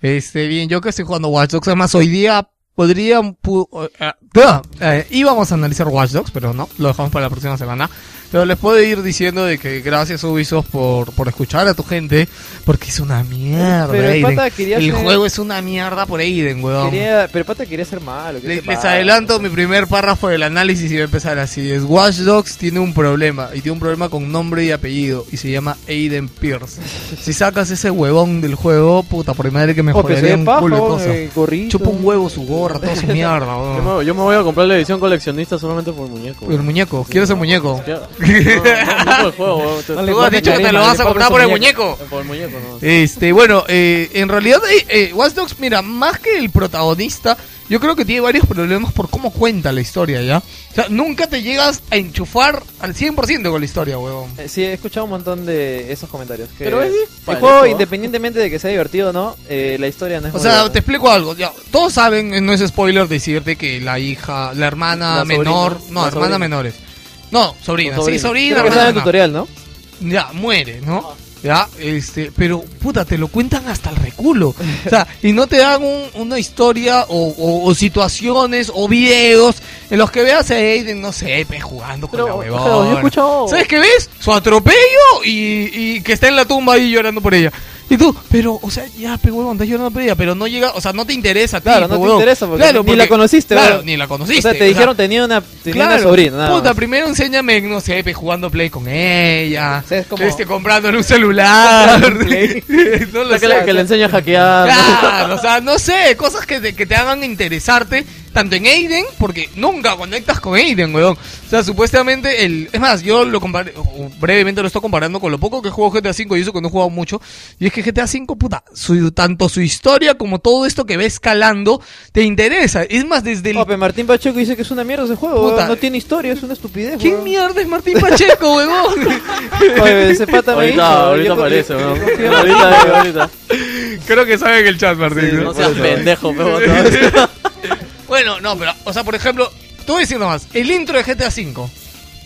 Speaker 1: Este, bien, yo que estoy jugando Watch Dogs, además hoy día podría... pu- eh, ah, eh, íbamos a analizar Watch Dogs, pero no, lo dejamos para la próxima semana. Pero les puedo ir diciendo de que gracias Ubisoft por, por escuchar a tu gente, porque es una mierda.
Speaker 9: Pero el
Speaker 1: Aiden.
Speaker 9: pata quería
Speaker 1: El
Speaker 9: ser-
Speaker 1: juego es una mierda por Aiden, weón.
Speaker 9: Quería, pero pata quería ser malo. ¿qué
Speaker 1: Le-
Speaker 9: te
Speaker 1: les
Speaker 9: pasa?
Speaker 1: adelanto mi primer párrafo del análisis y va a empezar así. Es Watch Dogs tiene un problema y tiene un problema con nombre y apellido y se llama Aiden Pierce. si sacas ese huevón del juego, puta, por mi madre que me
Speaker 9: Oh, pero se
Speaker 1: jodería
Speaker 9: ve
Speaker 1: un
Speaker 9: paja, eh.
Speaker 1: culo de
Speaker 9: weón,
Speaker 1: cosas.
Speaker 9: el gorrito.
Speaker 1: Chupa un huevo su gorra, toda su mierda, weón.
Speaker 3: Yo me, yo me voy a comprar la edición coleccionista solamente por el muñeco.
Speaker 1: El muñeco, ¿quieres el muñeco?
Speaker 3: No, no, no, el juego, weón.
Speaker 1: Tú has dicho que te lo vas a comprar por el muñeco.
Speaker 3: Por el muñeco, no.
Speaker 1: Este, bueno, eh, en realidad eh, eh, Watch Dogs, mira, más que el protagonista, yo creo que tiene varios problemas por cómo cuenta la historia, ¿ya? O sea, nunca te llegas a enchufar al 100% con la historia, huevón.
Speaker 9: Eh, Sí, he escuchado un montón de esos comentarios. que
Speaker 1: Pero es
Speaker 9: El
Speaker 1: parejo,
Speaker 9: juego,
Speaker 1: ¿eh?
Speaker 9: independientemente de que sea divertido o no, eh, la historia no es
Speaker 1: O
Speaker 9: muy
Speaker 1: sea,
Speaker 9: buena.
Speaker 1: te explico algo. ya, todos saben, eh, no es spoiler decirte que la hija, la hermana
Speaker 9: La sobrina,
Speaker 1: menor, no,
Speaker 9: la
Speaker 1: hermana
Speaker 9: sobrina.
Speaker 1: menores. No, sobrina,
Speaker 9: O
Speaker 1: sí, sobrina.
Speaker 9: Creo
Speaker 1: hermana.
Speaker 9: que está en el tutorial, ¿no?
Speaker 1: Ya, muere, ¿no? Ya, este, pero puta, te lo cuentan hasta el reculo. O sea, y no te dan un- una historia o, o- o situaciones o videos en los que veas a Aiden, no sé, pe, jugando con la huevona.
Speaker 9: pero yo he escuchado-
Speaker 1: ¿Sabes qué ves? Su atropello y, y que está en la tumba ahí llorando por ella. Y tú, pero, o sea, ya, pe huevón, estás llorando por ella, pero no llega, o sea, no te interesa. a ti, pe,
Speaker 9: Claro, no te
Speaker 1: huevón.
Speaker 9: interesa porque
Speaker 1: Claro,
Speaker 9: ni la conociste,
Speaker 1: Claro,
Speaker 9: weón.
Speaker 1: ni la conociste.
Speaker 9: O sea, te dijeron tenía una, tenía una
Speaker 1: Claro.
Speaker 9: sobrina. nada
Speaker 1: Puta,
Speaker 9: más.
Speaker 1: primero enséñame, no sé, pe, jugando Play con ella.
Speaker 9: sea, es como-
Speaker 1: Este, comprándole un celular. no
Speaker 3: La que le- que le enseña a hackear.
Speaker 1: Ah, Claro, o sea, no sé, cosas que te, que te hagan interesarte tanto en Aiden, porque nunca conectas con Aiden, weón. O sea, supuestamente, el es más, yo lo comparé, o brevemente lo estoy comparando con lo poco que juego GTA V y eso que no he jugado mucho. Y es que GTA V, puta, su, tanto su historia como todo esto que ves escalando te interesa. Es más, desde el.
Speaker 9: Martín Pacheco dice que es una mierda ese juego,
Speaker 1: Puta.
Speaker 9: weón, no tiene historia, es una estupidez.
Speaker 1: ¿Qué
Speaker 9: weón.
Speaker 1: mierda es Martín Pacheco, huevón?
Speaker 9: Oye, ese pata me dijo,
Speaker 3: Ahorita, ahorita
Speaker 9: yo confío-
Speaker 3: aparece, weón.
Speaker 9: yo confío en Martín.
Speaker 3: Ahorita, ahorita.
Speaker 1: Creo que saben el chat, Martín.
Speaker 3: Sí, no seas pendejo, pero
Speaker 1: Bueno, no, pero, o sea, por ejemplo, te voy a decir nomás, el intro de GTA V.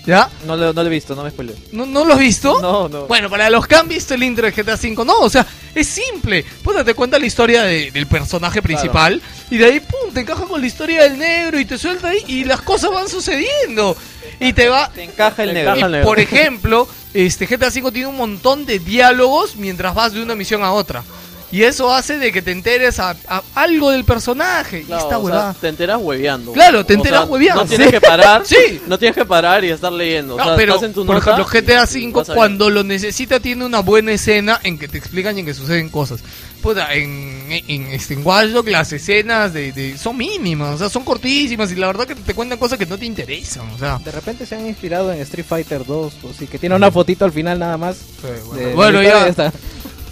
Speaker 1: ¿Ya?
Speaker 9: No lo, no lo he visto, no me spoileo.
Speaker 1: ¿No, ¿No lo has visto?
Speaker 9: No, no.
Speaker 1: Bueno, para los que han visto el intro de GTA V, no, o sea, es simple. Puta, te cuenta la historia de- del personaje principal y de ahí, pum, te encaja con la historia del negro y te suelta ahí y las cosas van sucediendo. Y te va... Te
Speaker 9: encaja el negro.
Speaker 1: Y, por ejemplo, este GTA V tiene un montón de diálogos mientras vas de una misión a otra. Y eso hace de que te enteres a, a algo del personaje. y
Speaker 3: Claro,
Speaker 1: esta
Speaker 3: o sea,
Speaker 1: huevada.
Speaker 3: te enteras hueveando.
Speaker 1: Claro, te
Speaker 3: O
Speaker 1: enteras
Speaker 3: sea,
Speaker 1: hueveando.
Speaker 3: No tienes
Speaker 1: Sí.
Speaker 3: que parar.
Speaker 1: Sí.
Speaker 3: No tienes que parar y estar leyendo. O
Speaker 1: No,
Speaker 3: sea,
Speaker 1: pero,
Speaker 3: estás en tu
Speaker 1: por
Speaker 3: nota
Speaker 1: ejemplo, GTA
Speaker 3: y
Speaker 1: V,
Speaker 3: vas a ver.
Speaker 1: cuando lo necesita, tiene una buena escena en que te explican y en que suceden cosas. Puta, en, en, este, en Watch Dogs las escenas de, de- son mínimas, o sea, son cortísimas y la verdad que te cuentan cosas que no te interesan, o sea.
Speaker 7: De repente se han inspirado en Street Fighter 2, o
Speaker 12: pues
Speaker 7: sí, que tiene una fotito al final nada más. de- de
Speaker 1: Bueno,
Speaker 7: la
Speaker 1: ya.
Speaker 7: historia de esta.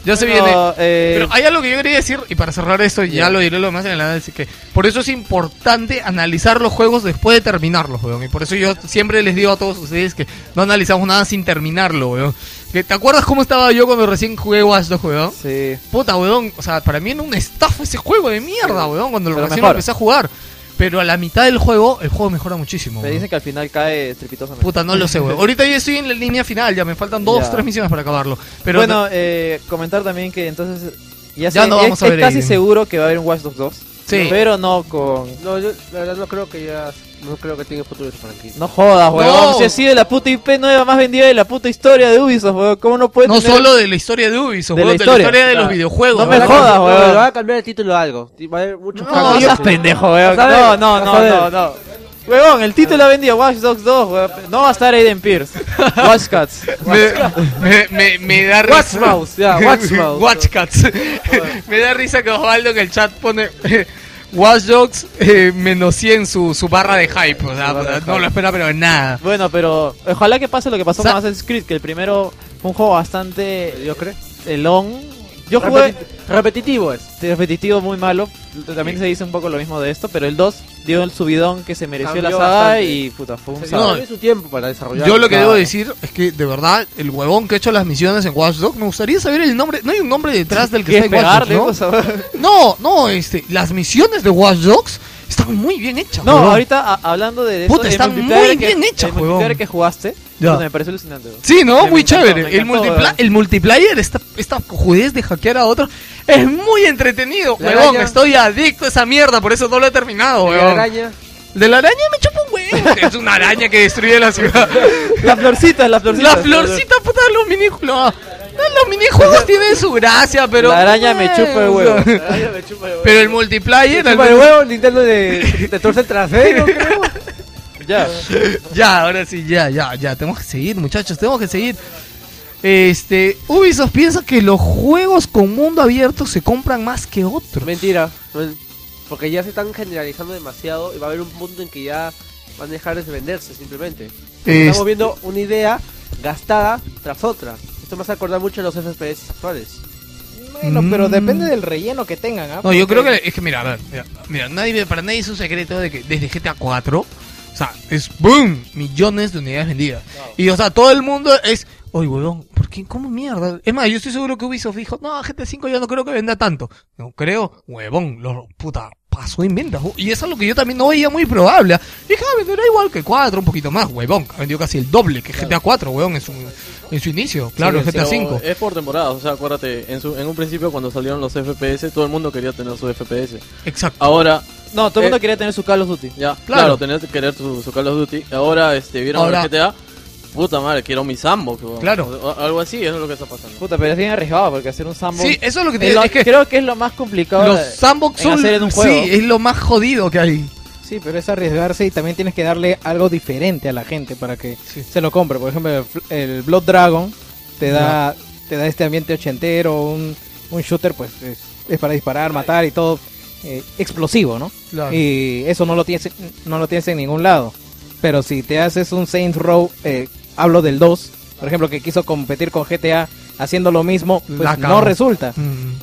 Speaker 1: Ya se
Speaker 7: Bueno,
Speaker 1: viene.
Speaker 7: eh,
Speaker 1: Pero hay algo que yo quería decir, y para cerrar esto, ya
Speaker 7: Ya.
Speaker 1: lo diré lo más en el análisis, que por eso es importante analizar los juegos después de terminarlos, weón. Y por eso yo siempre les digo a todos ustedes que no analizamos nada sin terminarlo, weón. ¿Te te acuerdas cómo estaba yo cuando recién jugué Watch 2, weón?
Speaker 9: Sí.
Speaker 1: Puta, weón. O sea, para mí era un estafa ese juego de mierda, weón, cuando lo
Speaker 9: Pero
Speaker 1: recién
Speaker 9: mejora.
Speaker 1: empecé a jugar. Pero a la mitad del juego, el juego mejora muchísimo.
Speaker 9: Me
Speaker 1: weón.
Speaker 9: dicen que al final cae estrepitosamente.
Speaker 1: Puta, no lo sé, weón. Ahorita yo estoy en la línea final, ya me faltan dos,
Speaker 9: Ya.
Speaker 1: tres misiones para acabarlo. Pero
Speaker 9: bueno, eh, comentar también que entonces ya,
Speaker 1: Ya
Speaker 9: sé-
Speaker 1: no
Speaker 9: es-
Speaker 1: vamos a
Speaker 9: es
Speaker 1: ver
Speaker 9: casi
Speaker 1: Aiden.
Speaker 9: seguro que va a haber un Watch Dogs 2.
Speaker 1: Sí.
Speaker 9: Pero no con
Speaker 6: No, yo la verdad no creo que ya. No creo que tenga futuro esa franquicia.
Speaker 9: no jodas, weón. Si ha sido la puta IP nueva más vendida de la puta historia de Ubisoft, weón. ¿Cómo no puede
Speaker 1: no
Speaker 9: tener-
Speaker 1: solo de la historia de Ubisoft,
Speaker 9: De la
Speaker 1: weón, de la
Speaker 9: historia.
Speaker 1: historia de los
Speaker 9: Claro.
Speaker 1: videojuegos.
Speaker 9: No me
Speaker 1: weón.
Speaker 9: jodas,
Speaker 6: No,
Speaker 9: weón.
Speaker 6: le van a cambiar el título a algo. Va a haber mucho
Speaker 9: No, seas pendejo, weón. No, no, no, no, no. Weón, el título ha vendido Watch Dogs 2, weón. No va a estar Aiden Pierce. Watch Cats.
Speaker 1: me, me, me da risa.
Speaker 9: Watch Mouse, ya, Watch Mouse.
Speaker 1: Watch Cats. me da risa que Osvaldo en el chat pone Watch Dogs eh, menos 100 su, su barra de hype. O sea, no lo espera, pero en nada.
Speaker 9: Bueno, pero ojalá que pase lo que pasó
Speaker 1: Sa-
Speaker 9: con Assassin's Creed, que el primero fue un juego bastante. ¿Yo creo? Elón. Yo jugué.
Speaker 6: Repeti- repetitivo es.
Speaker 9: Sí, Repetitivo, muy malo. También se dice un poco lo mismo de esto, pero el 2 dio el subidón que se mereció la
Speaker 6: Cambió
Speaker 9: saga
Speaker 6: bastante.
Speaker 9: y puta, fue un
Speaker 6: Se
Speaker 9: sábado.
Speaker 6: dio su tiempo para desarrollar.
Speaker 1: Yo lo que
Speaker 6: Claro.
Speaker 1: debo decir es que, de verdad, el huevón que ha hecho las misiones en Watch Dogs, me gustaría saber el nombre. No hay un nombre detrás del que está
Speaker 9: ¿Quieres
Speaker 1: en Watch
Speaker 9: pegarle,
Speaker 1: Dogs, ¿no? no, no, este, las misiones de Watch Dogs están muy bien hechas.
Speaker 9: No,
Speaker 1: huevón.
Speaker 9: ahorita a- hablando de eso,
Speaker 1: Puta,
Speaker 9: el
Speaker 1: está
Speaker 9: multiplayer
Speaker 1: muy
Speaker 9: que-
Speaker 1: bien hecha,
Speaker 9: el multiplayer
Speaker 1: huevón.
Speaker 9: que jugaste,
Speaker 1: Ya.
Speaker 9: puta, me pareció alucinante. weón.
Speaker 1: Sí, ¿no?
Speaker 9: Me
Speaker 1: muy
Speaker 9: encantó,
Speaker 1: chévere.
Speaker 9: me
Speaker 1: el,
Speaker 9: encantó,
Speaker 1: multipla-
Speaker 9: weón.
Speaker 1: el multiplayer, esta, esta cojudez de hackear a otro, es muy entretenido,
Speaker 6: La
Speaker 1: huevón.
Speaker 6: araña.
Speaker 1: Estoy adicto a esa mierda, por eso no lo he terminado,
Speaker 6: La
Speaker 1: huevón.
Speaker 6: araña.
Speaker 1: De la araña me chupa un huevo. que es una araña que destruye la ciudad.
Speaker 9: Las florcitas, las florcitas.
Speaker 1: La florcita, puta, los minijuegos. Los minijuegos tienen su gracia, pero.
Speaker 9: La araña me chupa el huevo.
Speaker 1: La araña me chupa el huevo. Pero el multiplayer. al menos-
Speaker 6: huevo, Nintendo de, de torce el trasero, creo.
Speaker 9: Ya.
Speaker 1: ya, ahora sí, ya, ya, ya. Tenemos que seguir, muchachos, tenemos que seguir. Este, Ubisoft piensa que los juegos con mundo abierto se compran más que otros.
Speaker 6: Mentira. no- Porque ya se están generalizando demasiado y va a haber un punto en que ya van a dejar de venderse simplemente.
Speaker 1: Es-
Speaker 6: Estamos viendo una idea gastada tras otra. Esto me hace acordar mucho de los FPS actuales.
Speaker 12: Bueno, pero depende del relleno que tengan, ¿ah?
Speaker 1: Mm. No, yo
Speaker 12: Porque-
Speaker 1: creo que es que mira, a ver, mira, mira, nadie, para nadie es un secreto de que desde GTA 4, o sea, es boom, millones de unidades vendidas. Y o sea, todo el mundo es, oye, huevón, ¿por qué? ¿Cómo mierda? Es más, yo estoy seguro que Ubisoft dijo, no, GTA 5 yo no creo que venda tanto. No creo, huevón, lo, puta, pasó en venta. ju- Y eso es lo que yo también no veía muy probable. ¿ah? Dije, ah, venderá igual que 4, un poquito más, huevón. Ha vendido casi el doble que GTA 4, huevón, en su, en su inicio. Claro,
Speaker 3: Sí,
Speaker 1: GTA
Speaker 3: eh, pero
Speaker 1: 5.
Speaker 3: Es por temporada, o sea, acuérdate, en, su- en un principio cuando salieron los FPS, todo el mundo quería tener su FPS.
Speaker 1: Exacto.
Speaker 3: Ahora.
Speaker 9: No, todo el mundo
Speaker 3: eh,
Speaker 9: quería tener su Call of Duty.
Speaker 3: Ya,
Speaker 9: Claro.
Speaker 3: claro, tener que querer su, su Call of Duty. Ahora, este, vieron
Speaker 9: Ahora-
Speaker 3: el GTA. Puta madre, quiero mi sandbox. weón.
Speaker 9: Claro.
Speaker 3: O- o- algo así, eso es lo que está pasando.
Speaker 9: Puta, pero es bien arriesgado porque hacer un sandbox.
Speaker 3: Sí, eso es lo que te- es que-
Speaker 9: creo que es lo más complicado.
Speaker 3: Los
Speaker 9: de-
Speaker 1: sandbox
Speaker 9: en
Speaker 1: son-
Speaker 9: hacer en un juego.
Speaker 1: sí, es lo más jodido que hay.
Speaker 12: Sí, pero es arriesgarse y también tienes que darle algo diferente a la gente para que se lo compre. Por ejemplo, el, fl- el Blood Dragon te da, te da este ambiente ochentero, un, un shooter pues es, es para disparar, matar y todo eh, explosivo, ¿no?
Speaker 1: Claro.
Speaker 12: Y eso no lo tienes no lo tienes en ningún lado. Pero si te haces un Saints Row, eh, hablo del 2, por ejemplo, que quiso competir con GTA haciendo lo mismo,
Speaker 1: La
Speaker 12: pues
Speaker 1: cagó. Mm.
Speaker 12: no resulta.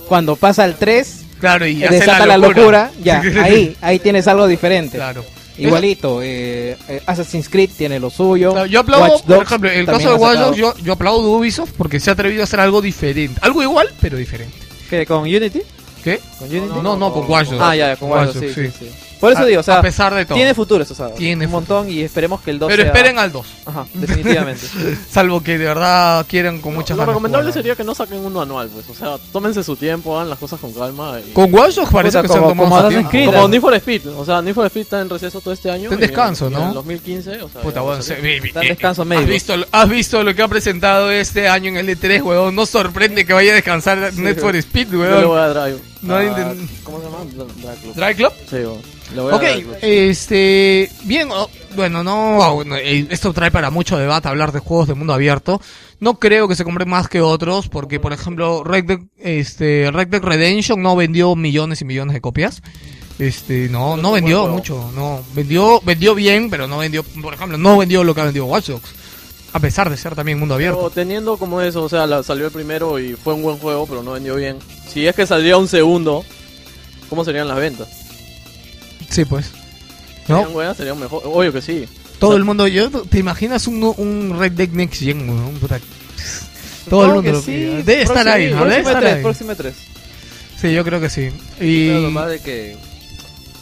Speaker 12: Cuando pasa al 3,
Speaker 1: Claro, y
Speaker 12: eh,
Speaker 1: hace
Speaker 12: desata la locura, ya, ahí, ahí tienes algo diferente.
Speaker 1: Claro.
Speaker 12: Igualito, eh, eh, Assassin's Creed tiene lo suyo.
Speaker 1: Yo aplaudo,
Speaker 12: Watch
Speaker 1: por
Speaker 12: Dogs
Speaker 1: ejemplo, en el
Speaker 12: también
Speaker 1: caso de
Speaker 12: ha
Speaker 1: Watch
Speaker 12: sacado-
Speaker 1: Dogs, yo, yo aplaudo a Ubisoft porque se ha atrevido a hacer algo diferente. Algo igual, pero diferente.
Speaker 9: ¿Qué, ¿Con Unity?
Speaker 1: ¿Qué?
Speaker 9: ¿Con Unity?
Speaker 1: No, no, con Watch Dogs.
Speaker 9: Ah, ya, con Watch Dogs,
Speaker 1: Watch
Speaker 9: sí,
Speaker 1: Dogs, sí.
Speaker 9: sí, sí. Por eso
Speaker 1: A-
Speaker 9: digo, o sea,
Speaker 1: a pesar de todo.
Speaker 9: tiene futuro esa saga.
Speaker 1: Ah, Tiene
Speaker 9: un montón y esperemos que el 2
Speaker 1: Pero
Speaker 9: sea-
Speaker 1: esperen al 2.
Speaker 9: Ajá, definitivamente.
Speaker 1: Salvo que de verdad quieran con muchas
Speaker 3: Lo
Speaker 1: ganas
Speaker 3: recomendable
Speaker 1: jugar.
Speaker 3: sería que no saquen uno anual, pues. O sea, tómense su tiempo, hagan las cosas con calma. y-
Speaker 1: Con Watch Dogs parece
Speaker 3: Puta,
Speaker 1: que se han
Speaker 3: como-
Speaker 1: tomado
Speaker 3: como
Speaker 1: su
Speaker 3: Assassin's
Speaker 1: tiempo.
Speaker 3: Creed,
Speaker 1: Como
Speaker 3: Como Need for Speed. O sea, Need for Speed está en receso todo este año.
Speaker 1: Está en
Speaker 3: y en-
Speaker 1: descanso,
Speaker 3: y
Speaker 1: ¿no?
Speaker 3: En el 2015, o
Speaker 1: Puta,
Speaker 3: sea. ya
Speaker 1: bueno,
Speaker 3: va a
Speaker 1: se-
Speaker 3: salir.
Speaker 1: vi- vi- eh, eh,
Speaker 3: médico.
Speaker 1: ¿Has visto, lo- has visto lo que ha presentado este año en el E3, weón. No sorprende que vaya a descansar Net for Speed,
Speaker 3: Yo
Speaker 1: weón.
Speaker 3: le voy a Drive.
Speaker 1: No
Speaker 3: Ah,
Speaker 1: hay inten-
Speaker 3: ¿Cómo se llama? Dra- Drive Club.
Speaker 1: ¿Drive Club?
Speaker 3: Sí, bueno. Le voy a
Speaker 1: Ok,
Speaker 3: Drive Club.
Speaker 1: este. Bien, o- bueno, no. bueno, eh, Esto trae para mucho debate hablar de juegos de mundo abierto. No creo que se compren más que otros, porque, por ejemplo, Red Dead, este, Red Dead Redemption no vendió millones y millones de copias. Este, no, no vendió mucho, no. Vendió, vendió bien, pero no vendió, por ejemplo, no vendió lo que ha vendido Watch Dogs. A pesar de ser también mundo abierto.
Speaker 3: Pero teniendo como eso, o sea, la- salió el primero y fue un buen juego, pero no vendió bien. Si es que saldría un segundo, ¿cómo serían las ventas?
Speaker 1: Sí, pues.
Speaker 3: ¿Serían buenas? ¿Serían mejor? Obvio que sí.
Speaker 1: Todo el mundo, yo, ¿te imaginas un, un Red Dead Next Gen, weón? Puta, Todo el
Speaker 9: Supongo
Speaker 1: mundo
Speaker 9: que
Speaker 1: lo
Speaker 9: sí.
Speaker 1: pide. Debe estar
Speaker 9: Próxima-
Speaker 1: ahí, ¿no? Debe
Speaker 9: próxima
Speaker 1: estar
Speaker 9: tres,
Speaker 1: ahí.
Speaker 9: próxima tres.
Speaker 1: Sí, yo creo que sí.
Speaker 6: Y...
Speaker 1: Y
Speaker 6: Lo más de que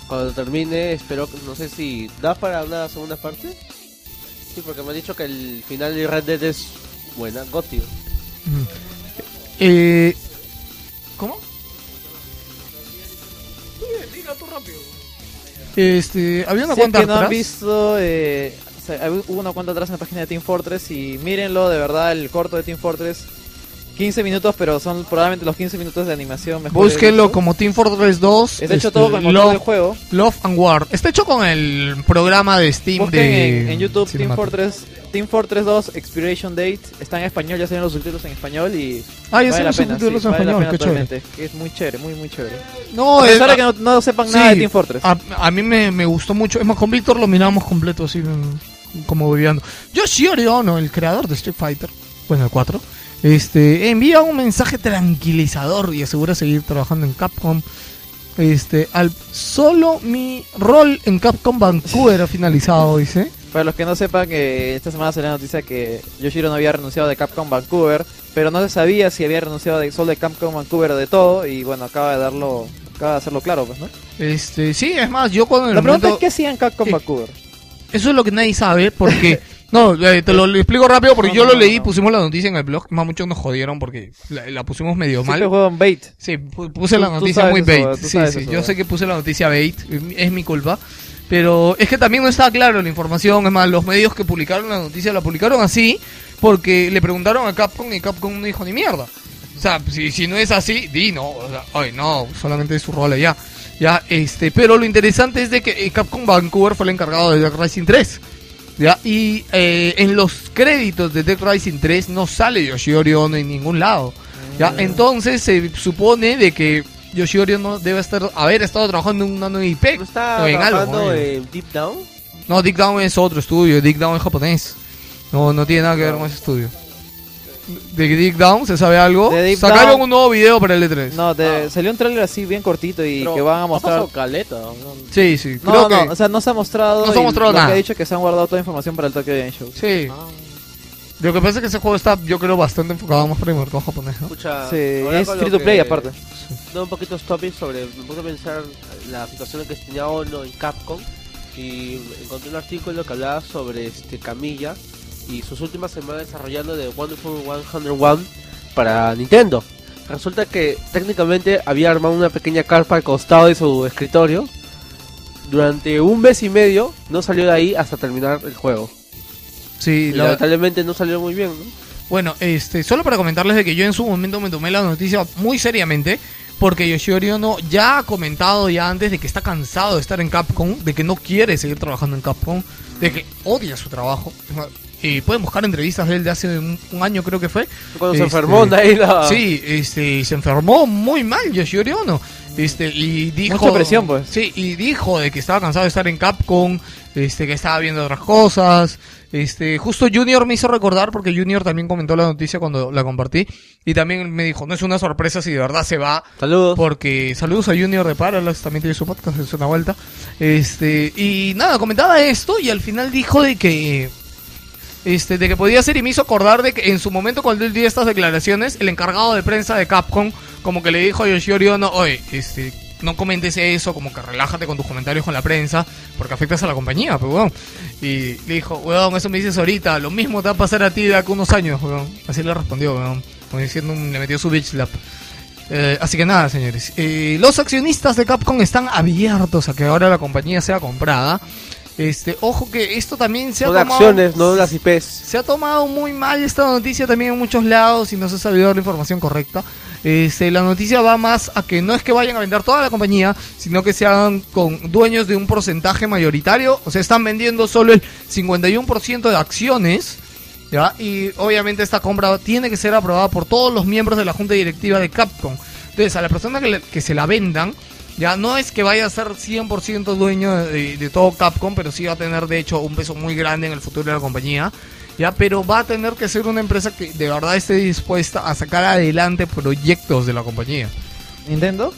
Speaker 6: cuando termine, espero, no sé si da para una segunda parte. Sí, porque me han dicho que el final de Red Dead es buena, Gotti.
Speaker 1: mm, Eh, ¿Cómo? Este, había una
Speaker 9: Si es
Speaker 1: cuenta
Speaker 9: que no han
Speaker 1: atrás.
Speaker 9: visto, eh, o sea, hay- hubo una cuenta atrás en la página de Team Fortress y mírenlo, de verdad, el corto de Team Fortress. 15 minutos, pero son probablemente los 15 minutos de animación mejor.
Speaker 1: Búsquenlo como Team Fortress 2.
Speaker 9: Está pues, hecho todo con el motor del juego.
Speaker 1: Love and War. Está hecho con el programa de Steam
Speaker 9: Busquen
Speaker 1: de.
Speaker 9: en, en YouTube Team
Speaker 1: Cinematic.
Speaker 9: Fortress, Team Fortress 2 Expiration Date. Está en español, ya se ven los subtítulos en español y.
Speaker 1: Ah, ya
Speaker 9: vale
Speaker 1: se ven
Speaker 9: la
Speaker 1: los
Speaker 9: pena,
Speaker 1: subtítulos
Speaker 9: sí,
Speaker 1: en
Speaker 9: vale la
Speaker 1: español,
Speaker 9: pena
Speaker 1: qué chévere.
Speaker 9: totalmente, que Es muy chévere, muy, muy chévere.
Speaker 1: No,
Speaker 9: A
Speaker 1: es- ah,
Speaker 9: pesar de que no, no sepan nada de
Speaker 1: Sí,
Speaker 9: Team Fortress.
Speaker 1: A, a mí me, me gustó mucho. Es más, con Víctor lo mirábamos completo, así mm, como viviendo. Yoshiori Ono, el creador de Street Fighter, bueno, el 4, este, envía un mensaje tranquilizador y asegura seguir trabajando en Capcom. Este, al solo mi rol en Capcom Vancouver ha finalizado, dice.
Speaker 9: Para los que no sepan, que esta semana salió la noticia que Yoshiro no había renunciado de Capcom Vancouver, pero no se sabía si había renunciado de, solo de Capcom Vancouver o de todo, y bueno, acaba de darlo, acaba de hacerlo claro, pues, ¿no?
Speaker 1: Este, sí, es más, yo cuando en el
Speaker 9: La pregunta
Speaker 1: momento-
Speaker 9: es, ¿qué hacían Capcom Vancouver?
Speaker 1: Eso es lo que nadie sabe, porque. No, eh, te lo lo explico rápido porque yo lo leí, pusimos la noticia en el blog. Más muchos nos jodieron porque la, la pusimos medio mal.
Speaker 9: Siempre juegan bait.
Speaker 1: Sí, pu- puse la
Speaker 9: Tú- tú
Speaker 1: noticia
Speaker 9: sabes
Speaker 1: muy
Speaker 9: eso,
Speaker 1: bait.
Speaker 9: tú
Speaker 1: Sí,
Speaker 9: sabes
Speaker 1: sí,
Speaker 9: eso,
Speaker 1: yo
Speaker 9: ¿verdad?
Speaker 1: sé que puse la noticia bait, es mi culpa. Pero es que también no estaba claro la información. Es más, los medios que publicaron la noticia la publicaron así porque le preguntaron a Capcom y Capcom no dijo ni mierda. O sea, si, si no es así, di no. O sea, ay, no, solamente es su rol ya. Ya, este, pero lo interesante es de que eh, Capcom Vancouver fue el encargado de Dead Rising 3. ¿ya? Y eh, en los créditos de Dead Rising 3 no sale Yoshiori Ono en ningún lado. ¿ya? Entonces se supone de que Yoshiori Ono debe estar, haber estado trabajando en una nueva IP. No
Speaker 6: Está
Speaker 9: Ah,
Speaker 6: trabajando en Deep Down.
Speaker 1: No, Dick Down es otro estudio, Dick Down es japonés. No, no tiene nada que ver con ese estudio. De Dick Down se sabe algo.
Speaker 9: De Deep
Speaker 1: Sacaron
Speaker 9: Down-
Speaker 1: un nuevo video para el E E3.
Speaker 9: No, de-
Speaker 1: Ah.
Speaker 9: salió un tráiler así bien cortito y que van a mostrar...
Speaker 18: caleta. ¿no?
Speaker 1: Sí, sí,
Speaker 9: No,
Speaker 1: creo
Speaker 9: no,
Speaker 1: que
Speaker 9: o sea, no se ha mostrado.
Speaker 1: No se ha
Speaker 9: y
Speaker 1: mostrado
Speaker 9: lo
Speaker 1: nada.
Speaker 9: Que ha dicho que se han guardado toda la información para el Tokyo Game Show.
Speaker 1: Sí. Lo que pasa es que ese juego está, yo creo, bastante enfocado más para el mercado japonés, ¿no?
Speaker 6: Escucha,
Speaker 9: Sí,
Speaker 6: Ah, ahora
Speaker 9: es
Speaker 6: con
Speaker 9: free
Speaker 6: lo
Speaker 9: to play
Speaker 6: que-
Speaker 9: aparte.
Speaker 6: No, un poquito topics sobre, me puse a pensar la situación que tenía Ono en Capcom y encontré un artículo que hablaba sobre este Camilla y sus últimas semanas desarrollando de Wonderful 101 para Nintendo. Resulta que técnicamente había armado una pequeña carpa al costado de su escritorio. Durante un mes y medio no salió de ahí hasta terminar el juego.
Speaker 1: Sí,
Speaker 6: Y
Speaker 1: la-
Speaker 6: lamentablemente no salió muy bien, ¿no?
Speaker 1: Bueno, este, solo para comentarles de que yo en su momento me tomé la noticia muy seriamente, porque Yoshiori Ono ya ha comentado ya antes de que está cansado de estar en Capcom, de que no quiere seguir trabajando en Capcom, de que odia su trabajo. Es más, Y pueden buscar entrevistas de él de hace un, un año creo que fue.
Speaker 6: Cuando se enfermó, de ahí la-
Speaker 1: Este. Sí, este, se enfermó muy mal Yoshiori Ono. Este, y dijo...
Speaker 9: Mucha presión, pues.
Speaker 1: Sí, y dijo de que estaba cansado de estar en Capcom, este, que estaba viendo otras cosas. Este, justo Junior me hizo recordar porque Junior también comentó la noticia cuando la compartí y también me dijo, no es una sorpresa si de verdad se va.
Speaker 6: Saludos.
Speaker 1: Porque saludos a Junior de Parallax, también tiene su podcast, es una vuelta. Este, y nada, comentaba esto y al final dijo de que este, de que podía ser y me hizo acordar de que en su momento cuando él dio estas declaraciones, el encargado de prensa de Capcom como que le dijo a Yoshiori Ono, oye, este, no comentes eso, como que relájate con tus comentarios con la prensa, porque afectas a la compañía, pero weón. Y le dijo, weón, eso me dices ahorita, lo mismo te va a pasar a ti de aquí a unos años, weón. Así le respondió, weón, como diciendo, un- le metió su bitch slap. Eh, así que nada, señores. Eh, los accionistas de Capcom están abiertos a que ahora la compañía sea comprada. Este, ojo que esto también se ha
Speaker 6: Son
Speaker 1: tomado-
Speaker 6: acciones, no las IPs.
Speaker 1: se ha tomado muy mal esta noticia también en muchos lados y no se ha sabido dar la información correcta. Este, la noticia va más a que no es que vayan a vender toda la compañía, sino que se hagan con dueños de un porcentaje mayoritario. O sea, están vendiendo solo el 51% de acciones. ¿ya? Y obviamente esta compra tiene que ser aprobada por todos los miembros de la junta directiva de Capcom. Entonces, a la persona que, le- que se la vendan, ya no es que vaya a ser 100% dueño de, de todo Capcom, pero sí va a tener de hecho un peso muy grande en el futuro de la compañía. Ya, pero va a tener que ser una empresa que de verdad esté dispuesta a sacar adelante proyectos de la compañía.
Speaker 9: ¿Nintendo?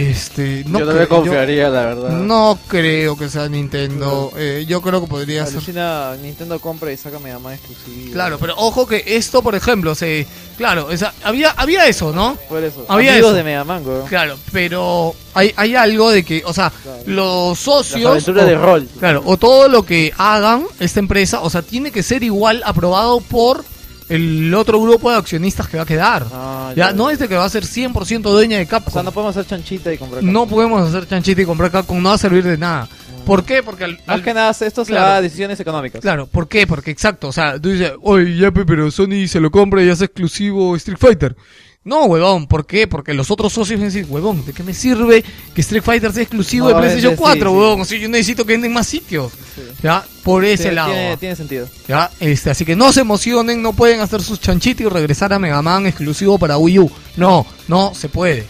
Speaker 1: Este, no
Speaker 9: Yo no
Speaker 1: creo-
Speaker 9: me confiaría, la verdad.
Speaker 1: No creo que sea Nintendo. Eh, yo creo que podría ser.
Speaker 9: Alucina, Nintendo compra y saca Mega Man exclusivo.
Speaker 1: Claro, pero ojo que esto, por ejemplo, se. Claro, esa- había, había eso, ¿no?
Speaker 9: Por eso.
Speaker 1: Había
Speaker 9: Amigos
Speaker 1: eso.
Speaker 9: de Mega Man, weón.
Speaker 1: Claro, pero hay, hay algo de que, o sea, los socios.
Speaker 9: Las aventuras
Speaker 1: o-
Speaker 9: de rol.
Speaker 1: Claro, o todo lo que hagan esta empresa, o sea, tiene que ser igual aprobado por el otro grupo de accionistas que va a quedar. Ah, ya,
Speaker 9: ya.
Speaker 1: no es de que va a ser 100% dueña de Capcom. O sea, no
Speaker 9: podemos hacer chanchita y comprar
Speaker 1: No podemos hacer chanchita y comprar Capcom, no va a servir de nada. ¿Por qué? Porque al,
Speaker 9: Más
Speaker 1: al-
Speaker 9: que nada, esto se
Speaker 1: Claro.
Speaker 9: va a decisiones económicas.
Speaker 1: Claro, ¿por qué? Porque exacto, o sea, tú dices, oye, ya, pe, pero Sony se lo compra y hace exclusivo Street Fighter. No, huevón, ¿por qué? Porque los otros socios van a decir, huevón, ¿de qué me sirve que Street Fighter sea exclusivo de
Speaker 9: No,
Speaker 1: PlayStation
Speaker 9: es de- sí,
Speaker 1: 4,
Speaker 9: sí.
Speaker 1: huevón? O sea, yo necesito que venden más sitios. Ya, por ese
Speaker 9: Tiene-
Speaker 1: lado.
Speaker 9: Tiene, tiene sentido.
Speaker 1: Ya, este, así que no se emocionen, no pueden hacer sus chanchitos y regresar a Mega Man exclusivo para Wii U. No, no se puede.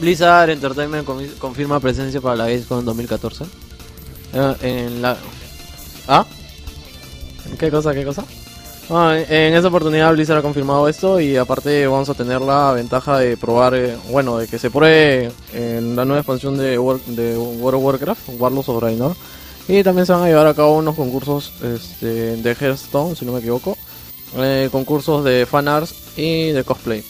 Speaker 3: Blizzard Entertainment comi- confirma presencia para la Gamescom 2014. Eh, en la... ¿Ah? ¿Qué cosa? ¿Qué cosa? Ah, en esta oportunidad Blizzard ha confirmado esto y aparte vamos a tener la ventaja de probar, eh, bueno, de que se pruebe en la nueva expansión de, War- de World of Warcraft, Warlords of Draenor. Y también se van a llevar a cabo unos concursos este, de Hearthstone, si no me equivoco. eh, concursos de fanarts y de cosplay.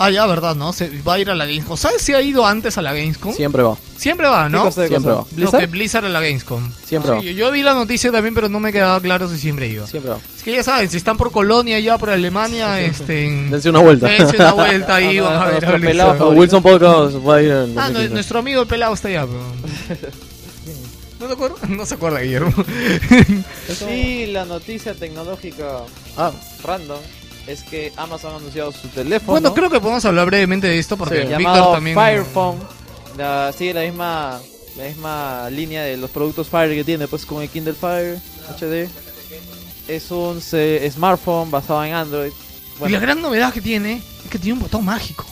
Speaker 1: Ah, ya, verdad, ¿no? Se va a ir a la Gamescom. ¿Sabes si ha ido antes a la Gamescom?
Speaker 3: Siempre va.
Speaker 1: Siempre va, ¿no?
Speaker 3: ¿Qué cosa de
Speaker 1: Siempre
Speaker 3: cosa?
Speaker 1: va.
Speaker 3: ¿Blizzard?
Speaker 1: Lo que Blizzard a la Gamescom.
Speaker 3: Siempre
Speaker 1: Sí,
Speaker 3: va.
Speaker 1: yo- Yo vi la noticia también, pero no me quedaba claro si siempre iba.
Speaker 3: Siempre va.
Speaker 1: Es que ya saben, si están por Colonia, ya por Alemania, este... en-
Speaker 3: Dense una vuelta. Ah,
Speaker 1: Dense una vuelta ahí, van a ver a Blizzard.
Speaker 3: Wilson Podcast va a ir en
Speaker 1: Ah, no,
Speaker 3: 2015.
Speaker 1: nuestro amigo el pelado está allá, pero... ¿No te acuerdas? No se acuerda, Guillermo.
Speaker 9: Sí, la noticia tecnológica
Speaker 3: ah.
Speaker 9: random es que Amazon ha anunciado su teléfono.
Speaker 1: bueno, creo que podemos hablar brevemente de esto porque
Speaker 9: Sí,
Speaker 1: Víctor
Speaker 9: llamado
Speaker 1: también...
Speaker 9: Fire Phone. La, sigue la misma, la misma línea de los productos Fire que tiene, pues como el Kindle Fire HD. Es un se- smartphone basado en Android.
Speaker 1: Y
Speaker 9: Bueno,
Speaker 1: la gran novedad que tiene es que tiene un botón mágico.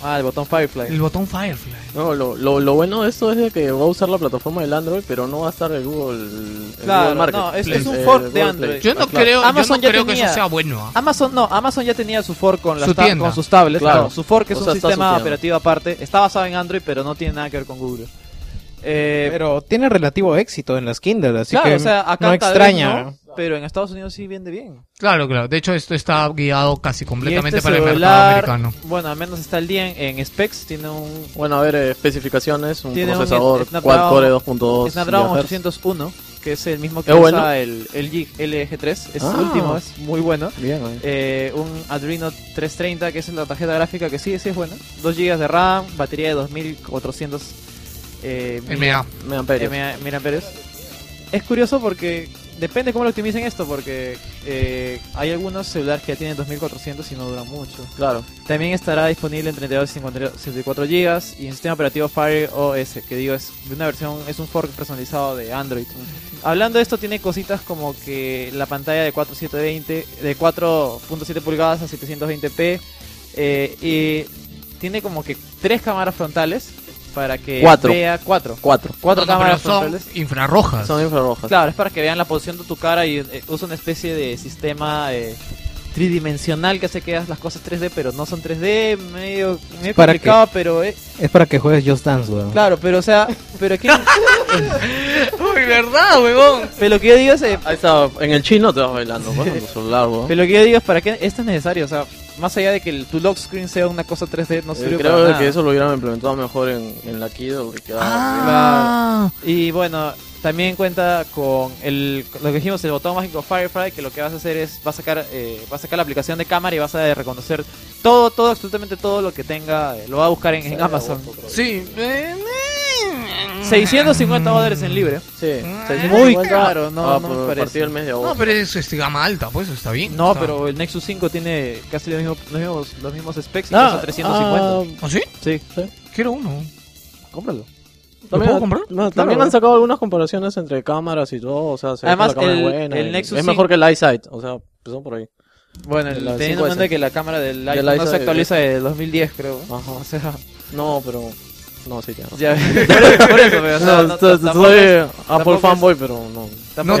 Speaker 9: Ah, el botón Firefly.
Speaker 1: El botón Firefly.
Speaker 3: No, lo, lo, lo bueno de esto es de que va a usar la plataforma del Android, pero no va a estar el Google, el
Speaker 9: Claro,
Speaker 3: Google Market.
Speaker 9: no, es, es un
Speaker 3: El
Speaker 9: fork
Speaker 3: Google
Speaker 9: de
Speaker 3: Play.
Speaker 9: Android.
Speaker 3: Ah, claro.
Speaker 9: Amazon
Speaker 1: yo no
Speaker 9: ya
Speaker 1: creo que eso
Speaker 9: tenía-
Speaker 1: sea bueno, ah.
Speaker 9: Amazon no, Amazon ya tenía su fork con, las
Speaker 1: Su
Speaker 9: tab-
Speaker 1: tienda.
Speaker 9: con sus tablets.
Speaker 1: Claro.
Speaker 9: claro, su fork es
Speaker 1: O
Speaker 9: un
Speaker 1: sea, está su
Speaker 9: sistema
Speaker 1: tienda.
Speaker 9: operativo aparte. Está basado en Android, pero no tiene nada que ver con Google. Eh,
Speaker 7: Pero tiene relativo éxito en las Kindle, así
Speaker 9: claro,
Speaker 7: que
Speaker 9: o sea, acá
Speaker 7: no
Speaker 9: tal vez
Speaker 7: extraña.
Speaker 9: no, pero en Estados Unidos sí vende bien.
Speaker 1: Claro, claro. De hecho, esto está guiado casi completamente
Speaker 9: Y este
Speaker 1: para el mercado
Speaker 9: celular,
Speaker 1: americano.
Speaker 9: Bueno, al menos está el día en, en specs. Tiene un
Speaker 3: Bueno, a ver, eh, especificaciones, un
Speaker 9: Tiene un
Speaker 3: procesador
Speaker 9: Snapdragon-
Speaker 3: quad core 2.2
Speaker 9: Snapdragon
Speaker 3: GHz.
Speaker 9: 801, que es el mismo que
Speaker 3: ¿Es
Speaker 9: usa
Speaker 3: bueno?
Speaker 9: el, el E G- LG3, es
Speaker 3: Ah.
Speaker 9: último, es muy bueno.
Speaker 3: Bien, bien.
Speaker 9: Eh, un Adreno 330, que es la tarjeta gráfica que sí, sí es buena. 2 GB de RAM, batería de 2400 eh,
Speaker 1: MA.
Speaker 9: mili- MA miliamperios. Es curioso porque depende cómo lo optimicen esto, porque eh, hay algunos celulares que ya tienen 2400 y no duran mucho.
Speaker 3: Claro.
Speaker 9: También estará disponible en 32 y 52 64 GB y en sistema operativo Fire OS, que digo es de una versión es un fork personalizado de Android. Hablando de esto tiene cositas como que la pantalla de 4720 de 4.7 pulgadas a 720p eh, y tiene como que tres cámaras frontales para que
Speaker 3: Cuatro.
Speaker 9: vea cuatro
Speaker 3: Cuatro.
Speaker 9: cuatro
Speaker 1: No, no,
Speaker 9: cámaras
Speaker 1: pero son
Speaker 9: frontales
Speaker 1: infrarrojas. Son
Speaker 3: infrarrojas.
Speaker 9: claro es para que vean la posición de tu cara y eh, usa una especie de sistema eh, tridimensional que hace que veas las cosas 3D pero no son 3D medio, medio
Speaker 7: para
Speaker 9: complicado
Speaker 7: que-
Speaker 9: pero eh,
Speaker 7: Es para que juegues Just Dance, weón.
Speaker 9: Claro, pero o sea, pero aquí.
Speaker 1: Uy, verdad, huevón.
Speaker 9: Pero lo que yo digo es. eh,
Speaker 3: Ahí está, en el chino te vas bailando, pues, con tu celular, weón.
Speaker 9: pero lo que yo digo es para qué esto es necesario, o sea, más allá de que el- tu lock screen sea una cosa 3D, no
Speaker 3: Eh,
Speaker 9: sirve para
Speaker 3: creo de
Speaker 9: nada.
Speaker 3: que eso lo hubieran implementado mejor en, en la Kido. que quedaba-
Speaker 1: Ah.
Speaker 9: Claro. Y bueno, también cuenta con el con lo que dijimos, el botón mágico Firefly, que lo que vas a hacer es, vas a sacar, eh, vas a sacar la aplicación de cámara y vas a reconocer todo, todo, absolutamente todo lo que tenga, eh, lo va a buscar en, en Amazon.
Speaker 1: Sí.
Speaker 9: 650 dólares en libre.
Speaker 3: Sí.
Speaker 9: Muy
Speaker 3: 650.
Speaker 9: caro, no,
Speaker 3: Ah,
Speaker 9: no
Speaker 3: por-
Speaker 9: me
Speaker 3: a
Speaker 9: parece.
Speaker 3: partir del mes de agosto.
Speaker 1: Eh. No, pero eso es gama alta, pues eso está bien.
Speaker 9: No,
Speaker 1: Está-
Speaker 9: pero el Nexus 5 tiene casi los mismos, los mismos, los mismos specs y
Speaker 3: Ah,
Speaker 9: cuesta 350.
Speaker 3: ah,
Speaker 1: ¿Ah, sí?
Speaker 9: Sí.
Speaker 1: Quiero uno.
Speaker 3: Cómpralo.
Speaker 9: ¿Lo puedo comprar?
Speaker 3: no, también
Speaker 9: Claro.
Speaker 3: han sacado algunas comparaciones entre cámaras y todo. O sea, se ve que
Speaker 9: Además,
Speaker 3: la cámara es
Speaker 9: el-
Speaker 3: buena
Speaker 9: el
Speaker 3: y-
Speaker 9: Nexus
Speaker 3: es
Speaker 9: 5
Speaker 3: mejor que el EyeSight. O sea, empezó por ahí.
Speaker 9: Bueno,
Speaker 3: El-
Speaker 9: el-
Speaker 3: la 5S.
Speaker 9: teniendo en
Speaker 1: eh,
Speaker 9: cuenta que la cámara del iPhone no se
Speaker 3: EyeSight,
Speaker 9: actualiza de 2010, creo.
Speaker 3: Ajá.
Speaker 9: O sea,
Speaker 3: No, pero No, sí, tiene razón.
Speaker 9: Ya, por eso- por eso, pero, o sea,
Speaker 3: No,
Speaker 9: no,
Speaker 3: esto- esto-
Speaker 9: tampoco
Speaker 3: soy
Speaker 9: es- tampoco
Speaker 3: Apple
Speaker 9: es-
Speaker 3: fanboy, pero no.
Speaker 9: Tampoco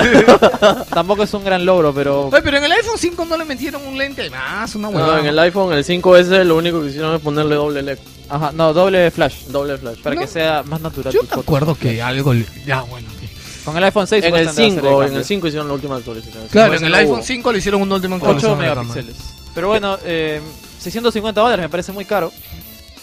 Speaker 3: tanto. tampoco es un gran logro, pero.
Speaker 1: Oye, pero en el iPhone 5 no le metieron un lente más, una huevada.
Speaker 3: No, en el iPhone, el 5S, lo único que hicieron es ponerle doble LED. Ajá, no, doble flash. Doble flash.
Speaker 9: Para que sea más natural. Yo me
Speaker 1: acuerdo que algo. le- Ya, bueno. ok.
Speaker 9: Con el iPhone 6
Speaker 3: En el
Speaker 9: supuestamente va a ser
Speaker 3: 5, en
Speaker 9: cambio.
Speaker 3: el 5 hicieron la última actualización.
Speaker 1: Claro,
Speaker 3: Pues
Speaker 1: en el
Speaker 3: no
Speaker 1: iPhone
Speaker 3: hubo.
Speaker 1: 5 le hicieron un último
Speaker 9: 8 megapíxeles. Pero bueno, eh, 650 dólares me parece muy caro.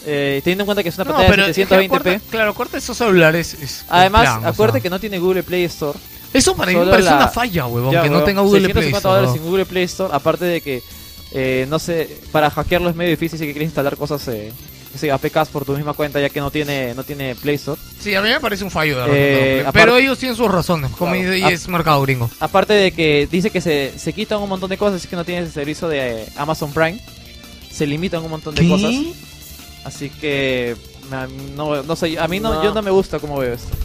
Speaker 9: Eh, teniendo en cuenta que es una
Speaker 1: No,
Speaker 9: pantalla
Speaker 1: pero
Speaker 9: de
Speaker 1: es que
Speaker 9: 720p.
Speaker 1: acuerda- claro, corta esos celulares. es-
Speaker 9: Además,
Speaker 1: plan, o sea.
Speaker 9: acuérdate que no tiene Google Play Store.
Speaker 1: Eso para mí me
Speaker 9: Solo
Speaker 1: parece una falla, huevón, que no tenga Google Play
Speaker 9: 650
Speaker 1: Store,
Speaker 9: dólares
Speaker 1: ¿no?
Speaker 9: sin Google Play Store, aparte de que, eh, no sé, para hackearlo es medio difícil si quieres instalar cosas, eh, no sé, APKs por tu misma cuenta, ya que no tiene, no tiene Play Store.
Speaker 1: Sí, a mí me parece un fallo. de
Speaker 9: Eh,
Speaker 1: repente, pero
Speaker 9: aparte- Ah,
Speaker 1: ellos tienen sus razones, como
Speaker 9: Claro.
Speaker 1: dice, y
Speaker 9: Ap-
Speaker 1: es mercado gringo.
Speaker 9: Aparte de que dice que se, se quitan un montón de cosas, es que no tienes el servicio de eh, Amazon Prime. Se limitan un montón de
Speaker 1: ¿Qué?
Speaker 9: cosas. Así que na- no, no sé, a mí no,
Speaker 7: No.
Speaker 9: yo no me gusta cómo veo esto.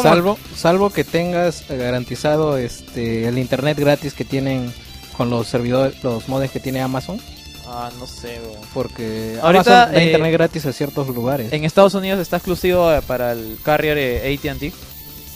Speaker 7: salvo, salvo que tengas eh, garantizado este el internet gratis que tienen con los servidores, los modems que tiene Amazon.
Speaker 9: Ah, no sé, weón.
Speaker 7: Porque
Speaker 9: Ahorita,
Speaker 7: Amazon da
Speaker 9: eh,
Speaker 7: internet gratis a ciertos lugares.
Speaker 9: En Estados Unidos está exclusivo eh, para el carrier eh, AT&T.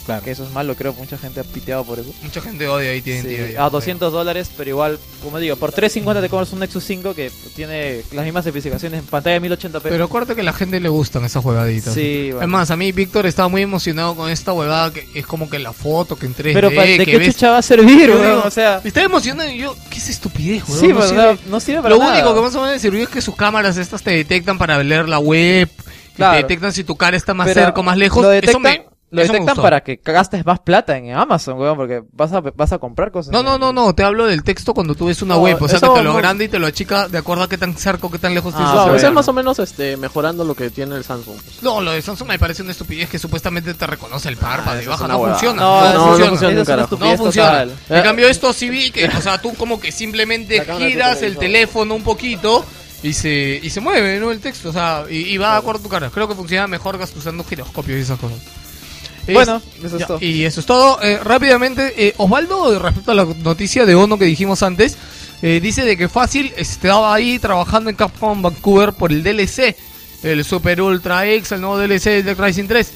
Speaker 7: Claro.
Speaker 9: Que eso es malo, creo. Mucha gente ha piteado por eso.
Speaker 1: Mucha gente odia AT&T
Speaker 9: Sí,
Speaker 1: hoy,
Speaker 9: a
Speaker 1: ya.
Speaker 9: 200 dólares, pero igual, como digo, por 350 te compras un Nexus 5 que tiene las mismas especificaciones en pantalla de 1080p.
Speaker 1: Pero acuérdate que a la gente le gustan esas huevaditas.
Speaker 9: Sí, bueno.
Speaker 1: Es más, a mí Víctor estaba muy emocionado con esta huevada que es como que la foto que en 3D.
Speaker 9: Pero pa- ¿de
Speaker 1: que
Speaker 9: qué
Speaker 1: ves-
Speaker 9: chucha va a servir,
Speaker 1: Yo
Speaker 9: weón?
Speaker 1: digo,
Speaker 9: O sea-
Speaker 1: Estaba emocionado y yo, ¿qué es estupidez, weón?
Speaker 9: Sí, pero no- no sirve para
Speaker 1: Lo
Speaker 9: nada.
Speaker 1: único que más o menos sirvió es que sus cámaras estas te detectan para leer la web. y
Speaker 9: Claro.
Speaker 1: Te detectan si tu cara está más
Speaker 9: Pero
Speaker 1: cerca o más lejos.
Speaker 9: Lo
Speaker 1: eso
Speaker 9: detectan,
Speaker 1: me,
Speaker 9: lo
Speaker 1: eso me
Speaker 9: detectan
Speaker 1: gustó.
Speaker 9: para que gastes más plata en Amazon, weón, porque vas a, vas a comprar cosas.
Speaker 1: No, no, no, no, te hablo del texto cuando tú ves una
Speaker 9: No,
Speaker 1: web, o sea, que
Speaker 9: eso
Speaker 1: te lo
Speaker 9: no-
Speaker 1: grande y te lo achica de acuerdo a qué tan cerca o qué tan
Speaker 9: Ah,
Speaker 1: lejos tienes.
Speaker 3: Claro,
Speaker 1: que
Speaker 3: o sea,
Speaker 1: ver.
Speaker 3: Ah, más o menos este, mejorando lo que tiene el Samsung.
Speaker 1: No, lo de Samsung me parece una estupidez que supuestamente te reconoce el párpado y
Speaker 3: eso
Speaker 1: baja.
Speaker 3: es una
Speaker 1: No
Speaker 3: huevada.
Speaker 1: funciona.
Speaker 3: No,
Speaker 1: No,
Speaker 3: eso no
Speaker 1: funciona.
Speaker 3: funciona,
Speaker 1: Eso es una
Speaker 3: carajo.
Speaker 1: estupidez
Speaker 3: No
Speaker 1: funciona.
Speaker 3: total.
Speaker 1: En cambio, esto sí vi que, o sea, tú como que simplemente
Speaker 3: cámara de tu
Speaker 1: giras el
Speaker 3: televisor.
Speaker 1: teléfono un poquito y se, y se mueve, ¿no? El texto, o sea, y, y va de acuerdo a tu cara. Creo que funciona mejor gast- usando giroscopios y esas cosas. Es-
Speaker 9: Bueno, eso es
Speaker 1: ya,
Speaker 9: todo.
Speaker 1: Y eso es todo. Eh, rápidamente, eh, Osvaldo, respecto a la noticia de Ono que dijimos antes, eh, dice de que Fácil estaba ahí trabajando en Capcom Vancouver por el DLC, el Super Ultra X, el nuevo DLC de Dead Rising 3.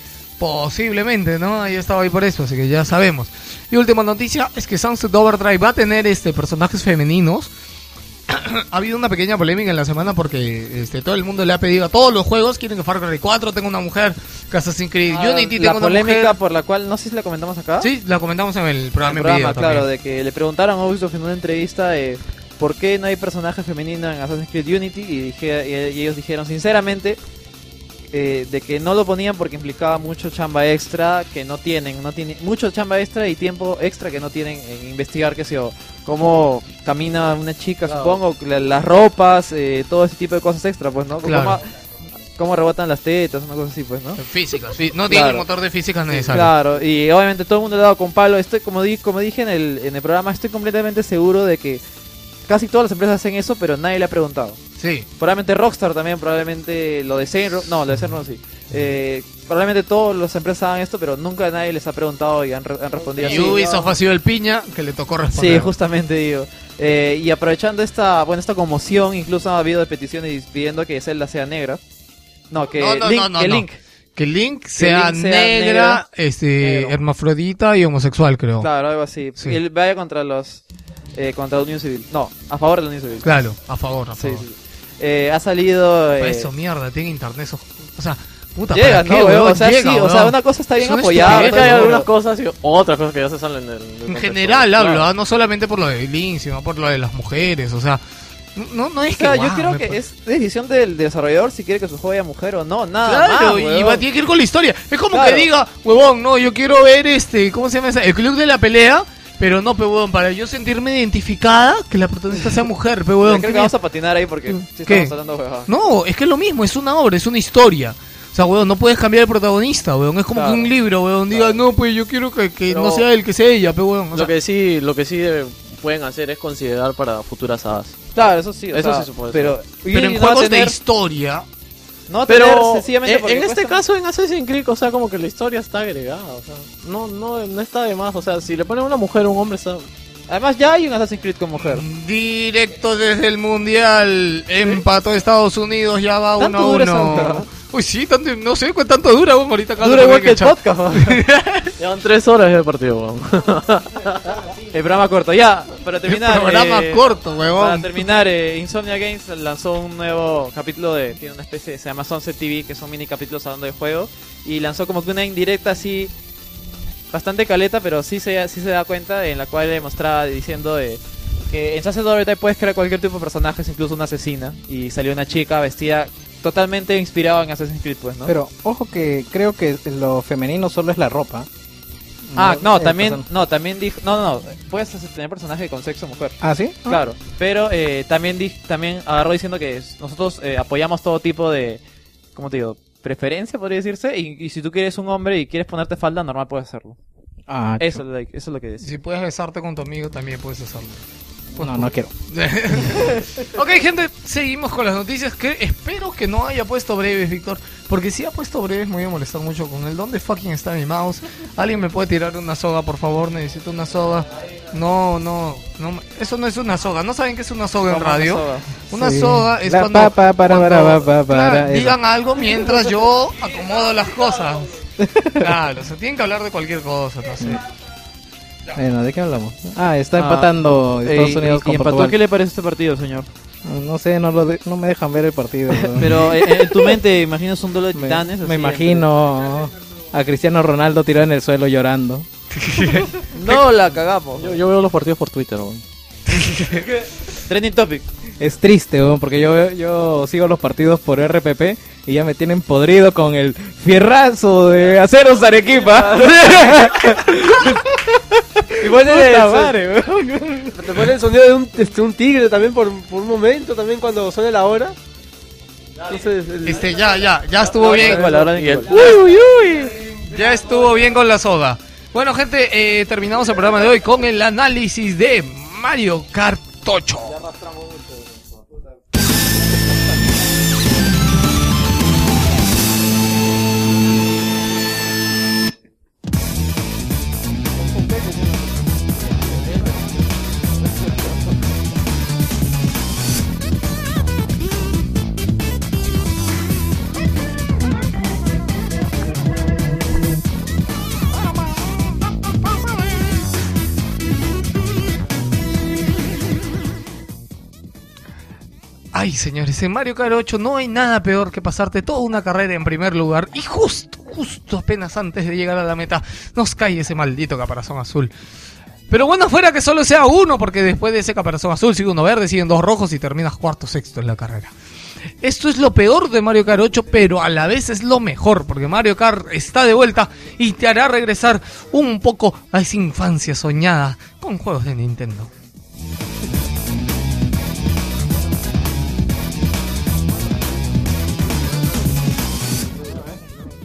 Speaker 1: Posiblemente, ¿no? Ahí estaba ahí por eso, así que ya sabemos. Y última noticia es que Sunset Overdrive va a tener este personajes femeninos ha habido una pequeña polémica en la semana porque este, todo el mundo le ha pedido a todos los juegos, quieren que Far Cry 4 tenga una mujer, que Assassin's Creed
Speaker 9: Ah,
Speaker 1: Unity
Speaker 9: la
Speaker 1: tenga una
Speaker 9: polémica
Speaker 1: mujer.
Speaker 9: por la cual, no sé si la comentamos acá.
Speaker 1: Sí, la comentamos en el programa,
Speaker 9: ¿Ah? El
Speaker 1: en
Speaker 9: programa,
Speaker 1: video
Speaker 9: claro,
Speaker 1: también.
Speaker 9: de que le preguntaron a Ubisoft en una entrevista eh, por qué no hay personaje femenino en Assassin's Creed Unity y, dije- y- y ellos dijeron sinceramente eh, de que no lo ponían porque implicaba mucho chamba extra que no tienen, no tienen mucho chamba extra y tiempo extra que no tienen en investigar qué sé yo, cómo camina una chica,
Speaker 3: Claro.
Speaker 9: supongo, la- las ropas, eh, todo ese tipo de cosas extra, pues, ¿no?
Speaker 1: Claro.
Speaker 9: Cómo- cómo rebotan las tetas, una cosa así, pues, ¿no?
Speaker 1: Físicas, sí, no tiene el motor de físicas
Speaker 9: Sí,
Speaker 1: necesario.
Speaker 9: Claro, y obviamente todo el mundo ha dado con palo. Estoy, como, di- como dije en el, en el programa, estoy completamente seguro de que casi todas las empresas hacen eso, pero nadie le ha preguntado.
Speaker 1: Sí.
Speaker 9: Probablemente Rockstar también, probablemente lo de Sainro, no, lo de Sainro sí. Eh, probablemente todas las empresas hagan esto, pero nunca nadie les ha preguntado y han, re- han respondido
Speaker 1: Y
Speaker 9: así.
Speaker 1: Ubisoft ha sido el piña que le tocó responder.
Speaker 9: Sí, justamente digo. Eh, y aprovechando esta, bueno, esta conmoción, incluso ha habido peticiones pidiendo que Zelda sea negra. No, que
Speaker 1: No, no,
Speaker 9: Link,
Speaker 1: no, no,
Speaker 9: que
Speaker 1: no.
Speaker 9: Link.
Speaker 1: Que Link sea, negra, este, hermafrodita y homosexual, creo.
Speaker 9: Claro, algo así.
Speaker 1: Sí.
Speaker 9: Y él vaya contra los. Eh, contra la Unión Civil. No, a favor de la Unión Civil.
Speaker 1: Claro, a favor, a
Speaker 9: Sí,
Speaker 1: favor.
Speaker 9: sí. Eh, ha salido.
Speaker 1: Para
Speaker 9: eh,
Speaker 1: eso, mierda, tiene internet. eso- o sea, puta,
Speaker 9: Llega,
Speaker 1: ¿para qué,
Speaker 9: ¿no, weón?
Speaker 1: weón?
Speaker 9: O sea,
Speaker 1: Llega,
Speaker 9: sí, o sea,
Speaker 1: weón.
Speaker 9: una cosa está bien
Speaker 1: Es una
Speaker 9: apoyada.
Speaker 1: estupidez,
Speaker 9: todo
Speaker 3: Hay
Speaker 9: el mundo.
Speaker 3: algunas cosas y otras cosas que ya se salen del. del
Speaker 1: En
Speaker 3: contexto.
Speaker 1: general hablo,
Speaker 3: Claro.
Speaker 1: ¿ah? no solamente por lo de Link, sino por lo de las mujeres, o sea, no, no es
Speaker 9: O sea,
Speaker 1: que
Speaker 9: yo
Speaker 1: guau,
Speaker 9: creo
Speaker 1: me
Speaker 9: que
Speaker 1: parece-
Speaker 9: es decisión del desarrollador si quiere que su juego sea mujer o no, nada.
Speaker 1: Claro,
Speaker 9: más,
Speaker 1: y
Speaker 9: weón.
Speaker 1: va, tiene que ir con la historia. Es como
Speaker 9: Ah, Claro.
Speaker 1: que diga, huevón, no, yo quiero ver este, ¿cómo se llama esa? El club de la pelea, pero no, pe huevón, para yo sentirme identificada, que la protagonista sea mujer, pe
Speaker 9: Yo
Speaker 1: huevón.
Speaker 9: creo
Speaker 1: ¿qué
Speaker 9: que vamos
Speaker 1: mierda?
Speaker 9: a patinar ahí porque sí
Speaker 1: ¿Qué?
Speaker 9: estamos hablando huevada.
Speaker 1: No, es que es lo mismo, es una obra, es una historia. O sea, weón, no puedes cambiar el protagonista, weón. Es como que un libro, weón. Diga, no, pues yo quiero que, que
Speaker 3: Pero-
Speaker 1: no sea él, que sea ella, pe weón. O sea,
Speaker 3: Lo que sí, lo que sí eh, pueden hacer es considerar para futuras hadas.
Speaker 9: Claro, eso sí. o
Speaker 3: Eso
Speaker 9: sea,
Speaker 3: sí se puede
Speaker 9: Pero,
Speaker 3: hacer.
Speaker 9: Unity no va a tener-
Speaker 1: historia.
Speaker 9: No va a tener
Speaker 3: Pero
Speaker 9: sencillamente
Speaker 3: en,
Speaker 9: porque
Speaker 3: en este
Speaker 9: cuesta-
Speaker 3: caso en Assassin's Creed, o sea, como que la historia está agregada, o sea, no, no, no está de más, o sea, si le ponen una mujer o un hombre está...
Speaker 9: Además ya hay un Assassin's Creed con mujer.
Speaker 1: Directo desde el Mundial. Empató Estados Unidos, ya va 1
Speaker 9: ¿Tanto
Speaker 1: a
Speaker 9: dura esa
Speaker 1: 1.
Speaker 9: mujer?
Speaker 1: Uy, sí, tanto, no sé cuánto dura, weón. Ahorita acá
Speaker 9: Dura igual que el podcast, Llevan tres horas de partido, weón. El programa corto, ya. Para terminar. eh,
Speaker 1: El programa corto, huevón.
Speaker 9: Para terminar, eh, Insomnia Games lanzó un nuevo capítulo de. Tiene una especie, se llama Sunset TV, que son mini capítulos hablando de juego. Y lanzó como que una indirecta así. Bastante caleta, pero sí se, sí se da cuenta, en la cual le mostraba diciendo de. Que en Sunset Overdrive puedes crear cualquier tipo de personajes, incluso una asesina. Y salió una chica vestida totalmente inspirada en Assassin's Creed, pues, ¿no?
Speaker 7: Pero ojo que creo que lo femenino solo es la ropa. eh,
Speaker 9: Ah, no,
Speaker 7: el
Speaker 9: también,
Speaker 7: person-
Speaker 9: no, también dijo, no, no, no, puedes hacer- tener personaje con sexo mujer.
Speaker 7: ¿Ah, sí? Ah.
Speaker 9: Claro, pero eh, también di- también agarró diciendo que es- nosotros eh, apoyamos todo tipo de, ¿cómo te digo? Preferencia, podría decirse, y, y si tú quieres un hombre y quieres ponerte falda, normal puedes hacerlo.
Speaker 7: Ah,
Speaker 9: eso, es lo que- eso es lo que dice.
Speaker 1: Si puedes besarte con tu amigo, también puedes hacerlo.
Speaker 7: No, no quiero.
Speaker 1: ok, gente, seguimos con las noticias que espero que no haya puesto breves, Víctor. Porque si ha puesto breves, me voy a molestar mucho con él. ¿Dónde fucking está mi mouse? ¿Alguien me puede tirar una soga, por favor? Necesito una soga. No, no, no. me- Eso no es una soga. ¿No saben qué es una soga en
Speaker 9: ¿Cómo una
Speaker 1: radio?
Speaker 9: soga?
Speaker 1: Una
Speaker 7: Sí.
Speaker 1: soga es
Speaker 7: La
Speaker 1: cuando...
Speaker 7: pa, pa, para,
Speaker 1: cuando-
Speaker 7: para, pa, pa, para,
Speaker 1: Claro,
Speaker 7: eso.
Speaker 1: digan algo mientras yo acomodo las cosas. Claro, se tienen que hablar de cualquier cosa, no sé.
Speaker 7: Bueno, Eh, ¿de qué hablamos? Ah, está
Speaker 9: Ah,
Speaker 7: empatando Estados
Speaker 9: eh,
Speaker 7: Unidos
Speaker 9: y-
Speaker 7: con
Speaker 9: y empató.
Speaker 7: Portugal.
Speaker 9: ¿Qué le parece este partido, señor?
Speaker 7: No sé, no, lo de- no me dejan ver el partido. weón.
Speaker 9: Pero eh, eh, en tu mente imaginas un duelo de
Speaker 7: me,
Speaker 9: titanes.
Speaker 7: me
Speaker 9: así,
Speaker 7: imagino a Cristiano Ronaldo tirado en el suelo llorando.
Speaker 9: No, la cagamos.
Speaker 3: Yo, yo veo los partidos por Twitter, weón.
Speaker 9: entre- Trending topic.
Speaker 7: Es triste, weón, porque yo, yo sigo los partidos por RPP y ya me tienen podrido con el fierrazo de aceros Arequipa.
Speaker 6: Y ponen
Speaker 7: Puta
Speaker 6: el,
Speaker 7: madre,
Speaker 6: te ponen el sonido de un, este, un tigre también por, por un momento, también cuando suena la hora. Entonces, el-
Speaker 1: Este, ya, ya, ya estuvo
Speaker 6: Ahora
Speaker 1: bien.
Speaker 6: es la hora de Miguel.
Speaker 1: Uy, uy, uy. Ya estuvo bien con la soga. Bueno, gente, eh, terminamos el programa de hoy con el análisis de Mario Kart 8. Ay, señores, en Mario Kart 8 no hay nada peor que pasarte toda una carrera en primer lugar y justo, justo apenas antes de llegar a la meta nos cae ese maldito caparazón azul. Pero bueno, fuera que solo sea uno, porque después de ese caparazón azul sigue uno verde, siguen dos rojos y terminas cuarto sexto en la carrera. Esto es lo peor de Mario Kart 8, pero a la vez es lo mejor, porque Mario Kart está de vuelta y te hará regresar un poco a esa infancia soñada con juegos de Nintendo.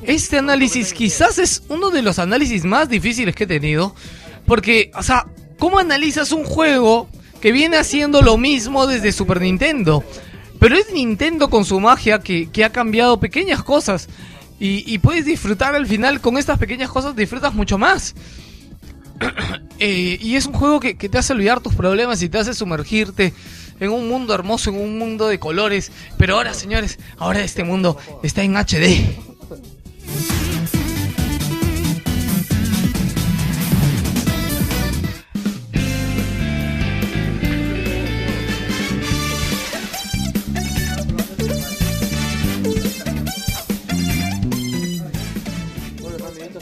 Speaker 1: Este análisis quizás es uno de los análisis más difíciles que he tenido. Porque, o sea, ¿cómo analizas un juego que viene haciendo lo mismo desde Super Nintendo? Pero es Nintendo con su magia que, que ha cambiado pequeñas cosas. Y, y puedes disfrutar al final con estas pequeñas cosas, disfrutas mucho más. Eh, y es un juego que, que te hace olvidar tus problemas y te hace sumergirte en un mundo hermoso, en un mundo de colores. Pero ahora, señores, ahora este mundo está en HD.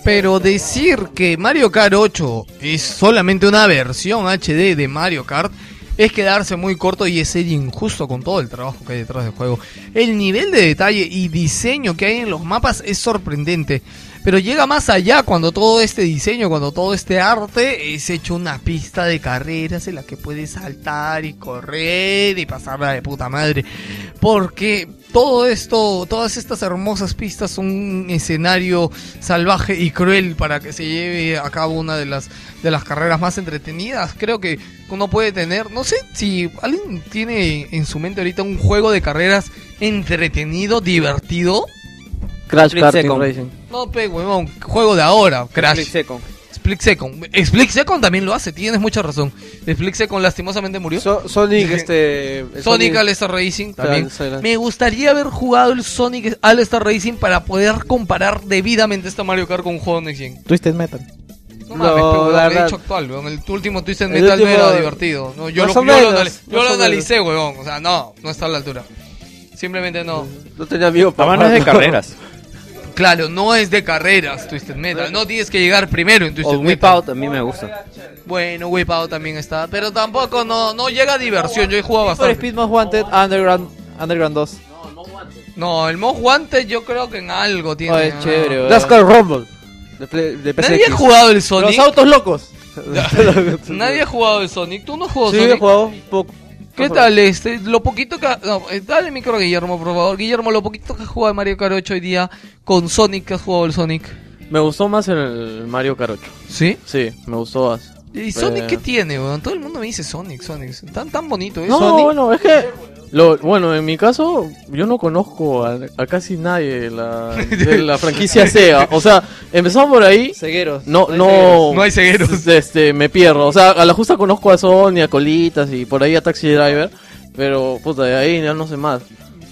Speaker 1: Pero decir que Mario Kart 8 es solamente una versión HD de Mario Kart es quedarse muy corto y es ser injusto con todo el trabajo que hay detrás del juego. El nivel de detalle y diseño que hay en los mapas es sorprendente. Pero llega más allá cuando todo este diseño, cuando todo este arte es hecho una pista de carreras en la que puedes saltar y correr y pasarla de puta madre. Porque todo esto, todas estas hermosas pistas son un escenario salvaje y cruel para que se lleve a cabo una de las, de las carreras más entretenidas. Creo que uno puede tener, no sé si alguien tiene en su mente ahorita un juego de carreras entretenido, divertido.
Speaker 18: Crash
Speaker 1: Split
Speaker 18: Karting
Speaker 1: Second.
Speaker 18: Racing.
Speaker 1: No, pe, huevón, juego de ahora, Crash.
Speaker 18: Split Second.
Speaker 1: Split Second. Split Second también lo hace, tienes mucha razón. Split Second lastimosamente murió.
Speaker 6: Sonic, este.
Speaker 1: Sonic All-Star Racing también.
Speaker 6: Claro,
Speaker 1: Me gustaría haber jugado el Sonic All-Star Racing para poder comparar debidamente esta Mario Kart con un juego Next Gen.
Speaker 12: Twisted Metal.
Speaker 1: No, mames,
Speaker 6: No,
Speaker 1: pero
Speaker 6: la
Speaker 1: lo he
Speaker 6: verdad.
Speaker 1: hecho actual, weón. El último Twisted
Speaker 6: El
Speaker 1: Metal no
Speaker 6: último-
Speaker 1: era divertido. No, yo, lo,
Speaker 6: Más
Speaker 1: yo, lo,
Speaker 6: o menos,
Speaker 1: anali- yo
Speaker 6: más
Speaker 1: lo
Speaker 6: o
Speaker 1: analicé, weón. O sea, no, no está a la altura. Simplemente no.
Speaker 6: No tenía amigo
Speaker 1: para-
Speaker 6: no es de carreras.
Speaker 1: Claro, no es de carreras Twisted Metal. No tienes que llegar primero en Twisted
Speaker 18: O
Speaker 1: Metal.
Speaker 18: Whip Out a mí me gusta.
Speaker 1: Bueno, Whip Out también está. Pero tampoco no, no llega a diversión. Yo he jugado
Speaker 9: Por
Speaker 1: bastante.
Speaker 9: Speed Most Wanted, Underground, Underground 2.
Speaker 1: No, el Most Wanted yo creo que en algo tiene.
Speaker 9: Oye, chévere, weón.
Speaker 6: NASCAR Rumble. De, play- de PSX.
Speaker 1: Nadie ha jugado el Sonic.
Speaker 6: Los autos locos.
Speaker 1: Nadie ha jugado el Sonic. ¿Tú no has jugado
Speaker 6: Sí,
Speaker 1: Sonic?
Speaker 6: he jugado poco.
Speaker 1: ¿Qué tal este? Lo poquito que... ha- no, eh, dale el micro a Guillermo, por favor. Guillermo, lo poquito que has jugado de Mario Kart 8 hoy día con Sonic, que has jugado el Sonic.
Speaker 3: Me gustó más el Mario Kart 8.
Speaker 1: ¿Sí?
Speaker 3: Sí, me gustó más.
Speaker 1: ¿Y Sonic
Speaker 3: Eh,
Speaker 1: qué tiene, weón? Todo el mundo me dice Sonic, Sonic. Tan, tan bonito, ¿eh?
Speaker 3: No,
Speaker 1: Sonic.
Speaker 3: bueno, es que... Lo, bueno, en mi caso, yo no conozco a, a casi nadie de la, de la franquicia SEGA. O sea, empezamos por ahí.
Speaker 9: Cegueros.
Speaker 3: No,
Speaker 9: hay
Speaker 3: no.
Speaker 9: cegueros.
Speaker 3: hay cegueros. Este, me pierdo. O sea, a la justa conozco a Sony, a Colitas y por ahí a Taxi Driver. Pero, puta, de ahí ya no sé más.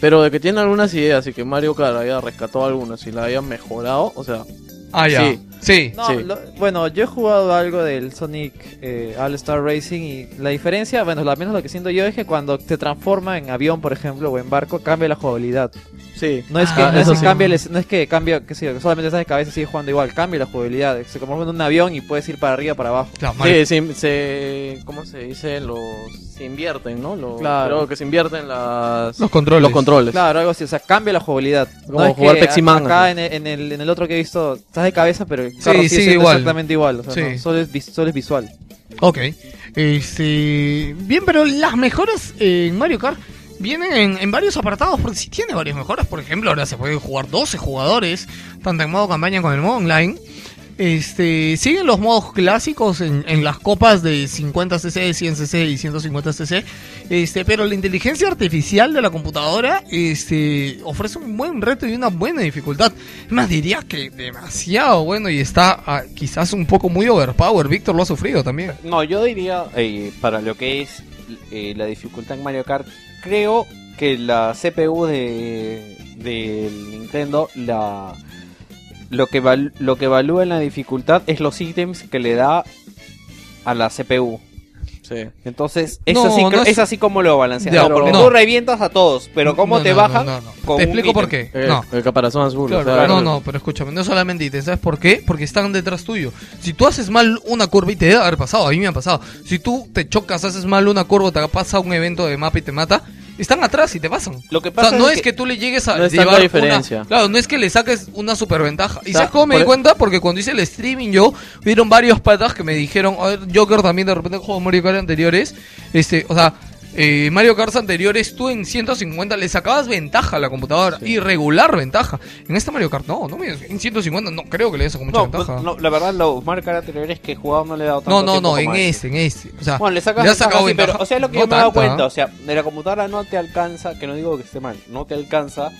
Speaker 3: Pero de que tiene algunas ideas y que Mario Kart haya rescatado algunas y la haya mejorado, o sea.
Speaker 1: Ah, ya.
Speaker 3: Sí.
Speaker 1: Sí.
Speaker 9: No, lo- bueno, yo he jugado algo del Sonic eh, All Star Racing y la diferencia, bueno, al menos lo que siento yo es que cuando te transforma en avión, por ejemplo, o en barco, cambia la jugabilidad.
Speaker 3: Sí.
Speaker 9: No es que,
Speaker 3: Ah,
Speaker 9: no es
Speaker 3: eso
Speaker 9: que
Speaker 3: sí.
Speaker 9: cambie el es- no es que cambia, qué sé yo, que solamente estás de cabeza y sigues jugando igual, cambia la jugabilidad. Se conforma en un avión y puedes ir para arriba, para abajo.
Speaker 3: Sí, se, se- ¿cómo se dice? Los, se invierten, ¿no? Los,
Speaker 9: Claro.
Speaker 3: creo que se invierten las,
Speaker 9: Los
Speaker 3: controles. Los controles.
Speaker 9: Claro, algo así, o sea, cambia la jugabilidad.
Speaker 3: Como jugar
Speaker 9: a-
Speaker 3: Pac-Man,
Speaker 9: Acá
Speaker 3: así.
Speaker 9: en el, en, el, en el otro que he visto, estás de cabeza, pero el carro sigue
Speaker 1: sigue
Speaker 9: siendo
Speaker 1: igual.
Speaker 9: exactamente igual. o sea,
Speaker 1: Sí.
Speaker 9: no, solo, es, vis- solo es visual.
Speaker 1: Ok. Este, bien, pero las mejoras en Mario Kart vienen en, en varios apartados, porque sí tiene varias mejoras. Por ejemplo, ahora se pueden jugar 12 jugadores, tanto en modo campaña como en el modo online. Este, siguen los modos clásicos en, en las copas de 50cc, 100cc y 150cc. Este, pero la inteligencia artificial de la computadora este, ofrece un buen reto y una buena dificultad. Es Más diría que demasiado bueno y está ah, quizás un poco muy overpower. Víctor lo ha sufrido también.
Speaker 20: No, yo diría, eh, para lo que es eh, la dificultad en Mario Kart, creo que la CPU de, del Nintendo, la lo que, val- lo que evalúa en la dificultad es los ítems que le da a la CPU.
Speaker 3: Sí.
Speaker 20: Entonces, es,
Speaker 1: No,
Speaker 20: así,
Speaker 1: no
Speaker 20: creo-
Speaker 1: es-
Speaker 20: es así como lo balancean.
Speaker 1: Ya,
Speaker 20: No, porque
Speaker 1: no.
Speaker 20: tú revientas a todos, pero cómo
Speaker 1: No,
Speaker 20: te
Speaker 1: no,
Speaker 20: bajan
Speaker 1: no, no, no.
Speaker 20: con
Speaker 1: Te
Speaker 20: un
Speaker 1: explico por
Speaker 20: ítem.
Speaker 1: qué. No.
Speaker 3: El caparazón azul.
Speaker 1: Claro,
Speaker 3: o sea,
Speaker 1: no, no, pero escúchame, no solamente ítems, ¿sabes por qué? Porque están detrás tuyo. Si tú haces mal una curva y te debe haber pasado, a mí me ha pasado. Si tú te chocas, haces mal una curva, te pasa un evento de mapa y te mata, están atrás y te pasan.
Speaker 20: Lo que
Speaker 1: o sea, no es que, tú le llegues a
Speaker 3: No es tanta
Speaker 1: llevar
Speaker 3: diferencia.
Speaker 1: una- claro, no es que le saques una superventaja. ¿Y
Speaker 3: O sea,
Speaker 1: sabes cómo me
Speaker 3: por
Speaker 1: di
Speaker 3: e-
Speaker 1: cuenta? Porque cuando hice el streaming yo, vieron varios patas que me dijeron, a ver, Joker también de repente juego Mario Kart anteriores, este, o sea, eh, Mario Kart anteriores tú en 150 le sacabas ventaja a la computadora, irregular ventaja. En este Mario Kart no, no me- en 150 no creo que le des con mucha
Speaker 20: No, pues,
Speaker 1: ventaja.
Speaker 20: no, la verdad, los marcas anteriores que jugaba no le he dado tanto
Speaker 1: No, no,
Speaker 20: tiempo
Speaker 1: no, en
Speaker 20: como a este.
Speaker 1: este, en este. O sea,
Speaker 20: bueno, le sacas
Speaker 1: has
Speaker 20: ventaja,
Speaker 1: sacado
Speaker 20: sí,
Speaker 1: ventaja.
Speaker 20: pero, o sea, lo que
Speaker 1: No
Speaker 20: yo me he dado
Speaker 1: tanta,
Speaker 20: cuenta,
Speaker 1: ¿ah?
Speaker 20: o sea, de la computadora no te alcanza, que no digo que esté mal, no te alcanza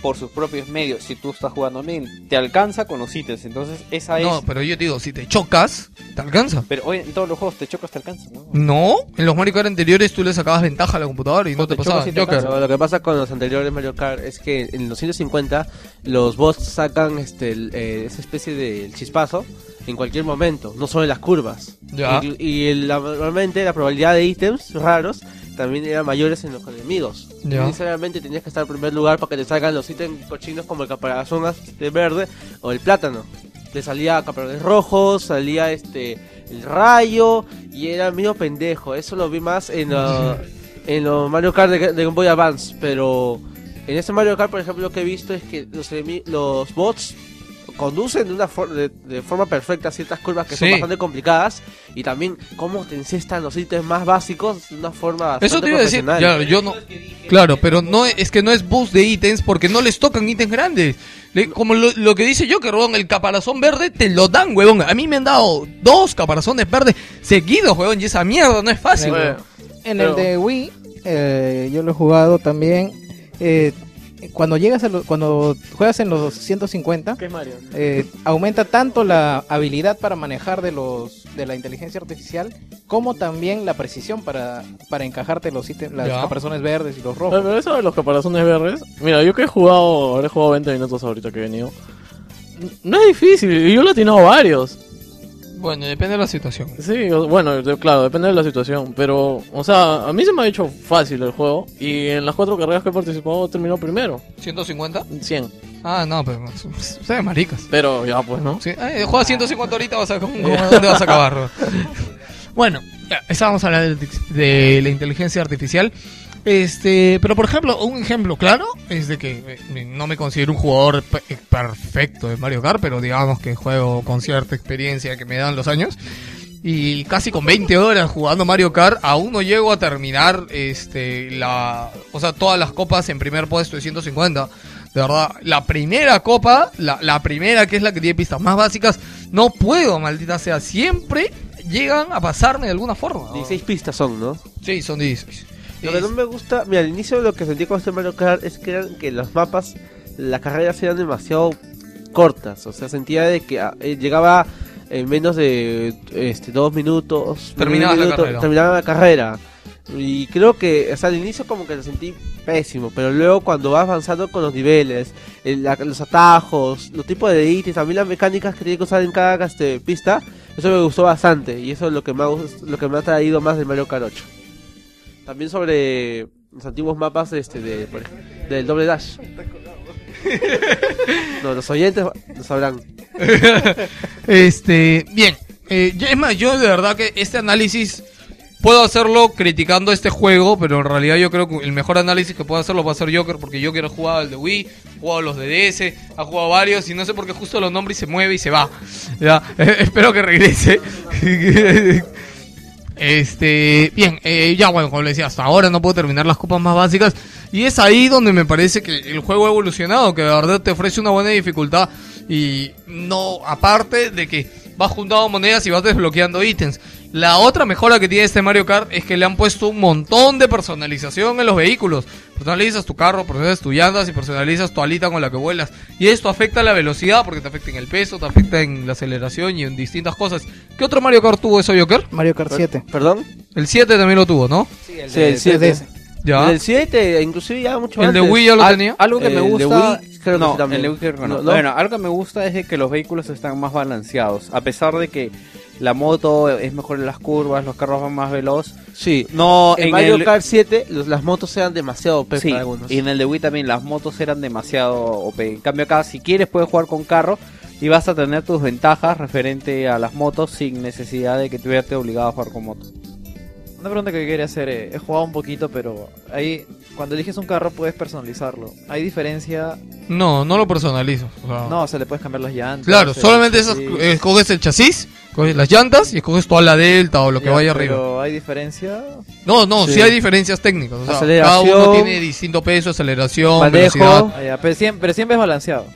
Speaker 20: por sus propios medios si tú estás jugando bien, te alcanza con los ítems, entonces esa es...
Speaker 1: No, pero yo te digo, si te chocas, te alcanza.
Speaker 20: Pero hoy en todos los juegos te chocas, te alcanza, ¿no?
Speaker 1: No, en los Mario Kart anteriores tú le sacabas ventaja a la computadora y no te pasaba. Joker.
Speaker 6: Lo que pasa con los anteriores Mario Kart es que en los 150 los bots sacan este, el, eh, esa especie de chispazo en cualquier momento, no solo en las curvas.
Speaker 1: Ya.
Speaker 6: Y, y el- la- normalmente la probabilidad de ítems raros también eran mayores en los enemigos.
Speaker 1: Ya.
Speaker 6: No Necesariamente tenías que estar en primer lugar para que te salgan los ítems cochinos como el caparazón az- de verde o el plátano. Te salía caparazones rojos, salía este el rayo y era medio pendejo. Eso lo vi más en la- en los Mario Kart de, de Game Boy Advance, pero en este Mario Kart, por ejemplo, lo que he visto es que los, enemi- los bots conducen de una for- de, de forma perfecta ciertas curvas que son
Speaker 1: Sí.
Speaker 6: bastante complicadas y también cómo te encestan los ítems más básicos de una forma bastante
Speaker 1: Eso te iba a decir,
Speaker 6: profesional.
Speaker 1: claro, yo no. Claro, pero no es es que no es boost de ítems porque no les tocan ítems grandes. Le- como lo, lo que dice yo, que huevón, el caparazón verde te lo dan, huevón. A mí me han dado dos caparazones verdes seguidos, huevón, y esa mierda no es fácil.
Speaker 3: eh,
Speaker 12: En el- En
Speaker 1: huevón.
Speaker 12: el de Wii, eh, yo lo he jugado también. eh,
Speaker 7: cuando llegas a lo- cuando juegas en los 150,
Speaker 3: ¿Qué es Mario?
Speaker 7: eh, aumenta tanto la habilidad para manejar de los de la inteligencia artificial como también la precisión para, para encajarte los ítems, las
Speaker 3: Ya.
Speaker 7: caparazones verdes y los
Speaker 3: Ah,
Speaker 7: rojos.
Speaker 3: Pero eso de los caparazones verdes, mira, yo que he jugado, habré jugado 20 minutos ahorita que he venido. N- No es difícil, y yo lo he atinado varios.
Speaker 1: Bueno, depende de la situación.
Speaker 3: Sí, o- bueno, de- claro, depende de la situación, pero, o sea, a mí se me ha hecho fácil el juego y en las cuatro carreras que he participado terminó primero.
Speaker 1: ¿150?
Speaker 3: 100.
Speaker 1: Ah, no, pero. Ustedes maricas.
Speaker 3: Pero ya, pues, ¿no?
Speaker 1: Sí, eh, juega 150 ahorita, vas a, ¿cómo- cómo- ¿dónde vas a acabar? bro? bueno, ya, estábamos hablando de, de la inteligencia artificial. Este, pero por ejemplo, un ejemplo claro es de que eh, me- no me considero un jugador pe- eh, perfecto de Mario Kart, pero digamos que juego con cierta experiencia que me dan los años. Y casi con 20 horas jugando Mario Kart, aún no llego a terminar este la, o sea, todas las copas en primer puesto de 150. De verdad, la primera copa, la, la primera que es la que tiene pistas más básicas, no puedo, maldita sea, siempre llegan a pasarme de alguna forma.
Speaker 6: 16 pistas son, ¿no?
Speaker 1: Sí, son 16.
Speaker 6: Lo que no me gusta, mira, al inicio lo que sentí con este Mario Kart es que eran que los mapas, las carreras eran demasiado cortas, o sea, sentía de que ah, eh, llegaba en menos de este dos minutos,
Speaker 1: Terminabas la
Speaker 6: minuto,
Speaker 1: carrera.
Speaker 6: terminaba la carrera. Y creo que, o sea, al inicio como que lo sentí pésimo, pero luego cuando vas avanzando con los niveles, el- la- los atajos, los tipos de ítems, también las mecánicas que tiene que usar en cada este, pista, eso me gustó bastante y eso es lo que me ha, gust- lo que me ha traído más del Mario Kart 8. También sobre los antiguos mapas este de, por ej- del doble dash. No, los oyentes lo sabrán.
Speaker 1: este, bien. Eh, ya- es más, yo de verdad que este análisis puedo hacerlo criticando este juego, pero en realidad yo creo que el mejor análisis que puedo hacerlo va a ser Joker, porque Joker ha jugado al de Wii, ha jugado a los de DS, ha jugado varios, y no sé por qué justo los nombres y se mueve y se va. Ya, espero que regrese. Este, bien, eh, ya bueno, como le decía, hasta ahora no puedo terminar las copas más básicas. Y es ahí donde me parece que el juego ha evolucionado, que de verdad te ofrece una buena dificultad. Y no, aparte de que vas juntando monedas y vas desbloqueando ítems. La otra mejora que tiene este Mario Kart es que le han puesto un montón de personalización en los vehículos. Personalizas tu carro, personalizas tus llantas y personalizas tu alita con la que vuelas. Y esto afecta la velocidad porque te afecta en el peso, te afecta en la aceleración y en distintas cosas. ¿Qué otro Mario Kart tuvo eso, Joker?
Speaker 7: Mario Kart 7.
Speaker 6: ¿Perdón?
Speaker 1: El 7 también lo tuvo, ¿no?
Speaker 6: Sí, el 7.
Speaker 1: Ya.
Speaker 6: El 7, inclusive ya mucho
Speaker 1: El de
Speaker 6: antes.
Speaker 1: Wii ya lo
Speaker 6: Al-
Speaker 1: tenía.
Speaker 6: Algo que me gusta.
Speaker 2: no, el de Wii creo que no.
Speaker 6: No, no.
Speaker 2: Bueno, algo que me gusta es de que los vehículos están más balanceados. A pesar de que la moto es mejor en las curvas, los carros van más veloz.
Speaker 6: Sí,
Speaker 2: no,
Speaker 6: en
Speaker 2: en
Speaker 6: Mario
Speaker 2: el-
Speaker 6: Kart 7 los- las motos eran demasiado pesadas
Speaker 2: Sí,
Speaker 6: algunos.
Speaker 2: y en el de Wii también las motos eran demasiado OP. En cambio acá, si quieres, puedes jugar con carro y vas a tener tus ventajas referente a las motos sin necesidad de que te veas obligado a jugar con moto.
Speaker 9: Una pregunta que quería hacer, eh, he jugado un poquito, pero ahí cuando eliges un carro puedes personalizarlo. ¿Hay diferencia?
Speaker 1: No, no lo personalizo. o sea,
Speaker 9: No, o sea, le puedes cambiar las llantas. eh,
Speaker 1: Claro,
Speaker 9: el
Speaker 1: solamente esas,
Speaker 9: chasis.
Speaker 1: escoges el chasis, escoges las llantas y escoges toda la delta o lo que
Speaker 9: Ya,
Speaker 1: vaya
Speaker 9: pero
Speaker 1: arriba.
Speaker 9: ¿Hay diferencia?
Speaker 1: No, no, sí,
Speaker 9: Sí.
Speaker 1: hay diferencias técnicas. o sea, cada
Speaker 9: Aceleración,
Speaker 1: uno tiene distinto peso, aceleración, velocidad.
Speaker 9: Manejo. Ah, ya, pero, siempre, pero siempre es balanceado.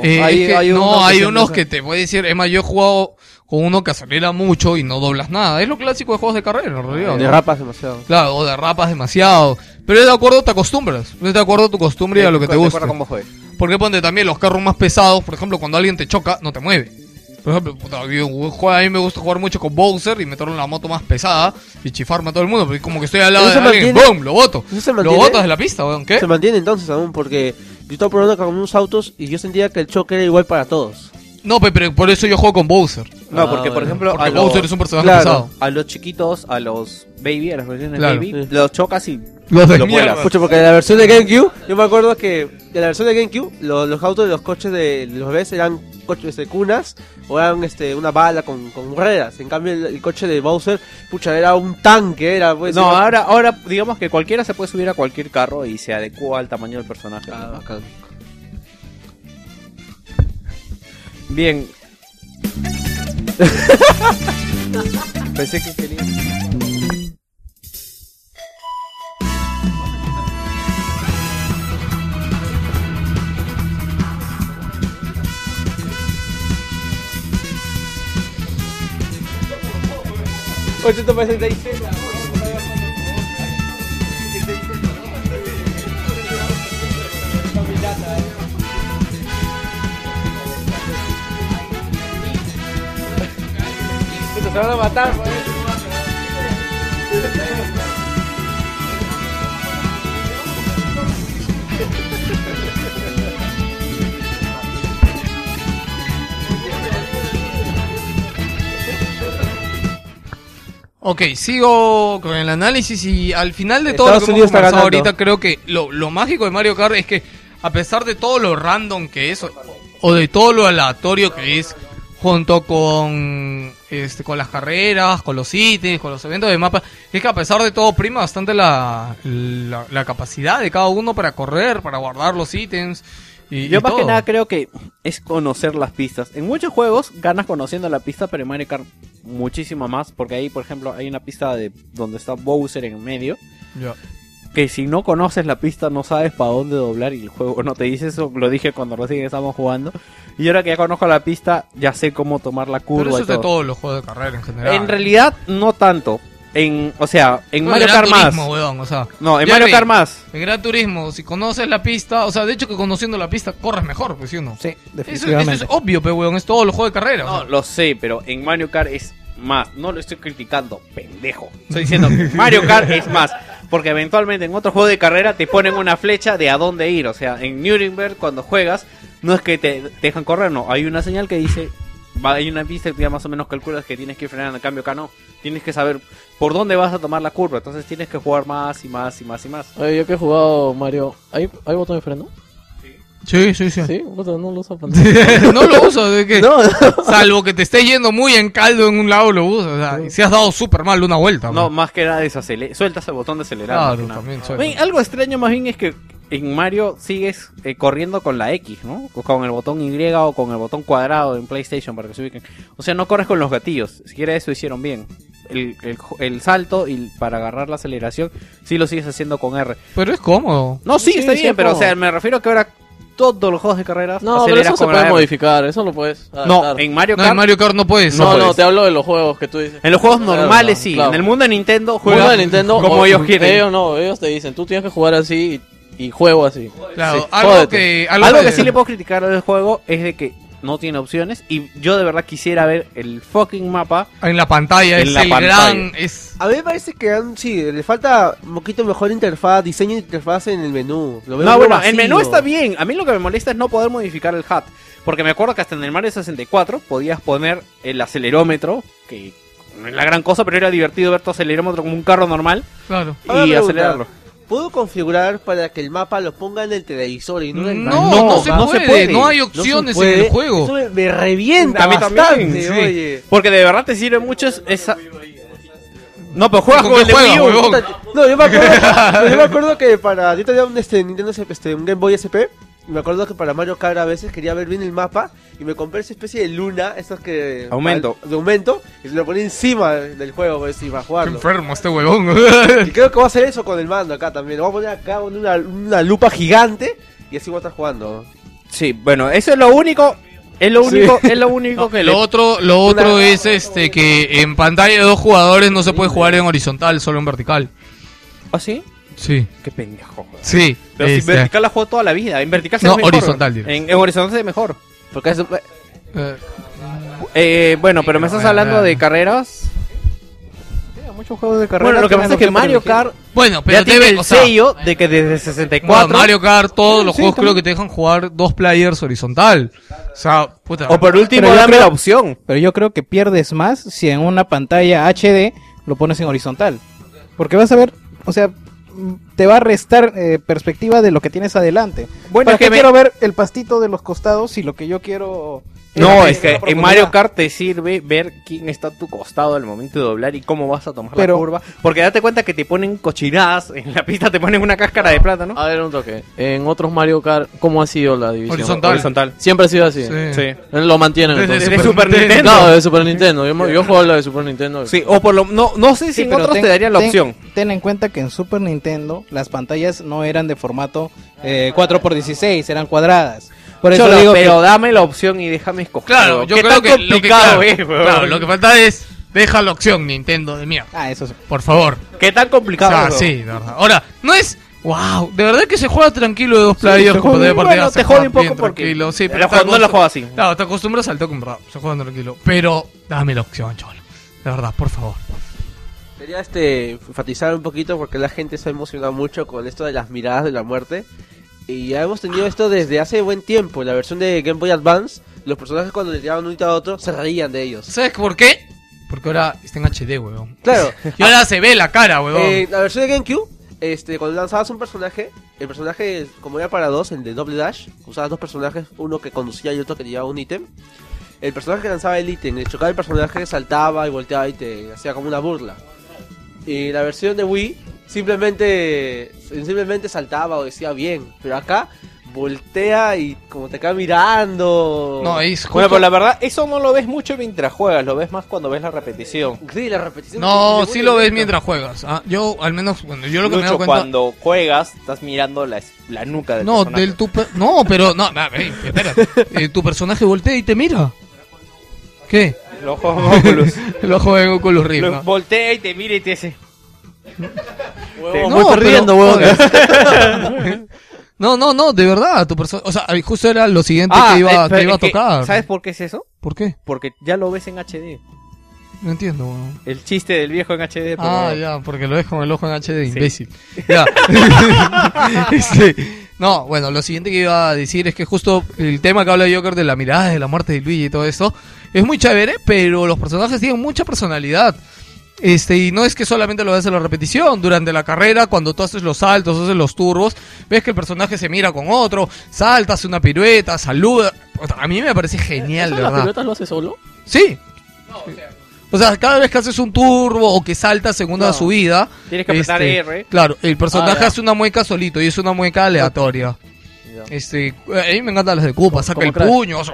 Speaker 7: Oh,
Speaker 1: Eh, es que no,
Speaker 9: uno
Speaker 1: hay
Speaker 9: siempre
Speaker 1: unos
Speaker 9: es-
Speaker 1: que te voy a decir, es más, yo he jugado con uno que acelera mucho y no doblas nada. Es lo clásico de juegos de carrera, en realidad. ¿no?
Speaker 6: Derrapas demasiado.
Speaker 1: Claro, o derrapas demasiado. Pero es de acuerdo, te acostumbras. Es de acuerdo a tu costumbre y a lo que te
Speaker 2: De
Speaker 1: gusta.
Speaker 2: acuerdo a cómo juegues.
Speaker 1: Porque ponte también los carros más pesados, por ejemplo, cuando alguien te choca, no te mueve. Por ejemplo, puta, yo juego- a mí me gusta jugar mucho con Bowser y meterlo en la moto más pesada y chifarme a todo el mundo. Porque como que estoy al lado de
Speaker 6: ¿Eso se
Speaker 1: alguien,
Speaker 6: mantiene?
Speaker 1: ¡boom! Lo boto.
Speaker 6: ¿Eso se
Speaker 1: Lo
Speaker 6: mantiene?
Speaker 1: botas de la pista, weón. ¿Qué?
Speaker 6: Se mantiene entonces aún porque yo estaba probando con unos autos y yo sentía que el choque era igual para todos.
Speaker 1: No, pe- pero por eso yo juego con Bowser.
Speaker 2: No, porque por ejemplo,
Speaker 1: Porque
Speaker 2: a los-
Speaker 1: Bowser es un personaje
Speaker 2: claro,
Speaker 1: pesado.
Speaker 2: A los chiquitos, a los baby, a las versiones
Speaker 1: Claro.
Speaker 2: baby, los chocas y
Speaker 1: Los de
Speaker 2: vuelas.
Speaker 6: Pucha, porque la versión de GameCube, yo me acuerdo que en la versión de GameCube lo- los autos de los coches de los bebés eran coches de cunas o eran este, una bala con, con ruedas. En cambio, el, el coche de Bowser, pucha, era un tanque. Era, pues,
Speaker 2: No,
Speaker 6: iba-
Speaker 2: ahora, ahora digamos que cualquiera se puede subir a cualquier carro y se adecua al tamaño del personaje. Bien. Pensé que quería.
Speaker 6: Oye, esto parece el DayZ.
Speaker 21: se van a matar.
Speaker 1: Ok, sigo con el análisis y al final de todo
Speaker 6: Estados
Speaker 1: lo que hemos
Speaker 6: Unidos está
Speaker 1: conversado
Speaker 6: ganando.
Speaker 1: ahorita, creo que lo, lo mágico de Mario Kart es que a pesar de todo lo random que es o, o de todo lo aleatorio que es, junto con este con las carreras, con los ítems, con los eventos de mapa, es que a pesar de todo prima bastante la, la, la capacidad de cada uno para correr, para guardar los ítems. Y,
Speaker 2: Yo
Speaker 1: y
Speaker 2: más que
Speaker 1: todo.
Speaker 2: nada creo que es conocer las pistas. En muchos juegos ganas conociendo la pista, pero en Mario Kart muchísimo más. Porque ahí, por ejemplo, hay una pista de donde está Bowser en medio.
Speaker 1: Ya.
Speaker 2: Que si no conoces la pista no sabes para dónde doblar y el juego no te dice eso. Lo dije cuando recién estábamos jugando. Y ahora que ya conozco la pista, ya sé cómo tomar la curva.
Speaker 1: Pero eso
Speaker 2: y
Speaker 1: es de
Speaker 2: todo.
Speaker 1: todos los juegos de carrera en general.
Speaker 2: En realidad, no tanto. En, o sea, en
Speaker 1: No,
Speaker 2: Mario
Speaker 1: Gran
Speaker 2: Kart
Speaker 1: Turismo,
Speaker 2: más.
Speaker 1: weón, o sea,
Speaker 2: no, en
Speaker 1: ya
Speaker 2: Mario
Speaker 1: vi.
Speaker 2: Kart más.
Speaker 1: En Gran Turismo, si conoces la pista, o sea, de hecho que conociendo la pista corres mejor, pues sí o no. Sí,
Speaker 2: definitivamente.
Speaker 1: Eso, es obvio, pero weón, es todo el juego de carrera.
Speaker 2: No, lo sé, pero en Mario Kart es más. No lo estoy criticando, pendejo. Estoy diciendo que Mario Kart es más. Porque eventualmente en otro juego de carrera te ponen una flecha de a dónde ir. O sea, en Nuremberg cuando juegas, no es que te te dejan correr, no. Hay una señal que dice. va- Hay una pista que ya más o menos calculas que tienes que frenar, en cambio acá no. Tienes que saber por dónde vas a tomar la curva. Entonces tienes que jugar más y más y más y más.
Speaker 3: Oye, yo que he jugado Mario. ¿Hay, hay botón de freno?
Speaker 1: Sí, sí, sí.
Speaker 3: Sí, puta, no lo uso.
Speaker 1: no lo uso, de que, salvo que te esté yendo muy en caldo en un lado, lo usas. O sea, y si has dado súper mal una vuelta.
Speaker 2: No, más que nada desacelera. Sueltas el botón de acelerar.
Speaker 1: Claro,
Speaker 2: más que nada.
Speaker 1: también sueltas.
Speaker 2: Ven, algo extraño más bien es que en Mario sigues eh, corriendo con la X, ¿no? O Con el botón Y o con el botón cuadrado en PlayStation para que se ubiquen. O sea, no corres con los gatillos. Siquiera eso hicieron bien. El, el- el salto y para agarrar la aceleración, sí lo sigues haciendo con R.
Speaker 1: Pero es cómodo.
Speaker 2: No, sí,
Speaker 3: Sí,
Speaker 2: está
Speaker 3: sí,
Speaker 2: bien,
Speaker 3: es
Speaker 2: pero o
Speaker 3: cómodo.
Speaker 2: sea, me refiero a que ahora todos los juegos de carreras
Speaker 3: No, pero
Speaker 2: aceleras
Speaker 3: eso se
Speaker 2: con la
Speaker 3: puede
Speaker 2: R.
Speaker 3: modificar, eso lo puedes. ah,
Speaker 2: No, en Mario Kart.
Speaker 3: No, no, te hablo de los juegos que tú dices.
Speaker 2: En los juegos
Speaker 3: Claro,
Speaker 2: normales sí.
Speaker 3: claro.
Speaker 2: En el mundo de Nintendo
Speaker 3: Juego
Speaker 2: juegan
Speaker 3: de Nintendo,
Speaker 2: como
Speaker 3: o-
Speaker 2: ellos quieren.
Speaker 3: Ellos no, ellos te dicen, tú tienes que jugar así y, y juego así.
Speaker 2: Claro,
Speaker 3: Sí,
Speaker 2: algo
Speaker 3: jódete.
Speaker 2: que algo, que sí le puedo criticar al juego es de que no tiene opciones y yo de verdad quisiera ver el fucking mapa
Speaker 1: En la pantalla,
Speaker 2: En
Speaker 1: es
Speaker 2: la
Speaker 1: el
Speaker 2: pantalla.
Speaker 1: gran. Es...
Speaker 6: A mí me parece que han- sí, le falta un poquito mejor interfaz, diseño de interfaz en el menú. Lo veo
Speaker 2: No,
Speaker 6: muy
Speaker 2: bueno,
Speaker 6: vacío.
Speaker 2: el menú está bien. A mí lo que me molesta es no poder modificar el HUD. Porque me acuerdo que hasta en el Mario 64 podías poner el acelerómetro, que no es la gran cosa, pero era divertido ver tu acelerómetro como un carro normal.
Speaker 1: Claro.
Speaker 2: Y
Speaker 6: Ahora pregunta,
Speaker 2: acelerarlo.
Speaker 6: ¿Puedo configurar para que el mapa lo ponga en el televisor y no en el
Speaker 1: No,
Speaker 6: mapa?
Speaker 1: no se No puede, se puede. no hay opciones en
Speaker 6: puede.
Speaker 1: el juego.
Speaker 6: Eso me, me revienta
Speaker 2: A mí
Speaker 6: bastante,
Speaker 2: también, sí.
Speaker 6: oye.
Speaker 2: Porque de verdad te sirve mucho es- esa... No, pero juegas
Speaker 6: ¿Con
Speaker 2: con el
Speaker 6: qué
Speaker 2: de
Speaker 6: juegas,
Speaker 2: Wii U.
Speaker 6: huevón? No, yo me acuerdo, yo me acuerdo que para. Yo tenía un este, Nintendo SP, este, un Game Boy SP. Y me acuerdo que para Mario Kart a veces quería ver bien el mapa. Y me compré esa especie de luna, esas que.
Speaker 2: Aumento.
Speaker 6: De aumento. Y se lo ponía encima del juego, pues, y para
Speaker 1: Qué
Speaker 6: jugarlo.
Speaker 1: enfermo este huevón.
Speaker 6: Y creo que voy a hacer eso con el mando acá también. Lo voy a poner acá con una, una lupa gigante. Y así voy a estar jugando.
Speaker 2: Sí, bueno, eso es lo único. Es lo
Speaker 6: Sí.
Speaker 2: único, es lo único que
Speaker 1: Lo
Speaker 2: le-
Speaker 1: otro, lo otro es este que en pantalla de dos jugadores no se puede jugar en horizontal, solo en vertical.
Speaker 2: ¿Ah, sí?
Speaker 1: Sí.
Speaker 2: Qué pendejo. joder.
Speaker 1: Sí,
Speaker 2: Pero si en
Speaker 1: este.
Speaker 2: vertical la juego toda la vida. En vertical se
Speaker 1: No,
Speaker 2: ve mejor.
Speaker 1: horizontal, digo.
Speaker 2: En, en horizontal se ve mejor. Porque es-
Speaker 1: Eh,
Speaker 2: eh, bueno, pero me estás hablando de carreras.
Speaker 7: Muchos juegos de carrera.
Speaker 2: Bueno, lo que
Speaker 7: tienen
Speaker 2: pasa es que Mario
Speaker 7: privilegio.
Speaker 2: Kart
Speaker 1: Bueno, pero
Speaker 2: ya tiene
Speaker 1: debe-
Speaker 2: el
Speaker 1: o sea-
Speaker 2: sello de que desde 64
Speaker 1: Bueno, Mario Kart, todos los
Speaker 2: Sí,
Speaker 1: juegos
Speaker 2: también.
Speaker 1: creo que te dejan jugar dos players horizontal. O sea, puta.
Speaker 2: O por último,
Speaker 7: Pero yo
Speaker 2: dame
Speaker 7: creo-
Speaker 2: la opción.
Speaker 7: Pero yo creo que pierdes más si en una pantalla HD lo pones en horizontal. Porque vas a ver, o sea, mm, te va a restar eh, perspectiva de lo que tienes adelante.
Speaker 2: Bueno,
Speaker 7: ¿Para
Speaker 2: es que
Speaker 7: qué
Speaker 2: me-
Speaker 7: quiero ver el pastito de los costados si lo que yo quiero...
Speaker 2: No,
Speaker 7: eh,
Speaker 2: es que
Speaker 7: la
Speaker 2: en
Speaker 7: profundidad?
Speaker 2: Mario Kart te sirve ver quién está a tu costado al momento de doblar y cómo vas a tomar
Speaker 7: Pero-
Speaker 2: la curva. Porque date cuenta que te ponen cochinadas en la pista, te ponen una cáscara de plátano.
Speaker 3: A ver, un toque. En otros Mario Kart, ¿cómo ha sido la división?
Speaker 2: Horizontal. Horizontal.
Speaker 3: Siempre ha sido así.
Speaker 2: Sí. Sí.
Speaker 3: Lo mantienen.
Speaker 2: Desde
Speaker 3: entonces.
Speaker 2: Super Super Nintendo. Nintendo.
Speaker 3: No, de Super Nintendo. Yo, me- yo juego la de Super Nintendo.
Speaker 2: Sí, o por lo no no sé si en
Speaker 7: pero
Speaker 2: otros
Speaker 7: ten-
Speaker 2: te darían la
Speaker 7: ten-
Speaker 2: opción.
Speaker 7: Ten en cuenta que en Super Nintendo las pantallas no eran de formato eh, 4x16, eran cuadradas. Por eso
Speaker 2: Cholo,
Speaker 7: digo
Speaker 2: pero
Speaker 7: que-
Speaker 2: dame la opción y déjame escoger.
Speaker 1: Claro,
Speaker 2: weón.
Speaker 1: yo
Speaker 2: ¿Qué
Speaker 1: creo
Speaker 2: tan
Speaker 1: que lo que,
Speaker 2: complicado
Speaker 1: claro,
Speaker 2: es, weón?
Speaker 1: claro, lo que falta es deja la opción Nintendo de mierda.
Speaker 7: Ah, eso sí.
Speaker 1: Por favor.
Speaker 2: Qué tan complicado.
Speaker 1: Ah,
Speaker 2: weón?
Speaker 1: sí, de verdad. Ahora, no es wow, de verdad que se juega tranquilo de dos players
Speaker 2: se
Speaker 1: como
Speaker 2: juega-
Speaker 1: debe partida,
Speaker 2: bueno,
Speaker 1: se
Speaker 2: te jode
Speaker 1: juega
Speaker 2: un poco
Speaker 1: bien
Speaker 2: porque
Speaker 1: tranquilo, sí,
Speaker 2: el
Speaker 1: pero
Speaker 2: juego no lo juega así.
Speaker 1: Claro, te acostumbras al toque, en verdad, se juega tranquilo, pero dame la opción, chaval.
Speaker 22: De verdad, por favor.
Speaker 6: Quería este, enfatizar un poquito porque la gente se ha emocionado mucho con esto de las miradas de la muerte. Y ya hemos tenido esto desde hace buen tiempo. En la versión de Game Boy Advance, los personajes cuando le tiraban un hito a otro se reían de ellos.
Speaker 1: ¿Sabes por qué? Porque ahora está en HD, weón.
Speaker 6: Claro.
Speaker 1: Y ahora se ve la cara, weón.
Speaker 6: Eh, la versión de GameCube, este, cuando lanzabas un personaje, el personaje, como era para dos, el de Double Dash, usabas dos personajes, uno que conducía y otro que llevaba un ítem. El personaje que lanzaba el ítem, le chocaba el personaje, saltaba y volteaba y te hacía como una burla. Y la versión de Wii simplemente, simplemente saltaba o decía bien, pero acá voltea y como te queda mirando.
Speaker 2: Bueno, pero la verdad, eso no lo ves mucho mientras juegas, lo ves más cuando ves la repetición.
Speaker 6: Sí, la repetición.
Speaker 1: No, sí lo ves mientras juegas. ah. Yo, al menos, bueno, yo lo que me he dado
Speaker 2: Lucho,
Speaker 1: cuenta.
Speaker 2: cuando juegas, estás mirando la, es- la nuca del
Speaker 1: No,
Speaker 2: personaje.
Speaker 1: del tu per- no, pero no, no, ey, espérate. Eh, tu personaje voltea y te mira. ¿Qué?
Speaker 2: Los ojos en Oculus.
Speaker 1: Los ojos en Oculus Rift.
Speaker 2: Lo voltea y te mira y te hace.
Speaker 1: Te-
Speaker 2: voy perdiendo, huevón.
Speaker 1: No, no, no, de verdad, tu persona, o sea, justo era lo siguiente
Speaker 2: Ah,
Speaker 1: que iba,
Speaker 2: eh,
Speaker 1: que
Speaker 2: pero
Speaker 1: iba a
Speaker 2: es que,
Speaker 1: tocar.
Speaker 2: ¿Sabes por qué es eso?
Speaker 1: ¿Por qué?
Speaker 2: Porque ya lo ves en HD.
Speaker 1: No entiendo, weón.
Speaker 2: El chiste del viejo en HD. por
Speaker 1: Ah,
Speaker 2: favor.
Speaker 1: ya, porque lo ves con el ojo en HD, imbécil. Ya. Este, no, bueno, lo siguiente que iba a decir es que justo el tema que habla Joker de la mirada, de la muerte de Luigi y todo eso, es muy chévere, pero los personajes tienen mucha personalidad. Este, y no es que solamente lo ves en la repetición, durante la carrera, cuando tú haces los saltos, haces los turbos, ves que el personaje se mira con otro, salta, hace una pirueta, saluda. A mí me parece genial, de
Speaker 23: ¿Eso las
Speaker 1: verdad.
Speaker 23: piruetas lo hace solo?
Speaker 1: Sí. o, sea, cada vez que haces un turbo o que saltas en una subida. este,
Speaker 23: Tienes que apretar R.
Speaker 1: Claro, el personaje
Speaker 23: Ah, ya.
Speaker 1: hace una mueca solito y es una mueca aleatoria. Este, a mí me encantan las de Cupa, saca
Speaker 23: como
Speaker 1: el
Speaker 23: Crash.
Speaker 1: puño, hace-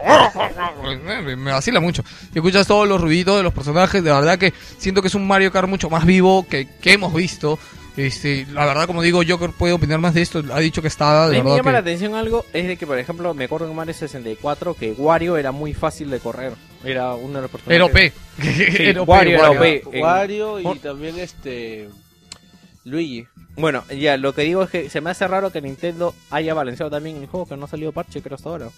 Speaker 1: me, me vacila mucho. Y escuchas todos los ruiditos de los personajes, de verdad que siento que es un Mario Kart mucho más vivo que, que hemos visto. Este, la verdad, como digo, Joker puede opinar más de esto, ha dicho que está
Speaker 2: A
Speaker 1: de
Speaker 2: mí me
Speaker 1: verdad
Speaker 2: llama la
Speaker 1: que...
Speaker 2: atención algo, es de que, por ejemplo, me acuerdo en Mario 64 que Wario era muy fácil de correr. Era uno de los personajes.
Speaker 1: Era OP.
Speaker 2: Sí,
Speaker 1: Era OP,
Speaker 2: Wario era
Speaker 1: Wario.
Speaker 2: OP. En-
Speaker 6: Wario y también este Luigi.
Speaker 2: Bueno, ya, lo que digo es que se me hace raro que Nintendo haya balanceado también el juego, que no ha salido parche, creo, hasta ahora.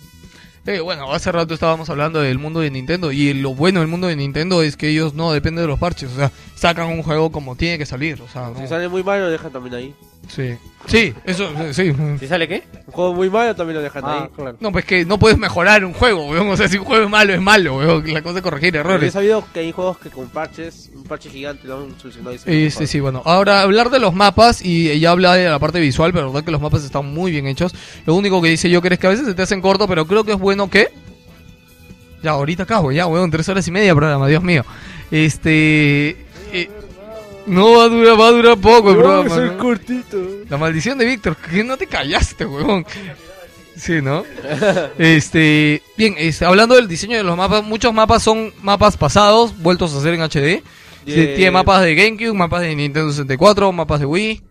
Speaker 1: Eh, bueno, hace rato estábamos hablando del mundo de Nintendo y lo bueno del mundo de Nintendo es que ellos no dependen de los parches, o sea, sacan un juego como tiene que salir, o sea,
Speaker 6: Si
Speaker 1: no-
Speaker 6: sale muy malo, lo dejan también ahí.
Speaker 1: sí. Sí, eso, sí.
Speaker 2: ¿Si sale qué?
Speaker 6: Un juego muy malo también lo dejan
Speaker 1: Ah,
Speaker 6: ahí.
Speaker 1: No, pues que no puedes mejorar un juego, weón, o sea, si un juego es malo, es malo, weón, la cosa es corregir
Speaker 6: Yo he
Speaker 1: errores.
Speaker 6: sabido que hay juegos que con parches, un parche gigante lo han solucionado. y se ven
Speaker 1: Este, sí, bueno. Ahora, hablar de los mapas, y ya habla de la parte visual, pero la verdad que los mapas están muy bien hechos. Lo único que dice yo que es que a veces se te hacen corto, pero creo que es bueno que... Ya, ahorita acabo, ya, weón, tres horas y media de programa, Dios mío. Este... eh, no va a durar, va a durar poco el programa. ¿no?
Speaker 24: cortito.
Speaker 1: La maldición de Víctor, que no te callaste, huevón. Sí, ¿no? Este, bien, este, hablando del diseño de los mapas, muchos mapas son mapas pasados, vueltos a hacer en HD. Sí,
Speaker 2: Yeah.
Speaker 1: Tiene mapas de GameCube, mapas de Nintendo 64, mapas de Wii.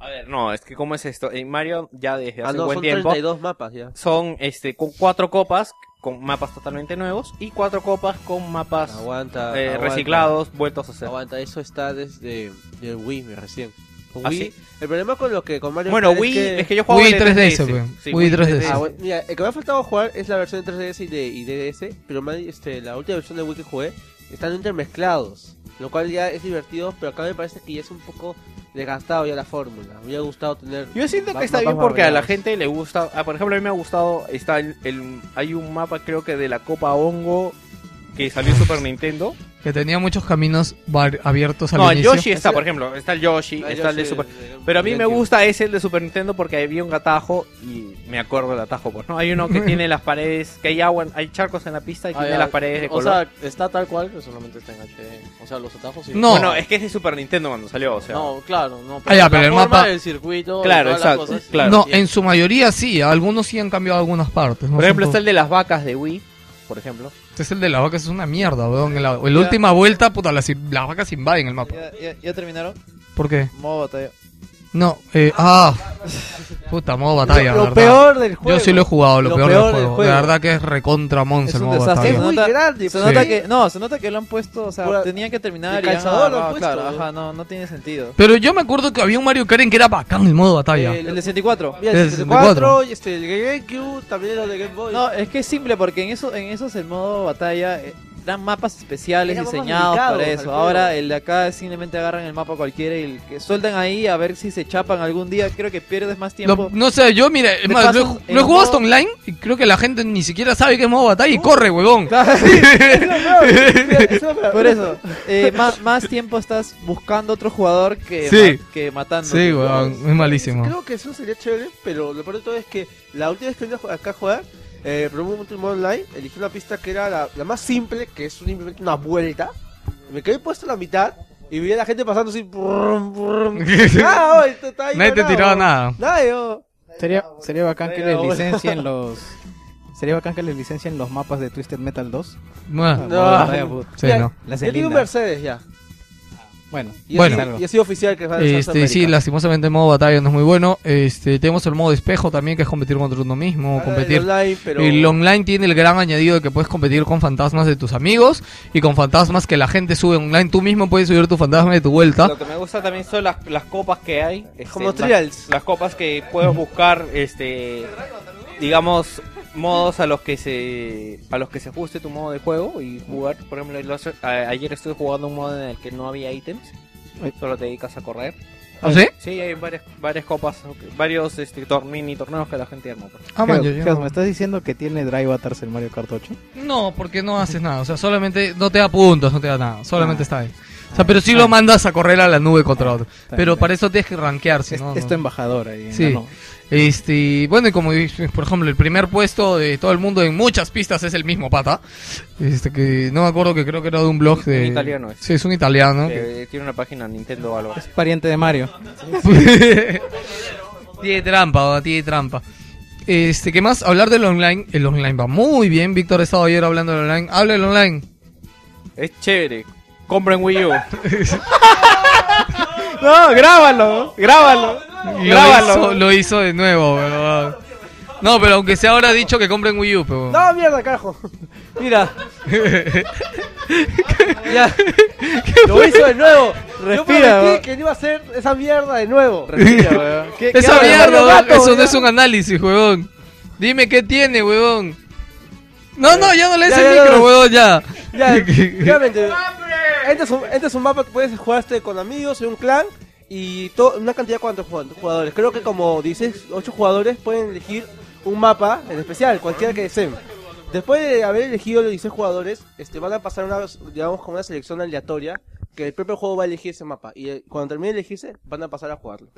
Speaker 2: A ver, no, es que ¿cómo es esto? En Mario ya desde
Speaker 6: Ah,
Speaker 2: hace
Speaker 6: no,
Speaker 2: buen
Speaker 6: son
Speaker 2: tiempo...
Speaker 6: 32 mapas ya.
Speaker 2: Son este, con cuatro copas, con mapas totalmente nuevos, y cuatro copas con mapas
Speaker 6: Aguanta,
Speaker 2: eh,
Speaker 6: aguanta.
Speaker 2: reciclados, vueltos a hacer.
Speaker 6: Aguanta, eso está desde el Wii me recién. Con
Speaker 2: Ah,
Speaker 6: Wii,
Speaker 2: sí.
Speaker 6: el problema con lo que con Mario
Speaker 2: Bueno,
Speaker 6: Kart
Speaker 2: Wii- es que yo jugaba Wii en el 3DS, 3DS, weón. sí, Wii Wii 3DS. 3DS.
Speaker 6: Ah, bueno, mira, el que me ha faltado jugar es la versión de 3DS y de y DS, pero me- este, la última versión de Wii que jugué están intermezclados, lo cual ya es divertido, pero acá me parece que ya es un poco desgastado ya la fórmula. Me hubiera gustado tener
Speaker 2: Yo siento
Speaker 6: ma-
Speaker 2: que está
Speaker 6: mapas
Speaker 2: bien
Speaker 6: más
Speaker 2: porque a la
Speaker 6: variados.
Speaker 2: gente le gusta. ah, por ejemplo, a mí me ha gustado. Está el, el- hay un mapa, creo que de la Copa Hongo que salió en Super Nintendo.
Speaker 1: Que tenía muchos caminos var- abiertos al
Speaker 2: No, el
Speaker 1: inicio.
Speaker 2: Yoshi está, por ejemplo. Está el Yoshi,
Speaker 6: Ah,
Speaker 2: está el de
Speaker 6: Yoshi,
Speaker 2: Super.
Speaker 6: el de-
Speaker 2: Pero a mí
Speaker 6: el
Speaker 2: me
Speaker 6: de-
Speaker 2: gusta ese, el de Super Nintendo, porque había un atajo y me acuerdo del atajo. Pues, ¿no? Hay uno que tiene las paredes, que hay agua, hay charcos en la pista y
Speaker 3: Ah,
Speaker 2: tiene
Speaker 3: ya.
Speaker 2: las paredes de
Speaker 3: O
Speaker 2: color.
Speaker 3: sea, está tal cual, pero solamente está en HD. O sea, los atajos sí.
Speaker 2: Bueno, es que es de Super Nintendo cuando salió, o sea.
Speaker 3: No, claro, no.
Speaker 1: Ah, ya, pero
Speaker 3: la
Speaker 1: el
Speaker 3: forma
Speaker 1: mapa-
Speaker 3: del circuito. y
Speaker 2: Claro,
Speaker 3: todas las
Speaker 2: exacto,
Speaker 3: cosas, sí.
Speaker 1: No, en su mayoría sí, algunos sí han cambiado algunas partes. no son
Speaker 2: Por ejemplo,
Speaker 1: todos.
Speaker 2: está el de las vacas de Wii, por ejemplo.
Speaker 1: Este es el de las vacas, es una mierda, weón. En la, en la última vuelta, puta, las, las vacas invaden el mapa.
Speaker 9: ¿Ya, ya terminaron?
Speaker 1: ¿Por qué?
Speaker 9: Modo batalla.
Speaker 1: No, eh, ah, puta, modo batalla.
Speaker 9: Lo- lo
Speaker 1: verdad.
Speaker 9: peor del juego.
Speaker 1: Yo sí lo he jugado, lo,
Speaker 9: Lo
Speaker 1: peor,
Speaker 9: peor
Speaker 1: del
Speaker 9: del
Speaker 1: juego.
Speaker 9: juego.
Speaker 1: De verdad que es recontra Monza el modo batalla.
Speaker 9: Se nota- Se
Speaker 1: Sí.
Speaker 9: nota que, no, se nota que lo han puesto, o sea, tenían que terminar
Speaker 6: de
Speaker 9: y ya,
Speaker 6: calzador lo
Speaker 9: no,
Speaker 6: han puesto,
Speaker 9: claro,
Speaker 6: ¿no?
Speaker 9: ajá, no, no tiene sentido.
Speaker 1: Pero yo me acuerdo que había un Mario Kart en que era bacán el modo batalla.
Speaker 9: El de 64.
Speaker 6: Mira,
Speaker 1: El
Speaker 6: el
Speaker 1: 64.
Speaker 6: 64 y este, el GameCube también lo de Game Boy.
Speaker 9: No, es que es simple porque en eso en esos el modo batalla eh, dan mapas especiales
Speaker 6: Eran mapas
Speaker 9: diseñados para
Speaker 6: dedicados
Speaker 9: eso.
Speaker 6: al juego.
Speaker 9: Ahora el de acá simplemente agarran el mapa cualquiera y el que sueltan ahí a ver si se chapan algún día. Creo que pierdes más tiempo.
Speaker 1: No, no sé, yo, mira, es
Speaker 9: De
Speaker 1: más,
Speaker 9: paso,
Speaker 1: no, he-
Speaker 9: el
Speaker 1: no he jugado hasta
Speaker 9: modo-
Speaker 1: online y creo que la gente ni siquiera sabe qué es modo batalla y corre, huevón.
Speaker 9: Por eso, eh, más, más tiempo estás buscando otro jugador que,
Speaker 1: Sí.
Speaker 9: ma- que matando.
Speaker 1: Sí, huevón, es malísimo.
Speaker 6: Creo que eso sería chévere, pero lo peor de todo es que la última vez que vine a ju- acá a jugar, eh, probé un último online, elegí una pista que era la, la más simple, que es simplemente una vuelta. Me quedé puesto a la mitad y vi a la gente pasando así. brum, brum. Ah, oh, esto está ahí,
Speaker 1: Nadie te
Speaker 6: no,
Speaker 1: tiraba
Speaker 6: no.
Speaker 1: nada.
Speaker 6: Nadie, oh.
Speaker 7: Sería, sería bacán que
Speaker 6: Venga,
Speaker 7: les
Speaker 6: bueno.
Speaker 7: licencien los. Sería bacán que les licencien los mapas de Twisted Metal 2.
Speaker 1: Bueno.
Speaker 7: Ah, batalla,
Speaker 6: No.
Speaker 7: put-
Speaker 1: Sí,
Speaker 7: Ya,
Speaker 1: no.
Speaker 7: Las
Speaker 6: Yo tengo un
Speaker 7: enlindas.
Speaker 6: Mercedes ya.
Speaker 7: Bueno,
Speaker 6: Y
Speaker 1: Bueno.
Speaker 6: así- y así oficial que va a South
Speaker 1: Este,
Speaker 6: America.
Speaker 1: sí, lastimosamente el modo batalla no es muy bueno. Este, tenemos el modo espejo también, que es competir contra uno mismo.
Speaker 6: Ahora
Speaker 1: competir.
Speaker 6: el online, Ah, pero-
Speaker 1: El online tiene el gran añadido de que puedes competir con fantasmas de tus amigos y con fantasmas que la gente sube online. Tú mismo puedes subir tu fantasma de tu vuelta.
Speaker 25: Lo que me gusta también son las, las copas que hay. este,
Speaker 2: Como
Speaker 25: las-
Speaker 2: trials.
Speaker 25: Las, copas que puedes buscar, este, digamos, modos a los que se a los que se ajuste tu modo de juego y jugar. Por ejemplo, el otro- a- ayer estuve jugando un modo en el que no había ítems, solo te dedicas a correr.
Speaker 1: ¿Ah, sí?
Speaker 25: Sí, hay varias, varias copas, varios este, tor- mini torneos que la gente arma. pues.
Speaker 1: Ah, man, yo- yo-
Speaker 7: Geos, ¿me estás diciendo que tiene Dry Waters el Mario Kart 8?
Speaker 1: No, porque no haces nada. O sea, solamente no te da puntos, no te da nada. Solamente está ahí. O sea, pero sí lo mandas a correr a la nube contra otro. Pero para eso tienes que rankear, si no.
Speaker 7: es
Speaker 1: no.
Speaker 7: tu embajador ahí.
Speaker 1: Sí.
Speaker 7: no, no.
Speaker 1: Este, bueno, y como dices, por ejemplo, el primer puesto de todo el mundo en muchas pistas es el mismo pata. Este que no me acuerdo que creo que era de un blog de
Speaker 2: Un italiano es.
Speaker 1: Sí, es un italiano. que-
Speaker 2: Que tiene una página Nintendo o algo.
Speaker 7: Es pariente de Mario.
Speaker 1: tiene trampa, o tiene trampa. Este, ¿qué más? Hablar del online. El online va muy bien. Víctor ha estado ayer hablando del online. Habla del online.
Speaker 2: Es chévere. Compren Wii U.
Speaker 7: No, grábalo, grábalo.
Speaker 1: Lo hizo, lo hizo de nuevo, weón. No, pero aunque sea ahora ha dicho que compren Wii U, pero...
Speaker 6: No, mierda, carajo. Mira, ya. Lo hizo de nuevo. Yo
Speaker 9: Respira,
Speaker 6: prometí
Speaker 9: weón.
Speaker 6: que no iba a hacer esa mierda de nuevo. ¿Qué- qué
Speaker 1: Esa
Speaker 6: habla de
Speaker 1: mierda,
Speaker 6: Mario
Speaker 1: weón,
Speaker 6: Gato,
Speaker 1: eso no
Speaker 6: weón?
Speaker 1: es un análisis, weón. Dime qué tiene, weón. No, no, ya no le
Speaker 6: Ya,
Speaker 1: des el
Speaker 6: ya, ya,
Speaker 1: micro,
Speaker 6: ya.
Speaker 1: weón, ya.
Speaker 6: Ya, realmente. Este es, un, este es un mapa que puedes jugar este con amigos, en un clan y to- una cantidad de cuantos jugando- jugadores. Creo que como dices, 8 jugadores pueden elegir un mapa en especial, cualquiera que deseen. Después de haber elegido los 16 jugadores, este, van a pasar una, digamos, como una selección aleatoria que el propio juego va a elegir ese mapa. Y eh, cuando termine de elegirse, van a pasar a jugarlo.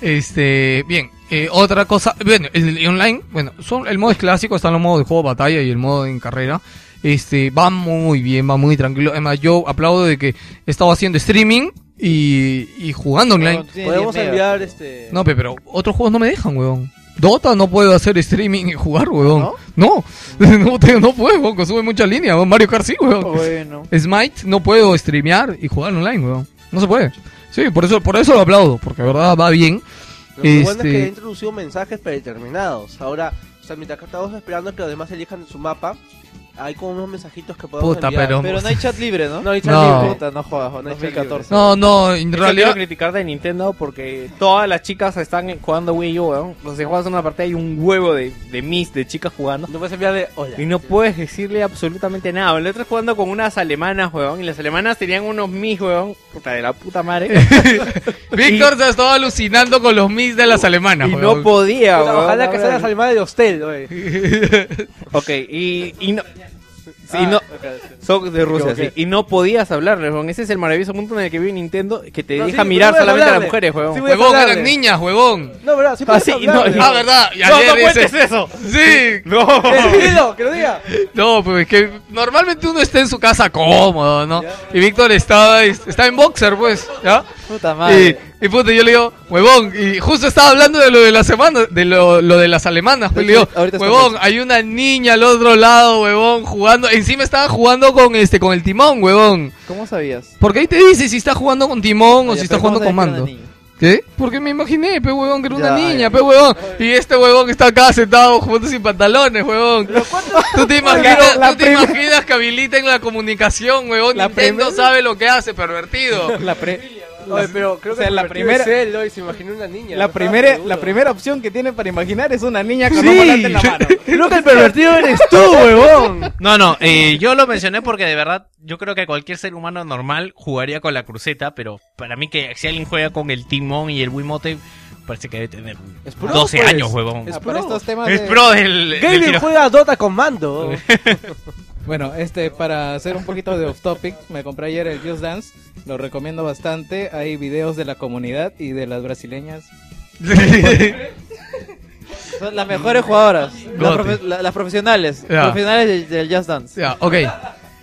Speaker 1: Este, bien, eh, otra cosa, bueno, el, el online, bueno, son el modo es clásico, están los modos de juego de batalla y el modo en carrera. Este, va muy bien, va muy tranquilo. Además, yo aplaudo de que he estado haciendo streaming y, y jugando online.
Speaker 6: Podemos enviar este.
Speaker 1: No, pe- pero otros juegos no me dejan, weón. Dota no puedo hacer streaming y jugar, weón. No, no, te- no puedo, weón, consume mucha línea. weón. Mario Kart sí, weón.
Speaker 7: Oh,
Speaker 9: Bueno.
Speaker 1: Smite no puedo streamear y jugar online, weón. No se puede. Sí, por eso, por eso lo aplaudo, porque de verdad va bien.
Speaker 6: Lo que bueno es que ha
Speaker 1: Este,
Speaker 6: introducido mensajes predeterminados. Ahora, o sea, mientras que estamos esperando que los demás elijan su mapa, hay como unos mensajitos que podemos
Speaker 1: Puta,
Speaker 6: enviar.
Speaker 1: pero- Pero no hay
Speaker 6: chat libre, ¿no? No hay chat
Speaker 1: No.
Speaker 6: libre.
Speaker 9: Puta, no jodas, no hay chat libre.
Speaker 6: 2014.
Speaker 1: no, no, en
Speaker 2: Eso
Speaker 1: realidad.
Speaker 2: quiero criticar de Nintendo porque todas las chicas están jugando Wii U, weón. O sea, juegas una partida y un huevo de, de mis, de chicas jugando.
Speaker 6: No puedes enviar de hola.
Speaker 2: Y no puedes decirle absolutamente nada. El otro jugando con unas alemanas, weón. Y las alemanas tenían unos mis, weón. Puta de la puta madre.
Speaker 1: Víctor se ha estado alucinando con los mis de las alemanas,
Speaker 2: y
Speaker 1: weón.
Speaker 2: no podía,
Speaker 6: Puta,
Speaker 2: weón.
Speaker 6: ojalá que
Speaker 2: Ahora-
Speaker 6: sean las alemanas de hostel, wey.
Speaker 2: Ok, y, y no. y no-
Speaker 6: Ah,
Speaker 2: son de Rusia,
Speaker 6: equivoqué.
Speaker 2: sí. Y no podías hablarles, weón. Ese es el maravilloso punto en el que vive Nintendo, que te
Speaker 6: No,
Speaker 2: deja
Speaker 6: sí,
Speaker 2: mirar
Speaker 6: voy a
Speaker 2: solamente a las
Speaker 6: hablarle.
Speaker 2: mujeres, weón.
Speaker 6: Sí, voy a
Speaker 1: Huevón,
Speaker 6: hablarle.
Speaker 1: eran niñas, huevón.
Speaker 6: No, verdad, sí puedes
Speaker 2: sí, y no-
Speaker 6: hablarle.
Speaker 1: Ah, verdad. Y
Speaker 2: No,
Speaker 1: ayer
Speaker 2: no
Speaker 1: dice-
Speaker 2: cuentes eso.
Speaker 1: Sí.
Speaker 2: No.
Speaker 6: Eh, dilo, que lo diga.
Speaker 1: No, pues que normalmente uno está en su casa cómodo, ¿no? Y Víctor estaba, está en boxer, pues, ¿ya?
Speaker 9: Puta madre.
Speaker 1: Y, y puta, yo le digo, huevón, y justo estaba hablando de lo de la semana, de lo, lo de las alemanas, pues le digo,
Speaker 9: ahorita está
Speaker 1: huevón, hay una niña al otro lado, huevón, jugando, encima estaba jugando con este, con el timón, huevón.
Speaker 9: ¿Cómo sabías?
Speaker 1: Porque ahí te dice si está jugando con timón o
Speaker 9: Oye,
Speaker 1: si está
Speaker 9: pero ¿cómo
Speaker 1: jugando con
Speaker 9: sabes que era
Speaker 1: mando.
Speaker 9: una niña?
Speaker 1: ¿Qué? Porque me imaginé, pe huevón, que era una
Speaker 9: Ya,
Speaker 1: niña,
Speaker 9: ya.
Speaker 1: pe huevón. Y este huevón está acá sentado jugando sin pantalones, huevón. ¿Tú te imaginas,
Speaker 7: La
Speaker 1: tú te
Speaker 7: prim-
Speaker 1: imaginas que habiliten la comunicación, huevón? Nintendo sabe lo que hace, pervertido.
Speaker 7: La, pre-
Speaker 6: Oye, pero creo
Speaker 7: o sea,
Speaker 6: que
Speaker 7: la
Speaker 6: el
Speaker 7: primera-
Speaker 6: Cell hoy se imaginó una niña.
Speaker 7: La
Speaker 6: ¿no?
Speaker 7: primera,
Speaker 6: Estaba
Speaker 7: la
Speaker 6: seguro.
Speaker 7: primera opción que tiene para imaginar es una niña con
Speaker 6: Sí.
Speaker 7: un volante en la mano.
Speaker 6: Creo
Speaker 7: que el
Speaker 6: pervertido eres tú, huevón.
Speaker 26: No, no, eh, yo lo mencioné porque de verdad yo creo que cualquier ser humano normal jugaría con la cruceta, pero para mí que si alguien juega con el timón y el Wiimote, parece que debe tener 12
Speaker 6: pues.
Speaker 26: años, huevón.
Speaker 6: Es
Speaker 7: Ah, para
Speaker 6: pro.
Speaker 7: estos temas
Speaker 26: Es
Speaker 7: de-
Speaker 26: pro del- del
Speaker 6: Gaming
Speaker 26: tiro.
Speaker 6: juega Dota con mando.
Speaker 7: Bueno, este, para hacer un poquito de off topic, me compré ayer el Just Dance, lo recomiendo bastante, hay videos de la comunidad y de las brasileñas.
Speaker 9: Son las mejores jugadoras. Las,
Speaker 7: Gote.
Speaker 9: profe- la- las profesionales.
Speaker 1: Ya.
Speaker 9: Profesionales del, del Just Dance.
Speaker 1: Ya, ok.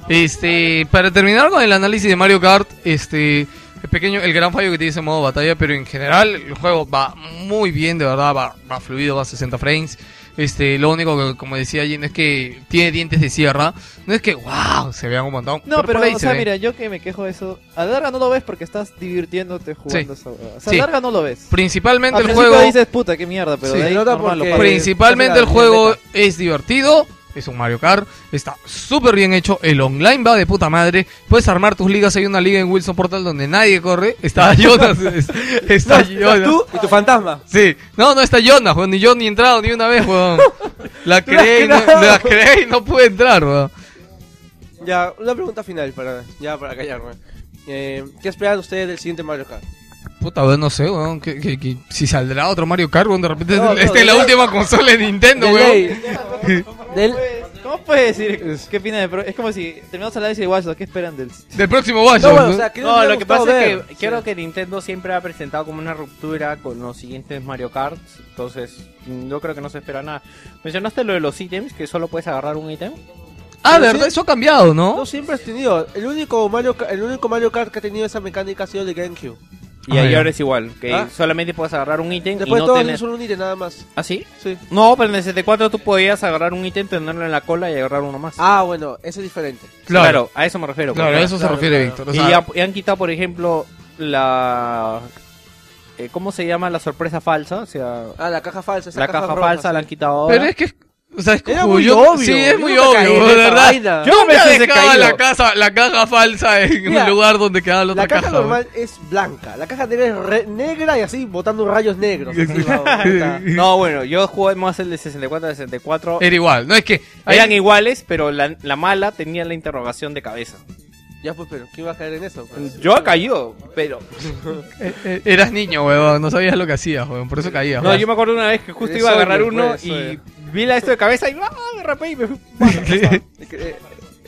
Speaker 1: Este, para terminar con el análisis de Mario Kart, este, el pequeño, el gran fallo que tiene ese modo batalla, pero en general el juego va muy bien, de verdad, va, va fluido, va a 60 frames. Este, lo único que, como decía allí, no es que tiene dientes de sierra, no es que, wow, se vean un montón.
Speaker 9: No, pero,
Speaker 1: por ahí
Speaker 9: o
Speaker 1: se
Speaker 9: sea,
Speaker 1: ven.
Speaker 9: mira, yo que me quejo de eso. A la larga no lo ves porque estás divirtiéndote jugando
Speaker 1: Sí.
Speaker 9: esa huevada. O sea,
Speaker 1: Sí.
Speaker 9: a la larga no lo ves.
Speaker 1: Principalmente
Speaker 9: Al
Speaker 1: el
Speaker 9: principio
Speaker 1: juego-
Speaker 9: dices puta, qué mierda, pero
Speaker 1: Sí.
Speaker 9: de ahí
Speaker 1: Nota
Speaker 9: normal, lo
Speaker 6: Eh,
Speaker 1: porque-
Speaker 9: pasas.
Speaker 1: principalmente el juego es divertido. Es un Mario Kart, está súper bien hecho, el online va de puta madre, puedes armar tus ligas, hay una liga en Wilson Portal donde nadie corre, está Jonas, es- está
Speaker 6: No, estás
Speaker 1: Jonas.
Speaker 6: tú y tu fantasma.
Speaker 1: Sí, no, no está Jonas, weón, ni yo ni he entrado ni una vez, weón. La
Speaker 6: Tú la has
Speaker 1: creé, y no,
Speaker 6: creado.
Speaker 1: la creé y no pude entrar, weón.
Speaker 6: Ya, una pregunta final para, ya para callarme. Eh, ¿Qué esperan ustedes del siguiente Mario Kart?
Speaker 1: Puta, weón, no sé, weón, que, que- que- si saldrá otro Mario Kart, weón, de repente
Speaker 6: No, no,
Speaker 1: esta es la
Speaker 6: de-
Speaker 1: última consola de Nintendo,
Speaker 6: de
Speaker 1: weón.
Speaker 6: ley. Del-
Speaker 9: ¿Cómo puedes decir qué opinas de pro- Es como si terminamos hablar de ese Watch Dogs, ¿qué esperan del...
Speaker 1: Del próximo Watch Dogs, ¿no?
Speaker 2: No, lo que pasa es que creo que Nintendo siempre ha presentado como una ruptura con los siguientes Mario Kart. Entonces, no creo que no se espera nada. Mencionaste lo de los ítems, que solo puedes agarrar un ítem.
Speaker 1: Ah,
Speaker 6: Pero
Speaker 1: de verdad,
Speaker 6: sí-
Speaker 1: eso ha cambiado, ¿no?
Speaker 6: No, siempre has tenido. El único Mario, Ka- el único Mario Kart que ha tenido esa mecánica ha sido el de GameCube.
Speaker 2: Y
Speaker 6: Ah,
Speaker 2: ahí
Speaker 6: ya.
Speaker 2: ahora es igual, que
Speaker 6: ¿Ah?
Speaker 2: solamente puedes agarrar un ítem.
Speaker 6: Después
Speaker 2: y no
Speaker 6: todos
Speaker 2: tener-
Speaker 6: tienen solo un ítem nada más.
Speaker 2: ¿Ah, sí?
Speaker 6: Sí.
Speaker 2: No, pero en el 74 tú podías agarrar un ítem, tenerlo en la cola y agarrar uno más.
Speaker 6: Ah, bueno, eso es diferente.
Speaker 2: Claro, a eso me refiero.
Speaker 1: Claro,
Speaker 2: porque-
Speaker 1: a eso se refiere Víctor, o
Speaker 2: Y,
Speaker 1: sea-
Speaker 2: ya- y han quitado, por ejemplo, la. eh, ¿Cómo se llama la sorpresa falsa? O sea,
Speaker 6: Ah, la caja falsa. esa
Speaker 2: la caja,
Speaker 6: roja,
Speaker 2: falsa la
Speaker 6: sí.
Speaker 2: han quitado ahora.
Speaker 1: Pero es que. O sea, es que
Speaker 6: Era
Speaker 1: como
Speaker 6: muy
Speaker 1: yo-
Speaker 6: obvio,
Speaker 1: Sí, es
Speaker 6: yo
Speaker 1: muy
Speaker 6: nunca caí
Speaker 1: obvio,
Speaker 6: en
Speaker 1: de
Speaker 6: esa
Speaker 1: verdad.
Speaker 6: vaina.
Speaker 1: Yo
Speaker 6: Yo
Speaker 1: nunca
Speaker 6: me hubiese
Speaker 1: dejaba
Speaker 6: caído.
Speaker 1: la, casa, la caja falsa en
Speaker 6: Mira,
Speaker 1: un lugar donde quedaba la otra
Speaker 6: La caja
Speaker 1: caja. güey.
Speaker 6: normal es blanca. La caja negra es re- negra y así botando rayos negros. así, va, puta.
Speaker 2: No, bueno, yo jugué más el de 64 al 64.
Speaker 6: Eh,
Speaker 1: Era igual, no es que.
Speaker 2: Eran iguales, pero la, la mala tenía la interrogación de cabeza.
Speaker 6: ya pues, pero ¿quién va a caer en eso? pues?
Speaker 2: Yo cayó, pero.
Speaker 1: Eh, eh, Eras niño, weón, no sabías lo que hacías, weón, por eso caías.
Speaker 2: No,
Speaker 1: weón.
Speaker 2: yo me acuerdo una vez que justo
Speaker 6: Eres
Speaker 2: iba a agarrar
Speaker 6: hombre,
Speaker 2: uno
Speaker 6: pues,
Speaker 2: y
Speaker 6: oye.
Speaker 2: vi la esto de cabeza y ¡ah! me rapé y me fui.
Speaker 6: Eh,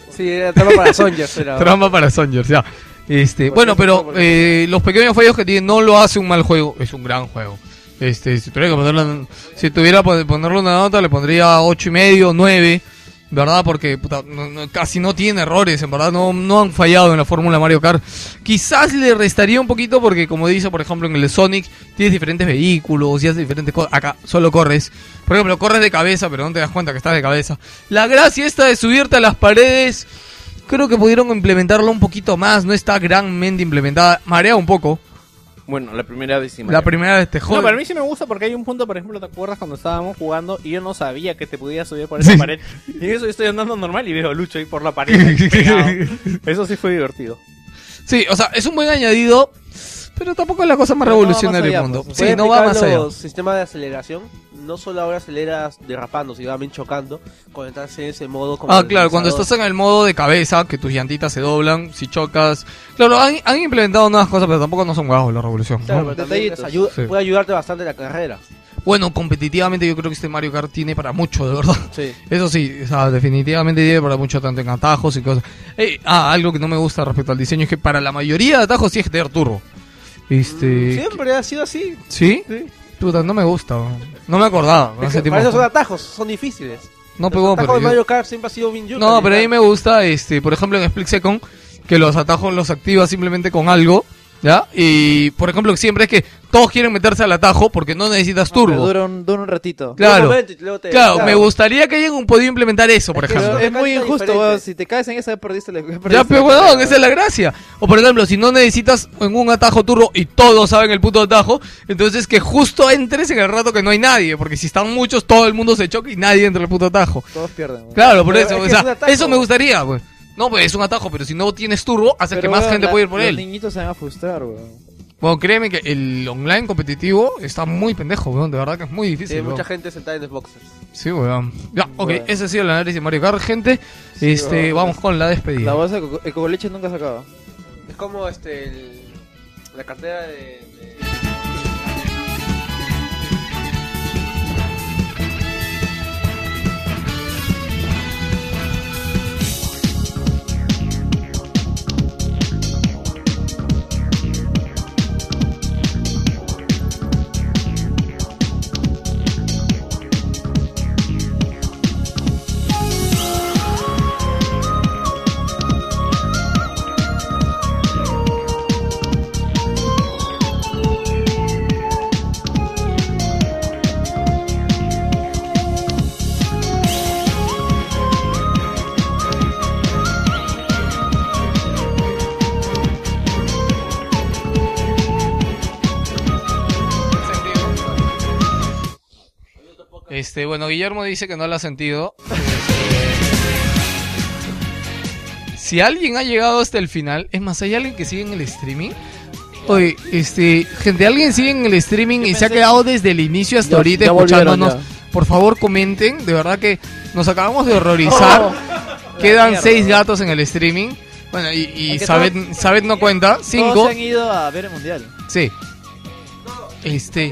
Speaker 6: Sí, era trama para Songers. Era.
Speaker 1: Trampa para Songers, ya. Este, bueno, pero eh, los pequeños fallos que tiene no lo hace un mal juego, es un gran juego. Este, si tuviera que ponerle- si tuviera que ponerle una nota, le pondría ocho y medio, 9, ¿verdad? Porque puta, no- no- casi no tiene errores, en verdad, no, no han fallado en la fórmula Mario Kart. Quizás le restaría un poquito porque, como dice, por ejemplo, en el Sonic tienes diferentes vehículos y haces diferentes cosas. Acá solo corres. Por ejemplo, corres de cabeza, pero no te das cuenta que estás de cabeza. La gracia esta de subirte a las paredes Creo que pudieron implementarlo un poquito más, no está granmente implementada. Marea un poco.
Speaker 2: Bueno, la primera vez sí me
Speaker 1: La
Speaker 2: llamó.
Speaker 1: primera vez te jode.
Speaker 2: No, para mí sí me gusta porque hay un punto, por ejemplo, ¿te acuerdas cuando estábamos jugando y yo no sabía que te podías subir por esa pared? Y eso yo estoy andando normal y veo a Lucho ahí por la pared. ahí pegado. eso sí fue divertido.
Speaker 1: Sí, o sea, es un buen añadido, pero tampoco es la cosa más revolucionaria del mundo. sí,
Speaker 6: Puede
Speaker 1: no va
Speaker 6: aplicar
Speaker 1: más allá.
Speaker 6: pues, los sistemas de aceleración, no solo ahora aceleras derrapando, sino también chocando, cuando estás en ese modo como
Speaker 1: Ah,
Speaker 6: el
Speaker 1: claro, cuando estás
Speaker 6: lanzador.
Speaker 1: en el modo de cabeza, que tus llantitas se doblan, si chocas. Claro, han, han implementado nuevas cosas, pero tampoco no son guau la revolución.
Speaker 6: Claro,
Speaker 1: ¿no?
Speaker 6: pero también les ayuda-
Speaker 1: Sí.
Speaker 6: puede ayudarte bastante en la carrera.
Speaker 1: Bueno, competitivamente yo creo que este Mario Kart tiene para mucho, de verdad.
Speaker 6: Sí.
Speaker 1: Eso sí, o sea, definitivamente tiene para mucho, tanto en atajos y cosas. Eh, ah, algo que no me gusta respecto al diseño es que para la mayoría de atajos sí es de turbo. Este.
Speaker 6: Siempre ha sido así.
Speaker 1: ¿Sí? Puta, no me gusta. No me acordaba.
Speaker 6: Es
Speaker 1: hace
Speaker 6: que
Speaker 1: tiempo.
Speaker 6: Para eso son atajos, son difíciles.
Speaker 1: No,
Speaker 6: Los
Speaker 1: pero-
Speaker 6: atajos
Speaker 1: pero
Speaker 6: de
Speaker 1: yo-
Speaker 6: Mario Kart siempre ha sido bien yuca,
Speaker 1: No, pero a
Speaker 6: literal.
Speaker 1: mí me gusta, este, por ejemplo, en Split Second, que los atajos los activas simplemente con algo, ¿ya? Y, por ejemplo, siempre es que todos quieren meterse al atajo porque no necesitas turbo.
Speaker 9: Pero dura un, dura un ratito.
Speaker 1: Claro,
Speaker 9: momento y luego te-
Speaker 1: claro,
Speaker 9: claro.
Speaker 1: me gustaría que hayan podido implementar eso, por
Speaker 9: Pero
Speaker 1: ejemplo.
Speaker 9: es muy injusto, weón. Si te caes en esa, perdiste la... perdiste
Speaker 1: Ya,
Speaker 9: la
Speaker 1: pero
Speaker 9: carrera,
Speaker 1: weón,
Speaker 9: weón.
Speaker 1: esa es la gracia. O por ejemplo, si no necesitas en un atajo turbo y todos saben el puto atajo, entonces que justo entres en el rato que no hay nadie, porque si están muchos todo el mundo se choca y nadie entra al puto atajo.
Speaker 9: Todos pierden, weón.
Speaker 1: Claro, por
Speaker 9: Pero
Speaker 1: eso,
Speaker 9: es
Speaker 1: o
Speaker 9: que
Speaker 1: sea,
Speaker 9: es un atajo.
Speaker 1: eso me gustaría, pues. No, pues es un atajo, pero si no tienes turbo, hace
Speaker 9: Pero,
Speaker 1: que más
Speaker 9: weón,
Speaker 1: gente
Speaker 9: la-
Speaker 1: pueda ir por
Speaker 9: los
Speaker 1: él.
Speaker 9: niñitos se van a frustrar, weón.
Speaker 1: Bueno, créeme que el online competitivo está muy pendejo, weón. De verdad que es muy
Speaker 6: Sí,
Speaker 1: difícil.
Speaker 6: hay
Speaker 1: weón.
Speaker 6: mucha gente sentada en los boxes.
Speaker 1: Sí, weón. Ya, ok,
Speaker 6: Weón.
Speaker 1: ese ha sido el análisis de Mario Kart, gente.
Speaker 6: Sí,
Speaker 1: este,
Speaker 6: weón.
Speaker 1: vamos con la
Speaker 27: La
Speaker 1: despedida.
Speaker 27: bolsa de coco- el coco leche nunca se acaba.
Speaker 6: Es como este el- la cartera de, de-
Speaker 1: Este, bueno, Guillermo dice que no la ha sentido. Este, si alguien ha llegado hasta el final, es más, ¿hay alguien que sigue en el streaming? Oye, este, gente, alguien sigue en el streaming y se ha quedado desde el inicio hasta
Speaker 28: Ya-
Speaker 1: ahorita
Speaker 28: ya volvieron,
Speaker 1: escuchándonos. Por favor, comenten, de verdad que nos acabamos de horrorizar.
Speaker 28: Oh,
Speaker 1: Quedan seis gatos en el streaming. Bueno, y, y
Speaker 27: Aunque
Speaker 1: Sabet,
Speaker 27: todos-
Speaker 1: Sabet no cuenta. Cinco.
Speaker 27: Todos se han ido a ver el mundial.
Speaker 1: Sí. Este.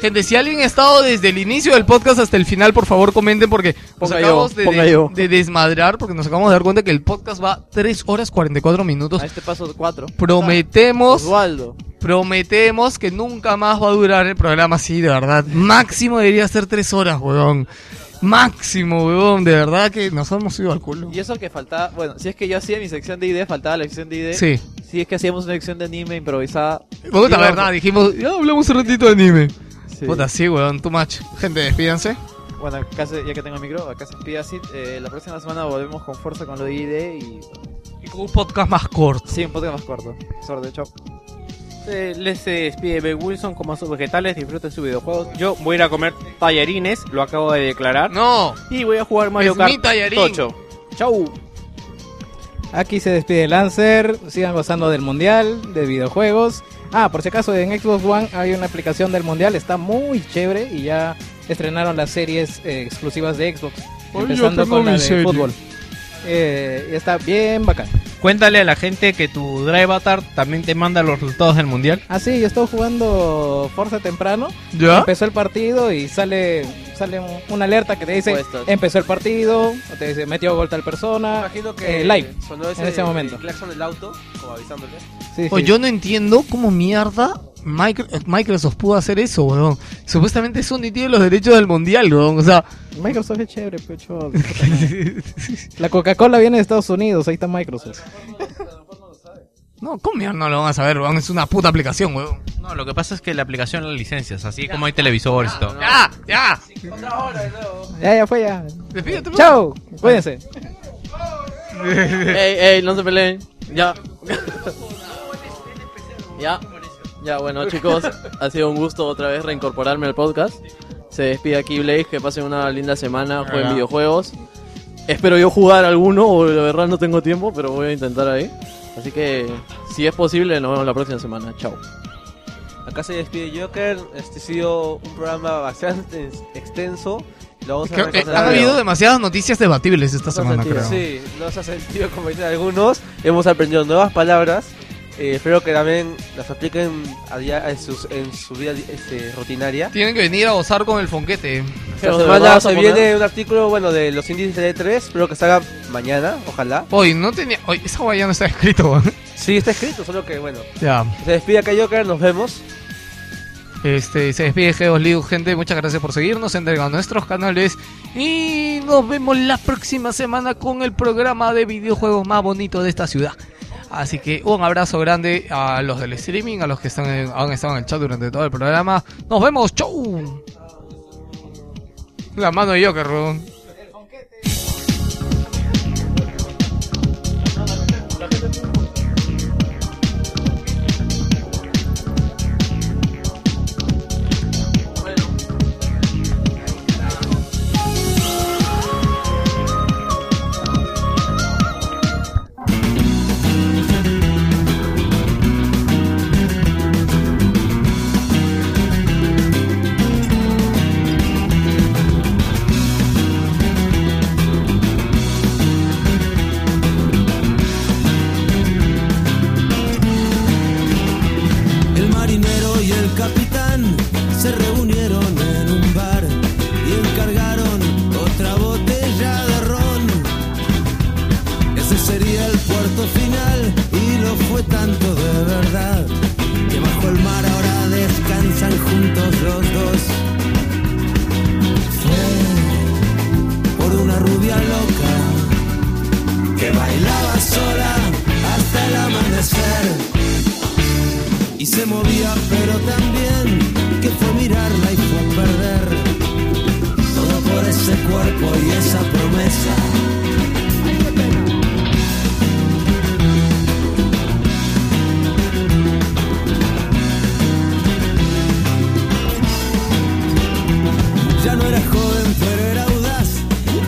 Speaker 1: Gente, si alguien ha estado desde el inicio del podcast hasta el final, por favor comenten porque nos
Speaker 28: Ponga yo,
Speaker 1: acabamos de,
Speaker 28: ponga
Speaker 1: de-
Speaker 28: yo.
Speaker 1: de desmadrar, porque nos acabamos de dar cuenta que el podcast va 3 horas 44 minutos.
Speaker 27: A este paso cuatro.
Speaker 6: Pues,
Speaker 1: Prometemos.
Speaker 27: Osvaldo.
Speaker 1: Prometemos que nunca más va a durar el programa así, de verdad. Máximo debería ser 3 horas, weón. Máximo, weón. De verdad que nos hemos ido al culo.
Speaker 27: Y eso que faltaba, bueno, si es que yo hacía mi sección de ideas, faltaba la sección de ideas.
Speaker 1: Sí.
Speaker 27: Si es que hacíamos una sección de anime improvisada.
Speaker 1: Puta,
Speaker 27: Íbamos-
Speaker 1: verdad, dijimos, ya hablamos un ratito de anime.
Speaker 27: Sí.
Speaker 1: Puta, sí, weón, too much. Gente, despídanse.
Speaker 27: Bueno, acá se- ya que tengo el micro, acá se pide así. eh, la próxima semana volvemos con fuerza con lo de ID y.
Speaker 1: con un podcast más corto.
Speaker 27: Sí, un podcast más corto. Sorte, chao.
Speaker 2: Eh, les se despide Ben Wilson, coma sus vegetales, disfruten sus videojuegos. Yo voy a ir a comer tallarines, lo acabo de declarar.
Speaker 1: No.
Speaker 2: Y voy a jugar Mario
Speaker 29: Es
Speaker 2: Kart
Speaker 29: mi tallarín.
Speaker 2: Tocho. Chau.
Speaker 7: Aquí se despide Lancer, sigan gozando del mundial, de videojuegos. Ah, por si acaso en Xbox One hay una aplicación del mundial, está muy chévere y ya estrenaron las series eh, exclusivas de Xbox,
Speaker 29: yo
Speaker 7: empezando
Speaker 29: tengo
Speaker 7: con la
Speaker 29: mi
Speaker 7: de
Speaker 29: serie.
Speaker 7: fútbol. Eh, y está bien bacán.
Speaker 30: Cuéntale a la gente que tu Drive Avatar también te manda los resultados del mundial.
Speaker 7: Ah, sí, yo estaba jugando Forza temprano.
Speaker 29: ¿Ah?
Speaker 30: ¿Ya?
Speaker 7: Empezó el partido y sale sale un- una alerta que te dice
Speaker 6: Puestos.
Speaker 7: empezó el partido, o te dice metió gol tal persona.
Speaker 6: Imagino que
Speaker 7: eh, live
Speaker 6: sonó ese,
Speaker 7: en ese momento.
Speaker 6: el claxon del auto, como avisándole.
Speaker 1: O yo no entiendo cómo mierda Micro- Microsoft pudo hacer eso, weón. Supuestamente Sony tiene los derechos del mundial, weón. O sea,
Speaker 7: Microsoft es chévere, pecho. La Coca-Cola viene de Estados Unidos, ahí está Microsoft.
Speaker 1: no, ¿cómo mierda no lo van a saber, weón? Es una puta aplicación, weón.
Speaker 30: No, lo que pasa es que la aplicación las licencias, así como hay televisores y todo.
Speaker 1: Ah, ¡Ya! ¡Ya!
Speaker 7: Ya, ya fue, ya.
Speaker 1: Despídete,
Speaker 7: Chao, cuídense.
Speaker 3: ey, ey, no se peleen. Ya. ya. Ya, bueno, chicos, ha sido un gusto otra vez reincorporarme al podcast. Se despide aquí Blaze, que pasen una linda semana, jueguen
Speaker 2: Hola.
Speaker 3: videojuegos. Espero yo jugar alguno, o la verdad no tengo tiempo, pero voy a intentar ahí. Así que, si es posible, nos vemos la próxima semana. Chao.
Speaker 6: Acá se despide Joker. Este ha sido un programa bastante ex- extenso. Lo vamos a
Speaker 1: Creo- eh,
Speaker 6: recortar
Speaker 1: han
Speaker 6: luego.
Speaker 1: habido demasiadas noticias debatibles esta semana, creo.
Speaker 6: Sí, nos ha sentido como dicen algunos. Hemos aprendido nuevas palabras. Eh, espero que también las apliquen a dia- en, sus- en su vida este, rutinaria.
Speaker 1: Tienen que venir a gozar con el fonquete.
Speaker 6: Esta semana se viene un artículo bueno de los índices de E3. Espero que salga mañana, ojalá.
Speaker 1: Hoy no tenía. Hoy, esa guay ya no está escrito, weón.
Speaker 6: Sí, está escrito, solo que bueno.
Speaker 1: Ya.
Speaker 6: Se despide acá Joker, nos vemos.
Speaker 1: Este, se despide Geos Liu, gente. Muchas gracias por seguirnos, entregan a nuestros canales. Y nos vemos la próxima semana con el programa de videojuegos más bonito de esta ciudad. Así que un abrazo grande a los del streaming, a los que están en- han estado en el chat durante todo el programa. Nos vemos, chau. La mano de Joker, weón.
Speaker 31: Thank
Speaker 9: reunieron en un bar y encargaron otra botella de ron. Ese sería el puerto final y lo fue tanto de verdad que bajo el mar ahora descansan juntos los dos. Fue por una rubia loca que bailaba sola hasta el amanecer y se movía pero también que fue mirarla y fue a perder todo por ese cuerpo y esa promesa ya no era joven pero era audaz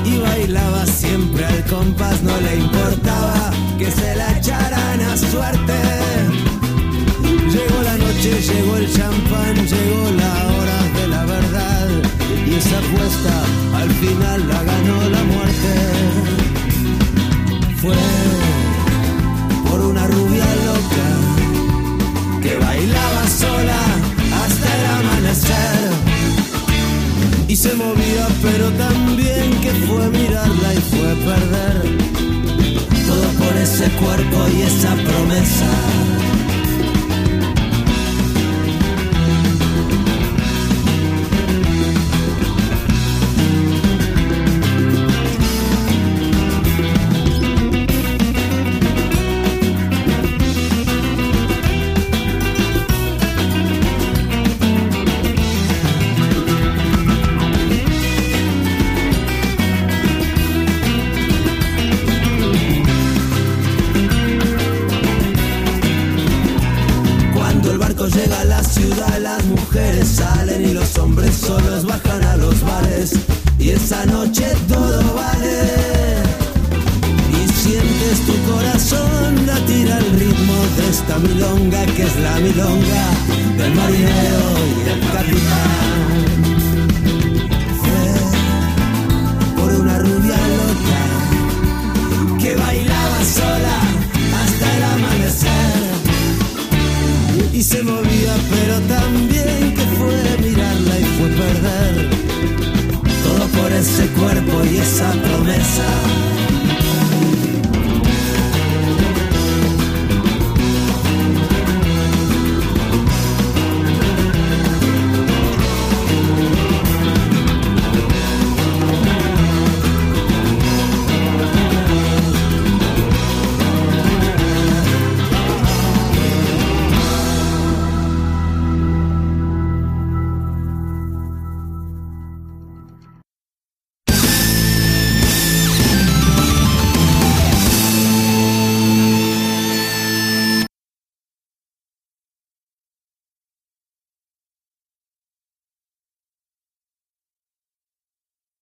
Speaker 9: y bailaba siempre al compás no le importaba que se la echaran a suerte Llegó la noche, llegó el champán, llegó la hora de la verdad. Y esa apuesta al final la ganó la muerte. Fue por una rubia loca que bailaba sola hasta el amanecer. Y se movía, pero también que fue mirarla y fue perder. Todo por ese cuerpo y esa promesa. Cuando el barco llega a la ciudad, las mujeres salen y los hombres solos bajan a los bares. Y esa noche todo vale. Y sientes tu corazón latir al ritmo de esta milonga, que es la milonga del marinero y del capitán. Fue por una rubia loca que bailaba sola hasta el amanecer y se movía, pero también que fue mirarla y fue perder todo por ese cuerpo y esa promesa.